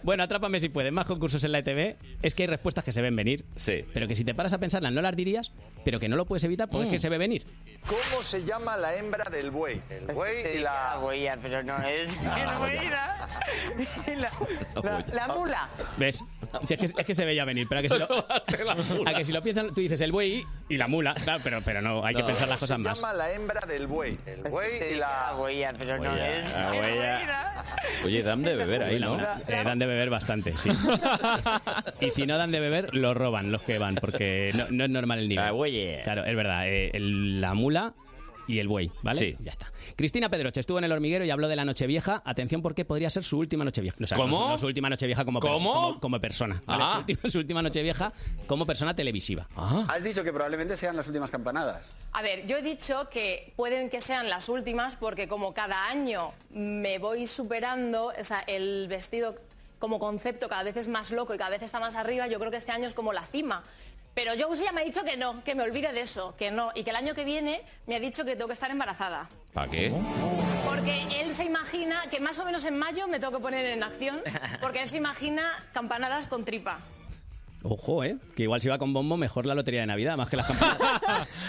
Speaker 27: Bueno, atrápame si puedes. Más concursos en la ETV. Es que hay respuestas que se ven venir. Sí. Pero que si te paras a pensarlas no las dirías, pero que no lo puedes evitar porque es que se ve venir.
Speaker 39: ¿Cómo se llama la hembra del buey? El buey y la. huella, pero no
Speaker 41: (laughs)
Speaker 39: es. (laughs)
Speaker 27: La- la
Speaker 39: mula.
Speaker 27: ¿Ves? Si es, que, es que se veía venir, pero a que (laughs) si lo, a que si lo piensan, tú dices el buey y la mula, claro, pero, pero no, hay que pensar las cosas más.
Speaker 39: Se llama la hembra del buey. El buey y la. huella, pero
Speaker 27: no Huella, es. la huella.
Speaker 2: Oye, dan de beber ahí, ¿no?
Speaker 27: Eh, dan de beber bastante,
Speaker 2: (laughs)
Speaker 27: sí. Y si no dan de beber, lo roban los que van, porque no, no es normal el nivel.
Speaker 2: Ah,
Speaker 27: Claro, es verdad. eh, el- la mula y el buey, ¿vale?
Speaker 2: Sí.
Speaker 27: Ya está. Cristina Pedroche estuvo en el hormiguero y habló de la Nochevieja. Atención, porque podría ser su última Nochevieja. O sea,
Speaker 2: ¿Cómo?
Speaker 27: No, su- no su última Nochevieja como, pers-
Speaker 2: ¿Cómo?
Speaker 27: como, como persona. ¿vale?
Speaker 2: Ah.
Speaker 27: Su, última, su última Nochevieja como persona televisiva.
Speaker 36: Has dicho que probablemente sean las últimas campanadas.
Speaker 42: (laughs) A ver, yo he dicho que pueden que sean las últimas porque como cada año me voy superando, o sea, el vestido como concepto cada vez es más loco y cada vez está más arriba, yo creo que este año es como la cima. Pero Josie ya me ha dicho que no, que me olvide de eso, que no, y que el año que viene me ha dicho que tengo que estar embarazada.
Speaker 2: ¿Para qué?
Speaker 42: Porque él se imagina que más o menos en mayo me tengo que poner en acción, porque él se imagina campanadas con tripa.
Speaker 27: Ojo, ¿eh? Que igual si va con bombo, mejor la lotería de Navidad, más que las
Speaker 2: (laughs)
Speaker 27: campanas.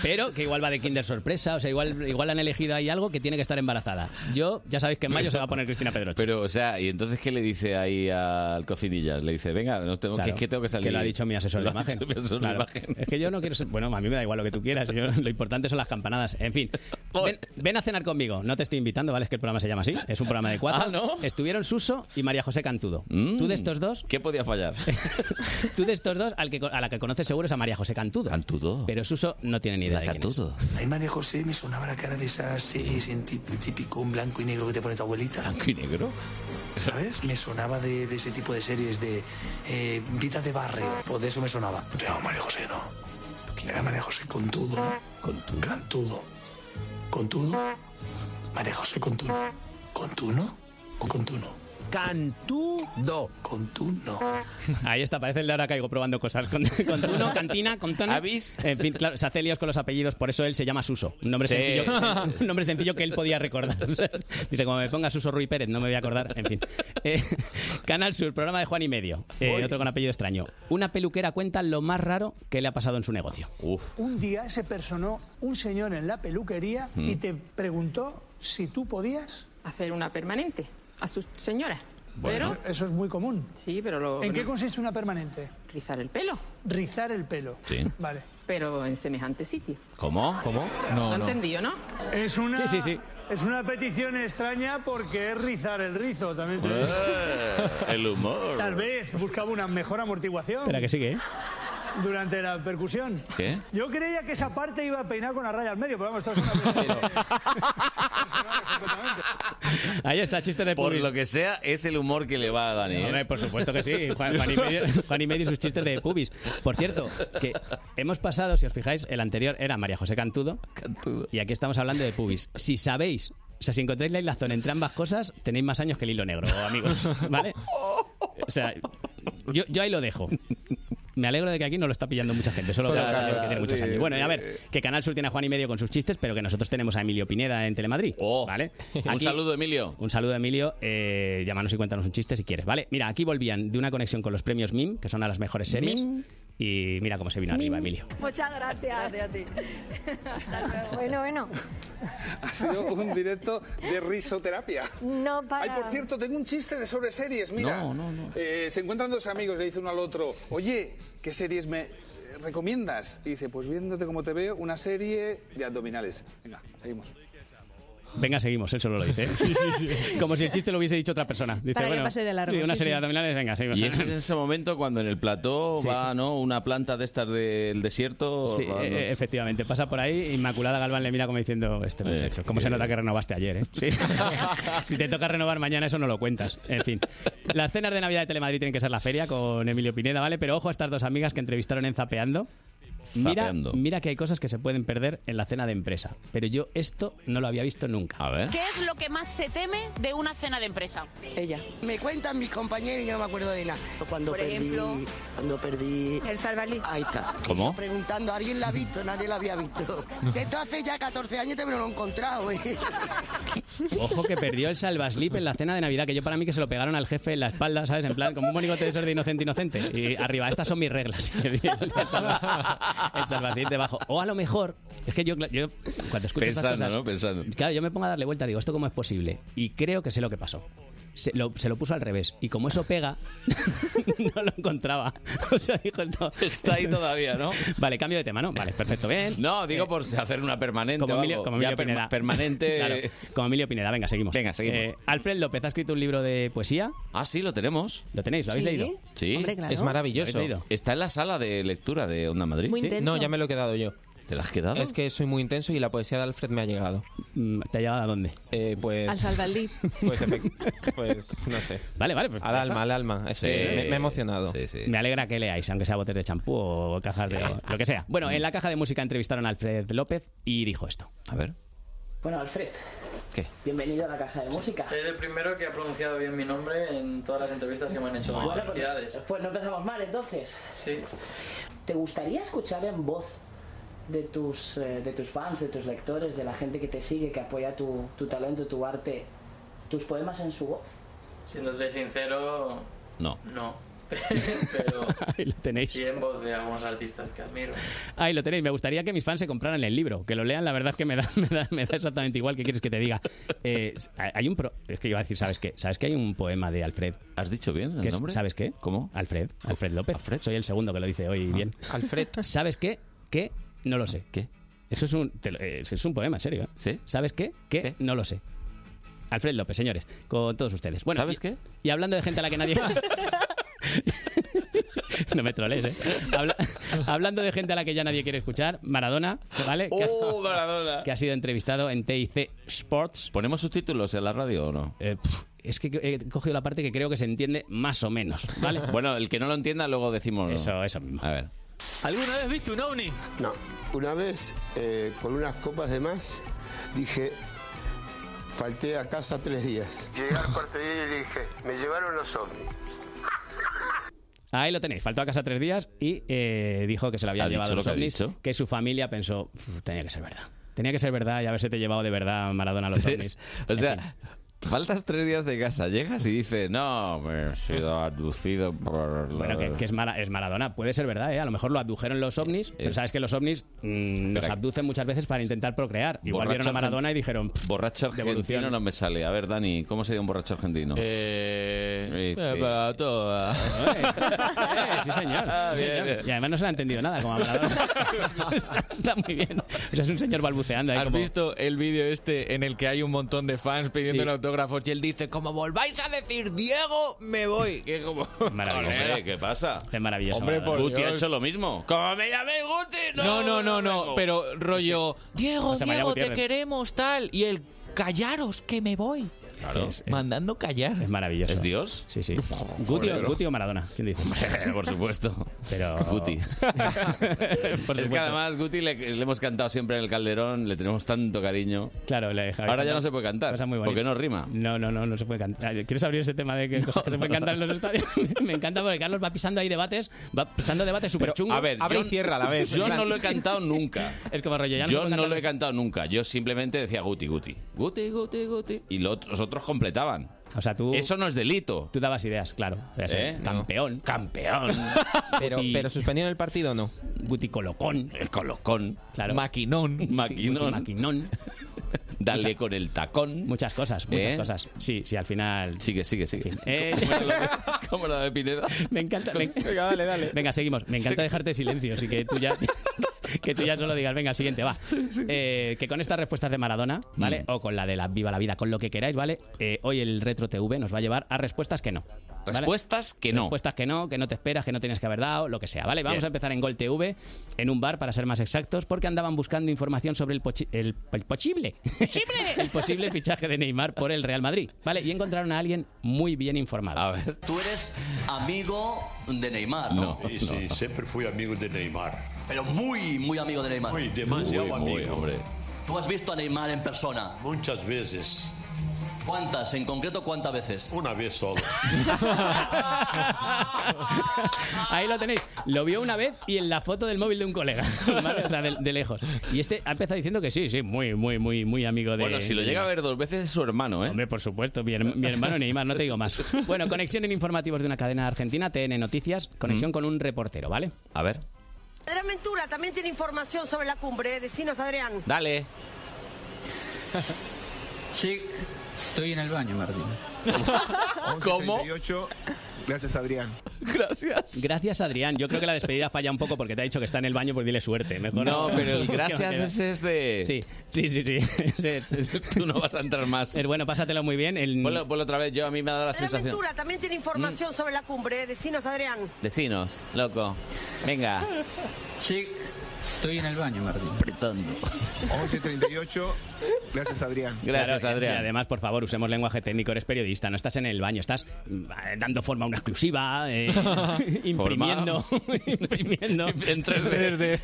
Speaker 27: Pero que igual va de Kinder Sorpresa, o sea, igual, igual han elegido ahí algo que tiene que estar embarazada. Yo, ya sabéis que en mayo se va a poner Cristina Pedroche.
Speaker 2: Pero, o sea, ¿y entonces qué le dice ahí al cocinillas? Le dice, venga, nos tenemos
Speaker 27: Claro,
Speaker 2: que, es que tengo que salir.
Speaker 27: que lo ha dicho mi asesor
Speaker 2: (laughs)
Speaker 27: de
Speaker 2: Lo ha
Speaker 27: imagen.
Speaker 2: dicho mi asesor de
Speaker 27: Claro.
Speaker 2: imagen.
Speaker 27: Es que yo no quiero ser. Bueno, a mí me da igual lo que tú quieras. yo- lo importante son las campanadas. En fin, ven, ven a cenar conmigo. No te estoy invitando, ¿vale? Es que el programa se llama así. Es un programa de cuatro.
Speaker 2: Ah, ¿no? Mm.
Speaker 27: Estuvieron Suso y María José Cantudo. Tú de estos dos.
Speaker 2: ¿Qué podía fallar?
Speaker 27: (laughs) Tú de estos dos, al que, a la que conoces seguro es a María José Cantudo. Cantudo. Pero Suso no tiene ni idea de quién es.
Speaker 7: A mí María José me sonaba la cara de esas series en tip- típico un blanco y negro que te pone tu abuelita.
Speaker 2: ¿Blanco y negro?
Speaker 7: ¿Sabes? Me sonaba de, de ese tipo de series de eh, vida de barrio. Pues de eso me sonaba. Te llamo María José, ¿no? Era María José Contudo, ¿no? Contudo. Cantudo. Contudo. María José Contudo. ¿Contuno o Contuno?
Speaker 43: Cantudo. Contudo.
Speaker 27: (laughs) Ahí está, parece el de ahora caigo probando cosas. Con, (laughs) con Tuno, Cantina, con Tona. En fin, claro, se hace líos con los apellidos, por eso él se llama Suso. Un nombre,
Speaker 2: Sí.
Speaker 27: sencillo, un nombre sencillo que él podía recordar. Dice, como me ponga Suso Ruiz Pérez, no me voy a acordar. En fin. Eh, Canal Sur, programa de Juan y Medio. Eh,
Speaker 7: Uy.
Speaker 27: otro con apellido extraño. Una peluquera cuenta lo más raro que le ha pasado en su negocio.
Speaker 7: Un día se personó un señor en la peluquería
Speaker 27: Mm.
Speaker 7: y te preguntó si tú podías... Hacer una permanente a su señora. Bueno. Pero eso es muy común. Sí, pero lo... ¿En qué
Speaker 44: no.
Speaker 7: consiste una permanente?
Speaker 44: Rizar el pelo,
Speaker 7: Rizar el pelo.
Speaker 2: Sí.
Speaker 7: Vale.
Speaker 44: pero en semejante sitio.
Speaker 2: ¿Cómo? ¿Cómo?
Speaker 44: No, entendido, ¿no?
Speaker 7: Es una,
Speaker 44: Sí, sí, sí.
Speaker 7: Es una petición extraña porque es rizar el rizo, también te digo.
Speaker 44: Eh.
Speaker 2: Eh, el humor.
Speaker 7: Tal vez buscaba una mejor amortiguación.
Speaker 27: Espera, que sigue, ¿eh?
Speaker 7: Durante la percusión.
Speaker 2: ¿Qué?
Speaker 7: Yo creía que esa parte iba a peinar con la raya al medio, pero vamos, esto es una...
Speaker 27: Ahí está, chiste de
Speaker 2: Por
Speaker 27: pubis.
Speaker 2: lo que sea, es el humor que le va a Dani. ¿eh?
Speaker 27: Hombre, por supuesto que
Speaker 2: (laughs)
Speaker 27: sí. Juan, Juan y medio, Juan y medio y sus chistes de pubis. Por cierto, que hemos pasado, si os fijáis, el anterior era María José Cantudo. Y aquí estamos hablando de pubis. Si sabéis, o sea, si encontráis la hilazón entre ambas cosas, tenéis más años que el hilo negro, amigos. ¿Vale? O sea, yo, yo ahí lo dejo. Me alegro de que aquí no lo está pillando mucha gente, solo
Speaker 2: Solo
Speaker 27: que-
Speaker 2: Cantudo,
Speaker 27: que tiene muchos
Speaker 2: sí,
Speaker 27: años. Bueno, y a
Speaker 2: sí.
Speaker 27: ver, que Canal Sur tiene a Juan y medio con sus chistes, pero que nosotros tenemos a Emilio Pineda en Telemadrid. ¿Vale?
Speaker 2: Oh. Un
Speaker 27: Aquí-
Speaker 2: saludo, Emilio.
Speaker 27: un saludo, Emilio. Eh, llámanos y cuéntanos un chiste si quieres, ¿vale? Mira, aquí volvían de una conexión con los premios MIM, que son a las mejores series.
Speaker 7: MIM.
Speaker 27: Y mira cómo se vino arriba, Emilio.
Speaker 16: Muchas gracias. Gracias a (laughs) ti.
Speaker 44: Bueno, bueno.
Speaker 28: Ha sido un directo de risoterapia.
Speaker 44: No para.
Speaker 28: Ay, por cierto, tengo un chiste de sobre series, mira. No, no, no. Eh, se encuentran dos amigos, le dice uno al otro, oye, ¿qué series me eh, recomiendas? Y dice, pues viéndote como te veo, una serie de abdominales. Venga, seguimos.
Speaker 27: Venga, seguimos, él solo lo dice. ¿eh? (laughs) Como si el chiste lo hubiese dicho otra persona. Dice,
Speaker 9: Para que
Speaker 27: bueno,
Speaker 9: pase de largo,
Speaker 27: sí, una
Speaker 9: sí,
Speaker 27: serie
Speaker 9: sí.
Speaker 27: de abdominales, venga, seguimos.
Speaker 2: Y ese es ese momento cuando en el plató
Speaker 27: Sí.
Speaker 2: va, ¿no? Una planta de estas del desierto.
Speaker 27: (laughs) Sí,
Speaker 2: va, ¿no?
Speaker 27: eh, efectivamente, pasa por ahí. Inmaculada Galván le mira como diciendo:
Speaker 2: Eh,
Speaker 27: Este muchacho, ¿cómo se nota que renovaste ayer? eh?". Sí. (laughs) si te toca renovar mañana, eso no lo cuentas. En fin, las cenas de Navidad de Telemadrid tienen que ser la feria con Emilio Pineda, ¿vale? Pero ojo a estas dos amigas que entrevistaron en Zapeando. Mira,
Speaker 2: Zapeando.
Speaker 27: mira que hay cosas que se pueden perder en la cena de empresa. Pero yo esto no lo había visto nunca. A ver.
Speaker 21: ¿Qué es lo que más se teme de una cena de empresa? Ella.
Speaker 14: Me cuentan mis compañeros y yo no me acuerdo de nada. Cuando
Speaker 21: Por
Speaker 14: perdí,
Speaker 21: ejemplo.
Speaker 14: cuando perdí. El Salvalí. Ahí está.
Speaker 2: ¿Cómo?
Speaker 14: Preguntando, ¿alguien la ha visto? Nadie la había visto. De Esto hace ya 14 años y todavía no lo he encontrado, ¿eh?
Speaker 27: Ojo que perdió el salvaslip en la cena de Navidad, que yo para mí que se lo pegaron al jefe en la espalda, ¿sabes? En plan, como un monigote de esos de inocente, inocente. Y arriba, estas son mis reglas. (laughs) Y El salva- el salvaslip debajo. O a lo mejor, es que yo, yo cuando escucho estas
Speaker 2: Pensando,
Speaker 27: cosas-
Speaker 2: ¿no? Pensando.
Speaker 27: Claro, yo me pongo a darle vuelta, digo, ¿esto cómo es posible? Y creo que sé lo que pasó. Se lo, se lo puso al revés. Y como eso pega, (laughs) no lo encontraba. (laughs) O sea, dijo esto.
Speaker 2: Está ahí todavía, ¿no?
Speaker 27: (laughs) Vale, cambio de tema, ¿no? Vale, perfecto, bien.
Speaker 2: No, digo por hacer una permanente.
Speaker 27: Como
Speaker 2: o
Speaker 27: Emilio,
Speaker 2: algo.
Speaker 27: como Emilio
Speaker 2: Ya perma-
Speaker 27: Pineda.
Speaker 2: Permanente.
Speaker 27: (laughs) Claro, como Emilio Pineda, venga, seguimos. Venga,
Speaker 2: seguimos.
Speaker 27: Alfred López ha escrito un libro de poesía.
Speaker 2: Ah, sí, lo tenemos.
Speaker 27: ¿Lo tenéis? ¿Lo habéis
Speaker 2: Sí.
Speaker 27: leído?
Speaker 2: Sí.
Speaker 27: Hombre, claro. Es maravilloso.
Speaker 2: ¿Lo habéis leído? Está en la sala de lectura de Onda Madrid.
Speaker 27: Muy
Speaker 2: Sí.
Speaker 27: intenso.
Speaker 2: No, ya me
Speaker 14: lo he quedado yo.
Speaker 2: ¿Te la has quedado?
Speaker 14: Es que soy muy intenso y la poesía de Alfred me ha llegado.
Speaker 27: Mm, ¿Te ha llegado a dónde?
Speaker 14: pues.
Speaker 9: Al Salvador.
Speaker 14: Pues, efect- pues, no sé.
Speaker 27: Vale, vale. Pues
Speaker 14: al
Speaker 27: ya
Speaker 14: alma,
Speaker 27: está.
Speaker 14: al alma. Es que me, me he emocionado.
Speaker 27: Me alegra que leáis, aunque sea botes de champú o cajas de lo que sea. Bueno, en la caja de música entrevistaron a Alfred López y dijo esto. A ver.
Speaker 19: Bueno, Alfred.
Speaker 2: ¿Qué?
Speaker 19: Bienvenido a la caja de música.
Speaker 45: Eres el primero que ha pronunciado bien mi nombre en todas las entrevistas que me han hecho.
Speaker 19: Bueno,
Speaker 45: Felicidades.
Speaker 19: pues, pues no empezamos mal entonces.
Speaker 45: Sí.
Speaker 19: ¿Te gustaría escuchar en voz de tus, eh, de tus fans, de tus lectores, de la gente que te sigue, que apoya tu, tu talento, tu arte, tus poemas en su voz?
Speaker 45: Siéndote sincero,
Speaker 2: No.
Speaker 45: no. (laughs) Pero
Speaker 27: (laughs) Ahí lo tenéis.
Speaker 45: sí en voz de algunos artistas que admiro.
Speaker 27: Ahí lo tenéis. Me gustaría que mis fans se compraran el libro, que lo lean. La verdad es que me da, (laughs) me da, me da exactamente igual. ¿Qué quieres que te diga? Eh, hay un pro- es que iba a decir, ¿sabes qué? ¿Sabes que hay un poema de Alfred?
Speaker 2: ¿Has dicho bien el
Speaker 27: Que es-
Speaker 2: nombre?
Speaker 27: ¿Sabes qué? ¿Cómo? Alfred. Alfred López. Soy el segundo que lo dice hoy
Speaker 2: (laughs)
Speaker 27: bien. Alfred. ¿Sabes qué? ¿Qué? No lo sé. ¿Qué? Eso es un, te lo- eh, es un poema, en serio. ¿eh? ¿Sabes qué? ¿Qué? No lo sé. Alfred López, señores, con todos ustedes. Bueno,
Speaker 2: ¿Sabes
Speaker 27: y-
Speaker 2: qué?
Speaker 27: Y hablando de gente a la que nadie... (laughs) No me trolees, ¿eh? Habla- Hablando de gente a la que ya nadie quiere escuchar, Maradona, ¿vale? Que ha-
Speaker 2: ¡Oh, Maradona!
Speaker 27: Que ha sido entrevistado en TIC Sports. Eh,
Speaker 2: ¿Ponemos subtítulos en la radio o no?
Speaker 27: Es que he cogido la parte que creo que se entiende más o menos, ¿vale?
Speaker 2: Bueno, el que no lo entienda luego decimos. Eso,
Speaker 27: eso mismo.
Speaker 2: A ver.
Speaker 38: ¿Alguna vez viste un ovni? No. Una vez, eh, con unas copas de más, dije,
Speaker 1: Falté a casa tres días.
Speaker 22: Llegué al cuarto día y le dije, me llevaron los ovnis.
Speaker 38: (laughs)
Speaker 27: Ahí lo tenéis, faltó a casa tres días y eh, dijo que se lo habían
Speaker 2: ¿Ha
Speaker 27: llevado
Speaker 2: dicho
Speaker 27: los
Speaker 2: lo que ha
Speaker 27: ovnis,
Speaker 2: dicho?
Speaker 27: que su familia pensó, "Pf, tenía que ser verdad. Tenía que ser verdad y haberse te llevado de verdad Maradona a los ovnis.
Speaker 2: O sea, faltas tres días de casa, llegas y dices, no, me he sido aducido por... la-
Speaker 27: Bueno, que, que es, Mara- es Maradona, puede ser verdad, ¿eh? A lo mejor lo abdujeron los ovnis,
Speaker 2: eh.
Speaker 27: pero sabes que los ovnis mm, los abducen muchas veces para intentar procrear. Igual vieron a
Speaker 2: Borracho
Speaker 27: Maradona y
Speaker 2: argen-
Speaker 27: dijeron,
Speaker 2: Borracho argentino
Speaker 27: devolución.
Speaker 2: no me sale. A ver, Dani, ¿cómo sería un borracho argentino? Eh...
Speaker 27: eh, para eh, (laughs) sí, señor.
Speaker 2: Ah,
Speaker 27: sí,
Speaker 2: bien,
Speaker 27: señor.
Speaker 2: bien.
Speaker 27: Y además no se le ha entendido nada como a Maradona. Está muy bien. O sea, es un señor balbuceando. ahí
Speaker 7: ¿Has
Speaker 27: como-
Speaker 7: visto el vídeo este en el que hay un montón de fans pidiendo
Speaker 27: Sí.
Speaker 7: autógrafos y él dice, como volváis a decir Diego, me voy? (laughs) Que es como...
Speaker 27: Maravilloso.
Speaker 2: Hombre, ¿qué pasa?
Speaker 27: Es maravilloso.
Speaker 2: Hombre,
Speaker 7: Maradona.
Speaker 2: Guti ha
Speaker 7: Dios.
Speaker 2: hecho lo mismo. ¡Como me llaméis Guti!
Speaker 7: No, no, no, no, pero rollo... Diego,
Speaker 2: José María
Speaker 7: Diego, te
Speaker 2: Gutiérrez.
Speaker 7: queremos, tal. Y el callaros, que me voy.
Speaker 27: Mandando callar. Es maravilloso. ¿Es
Speaker 2: Dios?
Speaker 27: Sí, sí. Guti, o,
Speaker 2: Joder.
Speaker 27: Guti o Maradona. ¿Quién dice?
Speaker 2: (laughs) por supuesto.
Speaker 27: Pero... (laughs)
Speaker 2: Guti. es que además Guti le, le hemos cantado siempre en el Calderón, le tenemos tanto cariño.
Speaker 27: Claro, le
Speaker 2: Ahora ya no se puede cantar, porque no rima.
Speaker 27: No, no, no, no se puede cantar. ¿Quieres abrir ese
Speaker 2: (laughs)
Speaker 27: tema de que cosas que se pueden cantar en los estadios? (laughs) Me encanta porque Carlos va pisando ahí debates, va pisando debates súper chungos.
Speaker 2: A ver, yo- Yo no lo he cantado nunca. (laughs)
Speaker 27: Es como rollo, ya no se
Speaker 2: yo
Speaker 27: puede
Speaker 2: no
Speaker 27: cantar
Speaker 2: lo he
Speaker 27: los-
Speaker 2: cantado nunca. Yo simplemente decía Guti, Guti. Guti, Guti, Guti. Y los otros- los otros completaban.
Speaker 27: O sea, tú...
Speaker 2: Eso no es delito.
Speaker 27: Tú dabas ideas, claro. Ya sé,
Speaker 2: ¿Eh?
Speaker 27: Campeón. (laughs)
Speaker 2: Campeón.
Speaker 27: Pero, pero suspendieron el partido o no. Guti Colocón.
Speaker 2: El Colocón.
Speaker 27: Claro.
Speaker 7: Maquinón.
Speaker 2: Maquinón.
Speaker 27: Maquinón.
Speaker 2: Dale con el tacón.
Speaker 27: Muchas cosas, muchas
Speaker 2: ¿Eh?
Speaker 27: cosas. Sí, sí, al final.
Speaker 2: Sigue, sigue, sigue.
Speaker 27: Eh,
Speaker 2: (laughs) ¿Cómo la de Pineda?
Speaker 27: Me encanta.
Speaker 2: (laughs)
Speaker 27: me-
Speaker 2: Venga, dale, dale.
Speaker 27: Venga, seguimos. Me encanta
Speaker 2: Sí.
Speaker 27: dejarte silencio, así que tú ya. (laughs) Que tú ya solo digas, venga, el siguiente, va. Eh, que con estas respuestas de Maradona, ¿vale?
Speaker 2: Mm.
Speaker 27: O con la de la Viva la Vida, con lo que queráis, ¿vale? Eh, hoy el Retro TV nos va a llevar a respuestas que no. ¿vale?
Speaker 2: Respuestas que no.
Speaker 27: Respuestas que no, que no te esperas, que no tienes que haber dado, lo que sea, ¿vale? Vamos
Speaker 2: Bien.
Speaker 27: a empezar en Gol TV, en un bar, para ser más exactos, porque andaban buscando información sobre el, pochi- el, el posible. (laughs) el posible fichaje de Neymar por el Real Madrid, ¿vale? Y encontraron a alguien muy bien informado.
Speaker 2: A ver.
Speaker 17: Tú eres amigo de Neymar, ¿no?
Speaker 16: Sí, sí, siempre fui amigo de Neymar.
Speaker 17: Pero muy, muy amigo de Neymar.
Speaker 16: Muy, demasiado
Speaker 17: Muy, muy,
Speaker 16: amigo.
Speaker 17: hombre. ¿Tú has visto a Neymar en persona? Muchas veces. ¿Cuántas? En concreto, ¿cuántas veces? Una vez
Speaker 39: (laughs)
Speaker 17: solo.
Speaker 27: Ahí lo tenéis. Lo vio una vez y en la foto del móvil de un colega. (laughs) ¿vale? O sea, de, de lejos. Y este ha empezado diciendo que sí, sí, muy, muy, muy, muy amigo de.
Speaker 2: Bueno, si lo
Speaker 27: de
Speaker 2: llega a
Speaker 27: Neymar.
Speaker 2: ver dos veces es su hermano, ¿eh?
Speaker 27: Hombre, por supuesto, mi, herma- mi hermano Neymar, no te digo más. Bueno, conexión en informativos de una cadena argentina, TN Noticias, conexión con un reportero, ¿vale?
Speaker 2: Mm. A ver.
Speaker 30: Adrián Ventura también tiene información sobre la cumbre. ¿eh? Decinos, Adrián.
Speaker 2: Dale.
Speaker 39: Sí, estoy en el baño, Martín.
Speaker 27: ¿Cómo?
Speaker 39: Gracias, Adrián.
Speaker 27: Gracias. Gracias, Adrián. Yo creo que la despedida falla un poco porque te ha dicho que está en el baño, pues dile suerte. Mejor
Speaker 2: No, pero el
Speaker 27: (laughs) ¿Qué va a
Speaker 2: gracias
Speaker 27: quedar?
Speaker 2: ese es de...
Speaker 27: Sí, sí, sí. sí.
Speaker 2: (laughs)
Speaker 27: (laughs)
Speaker 2: Tú no vas a entrar más.
Speaker 27: Pero bueno, pásatelo muy bien. El...
Speaker 2: Ponlo, ponlo otra vez, yo a mí me ha dado la
Speaker 30: Adrián
Speaker 2: sensación...
Speaker 30: Ventura también tiene información sobre la cumbre. ¿eh? Decinos, Adrián.
Speaker 2: Vecinos, loco. Venga.
Speaker 39: Sí, estoy en el baño, Martín.
Speaker 2: Apretando.
Speaker 39: 11.38. Gracias, Adrián.
Speaker 27: Claro, Y además, por favor, usemos lenguaje técnico. Eres periodista, no estás en el baño, estás mm, dando forma a una exclusiva,
Speaker 2: (laughs)
Speaker 27: eh, (laughs) imprimiendo, imprimiendo.
Speaker 2: (laughs)
Speaker 27: En
Speaker 2: 3D.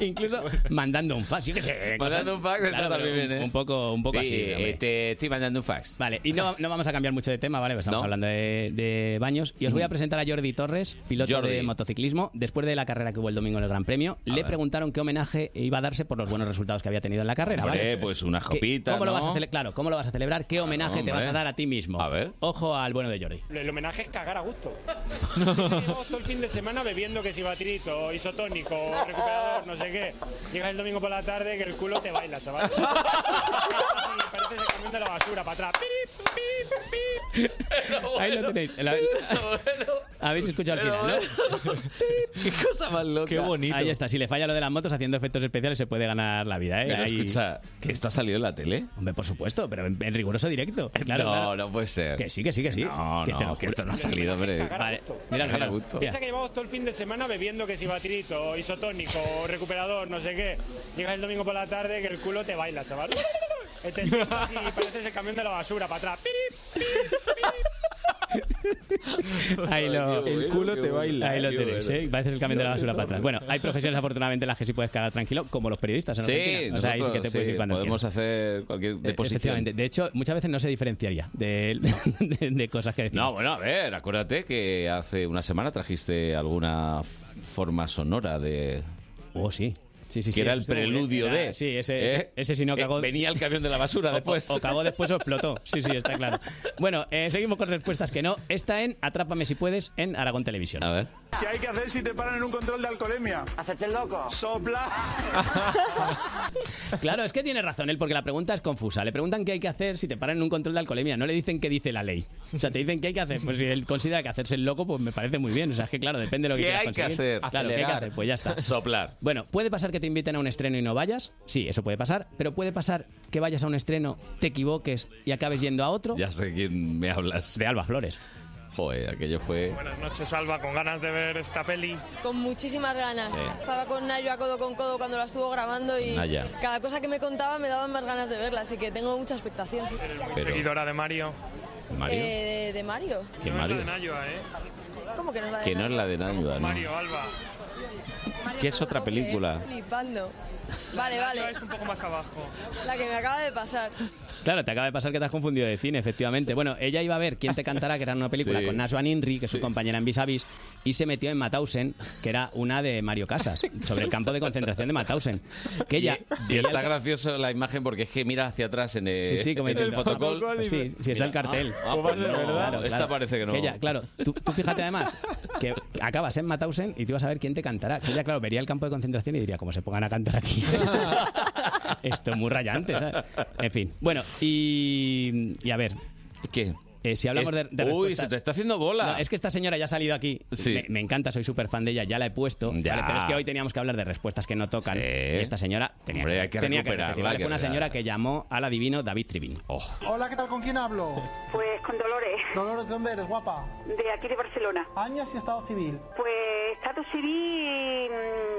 Speaker 27: Incluso mandando un fax, yo qué sé. eh,
Speaker 2: Mandando un fax está
Speaker 27: pero
Speaker 2: también
Speaker 27: un-
Speaker 2: bien, ¿eh?
Speaker 27: Un poco, un poco
Speaker 2: Sí,
Speaker 27: así. hombre.
Speaker 2: eh, te estoy mandando un fax.
Speaker 27: Vale, y no, no vamos a cambiar mucho de tema, ¿vale? Pues Estamos
Speaker 2: No. Mm.
Speaker 27: hablando de, de baños. Y os voy a presentar a Jordi Torres, piloto
Speaker 2: Jordi.
Speaker 27: de motociclismo. Después de la carrera que hubo el domingo en el Gran Premio, le
Speaker 2: ver.
Speaker 27: preguntaron qué homenaje iba a darse por los buenos resultados que había tenido en la carrera,
Speaker 2: Hombre,
Speaker 27: ¿vale?
Speaker 2: pues unas
Speaker 27: ¿Qué-
Speaker 2: copitas,
Speaker 27: ¿Cómo lo
Speaker 2: ¿no?
Speaker 27: vas a
Speaker 2: (laughs)
Speaker 27: cele- claro, ¿cómo lo vas a celebrar? ¿Qué homenaje te
Speaker 2: hombre.
Speaker 27: vas a dar a ti mismo? A
Speaker 2: ver.
Speaker 27: Ojo al bueno
Speaker 2: (laughs)
Speaker 27: de Jordi.
Speaker 19: El homenaje es cagar a gusto. Llevamos todo el fin de semana bebiendo que si batirito, isotónico, recuperador, no sé qué. Llegas el domingo por la tarde que el culo te baila, chaval. Y parece el camión de la basura para atrás. Pip, pip, pip.
Speaker 27: Ahí lo tenéis. La- (laughs) Habéis escuchado al final, ¿no? Qué cosa más loca. Qué bonito. Ahí está. Si le falla lo de las motos haciendo efectos especiales, se puede ganar la vida, ¿eh?
Speaker 2: Pero
Speaker 27: Ahí-
Speaker 2: escucha, ¿que esto ha salido en la tele?
Speaker 27: Hombre, por supuesto, pero en, en
Speaker 2: (laughs)
Speaker 27: riguroso directo. Claro,
Speaker 2: no,
Speaker 27: claro.
Speaker 2: no puede ser.
Speaker 27: Que sí, que sí, que sí.
Speaker 2: No,
Speaker 27: Que te
Speaker 2: no,
Speaker 27: lo
Speaker 2: que
Speaker 27: juro.
Speaker 2: esto no ha salido, hombre.
Speaker 19: Cagar a
Speaker 27: Vale,
Speaker 19: gusto.
Speaker 27: mira, mira.
Speaker 19: Piensa que llevamos todo el fin de semana bebiendo que si batirito, isotónico, recuperador, no sé qué. Llegas el domingo por la tarde que el culo te baila, chaval. Este es- y pareces el camión de la basura para atrás. Pip, pip, pip.
Speaker 27: Ahí lo,
Speaker 7: Qué bueno, qué bueno.
Speaker 27: Ahí lo
Speaker 7: Qué
Speaker 27: tenéis,
Speaker 7: bueno.
Speaker 27: ¿eh? Va a ser el camión de la basura para atrás. Bueno, hay profesiones afortunadamente en las que sí puedes quedar tranquilo, como los periodistas. en
Speaker 2: Sí,
Speaker 27: Argentina. o sea, ahí sí que te
Speaker 2: nosotros,
Speaker 27: puedes
Speaker 2: sí,
Speaker 27: ir cuando
Speaker 2: podemos
Speaker 27: quieras.
Speaker 2: hacer cualquier
Speaker 27: Eh,
Speaker 2: deposición.
Speaker 27: Efectivamente. De hecho, muchas veces no se diferenciaría de, (laughs) de- de cosas que decimos.
Speaker 2: No, bueno, a ver, acuérdate que hace una semana trajiste alguna f- forma sonora de...
Speaker 27: Oh, sí. Sí, sí,
Speaker 2: que
Speaker 27: sí,
Speaker 2: era
Speaker 27: eso
Speaker 2: el
Speaker 27: estuvo
Speaker 2: preludio
Speaker 27: bien. Era-
Speaker 2: de...
Speaker 27: sí, ese- ese- ese sí no
Speaker 2: Eh,
Speaker 27: cagó-
Speaker 2: Venía el camión de la basura
Speaker 27: O-
Speaker 2: después.
Speaker 27: O, o cagó después
Speaker 2: (laughs)
Speaker 27: o explotó. Sí, sí, está claro. Bueno, eh, seguimos con respuestas que no. Esta en Atrápame si puedes en Aragón Televisión.
Speaker 2: A ver.
Speaker 3: ¿Qué hay que hacer si te paran en un control de alcoholemia? Hacerte el loco. Sopla.
Speaker 27: Claro, es que tiene razón él, porque la pregunta es confusa. Le preguntan qué hay que hacer si te paran en un control de alcoholemia. No le dicen qué dice la ley. O sea, te dicen qué hay que hacer. Pues si él considera que hacerse el loco, pues me parece muy bien. O sea, es que claro, depende de lo que
Speaker 2: ¿Qué
Speaker 27: quieras
Speaker 2: hay que
Speaker 27: conseguir.
Speaker 2: hacer?
Speaker 27: Claro, ¿qué hay que
Speaker 2: Acelerar.
Speaker 27: hacer? Pues
Speaker 2: (laughs)
Speaker 27: ya está.
Speaker 2: Soplar.
Speaker 27: Bueno, ¿puede pasar que te inviten a un estreno y no vayas? Sí, eso puede pasar. Pero puede pasar que vayas a un estreno, te equivoques y acabes yendo a otro.
Speaker 2: Ya sé quién me hablas.
Speaker 27: De Alba Flores.
Speaker 2: Joder, aquello fue...
Speaker 19: Buenas noches, Alba, con ganas de ver esta peli.
Speaker 21: Con muchísimas ganas.
Speaker 2: Sí. Ah,
Speaker 21: Estaba con Nayo a codo con codo cuando la estuvo grabando y
Speaker 2: Naya.
Speaker 21: cada cosa que me contaba me daban más ganas de verla, así que tengo mucha expectación. sí.
Speaker 19: Seguidora de Mario.
Speaker 2: Mario.
Speaker 21: Eh, de, de Mario.
Speaker 2: ¿Qué
Speaker 19: No es la
Speaker 2: Mario?
Speaker 19: de Nayua, ¿eh?
Speaker 21: ¿Cómo que no es la de
Speaker 2: Que no es
Speaker 21: Nayo?
Speaker 2: la de Nanda, ¿no?
Speaker 19: Mario, Alba.
Speaker 2: Que es otra
Speaker 7: eh,
Speaker 2: película.
Speaker 21: Flipando. Vale, vale.
Speaker 19: Es un poco más abajo.
Speaker 21: La que me acaba de pasar.
Speaker 27: Claro, te acaba de pasar que te has confundido de cine, efectivamente. Bueno, ella iba a ver quién te cantará, que era una película
Speaker 2: Sí.
Speaker 27: con Nashua Inri, que es su compañera en Vis a Vis, y se metió en Mauthausen, que era una de Mario Casas, sobre el campo de concentración de Mauthausen. Que ella.
Speaker 2: (laughs) Y
Speaker 27: ella-
Speaker 2: está gracioso la imagen porque es que mira hacia atrás en el,
Speaker 27: Sí, sí, como
Speaker 2: en el
Speaker 27: diciendo,
Speaker 2: fotocall.
Speaker 27: "Ah, pues Sí, sí, está el
Speaker 2: Mira,
Speaker 27: cartel.
Speaker 2: ah, ah, pues no, esta parece que no.
Speaker 27: ella, claro, tú, tú fíjate además que acabas en Mauthausen y tú vas a ver quién te cantará. Que ella, claro, vería el campo de concentración y diría, como se pongan a
Speaker 2: (laughs)
Speaker 27: cantar aquí. Esto es muy rayante, ¿sabes? En fin. Bueno, y, y a ver. eh,
Speaker 2: ¿Qué?
Speaker 27: si hablamos
Speaker 2: Es-
Speaker 27: de, de
Speaker 2: Uy,
Speaker 27: respuestas-
Speaker 2: se te está haciendo bola.
Speaker 27: No, es que esta señora ya ha salido aquí. Me, me encanta, soy súper fan de ella, ya la he puesto.
Speaker 2: Ya.
Speaker 27: Vale, pero es que hoy teníamos que hablar de respuestas que no tocan. Y esta señora tenía
Speaker 2: Hombre, hay que
Speaker 27: tenía
Speaker 2: recuperarla,
Speaker 27: repetir, ¿vale?
Speaker 2: hay que
Speaker 27: Fue una señora
Speaker 2: recuperarla. Oh.
Speaker 27: que llamó al adivino David Tribin.
Speaker 34: Hola, ¿qué tal? ¿Con quién hablo? Pues con Dolores. Dolores, ¿de dónde eres, guapa? De aquí de Barcelona. ¿Años y estado civil? Pues estado civil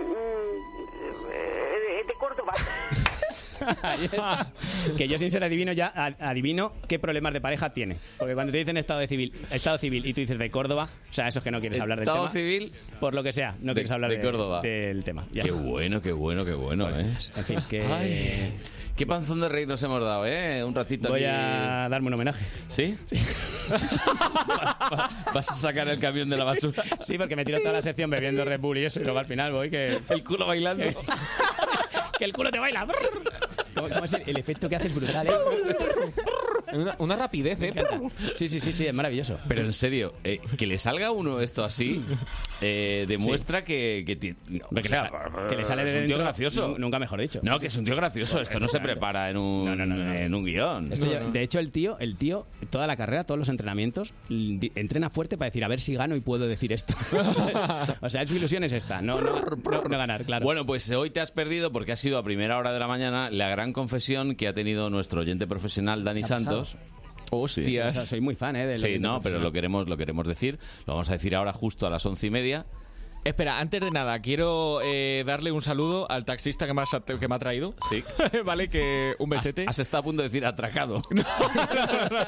Speaker 34: mm, mm, eh, de Córdoba.
Speaker 27: (laughs) que yo sin ser adivino ya a- adivino qué problemas de pareja tiene. Porque cuando te dicen estado de civil, estado civil y tú dices de Córdoba, o sea, eso es que no quieres hablar del
Speaker 2: Estado
Speaker 27: tema. civil por lo que sea, no quieres hablar
Speaker 2: de Córdoba.
Speaker 27: del tema. Ya.
Speaker 2: Qué bueno, qué bueno, qué bueno, ¿eh?
Speaker 27: En fin, que...
Speaker 2: Ay, qué panzón de reír nos hemos dado, ¿eh? Un ratito
Speaker 27: Voy
Speaker 2: aquí.
Speaker 27: a darme un homenaje. (laughs)
Speaker 2: ¿Sí? (laughs) Vas a sacar el camión de la basura.
Speaker 27: Sí, porque me tiro toda la sección bebiendo Red Bull y eso, y luego al final voy que...
Speaker 2: El culo bailando.
Speaker 27: Que, (laughs) que el culo te baila. ¿Cómo, cómo es el, el efecto que hace es brutal, ¿eh? Una, rapidez, ¿eh? Sí, sí, sí, sí, es maravilloso.
Speaker 2: Pero en serio, eh, que le salga a uno esto así eh, demuestra que, que, ti- no,
Speaker 27: Hombre, que
Speaker 2: o sea,
Speaker 27: le sa- que le sale de
Speaker 2: es un tío
Speaker 27: dentro,
Speaker 2: gracioso.
Speaker 27: nu- nunca mejor dicho.
Speaker 2: No, que es un tío gracioso. Esto no se
Speaker 27: Efectivamente.
Speaker 2: prepara en un, en un guión.
Speaker 27: Esto ya- De hecho, el tío, el tío, toda la carrera, todos los entrenamientos, l- di- entrena fuerte para decir, a ver si gano y puedo decir esto. (laughs) o sea, su ilusión es esta, no, no, no- no ganar, claro.
Speaker 2: Bueno, pues eh, hoy te has perdido porque ha sido a primera hora de la mañana la gran confesión que ha tenido nuestro oyente profesional Dani
Speaker 27: ¿Qué ha pasado?
Speaker 2: Santos. Hostias.
Speaker 27: O sea, soy muy fan, ¿eh? de los
Speaker 2: Sí, no,
Speaker 27: Beatles.
Speaker 2: pero lo queremos, lo queremos decir. Lo vamos a decir ahora justo a las once y media.
Speaker 7: Espera, antes de nada, quiero eh, darle un saludo al taxista que me, has- que me ha traído.
Speaker 2: Sí.
Speaker 7: (laughs) vale, que un besete.
Speaker 2: Has, estado a punto de decir atracado.
Speaker 7: (laughs)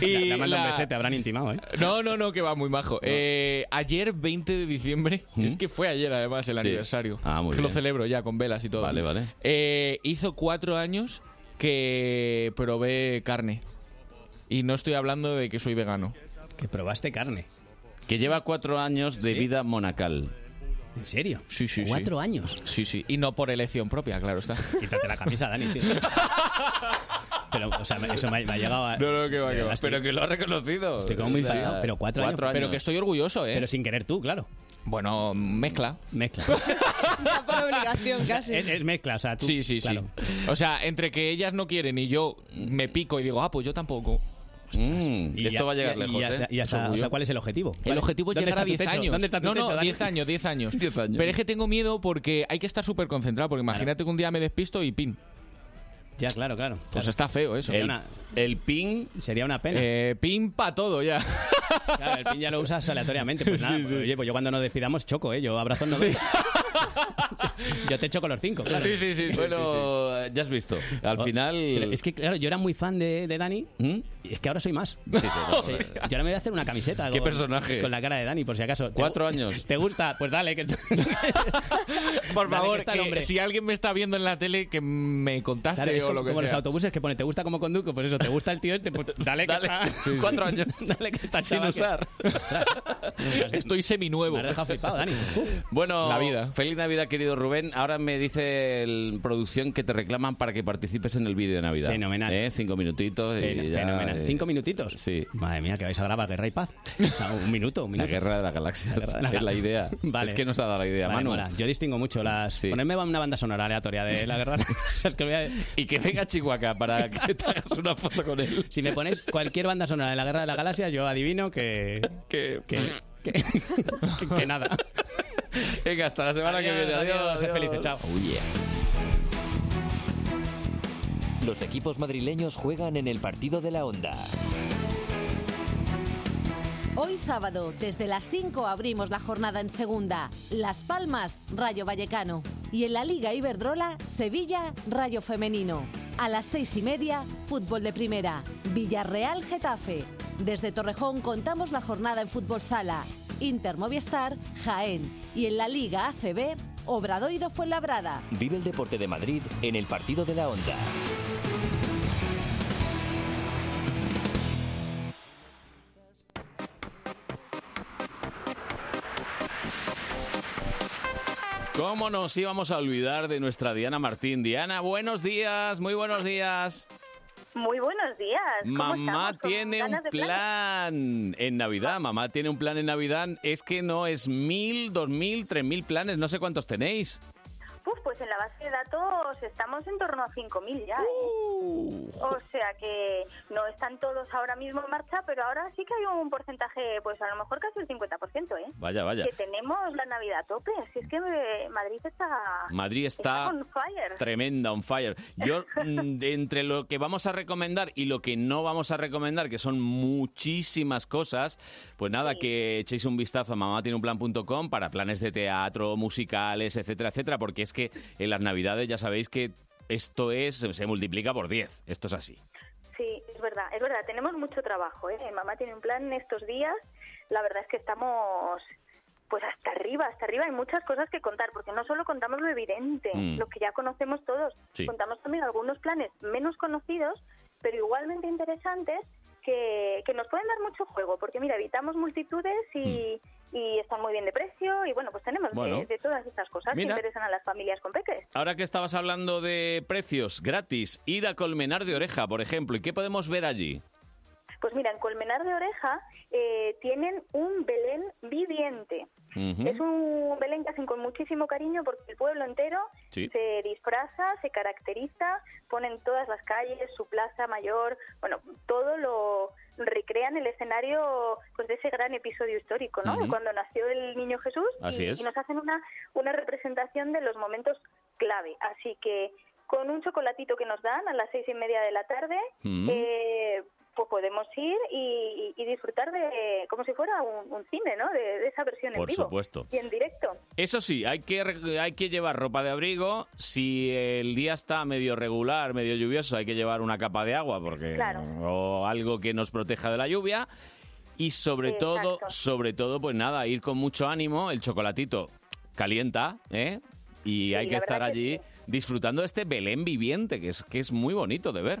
Speaker 7: Y
Speaker 27: Le manda un
Speaker 7: la-
Speaker 27: besete, habrán intimado, ¿eh?
Speaker 7: No, no, no, que va muy majo. Eh, ayer, 20 de diciembre, es que fue ayer además el
Speaker 2: ¿Mm? Sí.
Speaker 7: aniversario.
Speaker 2: Ah, muy
Speaker 7: que lo
Speaker 2: bien.
Speaker 7: celebro ya con velas y todo.
Speaker 2: Vale, vale.
Speaker 7: Eh, hizo cuatro años que probé carne. Y no estoy hablando de que soy vegano.
Speaker 27: Que probaste carne.
Speaker 2: Que lleva cuatro años de vida monacal.
Speaker 27: ¿En serio?
Speaker 7: Sí, sí, sí.
Speaker 27: ¿Cuatro años?
Speaker 7: Sí, sí. Y no por elección propia, claro está.
Speaker 27: Quítate la
Speaker 7: (laughs)
Speaker 27: camisa, Dani, tío. Pero, o sea, me- eso me ha, me ha llegado a...
Speaker 7: No, no, que va, que va.
Speaker 27: Estoy-
Speaker 2: Pero que lo ha reconocido.
Speaker 27: Estoy como muy
Speaker 2: O sea,
Speaker 27: fallado. Pero cuatro,
Speaker 2: cuatro
Speaker 27: años.
Speaker 2: años. Pero que
Speaker 7: estoy orgulloso, ¿eh?
Speaker 27: Pero (laughs) sin querer tú, claro.
Speaker 7: Bueno, mezcla. (laughs)
Speaker 27: Mezcla.
Speaker 9: Por obligación, casi.
Speaker 27: Es, es mezcla, o sea, tú...
Speaker 7: Sí, sí, sí.
Speaker 27: claro.
Speaker 7: O sea, entre que ellas no quieren y yo me pico y digo, ah, pues yo tampoco.
Speaker 2: Mm,
Speaker 27: Y ya- y- y
Speaker 2: ¿eh?
Speaker 27: hasta- y hasta- o sea, ¿cuál es el objetivo?
Speaker 7: El objetivo es
Speaker 27: ¿Dónde
Speaker 7: llegar
Speaker 27: está
Speaker 7: a 10
Speaker 27: tu techo?
Speaker 7: años.
Speaker 27: ¿Dónde está tu
Speaker 7: no,
Speaker 27: techo,
Speaker 7: no,
Speaker 27: Dani?
Speaker 7: 10 años, 10 años.
Speaker 2: 10 años.
Speaker 7: Pero es que tengo miedo porque hay que estar súper concentrado, porque imagínate que un día me despisto y pin.
Speaker 27: Ya, claro, claro.
Speaker 7: Pues está feo eso.
Speaker 27: El-
Speaker 2: pin
Speaker 27: sería una pena.
Speaker 7: Eh, pin para todo ya.
Speaker 2: (laughs)
Speaker 27: Claro, el pin ya lo usas aleatoriamente. Pues nada, pues, oye, pues yo cuando nos despidamos choco, ¿eh? Yo abrazos no doy. Yo te echo con los cinco. claro.
Speaker 2: Sí, sí, sí, sí, Bueno, ya has visto. Al final.
Speaker 27: Oh,
Speaker 2: ¿Mm?
Speaker 27: Pero es que, claro, yo era muy fan de, de Dani y es que ahora soy más. (laughs)
Speaker 2: sí,
Speaker 27: Yo ahora me voy a hacer una camiseta.
Speaker 2: ¿Qué
Speaker 27: con-
Speaker 2: personaje?
Speaker 27: Con la cara de Dani, por si acaso. ¿Te gu-
Speaker 2: Cuatro años.
Speaker 27: ¿Te gusta? Pues dale, que...
Speaker 7: Por
Speaker 27: Dale, que
Speaker 7: favor,
Speaker 27: está
Speaker 7: que
Speaker 27: el hombre.
Speaker 7: si alguien me está viendo en la tele, que me contacte
Speaker 27: Claro, es
Speaker 7: o
Speaker 27: como,
Speaker 7: lo que
Speaker 27: como los
Speaker 7: sea.
Speaker 27: autobuses que pone, ¿te gusta cómo conduzco? Pues eso, ¿te gusta el tío
Speaker 7: (laughs)
Speaker 27: este? Pues dale, que
Speaker 7: Dale,
Speaker 27: está-
Speaker 7: sí, sí. Cuatro años.
Speaker 27: (laughs) dale que está
Speaker 7: Sin
Speaker 27: chaval que-
Speaker 7: usar.
Speaker 27: (laughs) Ostras.
Speaker 7: Estoy seminuevo.
Speaker 27: Me has dejado flipado, Dani.
Speaker 2: Bueno, feliz Navidad, querido Rubén. Ahora me dice el producción que te reclaman para que participes en el vídeo de Navidad.
Speaker 27: Fenomenal.
Speaker 2: ¿Eh? Cinco minutitos. y
Speaker 27: Fen-
Speaker 2: ya,
Speaker 27: fenomenal.
Speaker 2: eh,
Speaker 27: ¿Cinco minutitos?
Speaker 2: Sí.
Speaker 27: Madre mía, que vais a grabar Guerra y Paz. O sea, un minuto, un
Speaker 2: La
Speaker 27: minuto.
Speaker 2: guerra de las galaxias.
Speaker 27: La guerra de las
Speaker 2: es la
Speaker 27: galaxias.
Speaker 2: idea.
Speaker 27: (laughs) Vale.
Speaker 2: Es que nos ha dado la idea,
Speaker 27: Vale,
Speaker 2: Manu.
Speaker 27: mola. Yo distingo mucho las... Ponerme una banda sonora aleatoria de la (laughs) guerra.
Speaker 2: Y que venga Chihuahua para que te hagas una foto con él.
Speaker 27: Si me ponéis cualquier banda sonora de la guerra de las galaxias, yo adivino que...
Speaker 2: Que...
Speaker 27: que... que- (laughs) que nada.
Speaker 2: Venga, hasta la semana que
Speaker 27: Adiós,
Speaker 2: viene. Adiós.
Speaker 27: adiós, sed
Speaker 2: adiós.
Speaker 27: felices, chao.
Speaker 28: Oh, Los equipos madrileños juegan en el partido de la onda.
Speaker 15: Hoy sábado, desde las 5 abrimos la jornada en segunda. Las Palmas, Rayo Vallecano. Y en la Liga Iberdrola, Sevilla, Rayo Femenino. A las seis y media, fútbol de primera. Villarreal, Getafe. Desde Torrejón contamos la jornada en fútbol sala. Inter Movistar, Jaén. Y en la Liga ACB, Obradoiro Fuenlabrada.
Speaker 28: Vive el deporte de Madrid en el partido de la onda.
Speaker 2: ¿Cómo nos íbamos a olvidar de nuestra Diana Martín? Diana, buenos días, muy buenos días.
Speaker 11: Muy buenos días. ¿Cómo
Speaker 2: Mamá
Speaker 11: estamos? ¿Con
Speaker 2: tiene un
Speaker 11: ganas de planes?
Speaker 2: plan en Navidad, mamá tiene un plan en Navidad. Es que no es mil, dos mil, tres mil planes, no sé cuántos tenéis.
Speaker 11: Uf, pues en la base de datos estamos en torno a 5.000 ya. ¿eh?
Speaker 2: Uh.
Speaker 11: O sea que no están todos ahora mismo en marcha, pero ahora sí que hay un porcentaje, pues a lo mejor casi el 50%, ¿eh?
Speaker 2: Vaya, vaya.
Speaker 11: Que tenemos la Navidad a tope. Si es que eh, Madrid está...
Speaker 2: Madrid está
Speaker 11: on fire.
Speaker 2: tremenda, on fire. Yo, mm, de entre lo que vamos a recomendar y lo que no vamos a recomendar, que son muchísimas cosas, pues nada, que echéis un vistazo a mamatieneunplan.com para planes de teatro, musicales, etcétera, etcétera, porque es que en las navidades ya sabéis que esto es, se multiplica por 10, esto es así.
Speaker 11: Sí, es verdad, es verdad. Tenemos mucho trabajo, ¿eh? Mamá tiene un plan en estos días. La verdad es que estamos pues hasta arriba, hasta arriba. Hay muchas cosas que contar, porque no solo contamos lo evidente,
Speaker 6: Mm.
Speaker 11: lo que ya conocemos todos.
Speaker 6: Sí.
Speaker 11: Contamos también algunos planes menos conocidos, pero igualmente interesantes, que, que nos pueden dar mucho juego, porque mira, evitamos multitudes y... y están muy bien de precio y bueno, pues tenemos de-
Speaker 2: Bueno.
Speaker 11: de, todas estas cosas
Speaker 2: Mira.
Speaker 11: que interesan a las familias con peques.
Speaker 2: Ahora que estabas hablando de precios gratis, ir a Colmenar de Oreja, por ejemplo, ¿y qué podemos ver allí?
Speaker 11: Pues mira, en Colmenar de Oreja eh, tienen un Belén viviente.
Speaker 2: Ujú.
Speaker 11: Es un Belén que hacen con muchísimo cariño porque el pueblo entero
Speaker 2: Sí.
Speaker 11: se disfraza, se caracteriza, ponen todas las calles, su plaza mayor, bueno, todo lo recrean el escenario pues de ese gran episodio histórico, ¿no?
Speaker 2: Ujú.
Speaker 11: De Cuando nació el niño Jesús y-
Speaker 2: Así es.
Speaker 11: y nos hacen una una representación de los momentos clave. Así que con un chocolatito que nos dan a las seis y media de la tarde,
Speaker 2: Mm.
Speaker 11: eh, pues podemos ir y, y- y disfrutar de como si fuera un, un cine, ¿no? De, de esa versión
Speaker 2: Por
Speaker 11: en vivo.
Speaker 2: supuesto.
Speaker 11: Y en directo.
Speaker 2: Eso sí, hay que, re- hay que llevar ropa de abrigo. Si el día está medio regular, medio lluvioso, hay que llevar una capa de agua porque
Speaker 11: Claro.
Speaker 2: o algo que nos proteja de la lluvia. Y sobre
Speaker 11: Exacto.
Speaker 2: todo, sobre todo, pues nada, ir con mucho ánimo. El chocolatito calienta, ¿eh? Y hay que
Speaker 11: la
Speaker 2: estar
Speaker 11: verdad que
Speaker 2: allí disfrutando de este Belén viviente, que es, que es muy bonito de ver.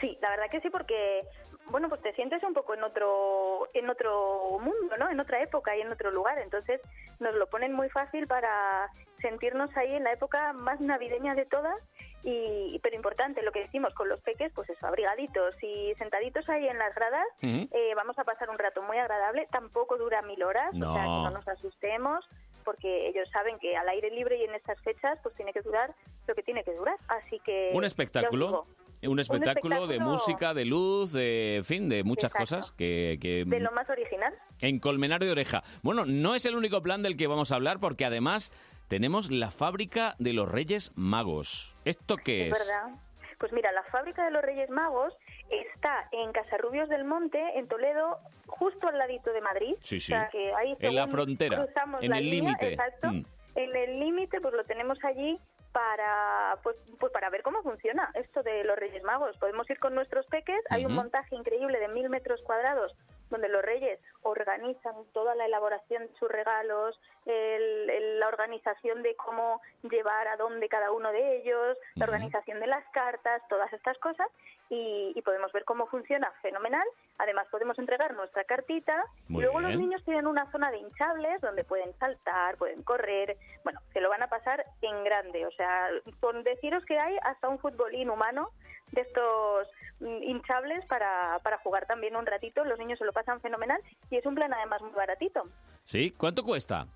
Speaker 11: Sí, la verdad que sí, porque bueno, pues te sientes un poco en otro, en otro mundo, ¿no? En otra época y en otro lugar. Entonces nos lo ponen muy fácil para sentirnos ahí en la época más navideña de todas. Y, pero importante, lo que decimos con los peques, pues eso, abrigaditos y sentaditos ahí en las gradas,
Speaker 2: Ujú.
Speaker 11: eh, vamos a pasar un rato muy agradable. Tampoco dura mil horas, o sea, que
Speaker 2: No.
Speaker 11: no nos asustemos, porque ellos saben que al aire libre y en estas fechas, pues tiene que durar lo que tiene que durar. Así que.
Speaker 2: un
Speaker 11: ya os
Speaker 2: espectáculo.
Speaker 11: digo,
Speaker 2: Un espectáculo de
Speaker 11: espectáculo-
Speaker 2: música, de luz, de en fin, de muchas
Speaker 11: Exacto.
Speaker 2: cosas que, que
Speaker 11: de lo más original.
Speaker 2: En Colmenar de Oreja. Bueno, no es el único plan del que vamos a hablar porque además tenemos la fábrica de los Reyes Magos. ¿Esto qué es?
Speaker 11: verdad. Pues mira, la fábrica de los Reyes Magos está en Casarrubios del Monte, en Toledo, justo al ladito de Madrid.
Speaker 2: Sí, sí.
Speaker 11: O sea, que ahí
Speaker 2: En la
Speaker 11: según
Speaker 2: frontera,
Speaker 11: cruzamos
Speaker 2: en
Speaker 11: la
Speaker 2: el
Speaker 11: línea,
Speaker 2: límite.
Speaker 11: Exacto.
Speaker 2: Mm.
Speaker 11: el el límite pues lo tenemos allí para pues, pues para ver cómo funciona esto de los Reyes Magos. Podemos ir con nuestros peques, hay un
Speaker 14: Ujú.
Speaker 11: montaje increíble de mil metros cuadrados donde los reyes organizan toda la elaboración de sus regalos, el- el- la organización de cómo llevar a dónde cada uno de ellos, la organización de las cartas, todas estas cosas, y, y podemos ver cómo funciona fenomenal. Además podemos entregar nuestra cartita,
Speaker 36: Muy
Speaker 11: y luego los
Speaker 36: bien.
Speaker 11: niños tienen una zona de hinchables donde pueden saltar, pueden correr, bueno, se lo van a pasar en grande, o sea, con deciros que hay hasta un futbolín humano de estos mm, hinchables para, para jugar también un ratito, los niños se lo pasan fenomenal y es un plan además muy baratito.
Speaker 2: ¿Sí? ¿Cuánto cuesta?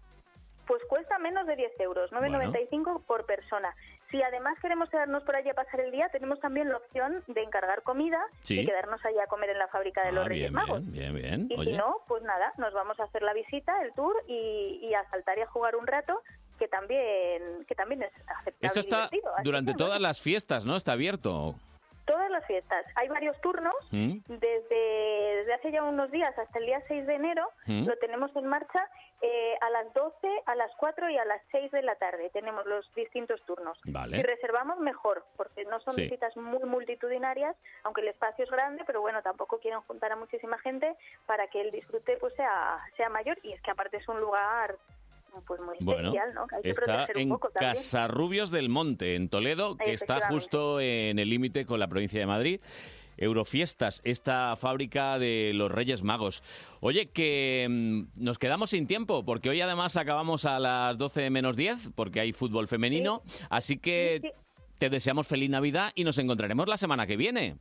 Speaker 11: Pues cuesta menos de 10 euros, 9,95 por persona. Si además queremos quedarnos por allí a pasar el día, tenemos también la opción de encargar comida
Speaker 2: Sí.
Speaker 11: y quedarnos allí a comer en la fábrica de los
Speaker 2: Ah,
Speaker 11: Reyes
Speaker 2: bien,
Speaker 11: Magos.
Speaker 2: bien, bien, bien.
Speaker 11: Y si
Speaker 2: Oye.
Speaker 11: no, pues nada, nos vamos a hacer la visita, el tour y, y a saltar y a jugar un rato, que también, que también es aceptable.
Speaker 2: Esto
Speaker 11: y
Speaker 2: está
Speaker 11: divertido. Así
Speaker 2: durante
Speaker 11: que,
Speaker 2: todas
Speaker 11: bueno,
Speaker 2: las fiestas, ¿no? Está abierto.
Speaker 11: Todas las fiestas. Hay varios turnos.
Speaker 2: ¿Mm?
Speaker 11: Desde, desde hace ya unos días hasta el día 6 de enero
Speaker 2: ¿Mm?
Speaker 11: lo tenemos en marcha eh, a las 12, a las 4 y a las 6 de la tarde. Tenemos los distintos turnos.
Speaker 2: Vale.
Speaker 11: Si reservamos, mejor, porque no son
Speaker 2: Sí.
Speaker 11: visitas muy multitudinarias, aunque el espacio es grande, pero bueno, tampoco quieren juntar a muchísima gente para que el disfrute pues sea, sea mayor. Y es que aparte es un lugar pues muy
Speaker 2: Bueno,
Speaker 11: especial, ¿no? Que hay que
Speaker 2: está
Speaker 11: proteger un
Speaker 2: en
Speaker 11: poco también.
Speaker 2: Casarrubios del Monte, en Toledo, que está
Speaker 11: Efectivamente.
Speaker 2: justo en el límite con la provincia de Madrid. Eurofiestas, esta fábrica de los Reyes Magos. Oye, que mm, nos quedamos sin tiempo, porque hoy además acabamos a las 12 menos 10, porque hay fútbol femenino. Así que te deseamos feliz Navidad y nos encontraremos la semana que viene.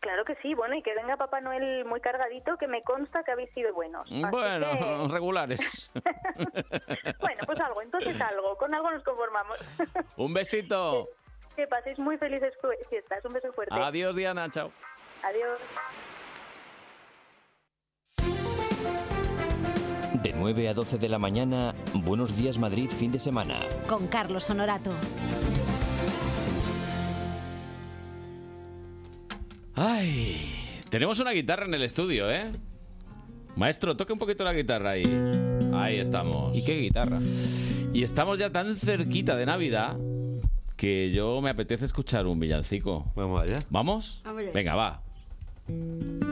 Speaker 11: Claro que sí, bueno, y que venga Papá Noel muy cargadito, que me consta que habéis sido
Speaker 2: (laughs)
Speaker 11: buenos. Así
Speaker 2: Bueno, (laughs) regulares.
Speaker 11: (laughs) que, bueno, pues algo, entonces algo, con algo nos conformamos.
Speaker 2: Un besito.
Speaker 11: que paséis muy felices fue- fiestas, un beso fuerte.
Speaker 2: Adiós, Diana. Chao.
Speaker 11: Adiós.
Speaker 28: De 9 a 12 de la mañana, Buenos Días Madrid, fin de semana.
Speaker 15: Con Carlos Honorato.
Speaker 2: Ay, tenemos una guitarra en el estudio, ¿eh? Maestro, toque un poquito la guitarra ahí. Ahí estamos. ¿Y qué guitarra? Y estamos ya tan cerquita de Navidad que yo me apetece escuchar un villancico. Vamos allá. ¿Vamos?
Speaker 46: Vamos allá.
Speaker 2: Venga, va. Mm.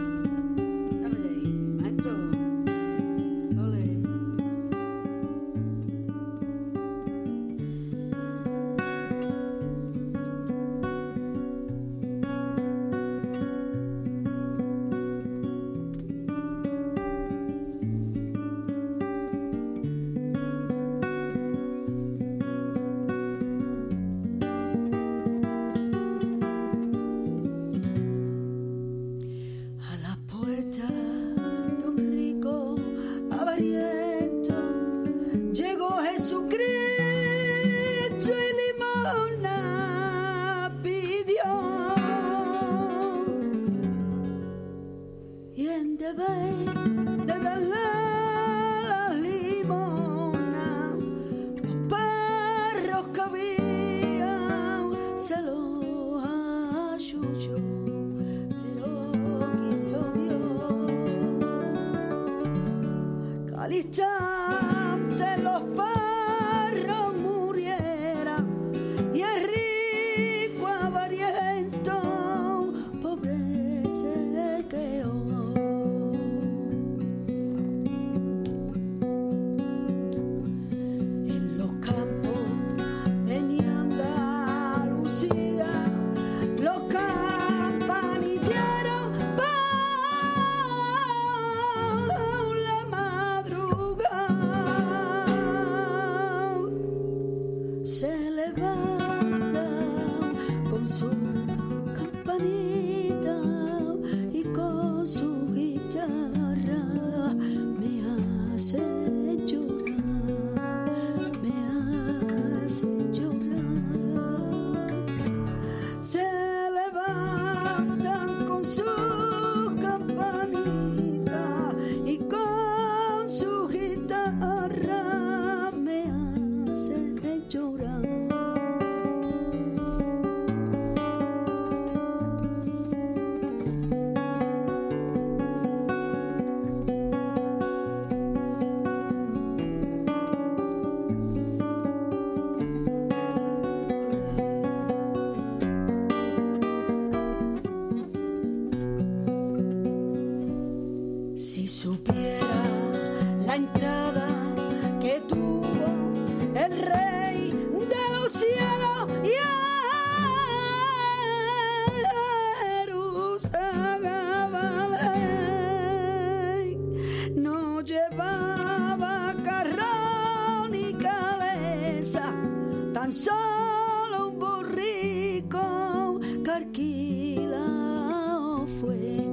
Speaker 26: carquilao fue,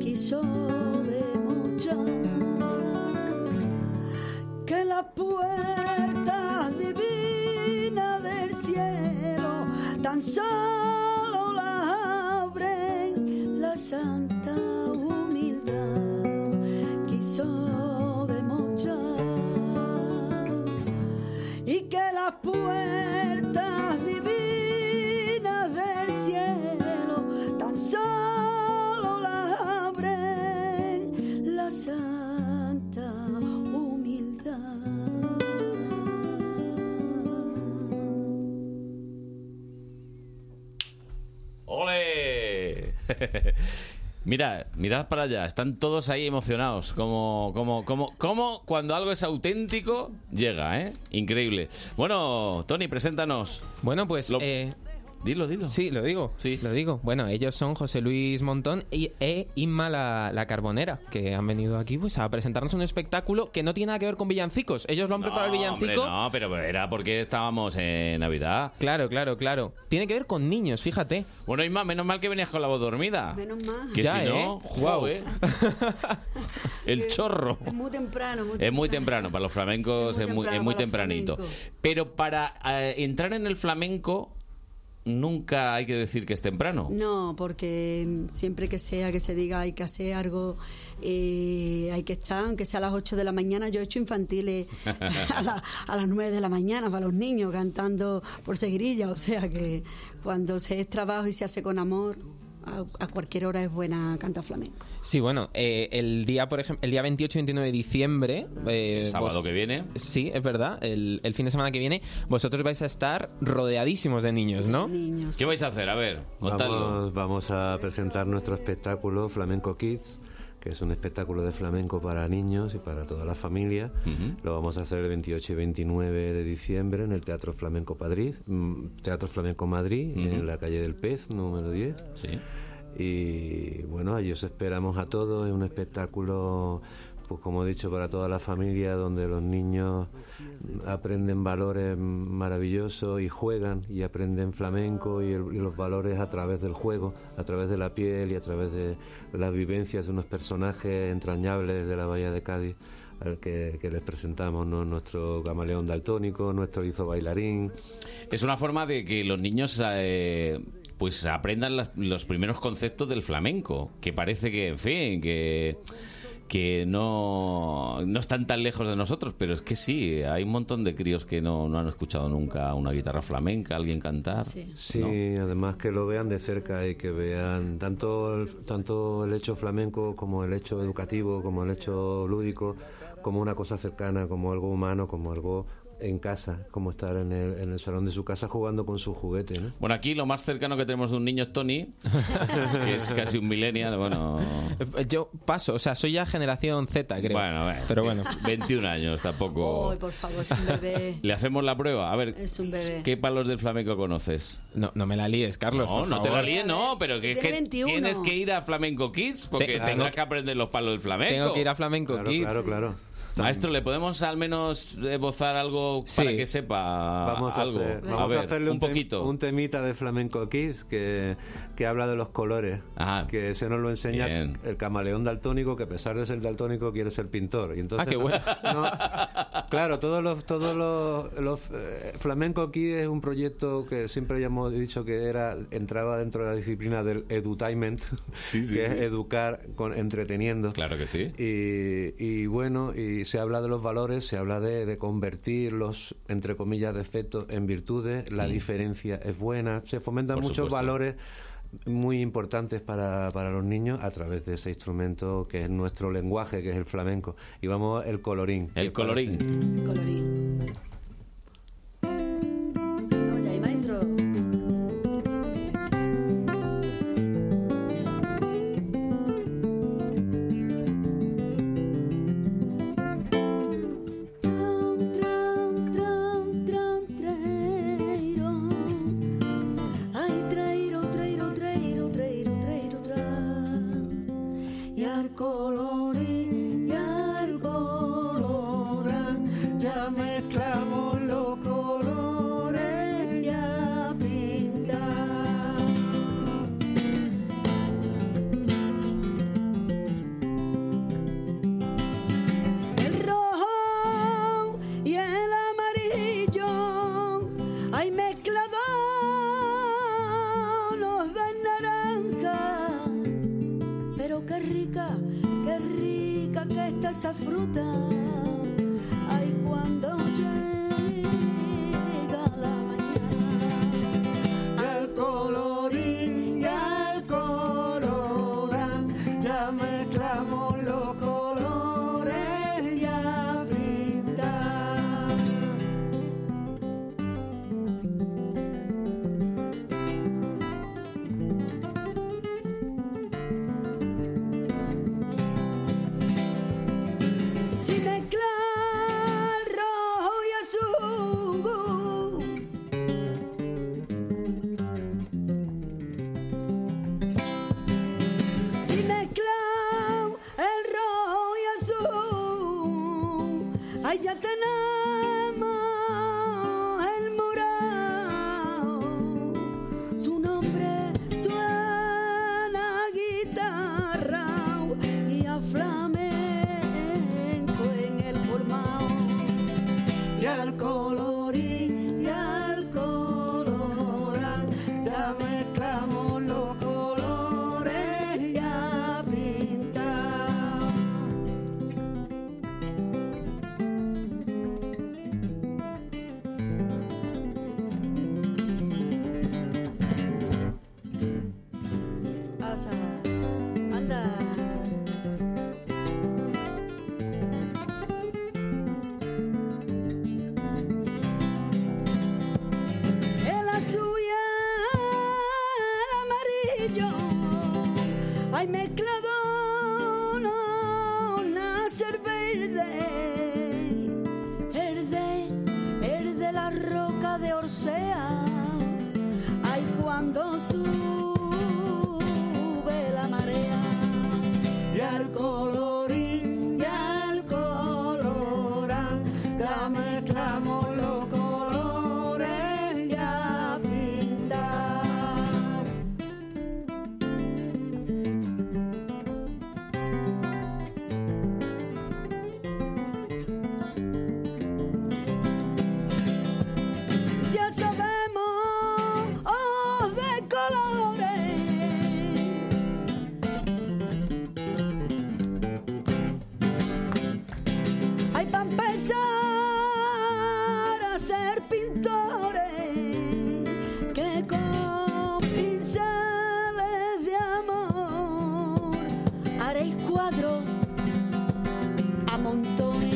Speaker 26: quiso demostrar que la puerta divina del cielo tan solo la abren la santa humildad quiso demostrar y que las puertas divinas del cielo tan solo las abren la santa humildad.
Speaker 2: ¡Ole! (laughs) Mira, mirad para allá, están todos ahí emocionados, como, como, como, como cuando algo es auténtico llega, ¿eh? Increíble.
Speaker 27: Oh,
Speaker 2: Bueno, Tony, preséntanos.
Speaker 14: Bueno, pues.
Speaker 2: Dilo, dilo.
Speaker 14: Sí, lo digo. Sí. Lo digo. Bueno, ellos son José Luis Montón y, e Inma la, la Carbonera, que han venido aquí pues a presentarnos un espectáculo que no tiene nada que ver con villancicos. Ellos lo han preparado el
Speaker 2: No, hombre,
Speaker 14: villancico.
Speaker 2: no, pero era porque estábamos en Navidad.
Speaker 14: Claro, claro, claro. Tiene que ver con niños, fíjate.
Speaker 2: Bueno, Inma, menos mal que venías con la voz dormida.
Speaker 26: Menos mal.
Speaker 2: Que
Speaker 14: Ya,
Speaker 2: si no,
Speaker 14: ¿eh?
Speaker 2: guau, ¿eh? El chorro.
Speaker 26: Es muy temprano, muy
Speaker 2: Es muy temprano, para los flamencos es muy,
Speaker 26: temprano
Speaker 2: es muy
Speaker 26: para los
Speaker 2: tempranito.
Speaker 26: flamencos.
Speaker 2: Pero para eh, entrar en el flamenco, nunca hay que decir que es temprano.
Speaker 26: No, porque mm, siempre que sea que se diga hay que hacer algo, eh, hay que estar, aunque sea a las 8 de la mañana, yo he hecho infantiles (laughs) a, la- a las 9 de la mañana para los niños cantando por seguirilla, o sea que cuando se es trabajo y se hace con amor, a, a cualquier hora es buena cantar flamenco.
Speaker 14: Sí, bueno, eh, el día, por ejemplo, el día 28 y 29 de diciembre. eh,
Speaker 2: Sábado que viene.
Speaker 14: Sí, es verdad. El, el fin de semana que viene, vosotros vais a estar rodeadísimos de niños, ¿no?
Speaker 2: ¿Qué vais a hacer? A ver, contadlo.
Speaker 46: Vamos, vamos a presentar nuestro espectáculo Flamenco Kids, que es un espectáculo de flamenco para niños y para toda la familia. Lo vamos a hacer el 28 y 29 de diciembre en el Teatro Flamenco Madrid, mm, Teatro Flamenco Madrid,
Speaker 30: Ujú.
Speaker 46: en la calle del Pez, número 10. Y bueno, allí os esperamos a todos. Es un espectáculo, pues como he dicho, para toda la familia, donde los niños aprenden valores maravillosos y juegan y aprenden flamenco y, el- y los valores a través del juego, a través de la piel y a través de las vivencias de unos personajes entrañables de la Bahía de Cádiz al que, que les presentamos ¿no? nuestro camaleón daltónico, nuestro hizo bailarín,
Speaker 2: Es una forma de que los niños eh, pues aprendan las- los primeros conceptos del flamenco, que parece que, en fin, que que no, no están tan lejos de nosotros, pero es que sí, hay un montón de críos que no, no han escuchado nunca una guitarra flamenca, alguien cantar.
Speaker 46: Sí,
Speaker 2: ¿no?
Speaker 46: además que lo vean de cerca y que vean tanto el, tanto el hecho flamenco como el hecho educativo, como el hecho lúdico, como una cosa cercana, como algo humano, como algo en casa, como estar en el, en el salón de su casa jugando con su juguete, ¿no?
Speaker 2: Bueno, aquí lo más cercano que tenemos de un niño
Speaker 14: (laughs)
Speaker 2: es Tony, que es casi un millennial, bueno...
Speaker 14: Yo paso, o sea, soy ya generación Z, creo.
Speaker 2: Bueno, a ver,
Speaker 14: Pero bueno.
Speaker 2: 21 años tampoco.
Speaker 26: Ay, por favor, es un bebé,
Speaker 2: Le hacemos la prueba, a ver,
Speaker 26: es (laughs) un bebé.
Speaker 2: ¿qué palos del flamenco conoces?
Speaker 14: No, no me la líes, Carlos.
Speaker 2: No,
Speaker 14: por
Speaker 2: no te
Speaker 14: favor.
Speaker 2: la líes, no, pero que, es
Speaker 26: Tiene
Speaker 2: que
Speaker 26: 21.
Speaker 2: tienes que ir a Flamenco Kids porque
Speaker 14: Te-
Speaker 2: tendrás
Speaker 14: tengo-
Speaker 2: que aprender los palos del flamenco.
Speaker 14: Tengo que ir a Flamenco
Speaker 46: Claro,
Speaker 14: Kids.
Speaker 46: claro, claro.
Speaker 2: Maestro, ¿le podemos al menos esbozar algo para que sepa
Speaker 46: Vamos a,
Speaker 2: algo?
Speaker 46: hacer- vamos a
Speaker 2: ver,
Speaker 46: hacerle un,
Speaker 2: un
Speaker 46: tem-
Speaker 2: poquito.
Speaker 46: un temita de Flamenco Kids que, que habla de los colores, que se nos lo enseña el camaleón daltónico que a pesar de ser daltónico quiere ser pintor. Y entonces,
Speaker 14: Ah, qué bueno.
Speaker 46: (laughs) no, claro, todos los, todos los, los, eh, Flamenco Kids es un proyecto que siempre ya hemos dicho que era entraba dentro de la disciplina del edutainment,
Speaker 2: sí,
Speaker 46: que
Speaker 2: sí.
Speaker 46: es educar con entreteniendo.
Speaker 2: Claro que sí.
Speaker 46: Y, y bueno, y se habla de los valores, se habla de, de convertir los, entre comillas, defectos en virtudes, la
Speaker 2: Mm.
Speaker 46: diferencia es buena, se fomentan
Speaker 2: Por
Speaker 46: muchos
Speaker 2: supuesto.
Speaker 46: valores muy importantes para, para los niños a través de ese instrumento que es nuestro lenguaje, que es el flamenco. Y vamos, el colorín.
Speaker 2: El colorín.
Speaker 26: Vamos ya, ahí, maestro. Trairo, ay trairo, trairo, trairo, trairo, trairo, tra. Y al color y al color, ya me bonita esa fruta. Ay, cuando llega la mañana, al colorín y al colorán, ya mezclamos los colores y a pintar. Si mezclar rojo y azul Si mezclar el rojo y azul Ahí ya tenemos el morado Su nombre suena a guitarra Y a flamenco en el formao y al colorín y al colorán ya mezclamos los colores y a pintar.
Speaker 21: Pasa, anda.
Speaker 26: el azul y el amarillo. Ay, mezclado no nacer verde, el de, el de la roca de Orsea. Ay, cuando sube la marea y al colorín y al colorán ya mezclamos los colores y a pintar ya sabemos oh, de colores Hay para empezar a ser pintores que con pinceles de amor haréis cuadros a montones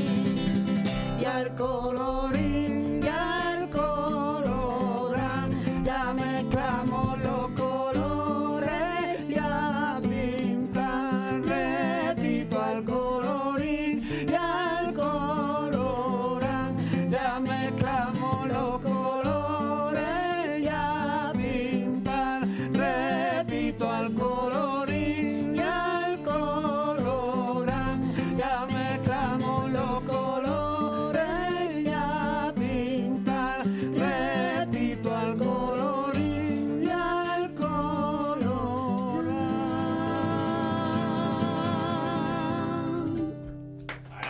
Speaker 26: y al colorín y al colorán ya mezclamos los colores y a pintar repito al colorín y al colorán ya mezclamos los colores y a pintar repito al colorín y al colorán ya mezclamos los colores y a pintar repito al colorín y al colorán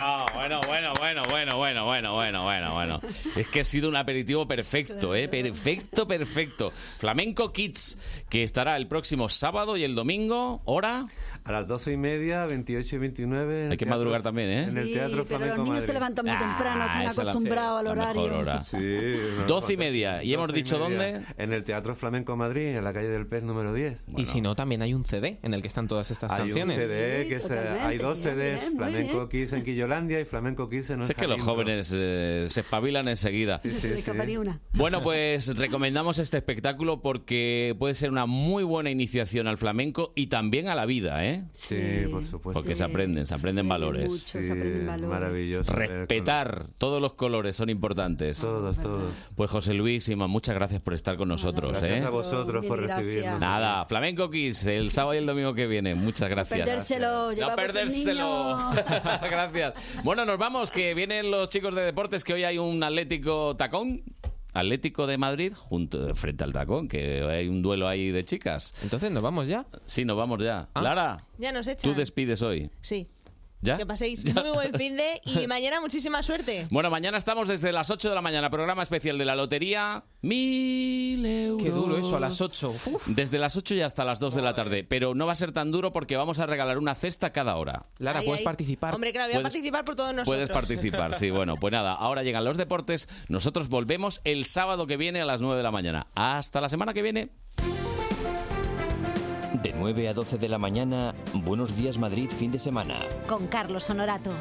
Speaker 2: Ah, bueno, bueno, bueno, bueno, bueno, bueno, bueno, bueno, bueno. Es que ha sido un aperitivo perfecto, ¿eh? Perfecto, perfecto. Flamenco Kids, que estará el próximo sábado y el domingo, hora...
Speaker 46: A las doce y media, 28 y 29. en
Speaker 2: Hay
Speaker 46: el
Speaker 2: que
Speaker 46: Teatro-
Speaker 2: madrugar también, ¿eh?
Speaker 46: En el
Speaker 14: Sí,
Speaker 46: Teatro
Speaker 14: pero los
Speaker 46: Flamenco
Speaker 14: niños se
Speaker 46: Madrid.
Speaker 14: levantan muy
Speaker 2: Ah,
Speaker 14: temprano, están
Speaker 2: esa es la-
Speaker 14: acostumbrados al
Speaker 2: la mejor
Speaker 14: horario.
Speaker 2: hora.
Speaker 46: Sí, no,
Speaker 2: Doce y
Speaker 46: no,
Speaker 2: media. ¿Y hemos
Speaker 46: doce
Speaker 2: dicho
Speaker 46: media.
Speaker 2: dónde?
Speaker 46: En el Teatro Flamenco Madrid, en la calle del Pez número 10.
Speaker 36: Y si no, también hay un CD en el que están todas estas
Speaker 46: Hay un
Speaker 36: canciones.
Speaker 46: CD que se- hay dos CDs, Flamenco Kiss en Quillolandia y Flamenco Kiss en
Speaker 2: Sé que los jóvenes eh, se espabilan enseguida.
Speaker 14: Se le escaparía una.
Speaker 2: Bueno, pues recomendamos este espectáculo porque puede ser una muy buena iniciación al flamenco y también a la vida, ¿eh?
Speaker 46: Sí, por supuesto.
Speaker 2: Porque se aprenden, se aprenden valores.
Speaker 14: mucho, se aprenden valores.
Speaker 46: Maravilloso.
Speaker 2: Respetar, todos los colores son importantes.
Speaker 46: Todos, todos.
Speaker 2: Pues José Luis, Ima, muchas gracias por estar con nosotros.
Speaker 46: Gracias
Speaker 2: ¿eh?
Speaker 46: a vosotros Mil por gracias. recibirnos.
Speaker 2: Nada, Flamenco Kiss, el sábado y el domingo que viene. Muchas gracias.
Speaker 14: Perdérselo,
Speaker 2: No
Speaker 14: llevamos tus
Speaker 2: perdérselo.
Speaker 14: niños.
Speaker 2: (laughs) Gracias. Bueno, nos vamos, que vienen los chicos de deportes, que hoy hay un Atlético Tacón. Atlético de Madrid junto frente al tacón, que hay un duelo ahí de chicas.
Speaker 36: Entonces, ¿nos vamos ya?
Speaker 14: Ah.
Speaker 2: Sí, nos vamos ya. Lara,
Speaker 9: Ya nos echan.
Speaker 2: tú despides hoy.
Speaker 9: Sí.
Speaker 2: ¿Ya?
Speaker 9: Que paséis muy buen fin de
Speaker 2: (laughs)
Speaker 9: y mañana muchísima suerte.
Speaker 2: Bueno, mañana estamos desde las 8 de la mañana, programa especial de la lotería. Mil euros.
Speaker 14: Qué duro eso, a las 8.
Speaker 2: Desde las 8 y hasta las 2 de la tarde. Pero no va a ser tan duro porque vamos a regalar una cesta cada hora.
Speaker 14: Lara,
Speaker 9: Ahí,
Speaker 14: puedes
Speaker 9: ahí.
Speaker 14: participar.
Speaker 9: Hombre, claro, voy a
Speaker 2: Puedes-
Speaker 9: participar por todos nosotros.
Speaker 2: Puedes participar, sí, bueno, pues nada, ahora llegan los deportes, nosotros volvemos el sábado que viene a las 9 de la mañana. Hasta la semana que viene.
Speaker 1: De 9 a 12 de la mañana, Buenos Días Madrid fin de semana.
Speaker 16: Con Carlos Honorato.